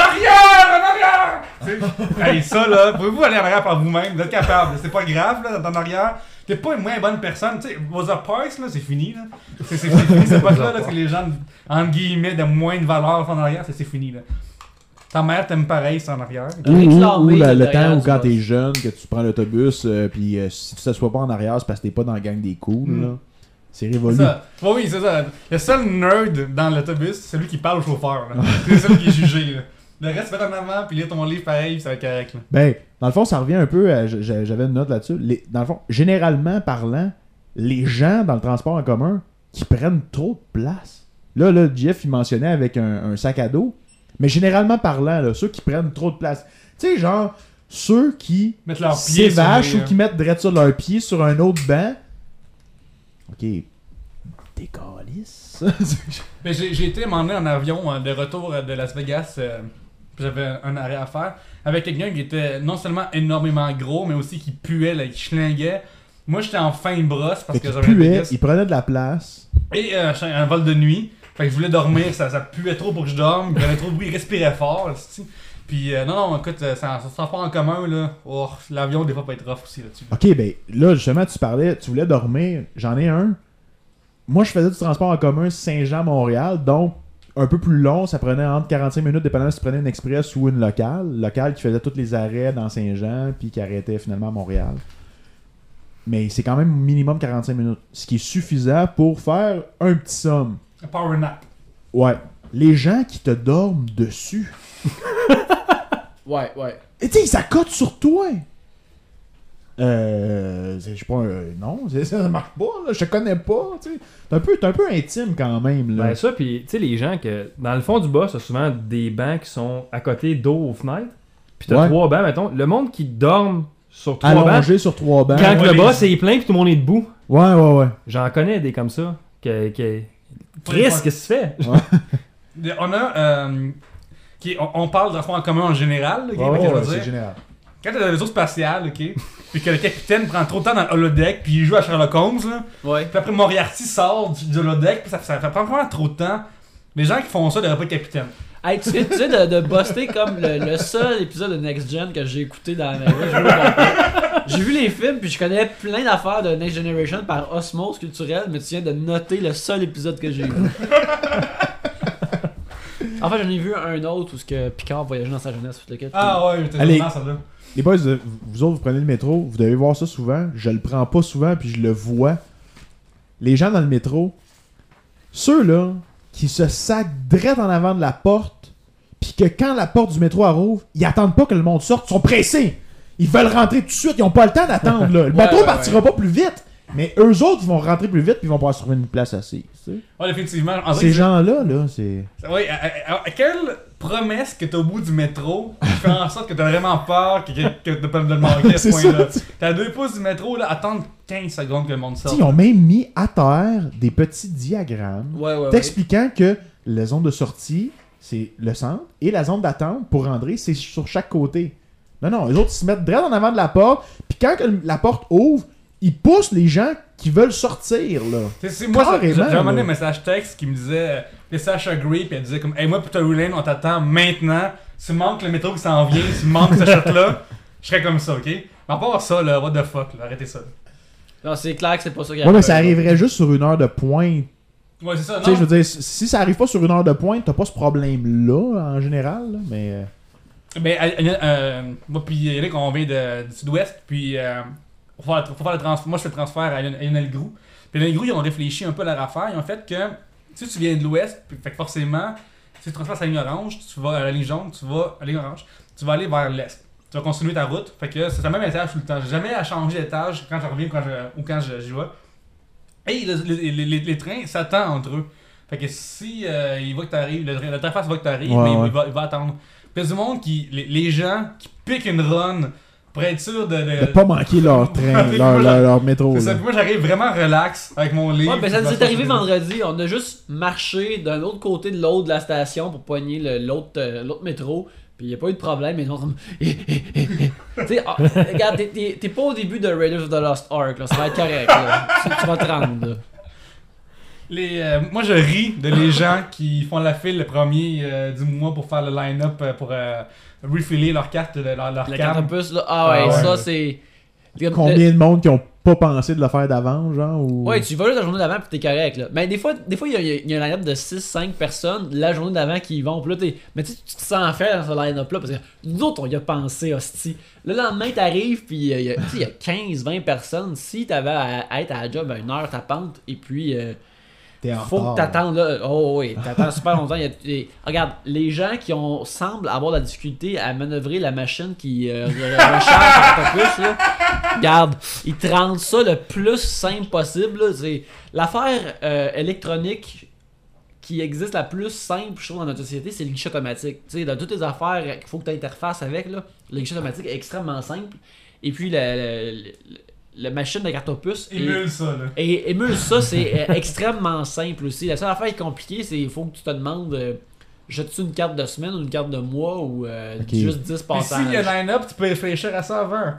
arrière En arrière Tu sais, hey, Ça là, pouvez-vous aller en arrière par vous-même Vous êtes capable, c'est pas grave là, d'être en arrière. T'es pas une moins bonne personne. Tu sais, Rosa Parks, là, c'est fini. là. C'est c'est- c'est fini, c'est pas là, là, que les gens, entre guillemets, de moins de valeur sont en arrière, c'est c'est fini. là. Ta mère t'aime pareil, c'est en arrière.
Ou, ou- ou
Réclamer
la-
de
le
derrière
temps où
du
quand
bus.
t'es jeune, que tu prends l'autobus, euh, puis euh, si tu t'assois pas en arrière, c'est parce que t'es pas dans la gang des cools.
Mm.
là. C'est
C'est
révolu.
Ça. Ouais, oui, c'est ça. Le seul nerd dans l'autobus, c'est celui qui parle au chauffeur. là. C'est le seul qui est jugé. Là. Le reste, va en avant, puis lis ton livre pareil, puis ça va être correct. là.
Ben, dans le fond, ça revient un peu à. j- j- J'avais une note là-dessus. Les- Dans le fond, généralement parlant, les gens dans le transport en commun qui prennent trop de place. Là, là, Jeff, il mentionnait avec un, un sac à dos. Mais généralement parlant, là, ceux qui prennent trop de place. Tu sais, genre, ceux qui
Mettre leurs pieds sur
s'évachent
les,
ou qui mettent direct sur leurs pieds sur un autre banc. Ok. Décalisse.
Mais j'ai, j'ai été m'emmener en avion euh, de retour euh, de Las Vegas. euh, puis j'avais un arrêt à faire. Avec quelqu'un qui était non seulement énormément gros, mais aussi qui puait, là, qui schlinguait. Moi, j'étais en fin de brosse
Fait
parce que
qu'il
j'avais une
puait,
Vegas.
il prenait de la place.
Et euh, j'étais un vol de nuit. Fait que je voulais dormir, ça, ça puait trop pour que je dorme. Il y avait trop de bruit, il respirait fort. esti. Puis euh, non, non, écoute, euh, ça, ça se pas en commun. là. Oh, L'avion, des fois, peut être rough aussi là-dessus.
Ok, ben là, justement, tu parlais, tu voulais dormir. J'en ai un. Moi, je faisais du transport en commun Saint-Jean-Montréal, donc un peu plus long. Ça prenait entre 45 minutes, dépendant si tu prenais une express ou une locale. Locale qui faisait tous les arrêts dans Saint-Jean, puis qui arrêtait finalement à Montréal. Mais c'est quand même minimum 45 minutes, ce qui est suffisant pour faire un petit somme.
Un power nap.
Ouais. Les gens qui te dorment dessus.
Ouais, ouais.
Et tu sais, ça cote sur toi. Euh. c'est- Je sais pas. euh, non, c'est- ça, marche pas, là, Je te connais pas, tu sais. T'es un, peu- t'es un peu intime quand même, là.
Ben ça, puis tu sais, les gens que dans le fond du bas, c'est souvent des bancs qui sont à côté d'eau aux fenêtres. Puis t'as
Ouais.
trois bancs, mettons. Le monde qui dorme sur trois bancs,
Allongé sur trois bancs.
quand
Ouais,
le
les-
bas c'est plein, puis tout le monde est debout.
Ouais, ouais, ouais.
J'en connais des comme ça. Que, que... Chris, qu'est-ce que tu fais?
On a. euh, qui, on, on parle de transport en commun en général. là, ok,
Ouais, ouais,
qu'est-ce que je
ouais,
veux
c'est
dire?
général.
Quand t'as le vaisseau spatial, ok, puis que le capitaine prend trop de temps dans le holodeck, puis il joue à Sherlock Holmes, là,
Ouais.
puis après Moriarty sort du, du holodeck, puis ça, ça, ça prend vraiment trop de temps. Les gens qui font ça devraient pas être capitaine.
Hey, tu sais, tu sais de, de buster comme le, le seul épisode de Next Gen que j'ai écouté dans la vie, je veux pas. J'ai vu les films, puis je connais plein d'affaires de Next Generation par osmose culturelle, mais tu viens de noter le seul épisode que j'ai vu. En fait, j'en ai vu un autre où ce que Picard voyageait dans sa jeunesse. tout le kit.
Ah ouais, t'es
Allez.
vraiment ça là.
Les boys, euh, vous- vous autres, vous prenez le métro, vous devez voir ça souvent. Je le prends pas souvent, puis je le vois. Les gens dans le métro, ceux-là, qui se sacent direct en avant de la porte, puis que quand la porte du métro elle rouvre, ils attendent pas que le monde sorte, ils sont pressés. Ils veulent rentrer tout de suite, ils ont pas le temps d'attendre. là. Le bateau
ouais,
partira pas plus vite, mais eux autres, ils vont rentrer plus vite puis ils vont pouvoir se trouver une place assise. tu sais.
Ouais, effectivement. En Ah vrai,
Ces gens-là, là, c'est.
Oui, à- à- à- quelle promesse que t'as au bout du métro qui fait en sorte que t'as vraiment peur que, que, que de pas me le manquer à ce
C'est
point-là?
ça,
T'as deux pouces du métro, là, attendre 15 secondes que le monde
Tu sais,
sorte.
Ils ont même mis à terre des petits diagrammes
Ouais, ouais, ouais.
t'expliquant que la zone de sortie, c'est le centre, et la zone d'attente pour rentrer, c'est sur chaque côté. Non, non, les autres ils se mettent direct en avant de la porte, puis quand que la porte ouvre, ils poussent les gens qui veulent sortir, là.
C'est- c'est- moi, ça- j'ai
Carrément,
j'ai demandé
là.
un message texte qui me disait, euh, et Sacha Gray, puis elle disait comme, hey, moi, Peter Lane, on t'attend maintenant. Si tu manques le métro qui s'en vient, si tu manques ce shot-là, je serais comme ça, ok? Mais à part ça, là, what the fuck, là, arrêtez ça.
Non, c'est clair que c'est pas ça qui
Ouais, mais ça arriverait juste sur une heure de pointe.
Ouais, c'est
Ah
ça,
Tu sais, je
non?
veux dire, si- si ça arrive pas sur une heure de pointe, t'as pas ce problème-là, en général, là, mais... euh,
Ben, euh, euh, euh, moi puis Eric, on vient de, du sud-ouest, puis euh, faut faire, le- faut faire le transfert. Moi, je fais le transfert à Lion- Lionel Grou. Puis Lionel Grou, ils ont réfléchi un peu à leur affaire. Ils ont fait que, tu sais, tu viens de l'ouest, puis fait que forcément, si tu transfères à la ligne orange, tu vas à la ligne jaune, tu vas à la ligne orange, tu vas aller vers l'est. Tu vas continuer ta route. Fait que c'est le même étage tout le temps. J'ai jamais à changer d'étage quand je reviens ou quand je- ou quand je- j'y vais. Et le- le- les, les- les trains s'attendent entre eux. Fait que si euh, il voit que t'arrives, le, train- le train voit que t'arrives,
Ouais,
mais il va-
ouais.
Il, va, il va attendre. Puis il y a du monde qui. Les, les gens qui piquent une run pour être sûr de.
euh, de pas manquer
Euh,
leur train, leur, leur- leur métro,
C'est ça,
là.
puis moi j'arrive vraiment relax avec mon livre.
Ouais, ben ça
puis
nous
je
est
vais
arrivé
sortir.
vendredi. On a juste marché d'un autre côté de l'autre de la station pour poigner le- l'autre euh, l'autre métro. Puis il a pas eu de problème. Mais ils sont comme. eh, tu sais, ah, regarde, t'es- t'es t'es pas au début de Raiders of the Lost Ark. Là, ça va être correct. là. Tu, tu vas te rendre. là.
Les, euh, moi je ris de les gens qui font la file le premier euh, du mois pour faire le line-up euh, pour euh, refiler leur carte, de- leur, leur
Le
cam.
campus, là. Ah ouais,
Ah ouais.
ça c'est. le-
Combien de monde qui ont pas pensé de le faire d'avant, genre, ou...
Ouais, tu vas juste la journée d'avant puis t'es correct là. Mais des fois, des fois il y a, il y a- il y a un line-up de 6-5 personnes la journée d'avant qui y vont. Puis là, t'es- mais tu sais, tu te sens faire dans ce line-up là parce que nous autres on y a pensé hostie. Le lendemain t'arrives puis euh, il y a, tu sais, il y a 15-20 personnes. Si t'avais à, à être à la job à une heure ta pente et puis euh,
T'es en
faut
retard.
que t'attendes là. Oh oui, t'attends super longtemps. Il y a- et- regarde, les gens qui ont semblent avoir de la difficulté à manœuvrer la machine qui euh, re- recharge un peu plus, là, regarde, ils te rendent ça le plus simple possible. là. C'est l'affaire euh, électronique qui existe la plus simple, je trouve, dans notre société, c'est le guichet automatique. Tu sais, dans toutes les affaires qu'il faut que tu interfaces avec, là, le guichet automatique est extrêmement simple. Et puis, la, la- la- la machine de carte opus est-
Émule ça là.
et émule ça, c'est euh, extrêmement simple aussi. La seule affaire qui est compliquée, c'est il faut que tu te demandes euh, jettes-tu une carte de semaine ou une carte de mois ou euh,
Ok.
juste
Puis
10 passages.
s'il y a un line-up, tu peux réfléchir à ça avant.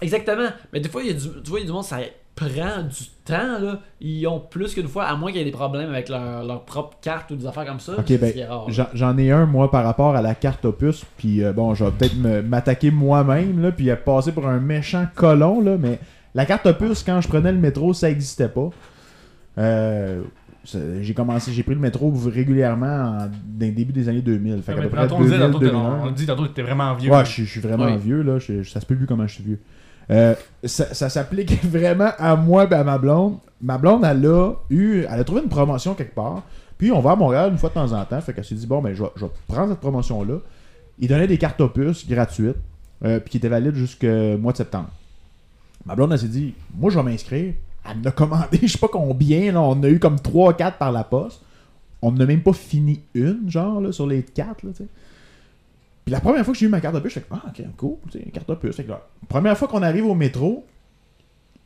Exactement. Mais des fois, il y a du, tu vois, il y a du monde, ça prend du temps. Là. Ils ont plus qu'une fois, à moins qu'il y ait des problèmes avec leur, leur propre carte ou des affaires comme ça.
Ok,
ce
ben,
qui est
Ah.
rare.
J'en- J'en ai un, moi, par rapport à la carte opus. Puis euh, bon, je vais peut-être me- m'attaquer moi-même, là, puis euh, passer pour un méchant colon, là, mais la carte opus, quand je prenais le métro, ça n'existait pas. Euh, ça- j'ai commencé, j'ai pris le métro régulièrement en, dans le début des années 2000. Fait qu'à
Ah, Mais
peu près
tantôt, on disait
2000,
tantôt que t'es-
2001.
on dit tantôt que t'es vraiment vieux.
Ouais, je, suis- je suis vraiment
Oui.
vieux, là. Je, je- ça se peut plus comment je suis vieux. Euh, ça ça s'applique vraiment à moi et à ma blonde. Ma blonde, elle a eu. Elle a trouvé une promotion quelque part. Puis on va à Montréal une fois de temps en temps. Fait qu'elle s'est dit, bon, ben, je vais, je vais prendre cette promotion-là. Ils donnaient des cartes opus gratuites. euh, puis qui étaient valides jusqu'au mois de septembre. Ma blonde, elle s'est dit, moi, je vais m'inscrire. Elle en a commandé, je sais pas combien, là. On en a eu comme 3-4 par la poste. On n'a même pas fini une, genre, là, sur les 4, là, tu sais. Puis la première fois que j'ai eu ma carte de puce, je fais Ah, ok, cool, tu sais, une carte de puce. Fait que là, première fois qu'on arrive au métro,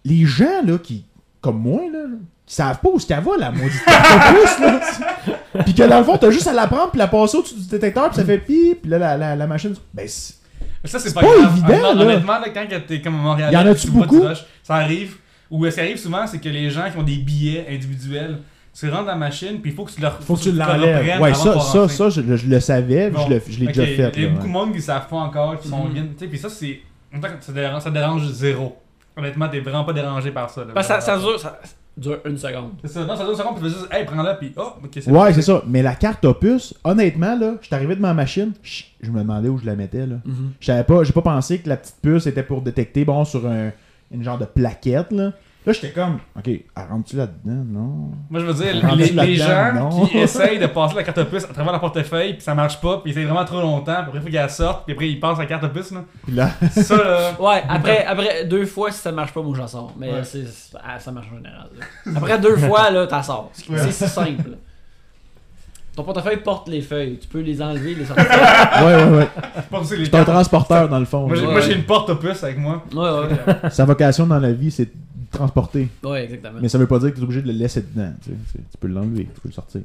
les gens, là, qui, comme moi, là, qui savent pas où ce qu'elle va, la maudite carte de puce, là. tu sais. Puis que dans le fond, t'as juste à la prendre, puis la passer au-dessus du détecteur, puis ça fait pip, puis là, la, la, la machine. Ben, c'est-
Mais ça, c'est
pas
grave.
évident,
Honnêtement-
là.
Honnêtement, là, quand que t'es comme Montréal,
Y en a-tu beaucoup?
Ça arrive. Ou euh, ce qui arrive souvent, c'est que les gens qui ont des billets individuels, tu rentres dans la machine, puis il faut que tu leur
faut que tu
leur
l'enlèves.
reprennes
Ouais,
avant de
ça,
pouvoir
ça,
rentrer.
ça, je, le- je le savais, puis
Bon.
je le- je l'ai
Fait
déjà
que
fait.
Il y a
là,
beaucoup de monde qui savent pas encore, qui sont
Mhm.
vides. Tu sais, Puis ça, c'est. en fait, Ça dérange, ça dérange zéro. Honnêtement, t'es vraiment pas dérangé par ça. là.
Parce que Ben, ça, ça dure, ça dure une seconde.
C'est ça. Non, ça dure une seconde, puis tu fais juste, hey, prends-la, puis oh, ok, c'est
Ouais, c'est ça. Mais la carte opus, honnêtement, là, je suis arrivé de ma machine, je je me demandais où je la mettais, là.
Mm-hmm.
Je savais pas, j'ai pas pensé que la petite puce était pour détecter, bon, sur un, une genre de plaquette, là. Là, Là, j'étais comme, OK, elle rentre-tu là-dedans? Non.
Moi, je veux dire,
Rendu
les, les gens
là-dedans, non.
qui essayent de passer la carte opus à travers leur portefeuille, puis ça marche pas, puis ils essayent vraiment trop longtemps, puis après, il faut qu'elle sorte, puis après, ils passent la carte opus, là.
Puis là,
Ça, là.
Ouais, après, après deux fois, si ça marche pas, moi j'en sors. Mais
Ouais.
c'est, c'est- ah, ça marche en général. là. Après deux fois, là, t'en sors. C'est,
Ouais.
c'est simple. Ton portefeuille porte les feuilles. Tu peux les enlever, les sortir.
ouais, ouais, ouais.
Je pense que c'est les
C'est un transporteur, dans le fond.
Moi, j'ai
là.
moi, j'ai une porte opus avec moi.
ouais, ouais,
Sa vocation dans la vie, c'est de transporter.
ouais, exactement.
Mais ça veut pas dire que tu es obligé de le laisser dedans. Tu, sais. C'est- tu peux l'enlever, tu peux le sortir.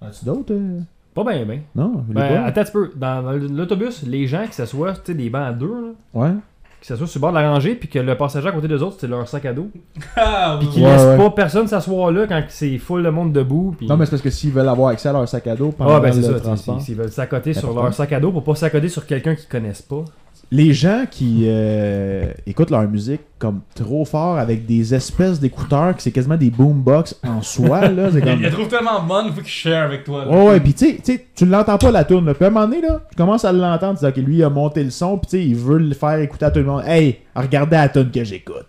As-tu d'autres? euh?
Pas bien, bien.
Non? je l'ai
Ben,
pas.
attends un petit peu. Dans dans l'autobus, les gens qui s'assoient, tu sais, des bancs à deux, là,
Ouais?
qui s'assoient sur le bord de la rangée, puis que le passager à côté des autres, c'est leur sac à dos.
Ah,
Puis qu'ils
Ouais,
laissent
ouais.
pas personne s'asseoir là quand c'est full le monde debout. Puis...
Non, mais c'est parce que s'ils veulent avoir accès à leur sac à dos pendant
Ah, ben c'est
le
ça, tu sais,
transport.
s'ils- s'ils veulent s'accoter sur
Important.
leur sac à dos pour pas s'accoter sur quelqu'un qu'ils connaissent pas.
Les gens qui euh, écoutent leur musique comme trop fort avec des espèces d'écouteurs que c'est quasiment des boombox en soi, là, c'est
Il
comme...
la trouve tellement bonne, il faut qu'il share avec toi. là.
Ouais, ouais, pis tu sais- tu sais, tu l'entends pas la tourne, là. Puis à un moment donné, là, tu commences à l'entendre, tu dis, ok, lui, il a monté le son, pis tu sais, il veut le faire écouter à tout le monde. Hey, regardez la tourne que j'écoute.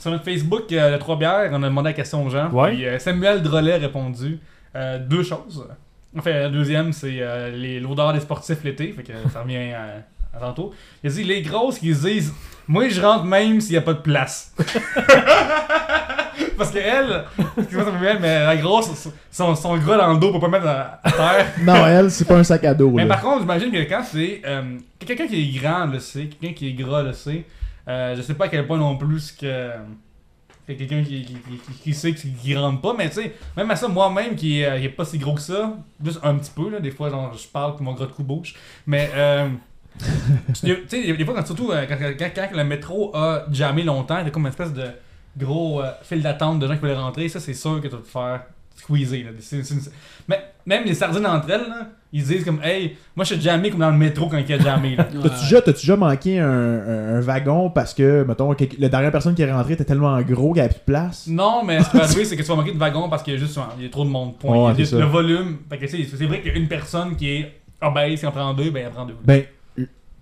Sur notre Facebook, euh, le 3 bières, on a demandé la question aux gens.
Ouais.
Puis, euh, Samuel Drolet a répondu euh, deux choses. Enfin, la deuxième, c'est euh, les- l'odeur des sportifs l'été. Fait que ça revient euh, à tantôt. Il a dit les grosses qui se disent Moi, je rentre même s'il n'y a pas de place. Parce que elle, excuse-moi Samuel, mais la grosse, son, son gras dans le dos pour pas mettre à, à terre.
Non, elle, c'est pas un sac à dos,
Mais
là.
par contre, j'imagine que quand c'est. euh, que quelqu'un qui est grand le sait, quelqu'un qui est gras le sait. Euh, je sais pas à quel point non plus que. que quelqu'un qui, qui, qui- qui sait qu'il qui rentre pas, mais tu sais, même à ça, moi-même qui, euh, qui est pas si gros que ça, juste un petit peu, là, des fois, genre, je parle puis mon gras de cou bouge. Mais. euh, tu tu sais, des fois, quand, surtout euh, quand, quand, quand le métro a jamais longtemps, il y a comme une espèce de gros euh, file d'attente de gens qui veulent rentrer, ça, c'est sûr que tu vas te faire squeezer. Là. C'est- c'est- mais même les sardines entre elles, là, ils disent comme Hey, moi je suis jamais comme dans le métro quand il y a jamais. là.
Ouais.
T'as-tu déjà, t'as-tu déjà manqué un, un- un wagon parce que, mettons, quelqu'un- la dernière personne qui est rentrée était tellement gros qu'elle avait plus de place?
non, mais ce qui va arriver, c'est que tu vas manquer de wagon parce qu'il y a juste il y a trop de monde. Point.
Ouais,
Il y a
c'est
le
ça.
volume. Fait que, tu sais, c'est vrai qu'il y a une personne qui est obèse, qui en prend deux, ben elle prend deux.
Ben,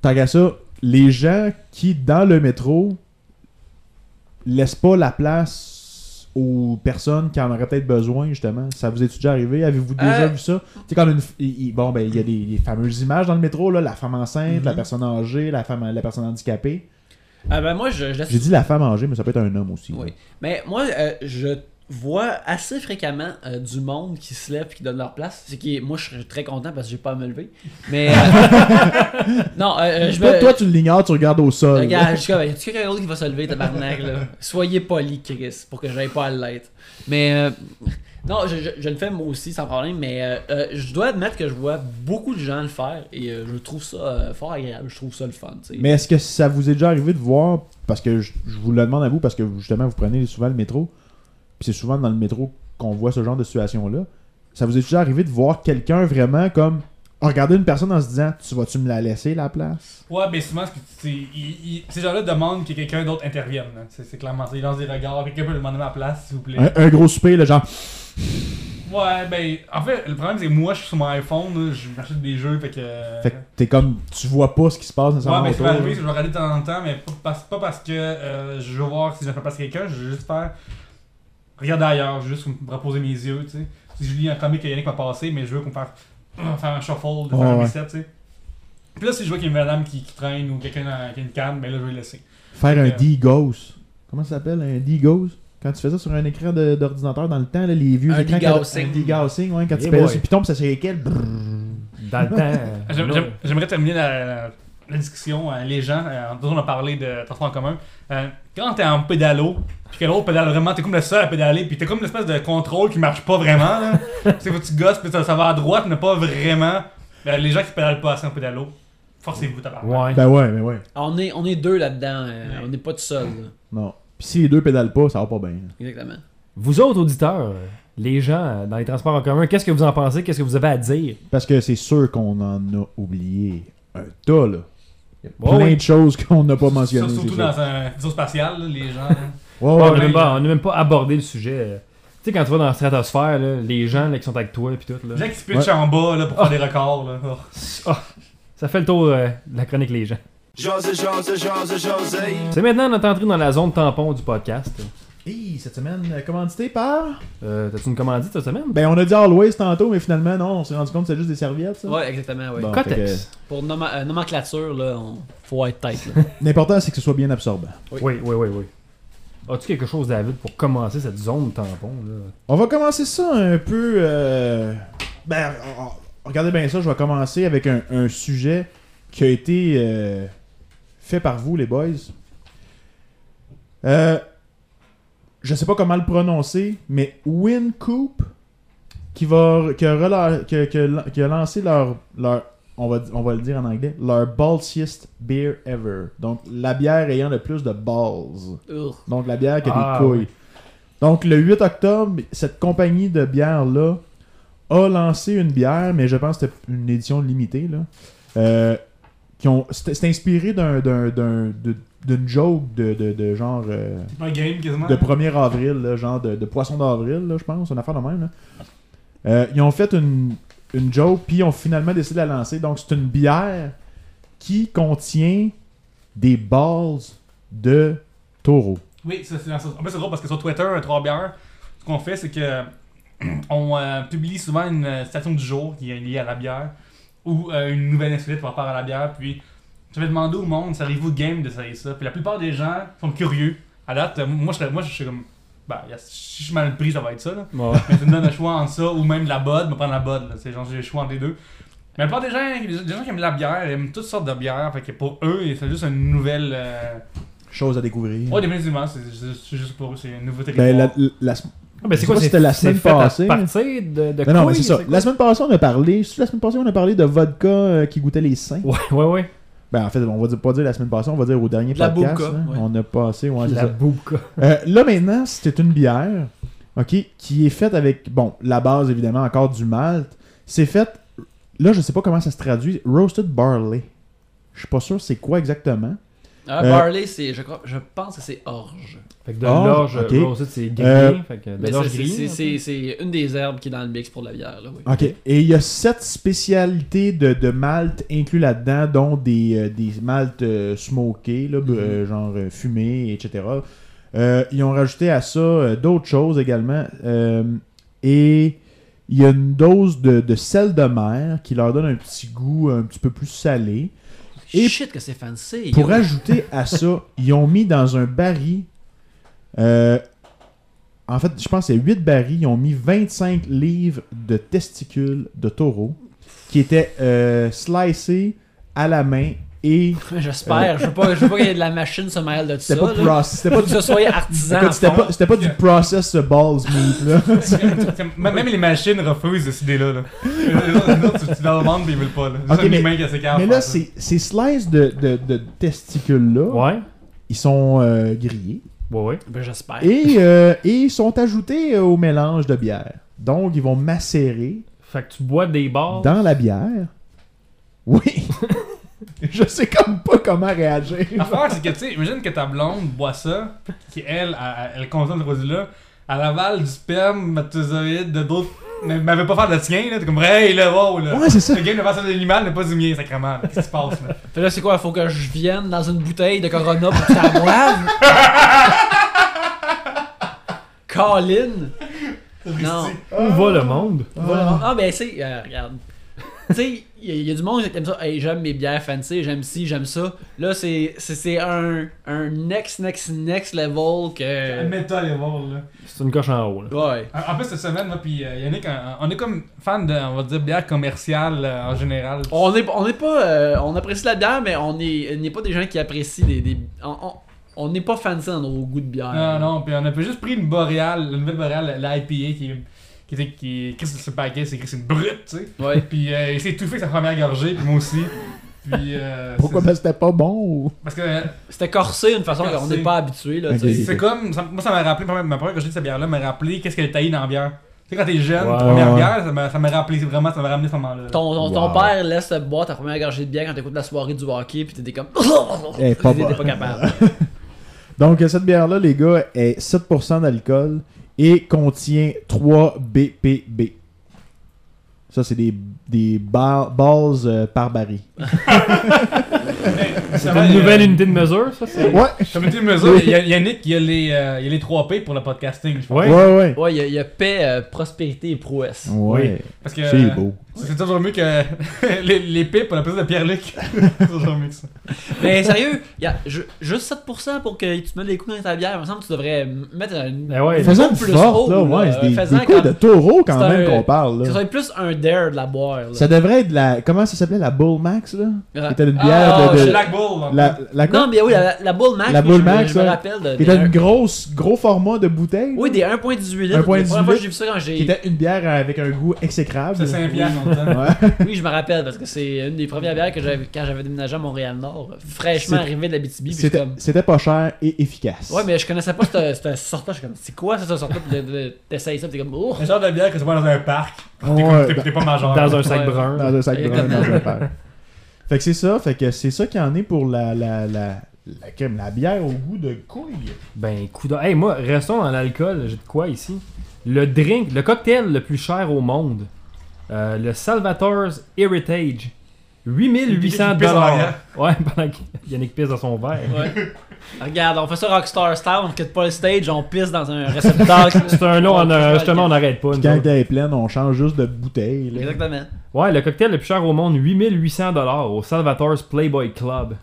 tant qu'à ça, les gens qui, dans le métro, laissent pas la place aux personnes qui en auraient peut-être besoin, justement. Ça vous est déjà arrivé? Avez-vous déjà
Euh.
vu ça? Tu sais, quand une f- il- il- bon, ben, il y a des, des fameuses images dans le métro, là, la femme enceinte, la personne âgée, la, femme, la personne handicapée.
Ah, ben, moi, je, je laisse
J'ai dit la femme âgée, mais ça peut être un homme aussi.
Oui. Mais moi, euh, je vois assez fréquemment euh, du monde qui se lève et qui donne leur place. Ce qui est- moi, je suis très content parce que j'ai pas à me lever. Mais. euh, non, euh, euh, je
Toi,
me.
toi, tu l'ignores, tu regardes au sol.
Regarde, je suis comme, y a-tu quelqu'un d'autre qui va se lever, tabarnak, là? Soyez poli, Chris, pour que j'aille pas à l'être. Mais, euh, non, je, je- je le fais moi aussi, sans problème, mais euh, euh, je dois admettre que je vois beaucoup de gens le faire et euh, je trouve ça euh, fort agréable, je trouve ça le fun, tu sais.
Mais est-ce que ça vous est déjà arrivé de voir, parce que je, je vous le demande à vous, parce que justement vous prenez souvent le métro, puis c'est souvent dans le métro qu'on voit ce genre de situation-là, ça vous est déjà arrivé de voir quelqu'un vraiment comme oh, regarder une personne en se disant Tu vas-tu me la laisser la place
Ouais, ben souvent, ce que tu- c'est- il- il- ces gens-là demandent que quelqu'un d'autre intervienne. là. C'est c'est clairement ça. Ils lancent des regards. Quelqu'un peut demander ma place, s'il vous plaît.
un, un gros souper, là, genre
Ouais, ben, en fait, le problème, c'est que moi, je suis sur mon iPhone, là, je m'achète des jeux, fait que.
Fait que t'es comme Tu vois pas ce qui se passe
Ouais,
nécessairement
mais ça
autour.
va arriver,
là.
je vais regarder de temps en temps, mais pas parce, pas parce que euh, je veux voir si je fais passer quelqu'un, je veux juste faire. Regarder ailleurs, je veux juste me reposer mes yeux, tu sais. Si je lis un comic que Yannick m'a passé, mais je veux qu'on fasse faire un shuffle, de faire
Ouais,
un
ouais.
reset, tu sais. Puis là, si je vois qu'il y a une madame qui, qui traîne ou quelqu'un dans- qui a une canne, ben là, je vais le laisser.
Faire
Fait
un
que-
D-Ghost. Comment ça s'appelle un D-Ghost quand tu fais ça sur un écran de- d'ordinateur dans le temps, là, les vieux
Un
écrans.
degaussing.
Un degaussing, ouais, quand
Eh
tu pèses
boy.
sur le piton, pis ça c'est lesquels
Dans le temps.
Euh, Ah, J'aime-
Euh, là,
j'aime- J'aimerais terminer la, la- la discussion. euh, les gens, euh, dont on a parlé de transport en commun. Euh, quand t'es en pédalo, puis que l'autre pédale vraiment, t'es comme le seul à pédaler, puis t'es comme une espèce de contrôle qui marche pas vraiment. là. C'est que tu gosses, puis ça, ça va à droite, mais pas vraiment. Euh, les gens qui pédalent pas assez en pédalo, forcez-vous, tabarnak.
Ouais.
Ben ouais, ben ouais.
On est, on est deux là-dedans, euh, on n'est pas tout seul, là.
Non. Puis si les deux pédalent pas, ça va pas bien.
Exactement.
Vous autres auditeurs, les gens euh, dans les transports en commun, qu'est-ce que vous en pensez? Qu'est-ce que vous avez à dire?
Parce que c'est sûr qu'on en a oublié un tas, là.
Ouais,
Plein
ouais.
de choses qu'on n'a pas
Ça,
mentionnées.
surtout
c'est
dans
sûr.
un réseau spatial, là, les gens.
Ouais, ouais,
Ouais,
ouais.
on n'a même, pas- on a même pas abordé le sujet. euh. Tu sais, quand tu vas dans la stratosphère, là, les gens là, qui sont avec toi et tout,
les
là,
gens qui se pitchent en bas là, pour
Ah.
faire des records. Là. Oh.
ça fait le tour euh, de la chronique Les gens.
José, José, José, José.
C'est maintenant notre entrée dans la zone tampon du podcast.
Hey, cette semaine, euh, commandité par.
Euh, T'as-tu une commandite cette semaine?
Ben, on a dit Always tantôt, mais finalement, non, on s'est rendu compte que c'est juste des serviettes, ça.
Ouais, exactement, ouais.
Bon, fait
Cotex.
Pour noma- euh, nomenclature, là, on... faut être tête, là.
que, euh, L'important, c'est que ce soit bien absorbant.
Oui, oui, oui, oui. As-tu quelque chose, David, pour commencer cette zone tampon, là?
On va commencer ça un peu. euh, Ben, on- on- regardez bien ça, je vais commencer avec un, un sujet qui a été euh, fait par vous, les boys. Euh, je sais pas comment le prononcer, mais Wincoop, qui, va, qui, a, rela- qui a- qui a- qui a lancé leur. leur on va, di- on va le dire en anglais, leur ballsiest beer ever. Donc, la bière ayant le plus de balls.
Urgh.
Donc la bière qui a
Ah,
des couilles. Donc le 8 octobre, cette compagnie de bière-là a lancé une bière, mais je pense que c'était une édition limitée. Là, euh, qui ont, c'était, c'était inspiré d'un, d'un- d'un- de- d'une joke de, de- de genre euh,
C'est un game quasiment.
de 1er avril, là, genre de, de poisson d'avril, là, je pense, une affaire de même. là. Euh, ils ont fait une, une joke, puis ils ont finalement décidé de la lancer. Donc c'est une bière qui contient des balles de taureau.
Oui, ça, c'est- en fait, c'est drôle parce que sur Twitter, un trois bières, ce qu'on fait, c'est que on euh, publie souvent une euh, citation du jour qui est liée à la bière ou euh, une nouvelle insolite par rapport à la bière. Puis, je vais demander au monde, savez-vous game de ça et ça Puis la plupart des gens sont curieux. À date, euh, moi, je, serais- moi, je suis comme. Bah, y a- si je suis mal pris, ça va être ça. Là. Mais tu me donnes le choix entre ça ou même de la bod, me prendre la bod. là. C'est genre, j'ai le choix entre les deux. Mais la plupart des gens, des gens qui aiment la bière, aiment toutes sortes de bières. Fait que pour eux, c'est juste une nouvelle. euh,
Chose à découvrir.
Ouais, définitivement, c'est c'est- c'est juste pour eux, c'est un nouveau territoire.
Ben, la, la, la-
Ah, ben
Je sais pas si c'était la semaine
fait à
passée.
partir de, de
non, non, mais
couilles,
c'est ça.
quoi?
La semaine passée, on a parlé. c'est-tu La semaine passée, on a parlé de vodka euh, qui goûtait les seins.
Ouais, ouais, ouais.
Ben, en fait, on va dire- pas dire la semaine passée, on va dire au dernier
De la
podcast.
Boubka,
hein.
ouais.
On a passé. Ouais, c'est
la
ça.
boubka.
Euh, là, maintenant, c'était une bière, OK, qui est faite avec, bon, la base, évidemment, encore du malt. C'est faite, là, je sais pas comment ça se traduit, roasted barley. Je suis pas sûr c'est quoi exactement.
Ah,
Euh,
Barley, c'est, je, crois, je pense que c'est orge.
Fait que de
Ah,
l'orge
ok.
euh, rosette, c'est grillé.
Euh,
fait que
Mais
de
c'est-
l'orge
c'est-
grillée.
c'est-
hein.
c'est c'est une des herbes qui est dans le mix pour la bière. Là, oui.
OK. Et il y a sept spécialités de, de malt inclus là-dedans, dont des, euh, des maltes euh, smokés, là, b- euh, genre euh, fumés, etc. Euh, ils ont rajouté à ça euh, d'autres choses également. Euh, et il y a une dose de, de sel de mer qui leur donne un petit goût un petit peu plus salé. Et-
Shit, que c'est fancy.
Pour
yo.
ajouter à ça, ils ont mis dans un baril. euh, en fait, je pense que c'est 8 barils. Ils ont mis 25 livres de testicules de taureau qui étaient euh, slicés à la main et.
J'espère. Je veux pas, je veux pas qu'il y ait de la machine se mêle de tout ça.
C'était pas,
là.
proc- c'était pas
Faut que
du.
ce soit artisan.
écoute, c'était
à fond.
pas, c'était pas du process euh, balls move, là.
même, même les machines refusent de cette idée-là. Là. Les autres- les autres, tu, tu leur demandes puis ils veulent pas. Là. Juste
Ok,
un
mais-
humain qui a ses cartes.
Mais là, ces, ces slices de, de- de testicules-là,
Ouais,
ils sont euh, grillés.
ouais, ouais.
Ben, J'espère.
Et, euh, et ils sont ajoutés au mélange de bière. Donc, ils vont macérer
Fait que tu bois des bars.
dans la bière. Oui. je sais comme pas comment réagir.
L'affaire, c'est que, tu sais, imagine que ta blonde boit ça, qui elle, elle, elle consomme ce produit-là, elle avale du sperme, métozoïde, de d'autres. Mais mais elle veut pas faire de la tien, là. T'es comme, hey, là, wow, là.
Ouais, c'est ça.
Le game de façon de l'animal n'est pas du mien, sacrément. là. Qu'est-ce qui se passe, là?
Fait là, c'est quoi Faut que je vienne dans une bouteille de Corona pour que tu la boives Colin Non.
Où va le monde?
Voilà. Ah, ben, c'est. euh, regarde. tu sais, il y, a du monde qui aime ça. Hey, j'aime mes bières fancy, j'aime ci, j'aime ça. Là, c'est c'est- c'est un, un next, next, next level que.
Mets-toi les voir, là.
C'est une coche en haut, là.
Ouais.
En en plus, cette semaine, moi, puis euh, Yannick, on- on est comme fan de, on va dire, bière commerciale euh, en général.
Oh,
On est, on est pas. euh, on apprécie la bière, mais on est- n'est pas des gens qui apprécient des. des- on- on- on n'est pas fancy dans nos goûts de bière.
Non, non, puis on a juste pris une Boréale, la nouvelle Boréale, la IPA, qui est. Qui était. Qui, Chris, ce paquet, c'est Chris, c'est une brute, tu sais.
Ouais.
Puis euh, il s'est étouffé avec sa première gorgée, puis moi aussi. Puis. euh,
Pourquoi
c'est-
ben, c'était pas bon ou-
Parce que. euh,
C'était corsé d'une façon
Corsé.
qu'on n'est pas habitué. Là,
Ok.
tu sais.
C'est comme. ça- moi, ça m'a rappelé. Ma première gorgée de cette bière-là m'a rappelé qu'est-ce qu'elle est taillée dans la bière. Tu sais, quand t'es jeune,
Ouais.
première bière, ça m'a- ça m'a rappelé, c'est vraiment, ça m'a ramené ce moment-là. là.
Ton, ton, ton
Wow.
père laisse te boire ta première gorgée de bière quand t'écoutes la soirée du hockey, puis t'étais comme.
Eh, pas bon.
t'étais pas capable.
Donc, cette bière-là, les gars, est 7% d'alcool et contient 3 BPB. Ça, c'est des, des bar- balls euh, par baril.
C'est une
euh,
nouvelle unité de mesure, ça? c'est-
Ouais,
Comme tu mesure, il y a- Yannick, il y a les, euh, il y a les 3 P pour le podcasting, je pense.
Ouais.
ouais, ouais.
Ouais, il y a- il y, a paix, euh, prospérité et prouesse.
Mm. Ouais,
Parce que
c'est
euh,
beau.
c'est toujours mieux que les, les P pour la place de Pierre-Luc. c'est toujours mieux que ça.
Mais sérieux, il y a ju- juste 7% pour que tu te mettes des coups dans ta bière. Il me semble que tu devrais m- mettre une.
Ben ouais.
Faisons une
Euh, plus
forte,
haut,
là, ouais,
là,
c'est des,
faisant
des coups
comme-
de taureau quand
c'est
même
un-
qu'on parle,
Ça
là.
serait plus un dare de la boire. là.
Ça devrait être de la... Comment ça s'appelait, la Bull Max, là?
Ah,
C'était une
ah,
bière de... de-
la-
Black Bull. en
La... La... quoi?
Non, mais oui, la, la Bull Max.
La
mais
Bull
je, me-
Max,
je me
ouais.
rappelle de.
Qui
des
était
un-
une grosse, gros format de bouteille.
Oui, des 1.18
1.18
litres. La première fois que
litres.
j'ai vu ça quand
Qui
j'ai.
était une bière avec un goût exécrable.
fait. C'est 5 piastres, on dit.
Ouais.
Oui, je me rappelle parce que c'est une des premières bières que j'avais quand j'avais déménagé à Montréal-Nord, euh, fraîchement
C'est-
arrivé de la BTB.
C'était- C'était pas cher et efficace.
Ouais, mais je connaissais pas cette, cette sorte-là. Je suis comme, c'est quoi cette sorte-là? Puis de- de- T'essayes ça, puis t'es comme, oh!
Le genre de bière que tu bois dans un parc. T'es
Ouais,
comme- t'es- T'es pas majeur.
Dans un sac
Ouais.
brun.
Dans un sac
Et
brun,
comme-
dans un verre. Fait que c'est ça, fait que c'est ça qui en est pour la la la la, crème, la bière au goût de couille.
Ben, coup d'un. Hey, moi, restons dans l'alcool. J'ai de quoi ici? Le drink, le cocktail le plus cher au monde. Euh, le Salvatore's Heritage. 8800
Il pisse en
dollars.
arrière.
Ouais, pendant que Yannick pisse dans son verre.
Ouais. Regarde, on fait ça Rockstar Star, on quitte pas le stage, on pisse dans un réceptacle.
C'est un long,
Ouais,
on a-
ouais,
justement, on n'arrête pas. nous
Quand
autres.
elle est pleine, on change juste de bouteille. là.
Exactement.
Ouais, le cocktail le plus cher au monde, 8800 dollars au Salvatore's Playboy Club.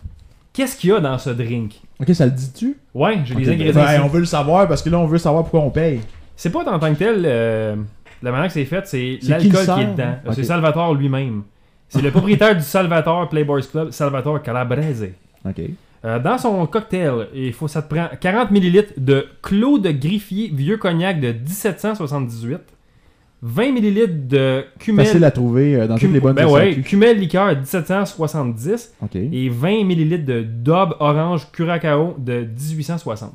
Qu'est-ce qu'il y a dans ce drink?
Ok, ça le dit-tu?
Ouais, j'ai les
Ok,
ingrédients.
ben,
ici.
on veut le savoir parce que là on veut savoir pourquoi on paye.
C'est pas en tant que tel. euh, la manière que c'est fait, c'est
C'est qui
l'alcool
le
qui,
sert,
est dedans.
hein?
C'est
Ok.
Salvatore lui-même. C'est le propriétaire du Salvatore Playboys Club, Salvatore Calabrese.
Ok.
Euh, dans son cocktail, il faut ça te prend 40 ml de Clos de Griffier Vieux Cognac de 1778, 20 ml de
Facile
Cumel,
à trouver euh, dans toutes
Cum-
les bonnes
ben ouais,
SAQ.
Cumel Liqueur 1770
Ok.
et 20 ml de Dob Orange Curacao de 1860.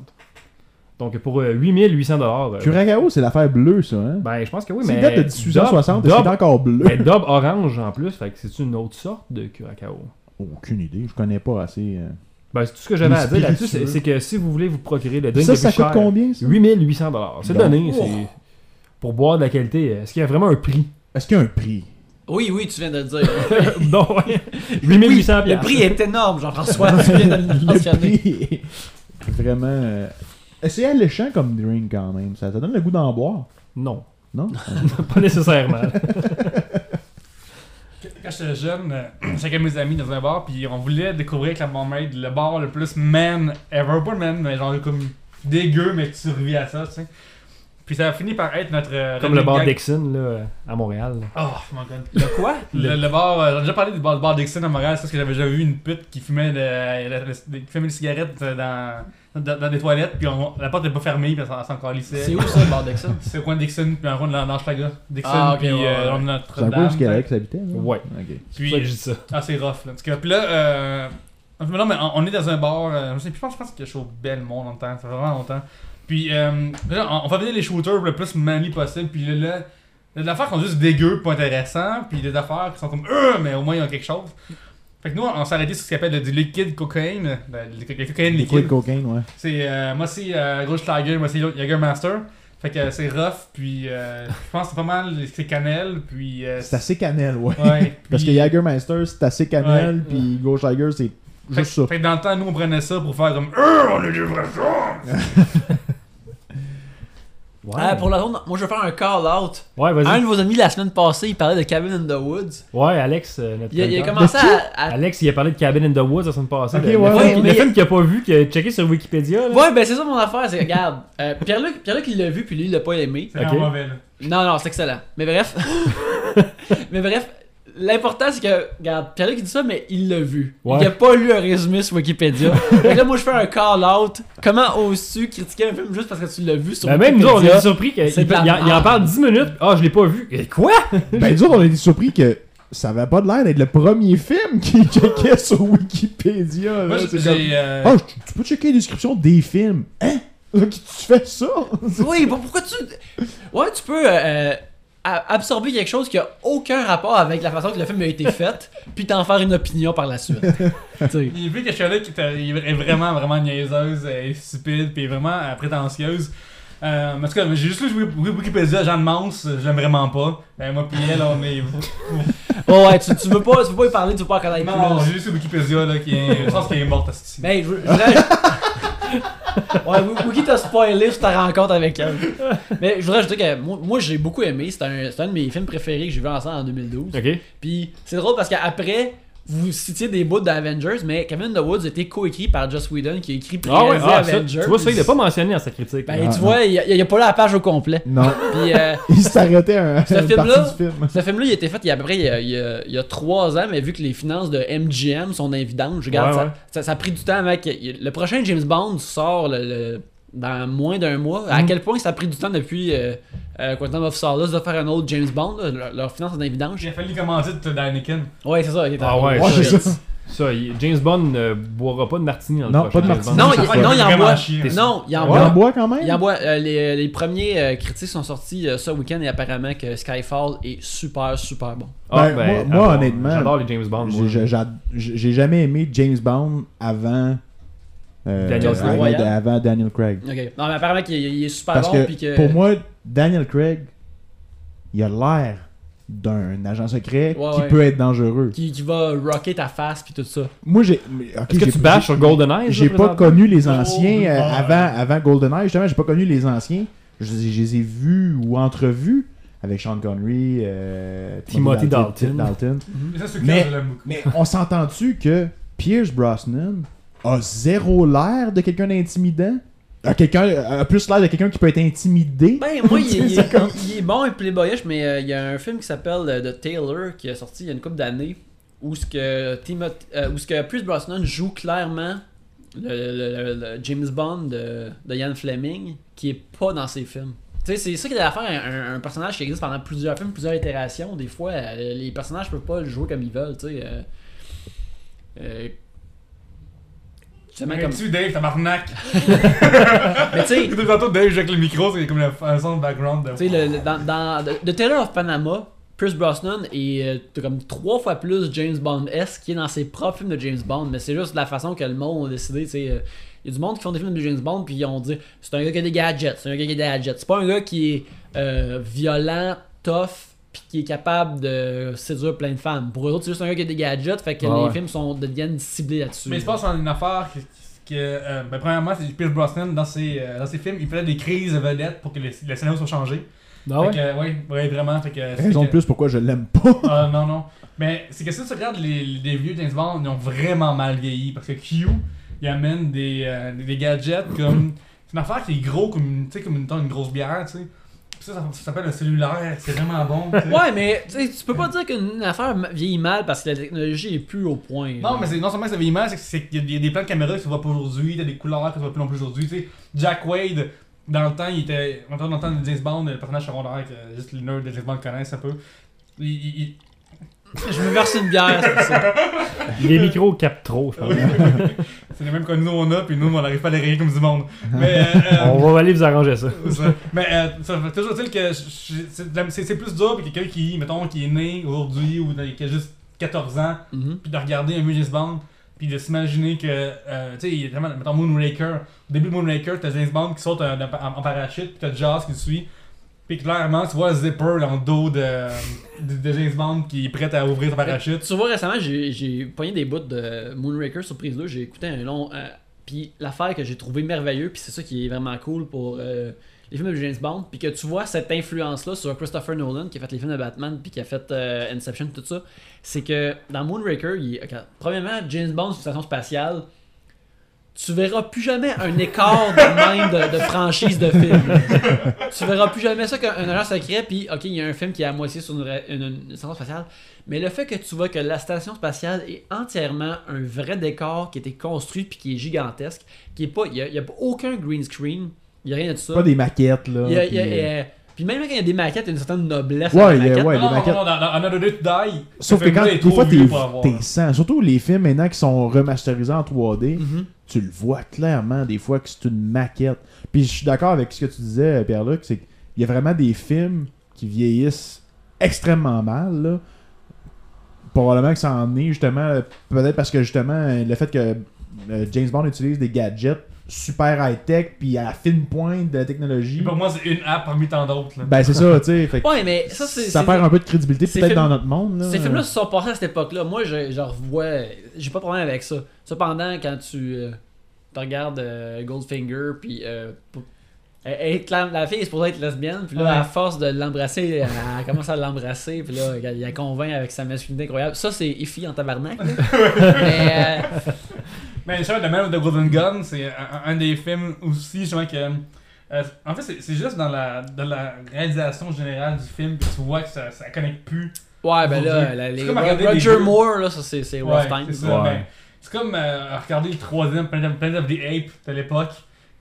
Donc pour euh, 8800 dollars.
Curacao, c'est l'affaire bleue, ça. Hein?
Ben, je pense que oui,
c'est
mais.
une date de 1860 et c'est
Dob,
encore bleu.
mais Dob orange en plus, fait que c'est une autre sorte de curacao.
Aucune idée, je connais pas assez. euh.
Ben, c'est tout ce que j'avais à dire
Spiritueux.
là-dessus, c'est c'est que si vous voulez vous procurer le drink
Ça,
le
ça
plus cher,
coûte combien ça?
8800 dollars. C'est
Bon.
donné, c'est pour boire de la qualité. Est-ce qu'il y a vraiment un prix
Est-ce qu'il y a un prix?
Oui, oui, tu viens de le dire.
Non, ouais. 8800
Le prix est énorme, Jean-François, tu viens de le
le
mentionner.
prix est vraiment. euh, C'est alléchant comme drink quand même. Ça, ça donne le goût d'en boire.
Non,
Non?
pas nécessairement.
Quand j'étais jeune, euh, j'étais avec mes amis dans un bar, puis on voulait découvrir avec la Mermaid le bar le plus man ever. Pas man, mais genre comme dégueu, mais tu survis à ça, tu sais. Puis ça a fini par être notre. euh,
Comme le
running
bar
gag.
Dixon, là, à Montréal.
Oh, mon god.
Le quoi?
Le, le bar, euh, j'ai déjà parlé du bar, le bar Dixon à Montréal, c'est parce que j'avais déjà vu une pute qui fumait, de, la- la- qui fumait une cigarette euh, dans, dans, dans des toilettes, puis on- la porte n'était pas fermée, puis elle s'en
C'est
calissait.
où ça, le bar d'Exxon?
C'est au coin de Dixon, puis en rond de la- dans Schlager. Dixon,
Ah, ok,
puis
ouais,
euh,
ouais.
on a
C'est un peu où ce
Notre-Dame.
Québec s'habitait, là?
Ouais.
Ok.
C'est pour ça que je dis ça.
Ah, c'est rough, là. En tout cas, puis là, euh, non, mais on on est dans un bar, euh, je sais plus, je pense, je pense que je suis au Belmont longtemps, ça fait vraiment longtemps. Puis, euh, là, on, on fait venir les shooters le plus manly possible, puis là, là, il y a des affaires qui sont juste dégueu, pas intéressantes, puis il y a des affaires qui sont comme, euh, mais au moins, ils ont quelque chose. Fait que nous, on s'est arrêté sur ce qu'on appelle du liquide cocaine, la, la- la cocaïne
Des coups
liquide.
de cocaine, ouais.
C'est euh, moi c'est euh, Rouge Tiger, moi c'est Jager Master. Fait que euh, c'est rough, puis euh, je pense que c'est pas mal, c'est cannelle, puis. euh,
C'est assez cannelle, ouais.
Ouais.
Parce que
puis-
Jagermeister, c'est assez cannelle,
Ouais.
puis Ghost Tiger, c'est
Fait,
juste ça.
fait que dans le temps, nous on prenait ça pour faire comme Euh, on est des vrais gens!
Ouais,
Ah, pour la ronde, moi je vais faire un call-out.
ouais
Un
vas-y.
de vos amis, la semaine passée, il parlait de Cabin in the Woods.
Ouais, Alex, euh, notre
Il, a- il a
chroniqueur.
commencé à... à-
Alex, il a parlé de Cabin in the Woods la semaine passée.
Ok,
le, le
ouais,
film
ouais,
qu'il- le
mais-
film qu'il a pas vu, qu'il a checké sur Wikipédia. là.
Ouais, ben c'est ça mon affaire, c'est regarde, euh, Pierre-Luc, Pierre-Luc, il l'a vu, puis lui, il l'a pas aimé.
C'est
Ok.
vraiment mauvais là.
Non, non, c'est excellent. Mais bref. mais bref, l'important c'est que, regarde, Pierre-Luc il dit ça, mais il l'a vu.
Ouais.
Il a pas lu un résumé sur Wikipédia. Fait que là, moi, je fais un call-out. Comment oses-tu critiquer un film juste parce que tu l'as vu sur
Ben, même nous,
Wikipédia?
on est surpris qu'il
C'est
il
de la
il en, il en
merde.
parle 10 minutes. Ah, je l'ai pas vu. Et quoi?
Ben, nous autres, on a été surpris que ça avait pas de l'air d'être le premier film qui checkait sur Wikipédia.
Moi
là.
j'ai.
C'est comme,
euh,
Ah, tu- tu peux checker les descriptions des films. Hein? Là, qui- Tu fais ça?
Oui, bon, pourquoi tu. Ouais, tu peux euh, euh, a- absorber quelque chose qui a aucun rapport avec la façon que le film a été fait, puis t'en faire une opinion par la suite. Tu sais.
Il vu que je suis allé, qui était- il est vraiment, vraiment niaiseuse, euh, et stupide, puis vraiment euh, prétentieuse. Euh, en tout Ben, cas, j'ai juste lu Wik- Wik- Wikipédia, Jeanne Mance, je l'aime vraiment pas. Euh, moi, puis elle, on est.
Oh, ouais, tu, tu, veux pas, tu veux pas y parler, tu veux pas en connaître plus.
Non,
là.
j'ai lu sur Wikipédia là, qui est... je pense qu'elle est morte à ce
Ben,
Mais je je voudrais. ouais, Wou- Wookie t'a spoilé sur ta rencontre avec elle. Mais je voudrais ajouter que moi, moi, j'ai beaucoup aimé. C'est un, c'est un de mes films préférés que j'ai vu ensemble en 2012.
Ok.
Puis c'est drôle parce qu'après, vous citiez des bouts d'Avengers, mais Cabin in the Woods était coécrit par Joss Whedon qui a écrit puis
Ah ouais,
réalisé
ah, ça,
Avengers.
tu vois, ça, il n'est pas mentionné dans sa critique.
Ben,
Ah,
tu vois, il y a, il y a pas la page au complet.
Non.
Puis. euh,
Il s'arrêtait à une
Ce
partie
film-là-
du film.
Ce film-là, il était fait il y a à peu près il y a, il y a- il y a trois ans, mais vu que les finances de MGM sont évidentes, je regarde,
Ouais,
ça,
ouais.
Ça, ça a pris du temps avant que. Le prochain James Bond sort le- le- dans moins d'un mois. À
Mhm.
quel point ça a pris du temps depuis euh, euh, Quantum of Solace de faire un autre James Bond là, leur- Leurs finances sont évidentes.
J'ai fallu commander de d'Anakin.
Ouais, c'est ça. il était-
Ah ouais,
Ouais, c'est
Shit.
ça.
Ça, il- James Bond ne boira pas de martini dans le
Non,
prochain
pas de
James Bond.
Non,
C'est
il,
ça.
non, il
Vraiment
envoie.
chier, ça.
Non, il
Il
envoie.
en bois quand même? Ben,
Il envoie euh, les, les premiers euh, critiques sont sortis euh, ce week-end et apparemment que Skyfall est super super bon.
Ah,
Ben,
ben,
moi- moi,
ah,
honnêtement,
J'adore les James Bond. moi.
J'ai- j'ai- j'ad- J'ai j'ai jamais aimé James Bond avant. euh,
Daniel
avant-
Craig.
ouais, avant Daniel Craig.
Ok. Non, mais apparemment qu'il il est super
Parce
bon
que,
puis que
pour moi, Daniel Craig, il a l'air d'un agent secret
Ouais,
qui
ouais.
peut être dangereux.
qui, qui va rocker ta face puis tout ça.
Moi, j'ai. mais, ok,
Est-ce que
j'ai-
tu bâches sur GoldenEye?
J'ai
ça,
pas
présentement?
connu les anciens euh,
Goldeneye.
avant, avant GoldenEye, justement, j'ai pas connu les anciens. Je, les ai- je les ai vus ou entrevus avec Sean Connery, euh,
Timothy Dalton.
Mais ça, c'est
Mhm. Mais-
clair, je l'aime beaucoup.
Mais on s'entend-tu que Pierce Brosnan a zéro l'air de quelqu'un d'intimidant? A, quelqu'un- euh, a plus l'air de quelqu'un qui peut être intimidé?
Ben, moi, il, il-
C'est ça comme-
il est bon et playboyish, mais euh, il y a un film qui s'appelle euh, The Taylor qui est sorti il y a une couple d'années où ce que Timoth- euh, où ce que Pierce Brosnan joue clairement le, le- le- le James Bond de, de Ian Fleming qui est pas dans ses films. Tu sais, c'est ça qu'il a à faire un, un personnage qui existe pendant plusieurs films, plusieurs itérations. Des fois, euh, les personnages peuvent pas le jouer comme ils veulent, tu sais. euh, euh, justement
Mais
comme...
tu Dave, tabarnak!
Mais tu sais,
Depuis tantôt, Dave, avec le micro, c'est comme le- un son de background. De...
Tu sais, le- le- dans, dans The Taylor of Panama, Pierce Brosnan est euh, t'as comme trois fois plus James Bond S qui est dans ses propres films de James Bond, mais c'est juste la façon que le monde a décidé. tu sais, euh, Il y a du monde qui font des films de James Bond, puis ils ont dit c'est un gars qui a des gadgets, c'est un gars qui a des gadgets. C'est pas un gars qui est euh, violent, tough, puis qui est capable de séduire plein de femmes. Pour eux autres, c'est juste un gars qui a des gadgets, fait que
Ah ouais.
les films sont, deviennent ciblés là-dessus.
Mais il se passe en une affaire que, que, euh, ben, premièrement, c'est Pierce Brosnan, dans ses, euh, dans ses films, il faisait des crises de vedettes pour que le, le scénario soit changé.
Ah ouais?
Fait que, ouais, ouais, vraiment. Fait que,
Raison de plus pourquoi je l'aime pas.
Ah non, non. Mais c'est que si tu regardes les, les vieux James Bond, ils ont vraiment mal vieilli. Parce que Q, il amène des, euh, des- des gadgets comme. C'est une affaire qui est gros, comme, une- tu sais, comme une, une grosse bière, tu sais. Puis Ça, ça, ça s'appelle le cellulaire, c'est vraiment bon. tu sais.
Ouais, mais tu sais, tu peux pas dire qu'une affaire vieillit mal parce que la technologie est plus au point.
Non,
là.
mais c'est non seulement que ça vieillit mal, c'est que- c'est qu'il y a des- il y a des plans de caméra qui se voient pas aujourd'hui, t'as des couleurs qui se voient plus non plus aujourd'hui. Tu sais, Jack Wade, dans le temps, il était. On entend dans le temps de James Bond, le personnage secondaire que juste les nerds de James Bond connaissent un peu. Il- il- il-
Je me verse une bière, c'est pour ça.
Les micros capent trop, je pense.
c'est les mêmes que nous on a, puis nous on n'arrive pas à les rayer comme du monde. Mais. euh, euh,
On va aller vous arranger ça.
Ça. Mais euh, ça fait toujours dire que je- je- c'est de la- c'est c'est plus dur que quelqu'un qui, mettons, qui est né aujourd'hui ou dans- qui a juste 14 ans,
Mhm.
puis de regarder un vieux James Bond, puis de s'imaginer que, euh, tu sais, il y a vraiment, mettons, Moonraker. Au début de Moonraker, t'as James Bond qui saute en, en- en parachute, puis t'as Jazz qui le suit. Puis clairement, tu vois Zipper dans le dos de, de, de James Bond qui est prêt à ouvrir son parachute.
Tu vois, récemment, j'ai j'ai pogné des bouts de Moonraker Surprise 2. J'ai écouté un long. euh, puis l'affaire que j'ai trouvé merveilleux, puis c'est ça qui est vraiment cool pour euh, les films de James Bond, puis que tu vois cette influence-là sur Christopher Nolan qui a fait les films de Batman, puis qui a fait euh, Inception, tout ça, c'est que dans Moonraker, il, ok, premièrement, James Bond, c'est une station spatiale. Tu verras plus jamais un écart de même de, de franchise de film. tu verras plus jamais ça qu'un un agent secret, puis ok, il y a un film qui est à moitié sur une, ra- une- une station spatiale, mais le fait que tu vois que la station spatiale est entièrement un vrai décor qui a été construit puis qui est gigantesque, qui est pas, il y a, il y a aucun green screen, il y a rien de ça.
Pas des maquettes, là.
Il y a- il
puis,
y a-
euh,
euh, puis même quand il y a des maquettes, il y a une certaine noblesse.
Ouais,
à la
il y a-
maquette.
ouais.
Non, non,
les
non,
maquettes.
non, dans dans Another Day to Die,
Sauf
ce
que quand,
film-là est
des
trop
fois,
vieux pour avoir.
t'es t'es sans. Surtout les films maintenant qui sont remasterisés en 3D,
Mhm.
tu le vois clairement des fois que c'est une maquette. Puis je suis d'accord avec ce que tu disais, Pierre-Luc, c'est qu'il y a vraiment des films qui vieillissent extrêmement mal. Là. Probablement que ça en est justement, peut-être parce que justement, le fait que euh, James Bond utilise des gadgets super high-tech, puis à la fine pointe de la technologie.
Pour moi, c'est une app parmi tant d'autres. là.
Ben, c'est ça, tu sais. fait que
Ouais, mais ça, c'est.
ça
c'est-
perd un peu de crédibilité,
ces
peut-être
films-
dans notre monde. Là.
Ces
Hmm.
films-là se sont passés à cette époque-là. Moi, je, je revois. J'ai pas de problème avec ça. Cependant, quand tu euh, tu regardes euh, Goldfinger, puis. euh, p- elle- elle clame- la fille est supposée être lesbienne, puis là,
Ouais.
à force de l'embrasser, elle, elle commence à l'embrasser, puis là, elle, elle convainc avec sa masculinité incroyable. Ça, c'est iffy en tabarnak. là. mais. euh,
Mais justement, le même de Golden Gun, c'est un, un des films aussi, justement, que. euh, en fait, c'est c'est juste dans la, dans la réalisation générale du film que tu vois que ça, ça connecte plus.
ouais, ben là,
Dieu.
la- les-
C'est comme regarder des
Roger
jeux.
Moore, là, ça, c'est c'est rough time.
c'est ça,
Ouais.
ben, c'est comme euh, regarder le troisième Planet of, Planet of the Apes de l'époque.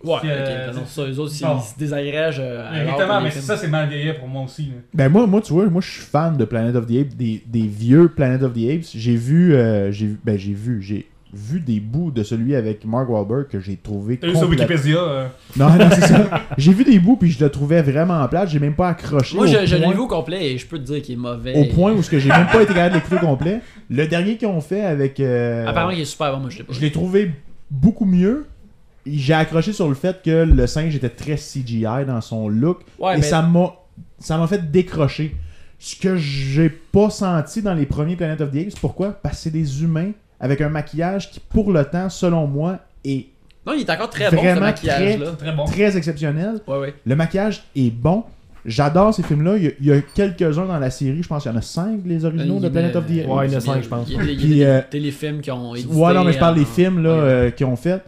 Ouais,
Puis, euh,
ok, non, ça, eux autres, ils-
bon.
ils se désagrègent. euh, à l'heure
Exactement,
comme
mais
les
c'est
films.
ça, c'est mal vieillir pour moi aussi. là.
Ben moi, moi, tu vois, moi je suis fan de Planet of the Apes, des, des vieux Planet of the Apes. J'ai vu, euh, j'ai ben j'ai vu, j'ai vu des bouts de celui avec Mark Wahlberg que j'ai trouvé
T'as eu sur
complètement-
Wikipédia. euh,
Non, non, c'est ça. J'ai vu des bouts puis je le trouvais vraiment plat. J'ai même pas accroché.
Moi,
au
je, je l'ai
point-
vu au complet et je peux te dire qu'il est mauvais.
au point où ce que j'ai même pas été capable d'écouter au complet. Le dernier qu'ils ont fait avec, euh,
Apparemment, il est super bon, moi, je l'ai pas.
je l'ai trouvé beaucoup mieux. J'ai accroché sur le fait que le singe était très CGI dans son look.
Ouais,
et
mais-
ça m'a ça m'a fait décrocher. Ce que j'ai pas senti dans les premiers Planet of the Apes, pourquoi Parce que c'est des humains avec un maquillage qui, pour le temps, selon moi, est
Non, il est encore très bon, ce
Vraiment
maquillage-là.
Très bon.
très exceptionnel.
Ouais, ouais.
Le maquillage est bon. J'adore ces films-là. Il y a- il y a, quelques-uns dans la série. Je pense qu'il y en a cinq, les originaux de Planet of the Apes.
Euh, Ouais, il y en a cinq, je pense.
euh, Il y a des, il y a
Puis,
des
euh,
téléfilms qui ont édité. hein.
Ouais, non, mais je parle des
en-
films là,
en-
euh, qui ont fait.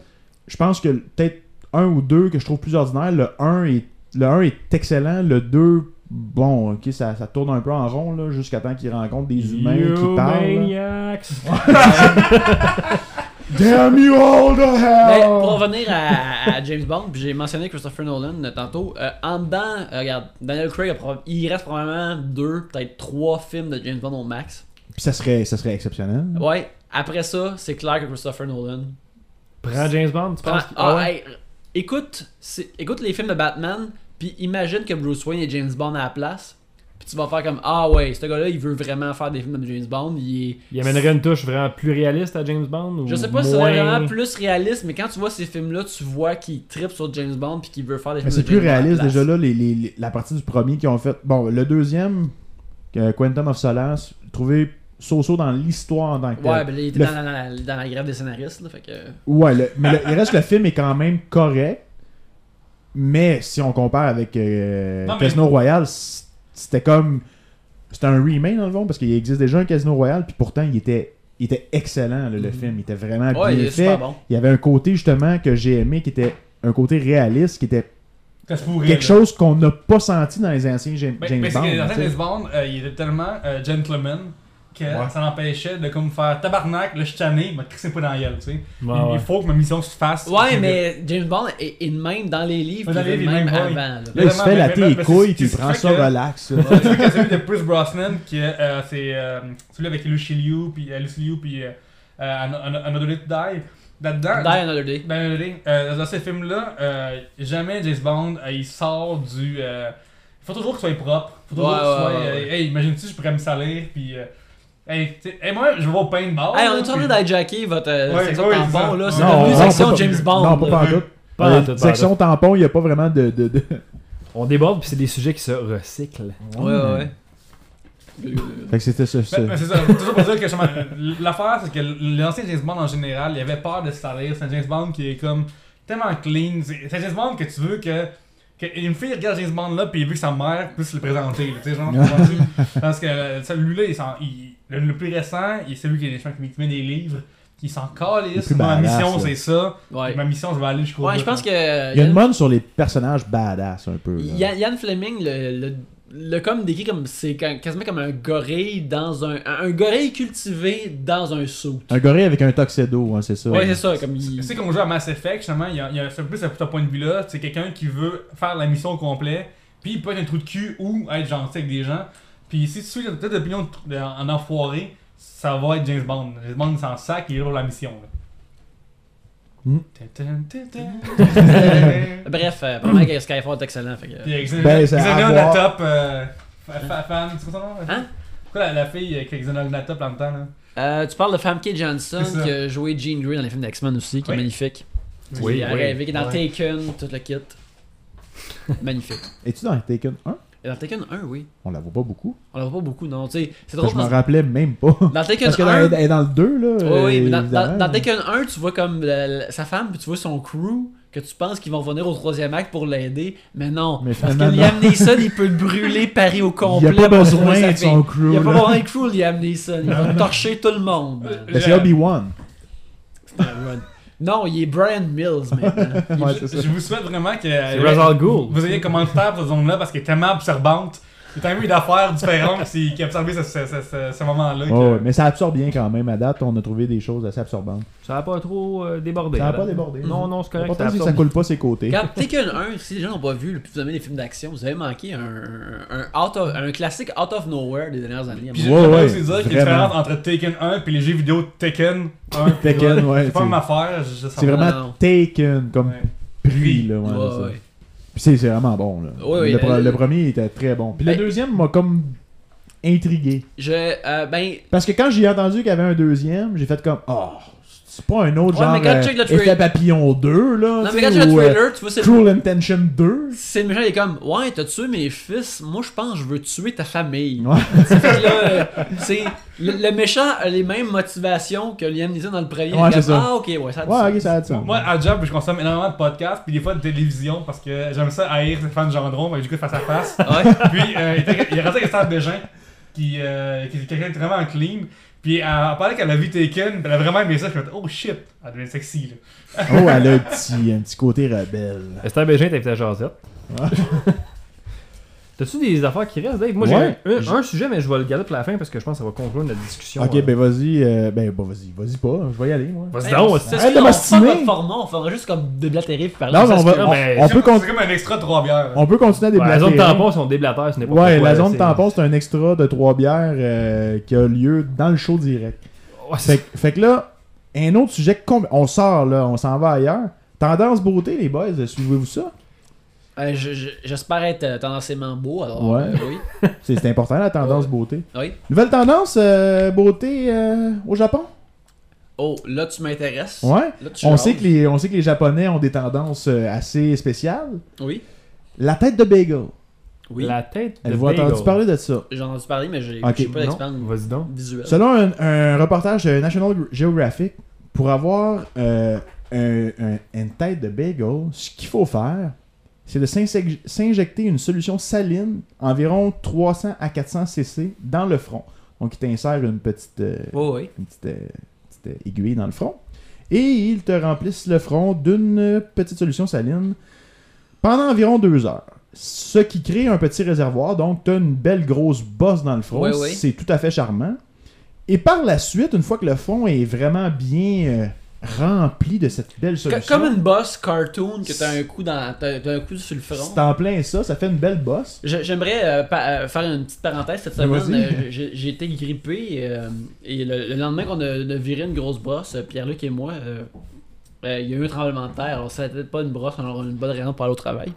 Je pense que peut-être un ou deux que je trouve plus ordinaires. Le 1 est, le un est excellent. Le 2, bon, ok, ça, ça tourne un peu en rond là, jusqu'à temps qu'ils rencontrent des humains qui parlent. là.
Maniacs.
Damn you all the
Mais
hell!
Ben, pour revenir à, à James Bond, puis j'ai mentionné Christopher Nolan euh, tantôt. euh, en dedans, euh, regarde, Daniel Craig, a proba- il reste probablement deux, peut-être trois films de James Bond au max.
Puis ça serait, ça serait exceptionnel.
Ouais, après ça, c'est clair que Christopher Nolan.
Prends James Bond, tu
Prends-
penses?
ah, hey, écoute, c'est- écoute les films de Batman, puis imagine que Bruce Wayne et James Bond à la place. Puis tu vas faire comme Ah ouais, ce gars-là, il veut vraiment faire des films de James Bond. Il est
Il amènerait une touche vraiment plus réaliste à James Bond ou
Je sais pas si c'est
moins-
vraiment plus réaliste, mais quand tu vois ces films-là, tu vois qu'il tripe sur James Bond puis qu'il veut faire des
Mais
films.
c'est
de
plus
James Bond à la
réaliste
place.
déjà là, les, les- les- la partie du premier qu'ils ont fait. Bon, le deuxième, que Quentin of Solace, trouvé so-so dans l'histoire en tant que telle.
Ouais, ben là, il était
Le
dans, la, la- dans la grève des scénaristes, là, fait que.
Ouais, le- mais le, il reste que le film est quand même correct. Mais si on compare avec euh,
Non, mais-
Casino Royale, c- c'était comme. C'était un remake dans le fond, parce qu'il existe déjà un Casino Royale, puis pourtant il était, il était excellent là, le film. Il était vraiment
Ouais,
bien
il est
fait.
super bon.
Il y avait un côté justement que j'ai aimé qui était un côté réaliste, qui était
Ça se pourrait,
quelque
là.
chose qu'on n'a pas senti dans les anciens James,
Ben,
James
ben, c'est
Bond.
que dans
tu sais.
James Bond, euh, il était tellement euh, gentleman que
Ouais.
ça l'empêchait de comme faire tabarnak, là, je suis tanné, il m'a crissé pas dans la gueule, tu sais. il,
Ouais,
il
ouais.
faut que ma mission se fasse.
Ouais, mais James Bond est, est de même dans les livres,
Ouais, dans
puis il est
les
de même
livres,
avant.
ouais.
là.
Là, il se
vraiment,
fait
mais-
latter
mais-
les
mais
couilles,
c'est-
puis il
c'est
prend
fait
ça
que-
relax. là.
C'est sûr que celui de Pierce Brosnan, qui est, euh, c'est euh, celui avec Lucy Liu, puis euh, Lucy Liu, puis euh, euh, An- An- Another Day to Die. Là-dedans,
Die Another Day.
Ben, Another Day, euh, dans ces films-là, euh, jamais James Bond, euh, il sort du. euh, Il faut toujours qu'il soit propre. Faut toujours
Ouais,
qu'il soit.
ouais, ouais,
euh, hey, imagine-tu, je pourrais me salir, puis. euh, hey, tu sais, hey, moi, je vais au paintball.
Hey, on
là,
est en train
puis-
d'hijacker votre euh,
Ouais,
section
ouais,
tampon,
ça.
là. C'est
Non,
devenu
non,
section
pas- pas-
James Bond.
Non, pas
là.
partout.
Pas
Euh,
en tout, pas en
section tampon, il n'y a pas vraiment de- de- de...
On déborde puis c'est des sujets qui se recyclent.
Ouais, ouais, ouais.
Fait que c'était ce. ce-
Ben, ben, c'est ça, c'est ça pour dire que justement, l'affaire, c'est que l'ancien James Bond en général, il avait peur de se salir. C'est un James Bond qui est comme tellement clean. C'est c'est un James Bond que tu veux que. que une fille regarde James Bond là, puis il veut que sa mère puisse le présenter. là, Tu sais, genre, comprends-tu? Parce que euh, celui-là, il s'en- il- le, le plus récent, il est celui qui est je pense, qui met des livres, qui s'en
Le
calisse.
plus
Ma
badass,
mission,
là.
c'est ça.
Ouais.
Ma mission, je vais aller jusqu'au
Ouais,
bout.
je pense que. euh,
Il y a une mode sur les personnages badass un peu. là.
Ya- Yann Fleming, le, le, le com décrit comme c'est ca- quasiment comme un gorille dans un un un gorille cultivé dans un seau.
Un gorille avec un tuxedo, hein, c'est ça.
Ouais, c'est ça, comme il...
C'est qu'on joue à Mass Effect, justement, il y a, il y a c'est plus à ce point de vue-là. C'est quelqu'un qui veut faire la mission au complet, puis il peut être un trou de cul ou être gentil avec des gens. Puis si tu suis peut-être l'opinion de trou- de- en enfoiré, ça va être James Bond. James Bond il s'en sac, il est là pour la mission. là.
Hmm.
Tintin, tintin.
Bref, euh, probablement que Skyfall est excellent. Fait que...
Puis avec Xena-
Ben, c'est à
Xena
voir.
Gnatop, euh, fa- fa- fan, c'est quoi son nom?
Hein?
Pourquoi la, la fille avec Xena Gnatop en même temps là?
Euh, tu parles de Famke Johnson
C'est ça.
qui a joué Jean Grey dans les films d'X-Men aussi, qui
Oui.
est magnifique. Qui
Oui,
a
oui.
rêvé, qui est dans
Ouais.
Taken, tout le kit. Magnifique.
Es-tu dans Taken 1
Et dans Taken 1, oui.
On la voit pas beaucoup.
On la voit pas beaucoup, non. Tu sais, c'est drôle
Je me
parce
rappelais même pas.
dans Taken
Parce que
1.
dans, elle est dans le 2, là. euh,
Oui, oui, mais dans, dans,
évidemment,
dans
là.
Taken 1, tu vois comme la- la- sa femme, puis tu vois son crew, que tu penses qu'ils vont venir au troisième acte pour l'aider, mais non.
Mais
parce que
finalement,
Liam Neeson, il peut brûler Paris
Il
au
n'y
complet.
a pas
pour
besoin
trouver sa
de son
fille. Il
crew.
n'y a pas
là.
besoin de crew, Liam Neeson. Il va torcher tout le monde. man.
Ben, c'est Obi-Wan.
Non, il est Brian Mills maintenant. Il-
Ouais, c'est ça.
Je vous souhaite vraiment que
C'est Ra's al Ghul.
vous ayez commentaire pour cette zone-là parce qu'elle est tellement observante. Il y a tellement eu d'affaires différentes qui qui a observé ce, ce- ce- ce- ce moment-là. que-
Oh, Ouais, ouais, mais ça absorbe bien quand même. À date, on a trouvé des choses assez absorbantes.
Ça n'a pas trop euh, débordé.
Ça a
là.
pas débordé.
Non, non, c'est correct.
Pourtant,
ça
si ça
absorbe.
coule pas ses côtés.
Quand Taken 1, si les gens n'ont pas vu, puis vous aimez les films d'action, vous avez manqué un, un, out of- un classique out of nowhere des dernières années. à
Puis
mon
Ouais,
je
Oh,
j'aimerais
ouais,
aussi dire qu'il y a une
vraiment.
différence entre Taken 1 et les jeux vidéo Taken 1.
Taken, ouais,
C'est
c'est-
pas la même affaire. je- je- ça
C'est
me-
vraiment
Ah, non.
Taken comme
Ouais.
prix, là. ouais,
avis.
c'est
Ouais,
ça.
ouais.
Puis c'est c'est vraiment bon, là.
Ouais, ouais,
le, pre-
euh,
le premier était très bon. Puis le
Ben-
deuxième m'a comme intrigué.
Je, euh, ben,
Parce que quand j'ai entendu qu'il y avait un deuxième, j'ai fait comme Oh, c'est pas un autre
Ouais,
genre
mais quand
euh,
tu checkes le
Effet
trailer-
Papillon 2, là.
non,
tu sais,
mais quand tu vois le
ou, euh,
trailer, tu vois, c'est
Cruel Intention 2.
C'est méchant, il est comme Ouais, t'as tué mes fils, moi je pense que je veux tuer ta famille.
Ouais.
Fait que là, euh, c'est- le, le méchant a les mêmes motivations que Liam Neeson dans le premier.
Ouais,
Il est
c'est
comme,
ça.
Ah, ok, ouais, ça a du
Ouais,
sens.
ok, ça a du sens.
Moi, à job, je consomme énormément de podcasts, puis des fois de télévision, parce que j'aime ça haïr Stéphane Gendron, mais j'écoute face à face.
Ouais.
puis, euh, il, était, il restait Christophe Bégin, qui, euh, qui est quelqu'un de vraiment clean. Puis, elle, elle parlait qu'elle a vu Taken, puis elle a vraiment aimé ça. Je me suis dit, oh shit, elle devient sexy. Là.
Oh, elle a un petit, un petit côté rebelle.
Esther Bégin t'as invité à Jazette. T'as-tu des affaires qui restent, Dave? Moi,
Ouais.
j'ai un-
Je-
un, sujet, mais je vais le garder pour la fin parce que je pense que ça va conclure notre discussion.
Ok,
euh.
ben vas-y, euh, ben bah, vas-y, vas-y pas, je vais y aller moi.
Vas-y
Hey,
donc,
c'est-
arrête de
c'est- on fera
m'ostiner.
notre format, on fera juste comme déblatérer puis parler.
Non,
de
mais on,
ça,
va,
c'est-
Non, mais
on, on
C'est
peut
comme-
con-
C'est comme un extra 3 bières.
on peut continuer à
Ouais,
déblatérer.
la zone tampon, si on déblatère, ce n'est pas
Ouais,
pourquoi,
la
là,
zone
c'est-
tampon, c'est un extra de trois bières euh, qui a lieu dans le show direct.
Ouais,
Fait,
c'est-
que- fait que là, un autre sujet, com- on sort là, on s'en va ailleurs. Tendance beauté, les boys, suivez-vous ça?
Euh, je- je- J'espère être euh, tendancément beau, alors.
Ouais.
euh, oui.
C'est c'est important la tendance
Ouais.
beauté.
Oui.
Nouvelle tendance euh, beauté euh, au Japon?
Oh, là, tu m'intéresses.
Ouais.
Là, tu
On
jases.
sait, que les, on sait que les Japonais ont des tendances euh, assez spéciales.
Oui.
La tête de bagel.
Oui.
La tête de
Avez-vous
bagel.
entendu parler de ça?
J'en ai entendu parler, mais j'ai
Ok,
j'ai pas
Non,
d'expérience
vas-y donc.
visuelle.
Selon un, un reportage de National Geographic, pour avoir euh, un- un- une tête de bagel, ce qu'il faut faire, c'est de s'inse- s'injecter une solution saline, environ 300 à 400 cc, dans le front. Donc, il t'insère une petite, euh,
Oui, oui.
une petite, euh, petite, euh, aiguille dans le front. Et ils te remplissent le front d'une petite solution saline pendant environ deux heures. Ce qui crée un petit réservoir, donc tu as une belle grosse bosse dans le front.
Ouais, ouais.
C'est tout à fait charmant. Et par la suite, une fois que le fond est vraiment bien euh, rempli de cette belle
Co-
solution,
Comme une boss cartoon que t'as un coup dans t'as t'as un coup sur le front.
c'est en plein ça, ça fait une belle bosse.
Je- J'aimerais euh, pa- euh, faire une petite parenthèse cette
Mais
semaine.
vas-y.
euh, j'ai- J'ai été grippé euh, et le, le lendemain qu'on a, on a viré une grosse brosse, euh, Pierre-Luc et moi, euh, euh, il y a eu un tremblement de terre. Alors, ça n'était pas une brosse, on aura une bonne raison pour aller au travail.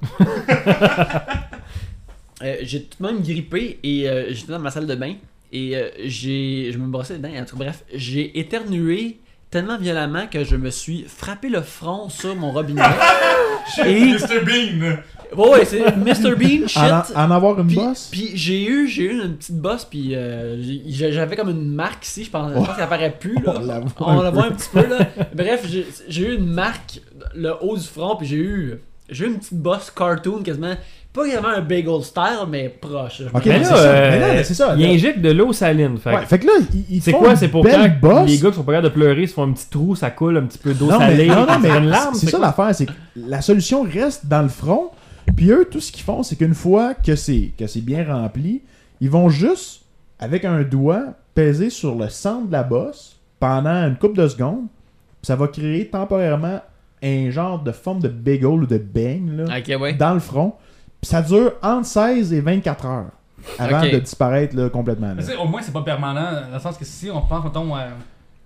Euh, j'ai tout de même grippé et euh, j'étais dans ma salle de bain et euh, j'ai je me brossais les dents. et en tout cas, bref, j'ai éternué tellement violemment que je me suis frappé le front sur mon robinet. et
Mr. Bean!
ouais, ouais, c'est Mr Bean shit.
En, en avoir une
Puis,
bosse
puis j'ai eu, j'ai eu une petite bosse, puis euh, j'ai- j'avais comme une marque ici, je pense, je pense qu'elle apparaît plus, là.
On la voit
On
un
la
peu.
voit un petit peu, là. Bref, j'ai- j'ai eu une marque, le haut du front, puis j'ai eu, j'ai eu une petite bosse cartoon, quasiment, pas vraiment un bagel style, mais proche.
Ok,
Mais
là,
là,
c'est ça.
euh,
Mais là, c'est ça.
Il
là.
injecte de l'eau saline. Fait que-
Ouais, fait que là, ils- ils
C'est
font
quoi
une
C'est pour
belle
quand
bosse.
les gars qui sont pas capables de pleurer se font un petit trou, ça coule un petit peu d'eau
Non, mais,
salée.
non, non,
ça
mais
fait une larme.
c'est ça
quoi?
l'affaire, c'est que la solution reste dans le front. Puis eux, tout ce qu'ils font, c'est qu'une fois que c'est que c'est bien rempli, ils vont juste, avec un doigt, peser sur le centre de la bosse pendant une couple de secondes. Puis ça va créer temporairement un genre de forme de bagel ou de beigne là,
Ah,
Ok, ouais.
dans le front. Puis ça dure entre 16 et 24 heures avant
Ok.
de disparaître là, complètement. là.
Mais tu sais, au moins, c'est pas permanent, dans le sens que si on pense, mettons, à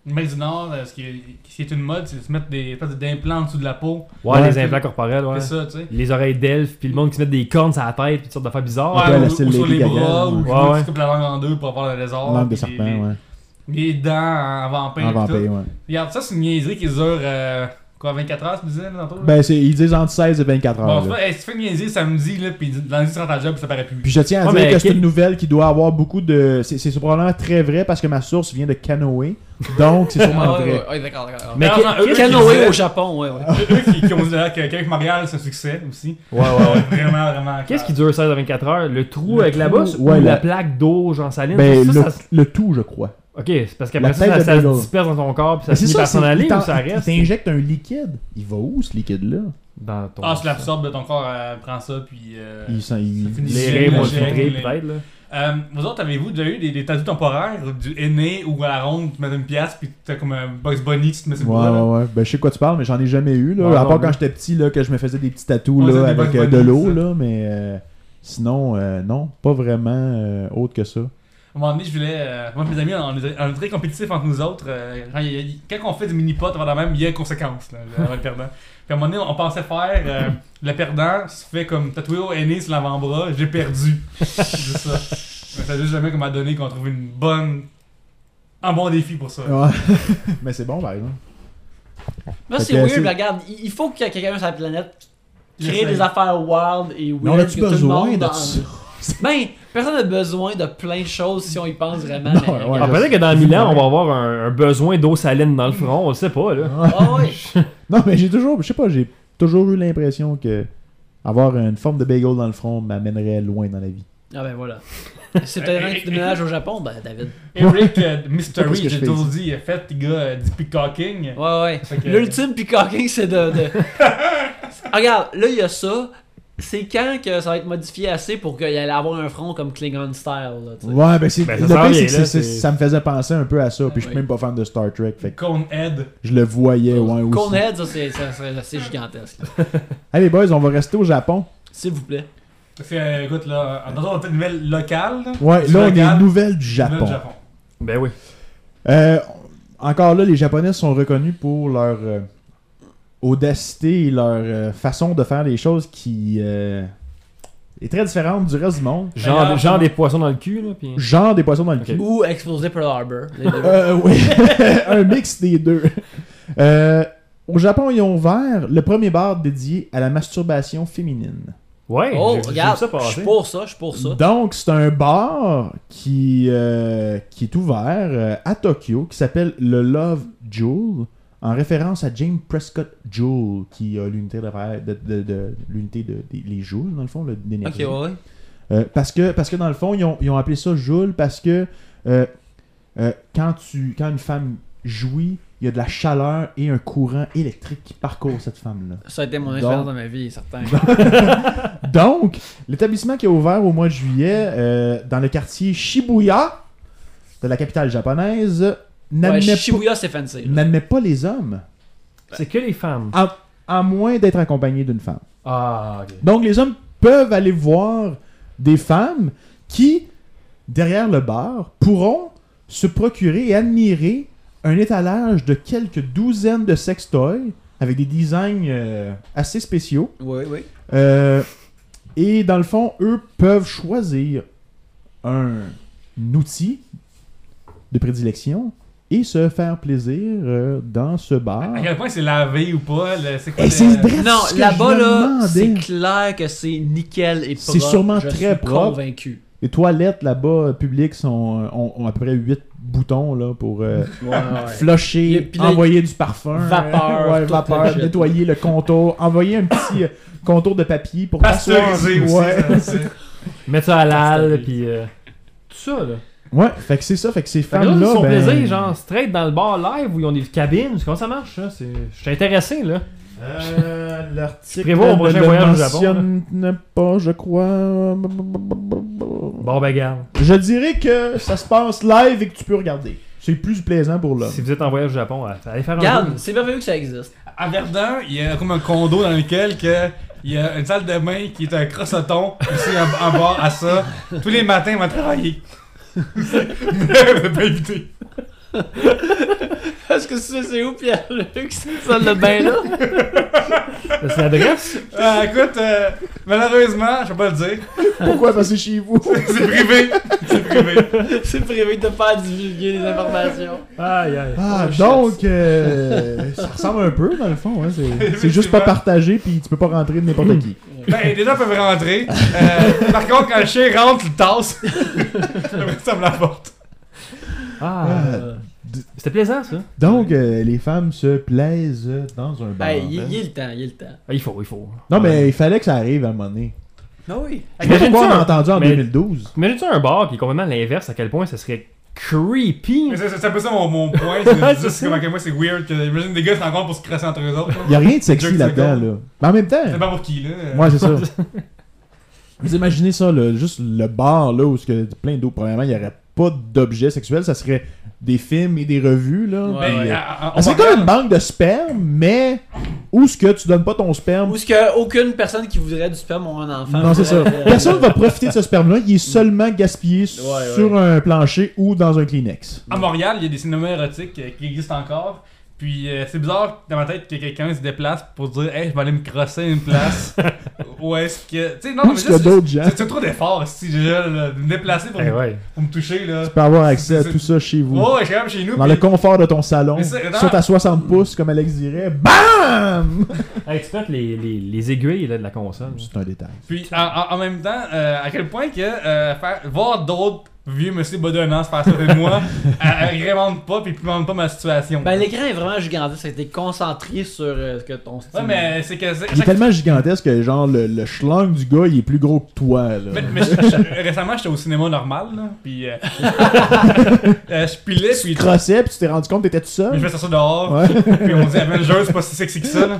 l'Amérique du Nord, euh, ce qui, est, ce qui est une mode, c'est de se mettre des espèces d'implants en dessous de la peau.
Ouais,
Ouais,
les
c'est-
implants corporels, ouais.
C'est ça, tu sais.
Les oreilles d'elfes, puis le monde qui se met des cornes sur la tête, puis toutes sortes d'affaires bizarres.
Ouais,
Ouais,
la
ou,
style
ou sur
Lady
les
Gaga,
bras, ou
ouais.
je
Ouais,
me
ouais.
coupe la langue en deux pour avoir le lézard.
Langue de
puis les-
serpent,
les,
ouais.
Ah, les dents en vampire.
En
et tout.
vampire, ouais.
Regarde, ça, c'est une niaiserie qui dure euh, Quoi, 24 heures, tu disais, là, tantôt? là?
Ben, c'est- ils disent entre 16 et 24 heures.
Bon,
là.
c'est pas, hey, si tu fais niaiser samedi, là, pis lundi, tu rentres à la job, ça paraît plus.
Puis je tiens à
Ouais,
dire
mais
que c'est
quel-
une nouvelle qui doit avoir beaucoup de. C'est c'est probablement très vrai parce que ma source vient de Canoë. Donc, c'est sûrement
Ah, ouais,
vrai.
ouais, ouais, d'accord, d'accord.
Mais
Non,
que-
non, eux,
Canoë
ils
au Japon, ouais,
Ah,
ouais.
disaient- Eux qui, qui ont dit là, que Québec Montréal, c'est un succès aussi.
Ouais, ouais, ouais.
Vraiment, vraiment.
Qu'est-ce qui dure 16 à 24 heures Le trou
Le
avec la
trou,
bosse
ouais,
ou la
la-
plaque d'eau, genre saline
Ben,
Ça,
le,
ça, ça-
le tout, je crois.
Ok, c'est parce qu'après
La
ça,
tête
ça,
de
ça se
Bagel.
disperse dans ton corps, puis ça
Mais c'est
finit
ça,
par s'en
c'est-
aller
il
ou
t'en-
ça
il
reste
T'injectes un liquide. Il va où ce liquide-là
dans ton.
Ah, tu l'absorbes de ton corps, euh, prends ça, puis. euh,
Il s'en- il-
ça finit
les
sur
rêves
le
vont
gel,
filtrer,
les-
peut-être. là.
Euh, vous autres, avez-vous déjà eu des, des tatous temporaires ou du aîné ou à la ronde, tu mets une pièce, puis t'as comme un box bunny, tu te mets sur le
Ouais,
bras,
ouais,
là?
ouais. Ben, je sais quoi tu parles, mais j'en ai jamais eu, là.
Ouais,
à
non, non.
part quand j'étais petit, là, que je me faisais des petits tatous,
Ouais,
là,
c'est des
avec
Bugs
euh, de
Bunny,
l'eau,
ça.
là, mais euh, sinon, euh, non, pas vraiment euh, autre que ça.
À un moment donné, je voulais. euh, moi, et mes amis, on est, on est très compétitifs entre nous autres. euh, quand, il y a- il- quand on fait du mini-pot avant la même, il y a conséquence, là, avant le perdant. Puis à un moment donné, on pensait faire. euh, le perdant se fait comme tatouer au aîné sur l'avant-bras, j'ai perdu. C'est juste ça. Mais ça a juste jamais comme à donner qu'on trouve une bonne. Un bon défi pour ça.
Ouais. mais c'est bon, par exemple.
Là,
Fait
c'est
que,
weird,
c'est-
mais regarde, il il faut qu'il y ait quelqu'un sur la planète qui crée
J'essaie.
des affaires wild et weird.
Mais on a-tu
que tout le
besoin
monde
de
en-
ça?
Ben, personne n'a besoin de plein de choses si on y pense vraiment.
Non,
mais
ouais.
Ah,
regarde.
peut-être que dans mille ans, on va avoir un, un besoin d'eau saline dans le front, on le sait pas, là.
Ah ouais.
Non, mais j'ai toujours, je sais pas, j'ai toujours eu l'impression que avoir une forme de bagel dans le front m'amènerait loin dans la vie.
Ah ben voilà. C'est peut-être un qui déménage au Japon, ben David.
Eric euh,
Qu'est-ce
Mystery,
que je
j'ai
fais
toujours dit, faites, les gars, euh, du peacocking.
Ouais, ouais.
Fait que-
L'ultime peacocking, c'est de. de- Ah, regarde, là, il y a ça. C'est quand que ça va être modifié assez pour qu'il y ait avoir un front comme Klingon style, là, tu sais.
Ouais, ben c'est.
Ben, ça
le
s'en
pire,
vient,
c'est que
là,
c'est-
c'est-
ça me faisait penser un peu à ça, puis je suis
Ouais.
même pas fan de Star Trek, fait que
Conehead.
je le voyais, ouais, aussi.
Conehead, ça, c'est ça serait assez gigantesque. là.
Hey, les boys, on va rester au Japon.
S'il vous plaît.
Parce que, euh, écoute, là, dans on a une nouvelle locale.
Ouais,
Du
là, on
local,
est nouvelle du
nouvelle
Japon.
Japon.
Ben oui.
Euh, encore là, les Japonais sont reconnus pour leur euh, audacité et leur euh, façon de faire les choses qui euh, est très différente du reste du monde.
Genre,
D'ailleurs,
genre
ça-
des poissons dans le cul, là. Puis...
Genre des poissons dans le
Ok.
cul.
Ou exploser Pearl Harbor. les deux.
Euh, oui, un mix des deux. Euh, au Japon, ils ont ouvert le premier bar dédié à la masturbation féminine.
Ouais,
oh,
j'ai- j'ai vu
regarde,
ça
je
passer.
suis pour ça, je suis pour ça.
Donc, c'est un bar qui, euh, qui est ouvert euh, à Tokyo, qui s'appelle le Love Jewel, en référence à James Prescott Jewel, qui a l'unité de, de, de- de- l'unité de, des- les joules, dans le fond, le,
Ok,
d'énergie.
ouais. ouais.
Euh, parce, que, parce que, dans le fond, ils ont, ils ont appelé ça Joule parce que euh, euh, quand, tu, quand une femme jouit, il y a de la chaleur et un courant électrique qui parcourt cette femme-là.
Ça a été mon
Donc-
expérience dans ma vie, certain.
Donc, l'établissement qui a ouvert au mois de juillet euh, dans le quartier Shibuya de la capitale japonaise
Ouais,
n'admet pas-
Shibuya, c'est fancy. là.
n'admet pas les hommes,
C'est que les femmes.
Ah.
à, à moins d'être accompagnés d'une femme.
Ah, ok.
Donc, les hommes peuvent aller voir des femmes qui, derrière le bar, pourront se procurer et admirer un étalage de quelques douzaines de sextoys avec des designs euh, assez spéciaux.
Oui, oui.
Euh, et dans le fond, eux peuvent choisir un outil de prédilection et se faire plaisir euh, dans ce bar.
À quel point c'est lavé ou pas, le- c'est quoi
Et
le-
c'est bref
Non,
ce que
là-bas,
je me
là, c'est
demandais.
clair que c'est nickel et propre.
C'est sûrement
Je
très
suis
propre.
convaincu.
Les toilettes là-bas euh, publiques sont, euh, ont, ont à peu près 8 boutons là, pour euh,
Et
flusher,
puis là,
envoyer du parfum, hein.
vapeur,
ouais,
toute
vapeur,
la shit.
nettoyer le contour, envoyer un petit euh, contour de papier pour t'asseoir.
Pasteurisé aussi.
Ouais.
ça, c'est-
Mettre
Ah,
ça à l'al, puis. euh, Tout ça, là.
Ouais, fait que c'est ça, fait que ces
Fait que là, ils
femmes-là.
sont
ben,
plaisir, genre, straight dans le bar live où ils ont des cabines. Comment ça marche, ça? C'est- Je suis intéressé, là.
Euh, L'article
Prévoit mon
ne
prochain
le
voyage au Japon,
mentionne pas, je crois.
Bon, ben, garde.
Je dirais que ça se passe live et que tu peux regarder. C'est plus plaisant pour l'homme.
Si vous êtes en voyage au Japon, allez faire un
Regarde,
tour.
c'est merveilleux que ça existe.
À Verdun, il y a comme un condo dans lequel que, il y a une salle de bain qui est un crossoton, ici en, en bas à ça. Tous les matins, on Euh, va travailler. Vous êtes pas invité.
Parce que tu sais, c'est où Pierre-Luc, c'est ça le bain là?
C'est l'adresse?
Ah, écoute, euh, malheureusement, je peux pas le dire.
Pourquoi passer chez vous?
C'est privé. C'est privé.
C'est privé de pas divulguer les informations.
Aïe, aïe.
Ah,
Oh,
donc, euh, ça ressemble un peu, dans le fond. hein, c'est- C'est juste pas partagé, puis tu peux pas rentrer de n'importe qui.
Ben, les gens peuvent rentrer. Euh, par contre, quand le chien rentre, tu le tasses. Après, ça me l'apporte.
Ah,
Euh, d-
C'était plaisant, ça.
Donc, euh, les femmes se plaisent dans un bar.
Hey, il
hein.
il est le temps, il est le temps.
Ah, il faut, il faut.
Non, mais il fallait que ça arrive à un moment donné.
Ah oui.
Je sais pas pourquoi on
Imagine-tu
l'a
un-
entendu en
mais-
2012.
Imagine-tu un bar qui est complètement l'inverse, à quel point ça serait creepy.
Mais c'est- C'est un peu ça mon, mon point.
Ouais,
C'est
c'est
juste
ça.
comme à quel point c'est weird. Que, imagine des gars se rencontrent pour se crasser entre eux autres.
Il y a rien de sexy
Jerk
là-dedans,
Circle.
là. Mais en même
C'est
temps,
pas pour qui, là.
moi, c'est ça. Vous imaginez ça, là, juste le bar, là, où ce que plein d'eau, premièrement, il n'y aurait pas d'objets sexuels, ça serait des films et des revues, là.
Ouais.
puis,
Ben,
euh,
à- à-
Ah, c'est
on va-
comme une banque de sperme, mais où est-ce que tu donnes pas ton sperme?
Ou est-ce qu'aucune personne qui voudrait du sperme ou un enfant?
Non, c'est ça.
voudrait- euh,
Personne va profiter de ce sperme-là. Il est seulement gaspillé sur un plancher ou dans un Kleenex.
À Montréal, il y a des cinémas érotiques euh, qui existent encore. Puis euh, c'est bizarre dans ma tête que quelqu'un se déplace pour dire Hey, je vais aller me crosser une place. Ou est-ce que. Tu sais, non,
Où
mais
est-ce
juste.
qu'il y a hein? d'autres gens?
C'est c'est trop d'efforts, si déjà, là, de me déplacer pour,
Eh
me-
ouais.
pour me toucher, là.
Tu peux avoir accès à
C'est-
tout ça chez vous.
Oh, je suis quand même chez nous.
dans
puis-
le confort de ton salon,
Mais c'est- non.
sur ta 60 pouces, comme Alex dirait, BAM!
Hey, tu prêtes les, les, les aiguilles là, de la console.
C'est un détail.
Puis en, en- en même temps, euh, à quel point que euh, faire- voir d'autres vieux monsieur bedonnants se faire ça de moi, agrémente pas puis pimente pas ma situation.
Ben, l'écran est vraiment gigantesque. C'était concentré sur euh, ce que ton style.
ouais, mais c'est que c'est-
Il est tellement gigantesque que genre le, le schlong du gars il est plus gros que toi là.
Mais- mais je- je- récemment, j'étais au cinéma normal, là, puis euh, euh, je pilais, puis
Tu crossais puis tu t'es rendu compte que t'étais tout
Mais je
seul.
fais ça dehors.
Ouais.
puis on dit Avengers, c'est pas si sexy que ça. là.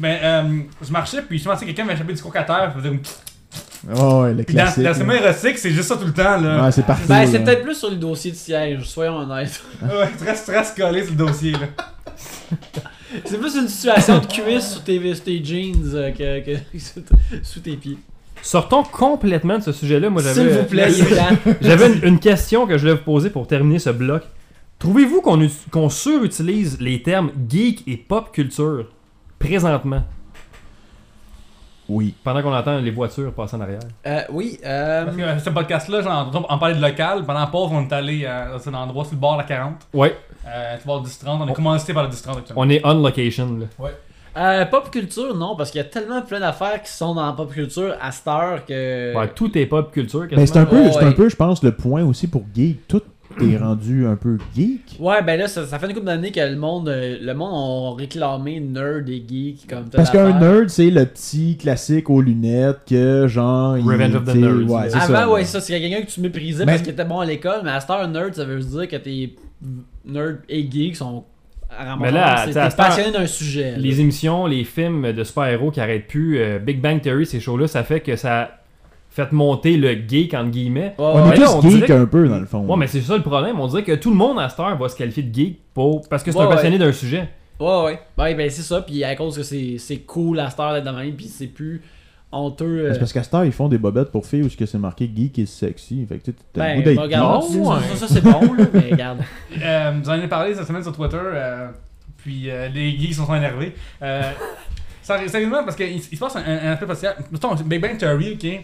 Mais euh, je marchais, puis je pensais que quelqu'un m'a échappé du coq à terre. je faisais une petite-
Oh, ouais, le
Puis dans,
classique.
dans le cinéma
là.
érotique, c'est juste ça tout le temps. Là.
Ouais, c'est parfait.
Ben, c'est
là.
peut-être plus sur le dossier de siège, soyons honnêtes.
Ouais, tu restes, tu restes collé sur le dossier. Là.
C'est plus une situation de cuisse sous tes, sous tes jeans euh, que, que sous, t- sous tes pieds.
Sortons complètement de ce sujet-là. Moi,
S'il vous
j'avais
plaît, il est temps.
j'avais une, une question que je voulais vous poser pour terminer ce bloc. Trouvez-vous qu'on us- qu'on surutilise les termes geek et pop culture présentement
Oui.
pendant qu'on entend les voitures passer en arrière?
Euh, oui,
Parce
euh,
que euh, ce podcast-là, j'en on parlait de local. Pendant la pause, on est allé euh, dans un endroit sur le bord de la 40.
Ouais,
Euh, tu vois le 10-30. On
On-
est commencé par le 10-30 actuellement.
on est on location. Là.
euh, pop culture, non, parce qu'il y a tellement plein d'affaires qui sont dans la pop culture à cette heure que.
Euh,
Ouais, tout est pop culture.
Ben, c'est un
quasiment.
peu, c'est un
ouais.
peu, je pense, le point aussi pour geek. Tout est rendu un peu geek.
Ouais, ben là, ça, ça fait une couple d'années que le monde, euh, le monde ont réclamé nerd et geek comme telle
Parce qu'un
affaire.
nerd, c'est le petit classique aux lunettes que genre. il-
Revenge of the
t'sais,
nerds.
Ouais, c'est
Avant,
ça.
ouais, ça, c'est quelqu'un que tu méprisais
Mais-
parce qu'il était bon à l'école, mais à cette heure, nerd, ça veut dire que tes nerd et geek sont.
Mais là,
c'est
t'sais, à
t'es
cette heure,
passionné d'un sujet. là.
Les émissions, les films de super-héros qui arrêtent plus, euh, Big Bang Theory, ces shows-là, ça fait que ça a fait monter le geek, entre guillemets.
Ouais,
On
ouais.
Mais
est
là,
tous
on dirait
geeks
que-
un peu, dans le fond.
Ouais, mais c'est ça le problème. On dirait que tout le monde à cette heure va se qualifier de geek pour... parce que c'est
Ouais,
un
ouais.
passionné d'un sujet.
Ouais, ouais. Ouais, ben c'est ça, puis à cause que c'est c'est cool à cette heure d'être dans la ligne, puis c'est plus honteux. euh,
Mais C'est parce qu'à Star, ils font des bobettes pour filles où ce que c'est marqué geek et sexy. Fait que tu sais, t'as le
ben,
goût d'être
regarde,
geek.
ça, ça, ça, ça, c'est bon, là, mais regarde.
Euh, J'en ai parlé cette semaine sur Twitter, euh, puis euh, les geeks se sont énervés. Euh, sérieux- sérieusement, parce qu'il se passe un, un aspect social. Mettons, Big Bang Theory, ok? euh,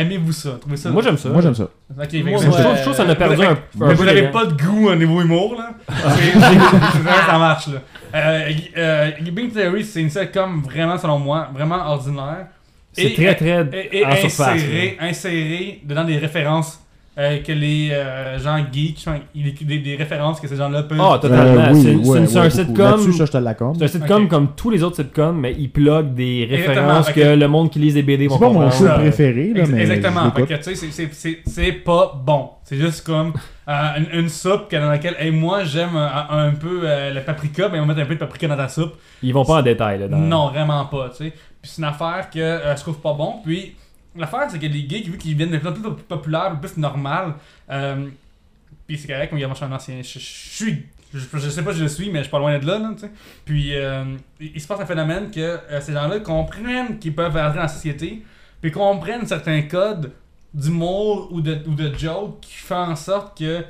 Aimez-vous ça? Trouvez ça?
Moi, j'aime ça.
Moi, j'aime ça.
Ok, fait que
Moi,
c'est-
Je trouve-
ouais.
je trouve que ça en a perdu
Mais-
un, un
Mais vous
peu
n'avez
d'élan.
pas de goût au niveau humour, là. C'est- c'est- ça marche, là. Euh, euh, Big Bang Theory, c'est une sitcom vraiment, selon moi, vraiment ordinaire.
C'est
Et-
très, très
et, et
en surface.
insérer, insérer dedans des références euh, que les euh, gens geeks, genre, il- des, des références que ces gens-là peuvent.
là. Ah, totalement.
Euh, oui,
c'est une- c'est
ouais,
une- c'est un
ouais, beaucoup.
sitcom.
Là-dessus, ça, je te l'accorde.
C'est un sitcom
Ok.
comme tous les autres sitcoms, mais il plug des
Exactement,
références
ok.
que le monde qui lit des BD va
C'est pas mon
comprendre.
show
Ouais.
préféré, là,
Ex-
mais.
Exactement.
je
Fait
l'écoute.
que, tu sais, c'est- c'est- c'est- c'est pas bon. C'est juste comme euh, une, une soupe que- dans laquelle, hey, moi, j'aime un, un peu euh, le paprika, mais on va mettre un peu de paprika dans ta soupe.
Ils vont pas en détail. Là, dans-
Non, vraiment pas, tu sais. Puis c'est une affaire que euh, je trouve pas bon. Puis l'affaire, c'est que les geeks, vu qu'ils viennent de plus en plus pop- populaires, plus normal, euh, puis c'est correct, moi, également, je suis un ancien. Je, je suis. Je, je sais pas, je le suis, mais je suis pas loin de là, là, tu sais. Puis euh, il il se passe un phénomène que euh, ces gens-là comprennent qu'ils peuvent entrer dans la société, puis comprennent certains codes d'humour ou de, ou de joke qui font en sorte que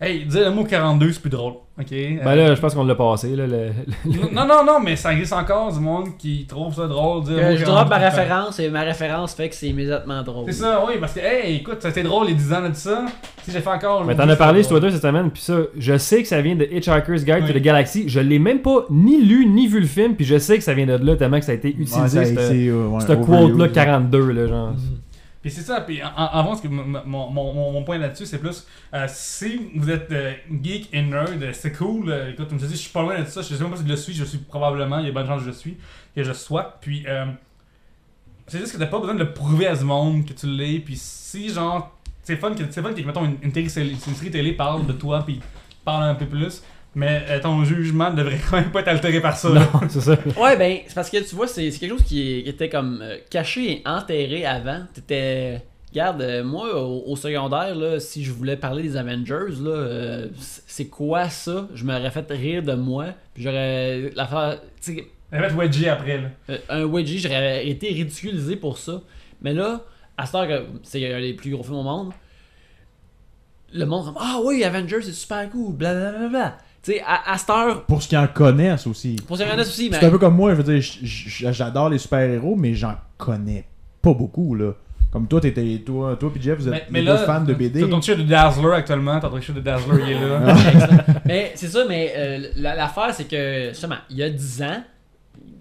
Hey, dire le mot 42, c'est plus drôle. Ok?
Ben là, je pense qu'on l'a passé. Là, le- le-
non, non, non, mais ça existe encore du monde qui trouve ça drôle. Dire le
Euh,
mot
je drop ma
42.
référence et ma référence fait que c'est immédiatement drôle.
C'est ça, oui, parce que, hey, écoute, ça a été drôle les 10 ans de ça. Si j'ai fait encore.
Mais t'en as parlé sur Twitter cette semaine, puis ça, je sais que ça vient de Hitchhiker's Guide to
Oui.
the Galaxy. Je l'ai même pas ni lu ni vu le film, puis je sais que ça vient de là tellement que ça a été utilisé. cette- cette quote-là 42, là, genre.
Puis c'est ça, puis en- en- avant, ce que m- m- mon, mon, mon- mon point là-dessus, c'est plus euh, si vous êtes euh, geek et nerd, euh, c'est cool. euh, écoute, comme je te dis, je suis pas loin de ça. Je sais même pas si je le suis, je suis probablement, il y a bonne chance que je le suis, que je sois. Puis euh, c'est juste que t'as pas besoin de le prouver à ce monde que tu l'es. Puis si, genre, c'est fun que, c'est fun que mettons, une, une télé- une série télé parle de toi, puis parle un peu plus, mais euh, ton jugement devrait quand même pas être altéré par ça. là.
Non, c'est ça.
Ouais, ben, c'est parce que tu vois, c'est c'est quelque chose qui, est- qui était comme euh, caché et enterré avant. T'étais. Regarde, euh, moi, au, au secondaire, là, si je voulais parler des Avengers, là, euh, c'est c'est quoi ça Je m'aurais fait rire de moi. Puis j'aurais. euh, L'affaire. Tu sais,
Elle va être wedgie après, là.
euh, un wedgie, j'aurais été ridiculisé pour ça. Mais là, à cette heure que c'est un des plus gros films au monde, le monde comme Ah oui, Avengers, c'est super cool, blablabla. Tu sais, à, à cette heure,
Pour ce qu'ils en connaissent aussi.
pour ce aussi, mais.
C'est un peu comme moi, je veux dire, j- j- j'adore les super-héros, mais j'en connais pas beaucoup, là. Comme toi, t'étais, toi, toi puis Jeff, vous êtes les deux fans de BD.
T'as ton t-shirt de Dazzler actuellement, t'as ton t-shirt de Dazzler, il est là.
Mais c'est ça, mais euh, la- l'affaire, c'est que, justement, il y a 10 ans,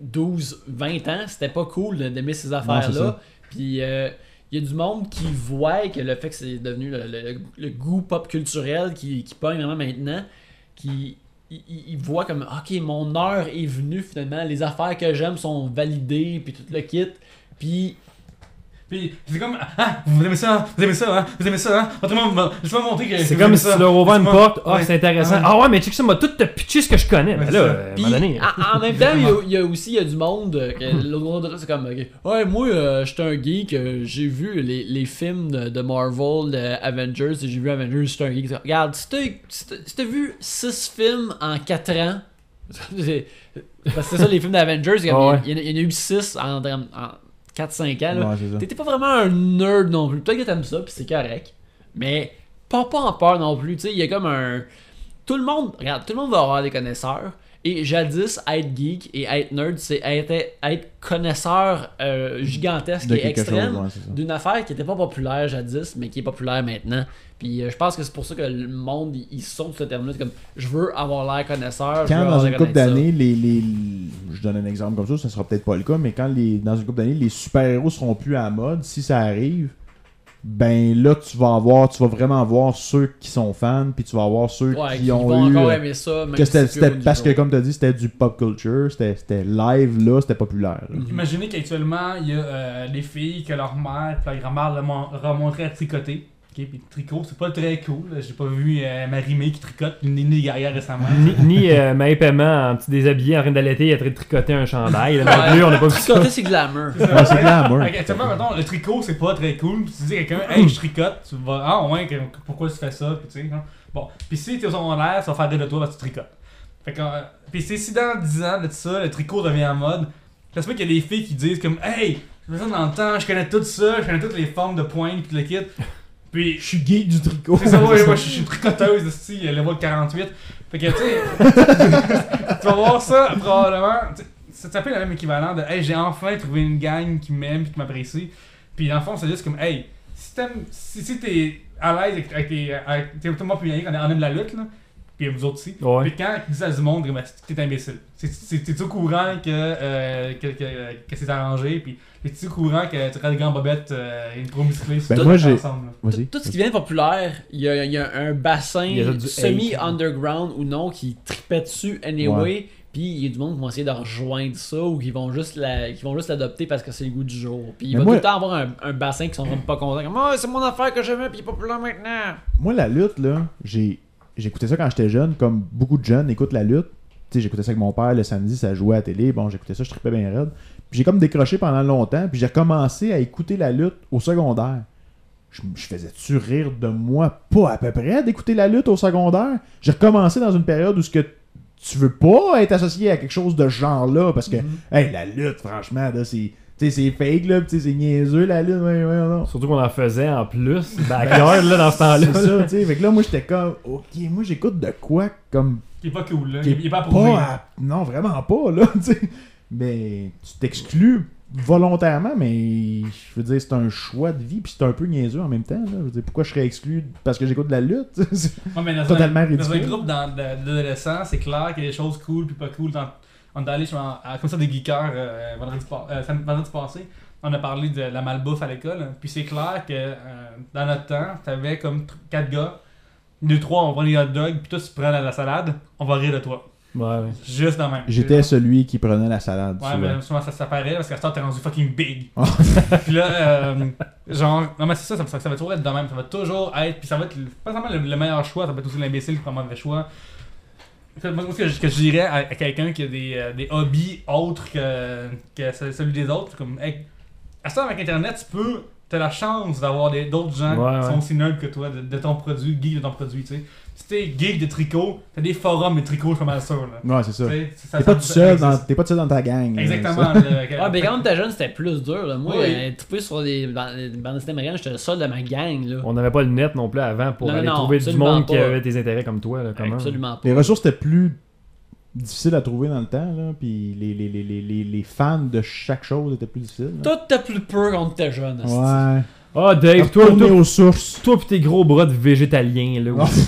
12, 20 ans, c'était pas cool de- d'aimer ces
Non, c'est
affaires-là.
ça.
Puis euh, il y a du monde qui voit que le fait que c'est devenu le, le- le goût pop culturel qui, qui pogne vraiment maintenant, qui il- il il voit comme ok mon heure est venue finalement les affaires que j'aime sont validées puis tout le kit puis
Puis c'est comme ah vous aimez ça, vous aimez ça, hein, vous aimez ça, hein. Autrement, je vais montrer que
C'est
vous
comme
aimez
si
ça.
tu leur ouvrais une
Laisse-moi-
porte. Ah,
Ouais.
c'est intéressant.
Ouais.
Ah ouais, mais check ça, m'a tout te pitché ce que je connais.
Ouais,
Mais
c'est
là,
ça.
euh, à un moment donné.
Ah, en, en même temps, il y a- il y, a aussi il y a du monde euh, que l'autre de là, c'est comme ok, ouais moi euh, j'étais un geek, euh, j'ai vu les, les films de, de Marvel, de Avengers, et j'ai vu Avengers, j'étais un geek. Regarde, si t'as- si t'as si t'as vu 6 films en 4 ans, c'est- parce que c'est ça les films d'Avengers, il y en
Ouais.
a- il y en a il y en a eu 6 en, 4-5 ans. là.
Ouais, c'est ça.
T'étais pas vraiment un nerd non plus. Peut-être que t'aimes ça, puis c'est correct. Mais pas, pas en peur non plus. Tu sais, il y a comme un. Tout le monde. Regarde, tout le monde va avoir des connaisseurs. Et jadis, être geek et être nerd, c'est être, être connaisseur euh, gigantesque
De
et
quelque
extrême
chose, ouais, c'est ça.
d'une affaire qui était pas populaire jadis, mais qui est populaire maintenant. Puis euh, je pense que c'est pour ça que le monde, ils- ils sont sur ce terme-là. C'est comme, je veux avoir l'air connaisseur. je veux
quand
avoir
dans une
l'air
couple
connaître ça.
d'années, les, les- je donne un exemple comme ça, ça sera peut-être pas le cas, mais quand les, dans une couple d'années, les super-héros seront plus à la mode, si ça arrive, ben là, tu vas avoir, tu vas vraiment voir ceux qui sont fans, puis tu vas avoir ceux
Ouais,
qui,
ils
ont
vont
eu.
encore
euh,
aimer ça. même
que c'était-
si c'est
c'était-
plus haut
parce que,
niveau.
comme tu as dit, c'était du pop culture, c'était c'était live, là, c'était populaire. là.
Mm.
Imaginez qu'actuellement il y a euh, les filles que leur mère, puis leur grand-mère leur mon- leur montrait à tricoter. Ok, puis tricot, c'est pas très cool. J'ai pas vu euh, Marimé qui tricote, ni Nini Guerrière récemment.
Ni, ni euh, Maë Paiement en petit déshabillé en train d'allaiter, il est en train de tricoter un chandail. Là, non
Ouais.
plus, on n'a pas vu ça.
Côté, c'est glamour.
Ouais, c'est glamour.
Fait que, Actuellement, mettons, le tricot, c'est pas très cool. Puis tu dis à quelqu'un, hey, je tricote, tu vas, ah ouais, que- pourquoi tu fais ça, puis tu sais. hein. Bon, puis si t'es au secondaire, ça va faire rire de toi parce que tu tricotes. Fait que, euh, puis c'est si dans 10 ans de tout ça, le tricot devient en mode, ça se peut qu'il y a des filles qui disent comme, hey, je fais ça dans le temps, je connais tout ça, je connais toutes les formes de pointe, puis le kit. Puis,
Je suis gay du tricot.
c'est ça, ouais, moi, je suis une tricoteuse, aussi, le voile 48. Fait que, tu sais, tu vas voir ça, probablement. tu sais, Ça s'appelle le même équivalent de Hey, j'ai enfin trouvé une gang qui m'aime et qui m'apprécie. Puis, dans le fond, c'est juste comme Hey, si t'aimes, si, si t'es à l'aise avec, avec tes. avec- T'es tout le monde puis Yannick, on on aime la lutte, là. Puis vous autres aussi.
Ouais.
Puis quand ils disent à du monde, Ben, t'es imbécile. C'est- c'est- T'es-tu au courant que, euh, que, que, que c'est arrangé? Puis t'es-tu au courant que tu auras des gants bobettes, euh, une pro musclée?
Ben,
tout
moi, j'ai-
ensemble, là.
Vas-y.
Tout ce qui devient populaire, il y a, il y a un bassin
Il y a du
semi-underground ou non qui tripait dessus anyway. Puis il y a du monde qui vont essayer de rejoindre ça ou qui vont juste la, qui vont juste l'adopter parce que c'est le goût du jour. Puis il
Mais
va
moi-
tout le temps avoir un, un bassin qui sont vraiment pas contents. Comme, Ah, c'est mon affaire que j'aimais, puis il est populaire maintenant.
Moi, la lutte, là, j'ai j'écoutais ça quand j'étais jeune, comme beaucoup de jeunes écoutent la lutte. Tu sais, j'écoutais ça avec mon père le samedi, ça jouait à la télé. Bon, j'écoutais ça, je tripais bien raide. Puis j'ai comme décroché pendant longtemps, puis j'ai recommencé à écouter la lutte au secondaire. Je, je faisais-tu rire de moi, pas à peu près, d'écouter la lutte au secondaire? J'ai recommencé dans une période où ce que
Mm-hmm.
tu veux pas être associé à quelque chose de ce genre-là, parce que, hey, la lutte, franchement, là, c'est Tu sais, c'est fake, là, pis tu sais, c'est niaiseux, la lune, ouais, ouais, non.
Surtout qu'on en faisait en plus, backyard, là, dans ce
C'est
temps-là.
ça, tu sais. Fait que là, moi, j'étais comme, ok, moi, j'écoute de quoi comme
Il est pas cool, là.
qui
Il il est pas approuvé.
à- Non, vraiment pas, là, tu sais. Mais tu t'exclus volontairement, mais je veux dire, c'est un choix de vie, puis c'est un peu niaiseux en même temps, là. Je veux dire, pourquoi je serais exclu parce que j'écoute de la lutte? tu sais, c'est-
Ouais, mais dans
Totalement
un, Dans un
ridicule.
groupe d'an- d'a- d'adolescents, c'est clair qu'il y a des choses cool puis pas cool. Dans- on est allé sur un- à- comme ça des geekers euh, vendredi, pa- euh, sam- vendredi passé. On a parlé de la malbouffe à l'école. hein. Puis c'est clair que euh, dans notre temps, t'avais comme tr- quatre gars. Deux, trois, on prend les hot dogs, puis toi, tu prends la, la salade, on va rire de toi.
Ouais, ouais.
Juste dans le même.
J'étais celui qui prenait la salade.
Ouais,
souvent. Ah.
mais souvent ça, ça paraît parce qu'à ce temps, t'es rendu fucking big. puis là, euh, genre, non, mais c'est ça, ça, ça, ça va toujours être de même. Ça va toujours être, puis ça va être le- pas seulement le, le meilleur choix, ça va être aussi l'imbécile qui prend le mauvais choix. Fait que Moi, ce que je, que je dirais à, à quelqu'un qui a des, euh, des hobbies autres que, que ce- celui des autres, c'est comme, hey, à ce temps, avec Internet, tu peux, t'as la chance d'avoir des- d'autres gens
Ouais,
qui
ouais.
sont aussi neutres que toi, de, de ton produit, geek de ton produit, tu sais. Si t'es geek de tricot, t'as des forums de tricot, je suis pas mal sûr, là.
Ouais, c'est ça.
Tu sais, ça-
T'es
ça-
pas, tout seul
ça
dans-
existe.
t'es pas tout seul dans ta gang. là, Mm. ça.
Exactement. le-
Ouais, mais quand même, Ah, t'es jeune, c'était plus dur. Là. Moi,
Oui.
euh, triper sur des ban- des bandes dessinées américaines, j'étais le seul de ma gang. Là.
On n'avait pas le net non plus avant pour
Non,
aller
non,
trouver du
absolument
monde qui
pas.
avait des intérêts comme toi, là, commun.
Absolument pas.
Les ressources étaient plus difficiles à trouver dans le temps, là, puis les, les, les, les, les, les fans de chaque chose étaient plus difficiles. là.
Tout t'as plus peur quand t'es jeune. hostie.
Ouais.
Ah, Dave, toi,
Retourner
toi,
aux sources.
toi pis tes gros bras de végétalien, là. aussi.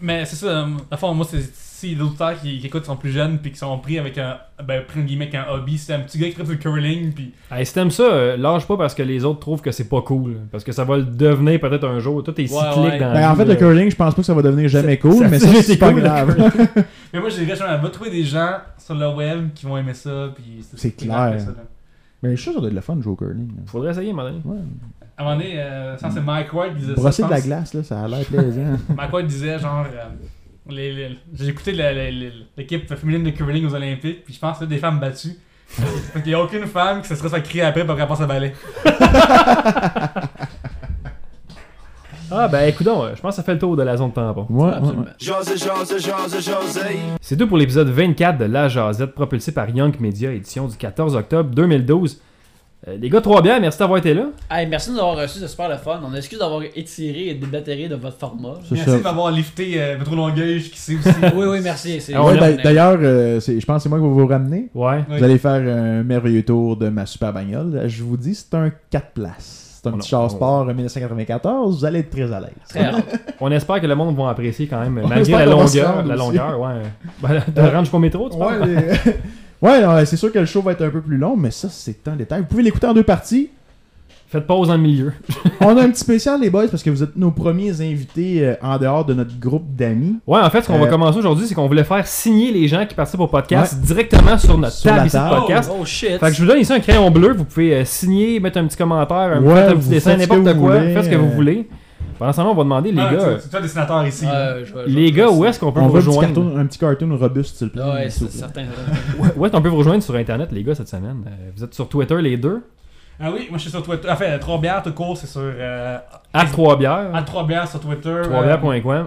Mais c'est ça, euh, à fond, moi, c'est si les auditeurs qui, qui écoutent sont plus jeunes puis qui sont pris avec un. Ben, pris en guillemets, avec un hobby, c'est un petit gars qui fait du curling puis.
Hey, si t'aimes ça, euh, lâche pas parce que les autres trouvent que c'est pas cool. Parce que ça va le devenir peut-être un jour. Toi, t'es cyclique
ouais.
dans
Ben,
la
en
vie,
fait, le
là.
curling, je pense pas que ça va devenir jamais
Ça-
cool,
Ah, ça
mais
fait
ça,
été
c'est pas
cool, le
grave.
Mais moi, je dirais, genre, va trouver des gens sur le web qui vont aimer ça puis.
C'est
grave,
clair.
ça, là.
Mais Ben, je suis sûr que ça doit être le fun de jouer au curling. là.
Faudrait essayer, à un moment donné.
Ouais.
À un moment donné, euh, ça, c'est Mike Ward qui disait
Brosser
ça.
Mm. de
je
la
pense.
glace, là, ça a l'air plaisant.
Mike Ward disait, genre. euh, les- les- J'ai écouté la- la- la- l'équipe féminine de curling aux Olympiques, puis je pense que des femmes battues. Fait qu'il n'y a aucune femme qui se serait fait crier après pour qu'elle passe le balai.
Ah, ben, écoute, je pense que ça fait le tour de la zone tampon.
Ouais, ouais,
Absolument.
ouais.
José, José, José, José.
C'est tout pour l'épisode 24 de La Jazette, propulsé par Young Media, édition du 14 octobre 2012. Euh, les gars, trois bières, merci d'avoir été là.
Hey, merci de nous avoir reçus, c'est super le fun. On excuse d'avoir étiré et déblatéré de votre format.
C'est
Merci
ça.
de m'avoir lifté euh, Métro Longueuil jusqu'ici aussi.
oui, oui, merci. c'est-
Ah,
Ouais,
on
d'a- D'ailleurs, euh, c'est- je pense que c'est moi qui vais vous ramener.
Ouais.
Oui.
Vous allez faire un merveilleux tour de ma super bagnole. Je vous dis, c'est un 4 places. C'est un
Oh
petit
non.
char sport euh, 1994. Vous allez être très à l'aise.
Très hâte.
On espère que le monde va apprécier quand même,
On
malgré
espère
la
qu'on va se
longueur.
rendre
La
aussi.
longueur, ouais. Ben, te rendre jusqu'au métro, tu
Ouais,
parles?
les- ouais, non, c'est sûr que le show va être un peu plus long, mais ça, c'est un détail. Vous pouvez l'écouter en deux parties.
Faites pause dans le milieu.
On a un petit spécial, les boys, parce que vous êtes nos premiers invités euh, en dehors de notre groupe d'amis.
Ouais, en fait, ce qu'on va
Euh,
commencer aujourd'hui, c'est qu'on voulait faire signer les gens qui participent au podcast directement sur notre
Sur
table
la
ici de
table.
podcast.
Oh, oh shit.
Fait que je vous donne ici un crayon bleu, vous pouvez euh, signer, mettre un petit commentaire, un,
Ouais,
faites un petit
vous
dessin,
faites ce que
n'importe
vous
quoi,
voulez,
faites ce que vous
euh,
voulez. Pendant ce moment, on va demander, les
Ah,
gars,
tu- tu- toi, dessinateur ici. là.
Ouais, je vais- je vais-
les gars, où est-ce qu'on peut
On
vous
veut un petit,
rejoindre?
cartoon, un petit cartoon robuste, s'il vous plaît.
Ouais,
s'il
c'est
vous plaît.
certain.
Où est-ce qu'on peut vous rejoindre sur Internet, les gars, cette semaine? Euh, vous êtes sur Twitter, les deux.
Ah oui, moi je suis sur Twitter. Enfin, euh, trois bières tout court, c'est sur. Euh,
À 3 bières.
à trois bières sur Twitter. euh,
3 bières.com.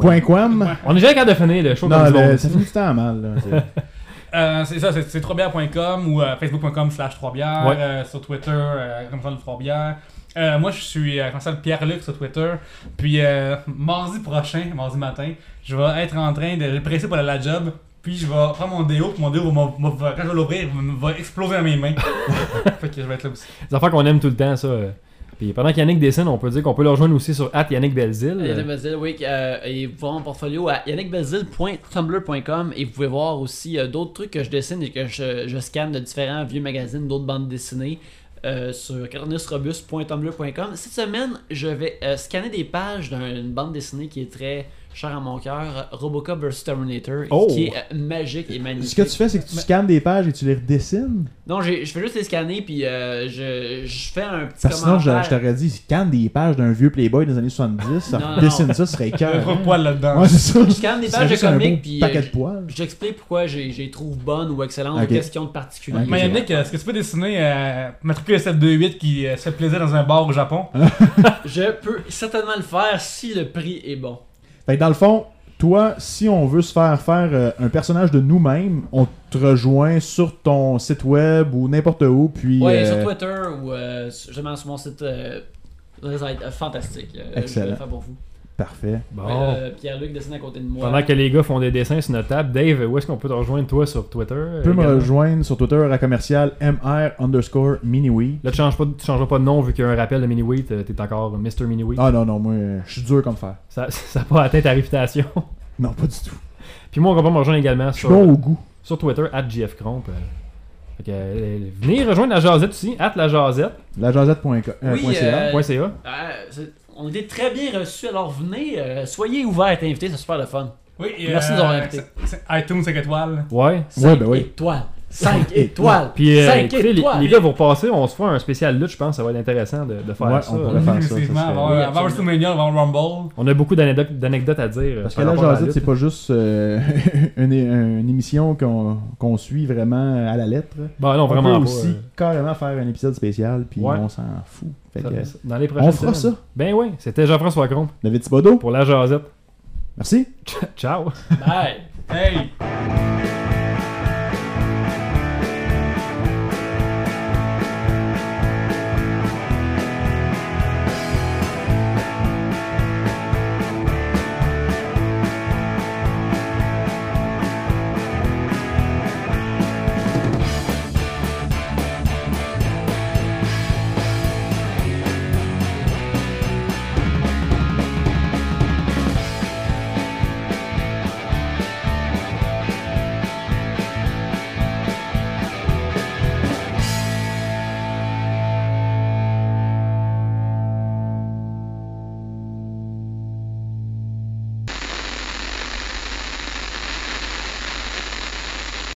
Point quam.
On est déjà capable de finir le show
Non,
comme du
le-
monde.
ça finit tout le temps mal. là. C'est-
euh, euh, c'est ça, c'est- c'est bières.com ou euh, facebook.com slash trois bières.
Ouais.
euh, sur Twitter, euh, comme ça, le trois bières. Euh, moi je suis euh, comme ça, le Pierre-Luc sur Twitter. Puis euh, mardi prochain, mardi matin, je vais être en train de presser pour aller à la job. Puis je vais prendre mon déo, puis mon déo, va, m'en- m'en- va- quand je vais l'ouvrir, va, va exploser dans mes mains. fait que je vais être là aussi.
Des affaires qu'on aime tout le temps, ça. euh. Puis pendant qu'Yannick dessine, on peut dire qu'on peut le rejoindre aussi sur at Yannick Belzile.
Yannick Belzile, oui, euh, et vous pouvez voir mon portfolio à yannickbelzile.tumblr.com et vous pouvez voir aussi euh, d'autres trucs que je dessine et que je, je scanne de différents vieux magazines, d'autres bandes dessinées euh, sur carnisrobus.tumblr.com. Cette semaine, je vais euh, scanner des pages d'une bande dessinée qui est très chère à mon cœur, Robocop vs Terminator,
Oh!
qui est euh, magique et magnifique.
Ce que tu fais, c'est que tu scannes des pages et tu les redessines.
Non, j'ai- je fais juste les scanner puis euh, je, je fais un petit
Parce que sinon, je,
commentaire.
je t'aurais dit, scanne des pages d'un vieux Playboy des années 70, ça
Non, non.
redessine ça, ce serait
Il y a
cœur.
trop de poils là-dedans.
Ouais, c'est ça.
Je scanne des
C'est
pages de
juste un
comics
beau
puis euh,
paquet de
je-
poils.
J'explique pourquoi j'ai j'ai trouve bonne ou excellente
Ok.
ou question de particulier.
Ok.
Mais Yannick, euh, est-ce que tu peux dessiner euh, matricule 728 qui euh, se fait plaisir dans un bar au Japon?
Je peux certainement le faire si le prix est bon.
Fait que dans le fond, Toi, si on veut se faire faire euh, un personnage de nous-mêmes, on te rejoint sur ton site web ou n'importe où, puis...
Ouais,
euh,
sur Twitter ou euh, sur- justement sur mon site. euh, ça va être, euh, fantastique. Euh, Je vais
Excellent.
le faire pour vous.
Parfait.
Bon.
Euh, Pierre-Luc dessine à côté de moi.
Oh. Pendant que les gars font des dessins sur notre table, Dave, où est-ce qu'on peut te rejoindre toi sur Twitter euh,
Tu peux me
également?
rejoindre sur Twitter à commercial mr underscore miniwee.
Là, tu changes pas, tu changeras pas de nom vu qu'il y a un rappel de Mini-Wheat, euh, t'es encore Mr. Mini-Wheat.
Ah non, non, moi, euh, je suis dur comme fer.
Ça n'a pas atteint ta réputation.
Non, pas du tout.
Puis moi, on va me rejoindre également
Je suis
sur,
bon au goût.
sur Twitter, at JFCromp. euh. Fait que, euh, venez rejoindre la Jazette aussi, at la hein, Jazette.ca.
Lajazette.ca.
Oui, euh, Euh, c'est- on était très bien reçus, alors venez, euh, soyez ouverts et invités, c'est super le fun.
Oui,
euh,
et,
Merci de nous avoir invités.
c'est- c'est iTunes 5 étoiles.
Ouais.
Cinq
ben oui.
étoiles. 5 étoiles.
Puis euh,
Cinq
écoutez, les,
étoiles.
les gars vont passer, on se fera un spécial lutte, je pense, ça va être intéressant de, de faire
Ouais,
ça.
on
On,
pourrait. faire ça, ça
Effectivement,
serait-
avant,
Oui,
avant
absolument.
WrestleMania, avant le Rumble.
a beaucoup d'anecdotes d'anecdotes à dire. euh,
Parce que
par
la
rapport à la
Jazette,
lutte.
c'est pas juste euh, une, une émission qu'on qu'on suit vraiment à la lettre.
Bah non,
On
vraiment
peut
pas,
aussi
euh,
carrément faire un épisode spécial, puis
Ouais.
on s'en fout. Fait
ça-
que, euh,
ça- dans les prochaines
on fera
semaines.
ça.
Ben oui, c'était Jean-François Comte
David Thibodeau,
pour la Jazette.
merci.
Ciao!
Bye.
Hey!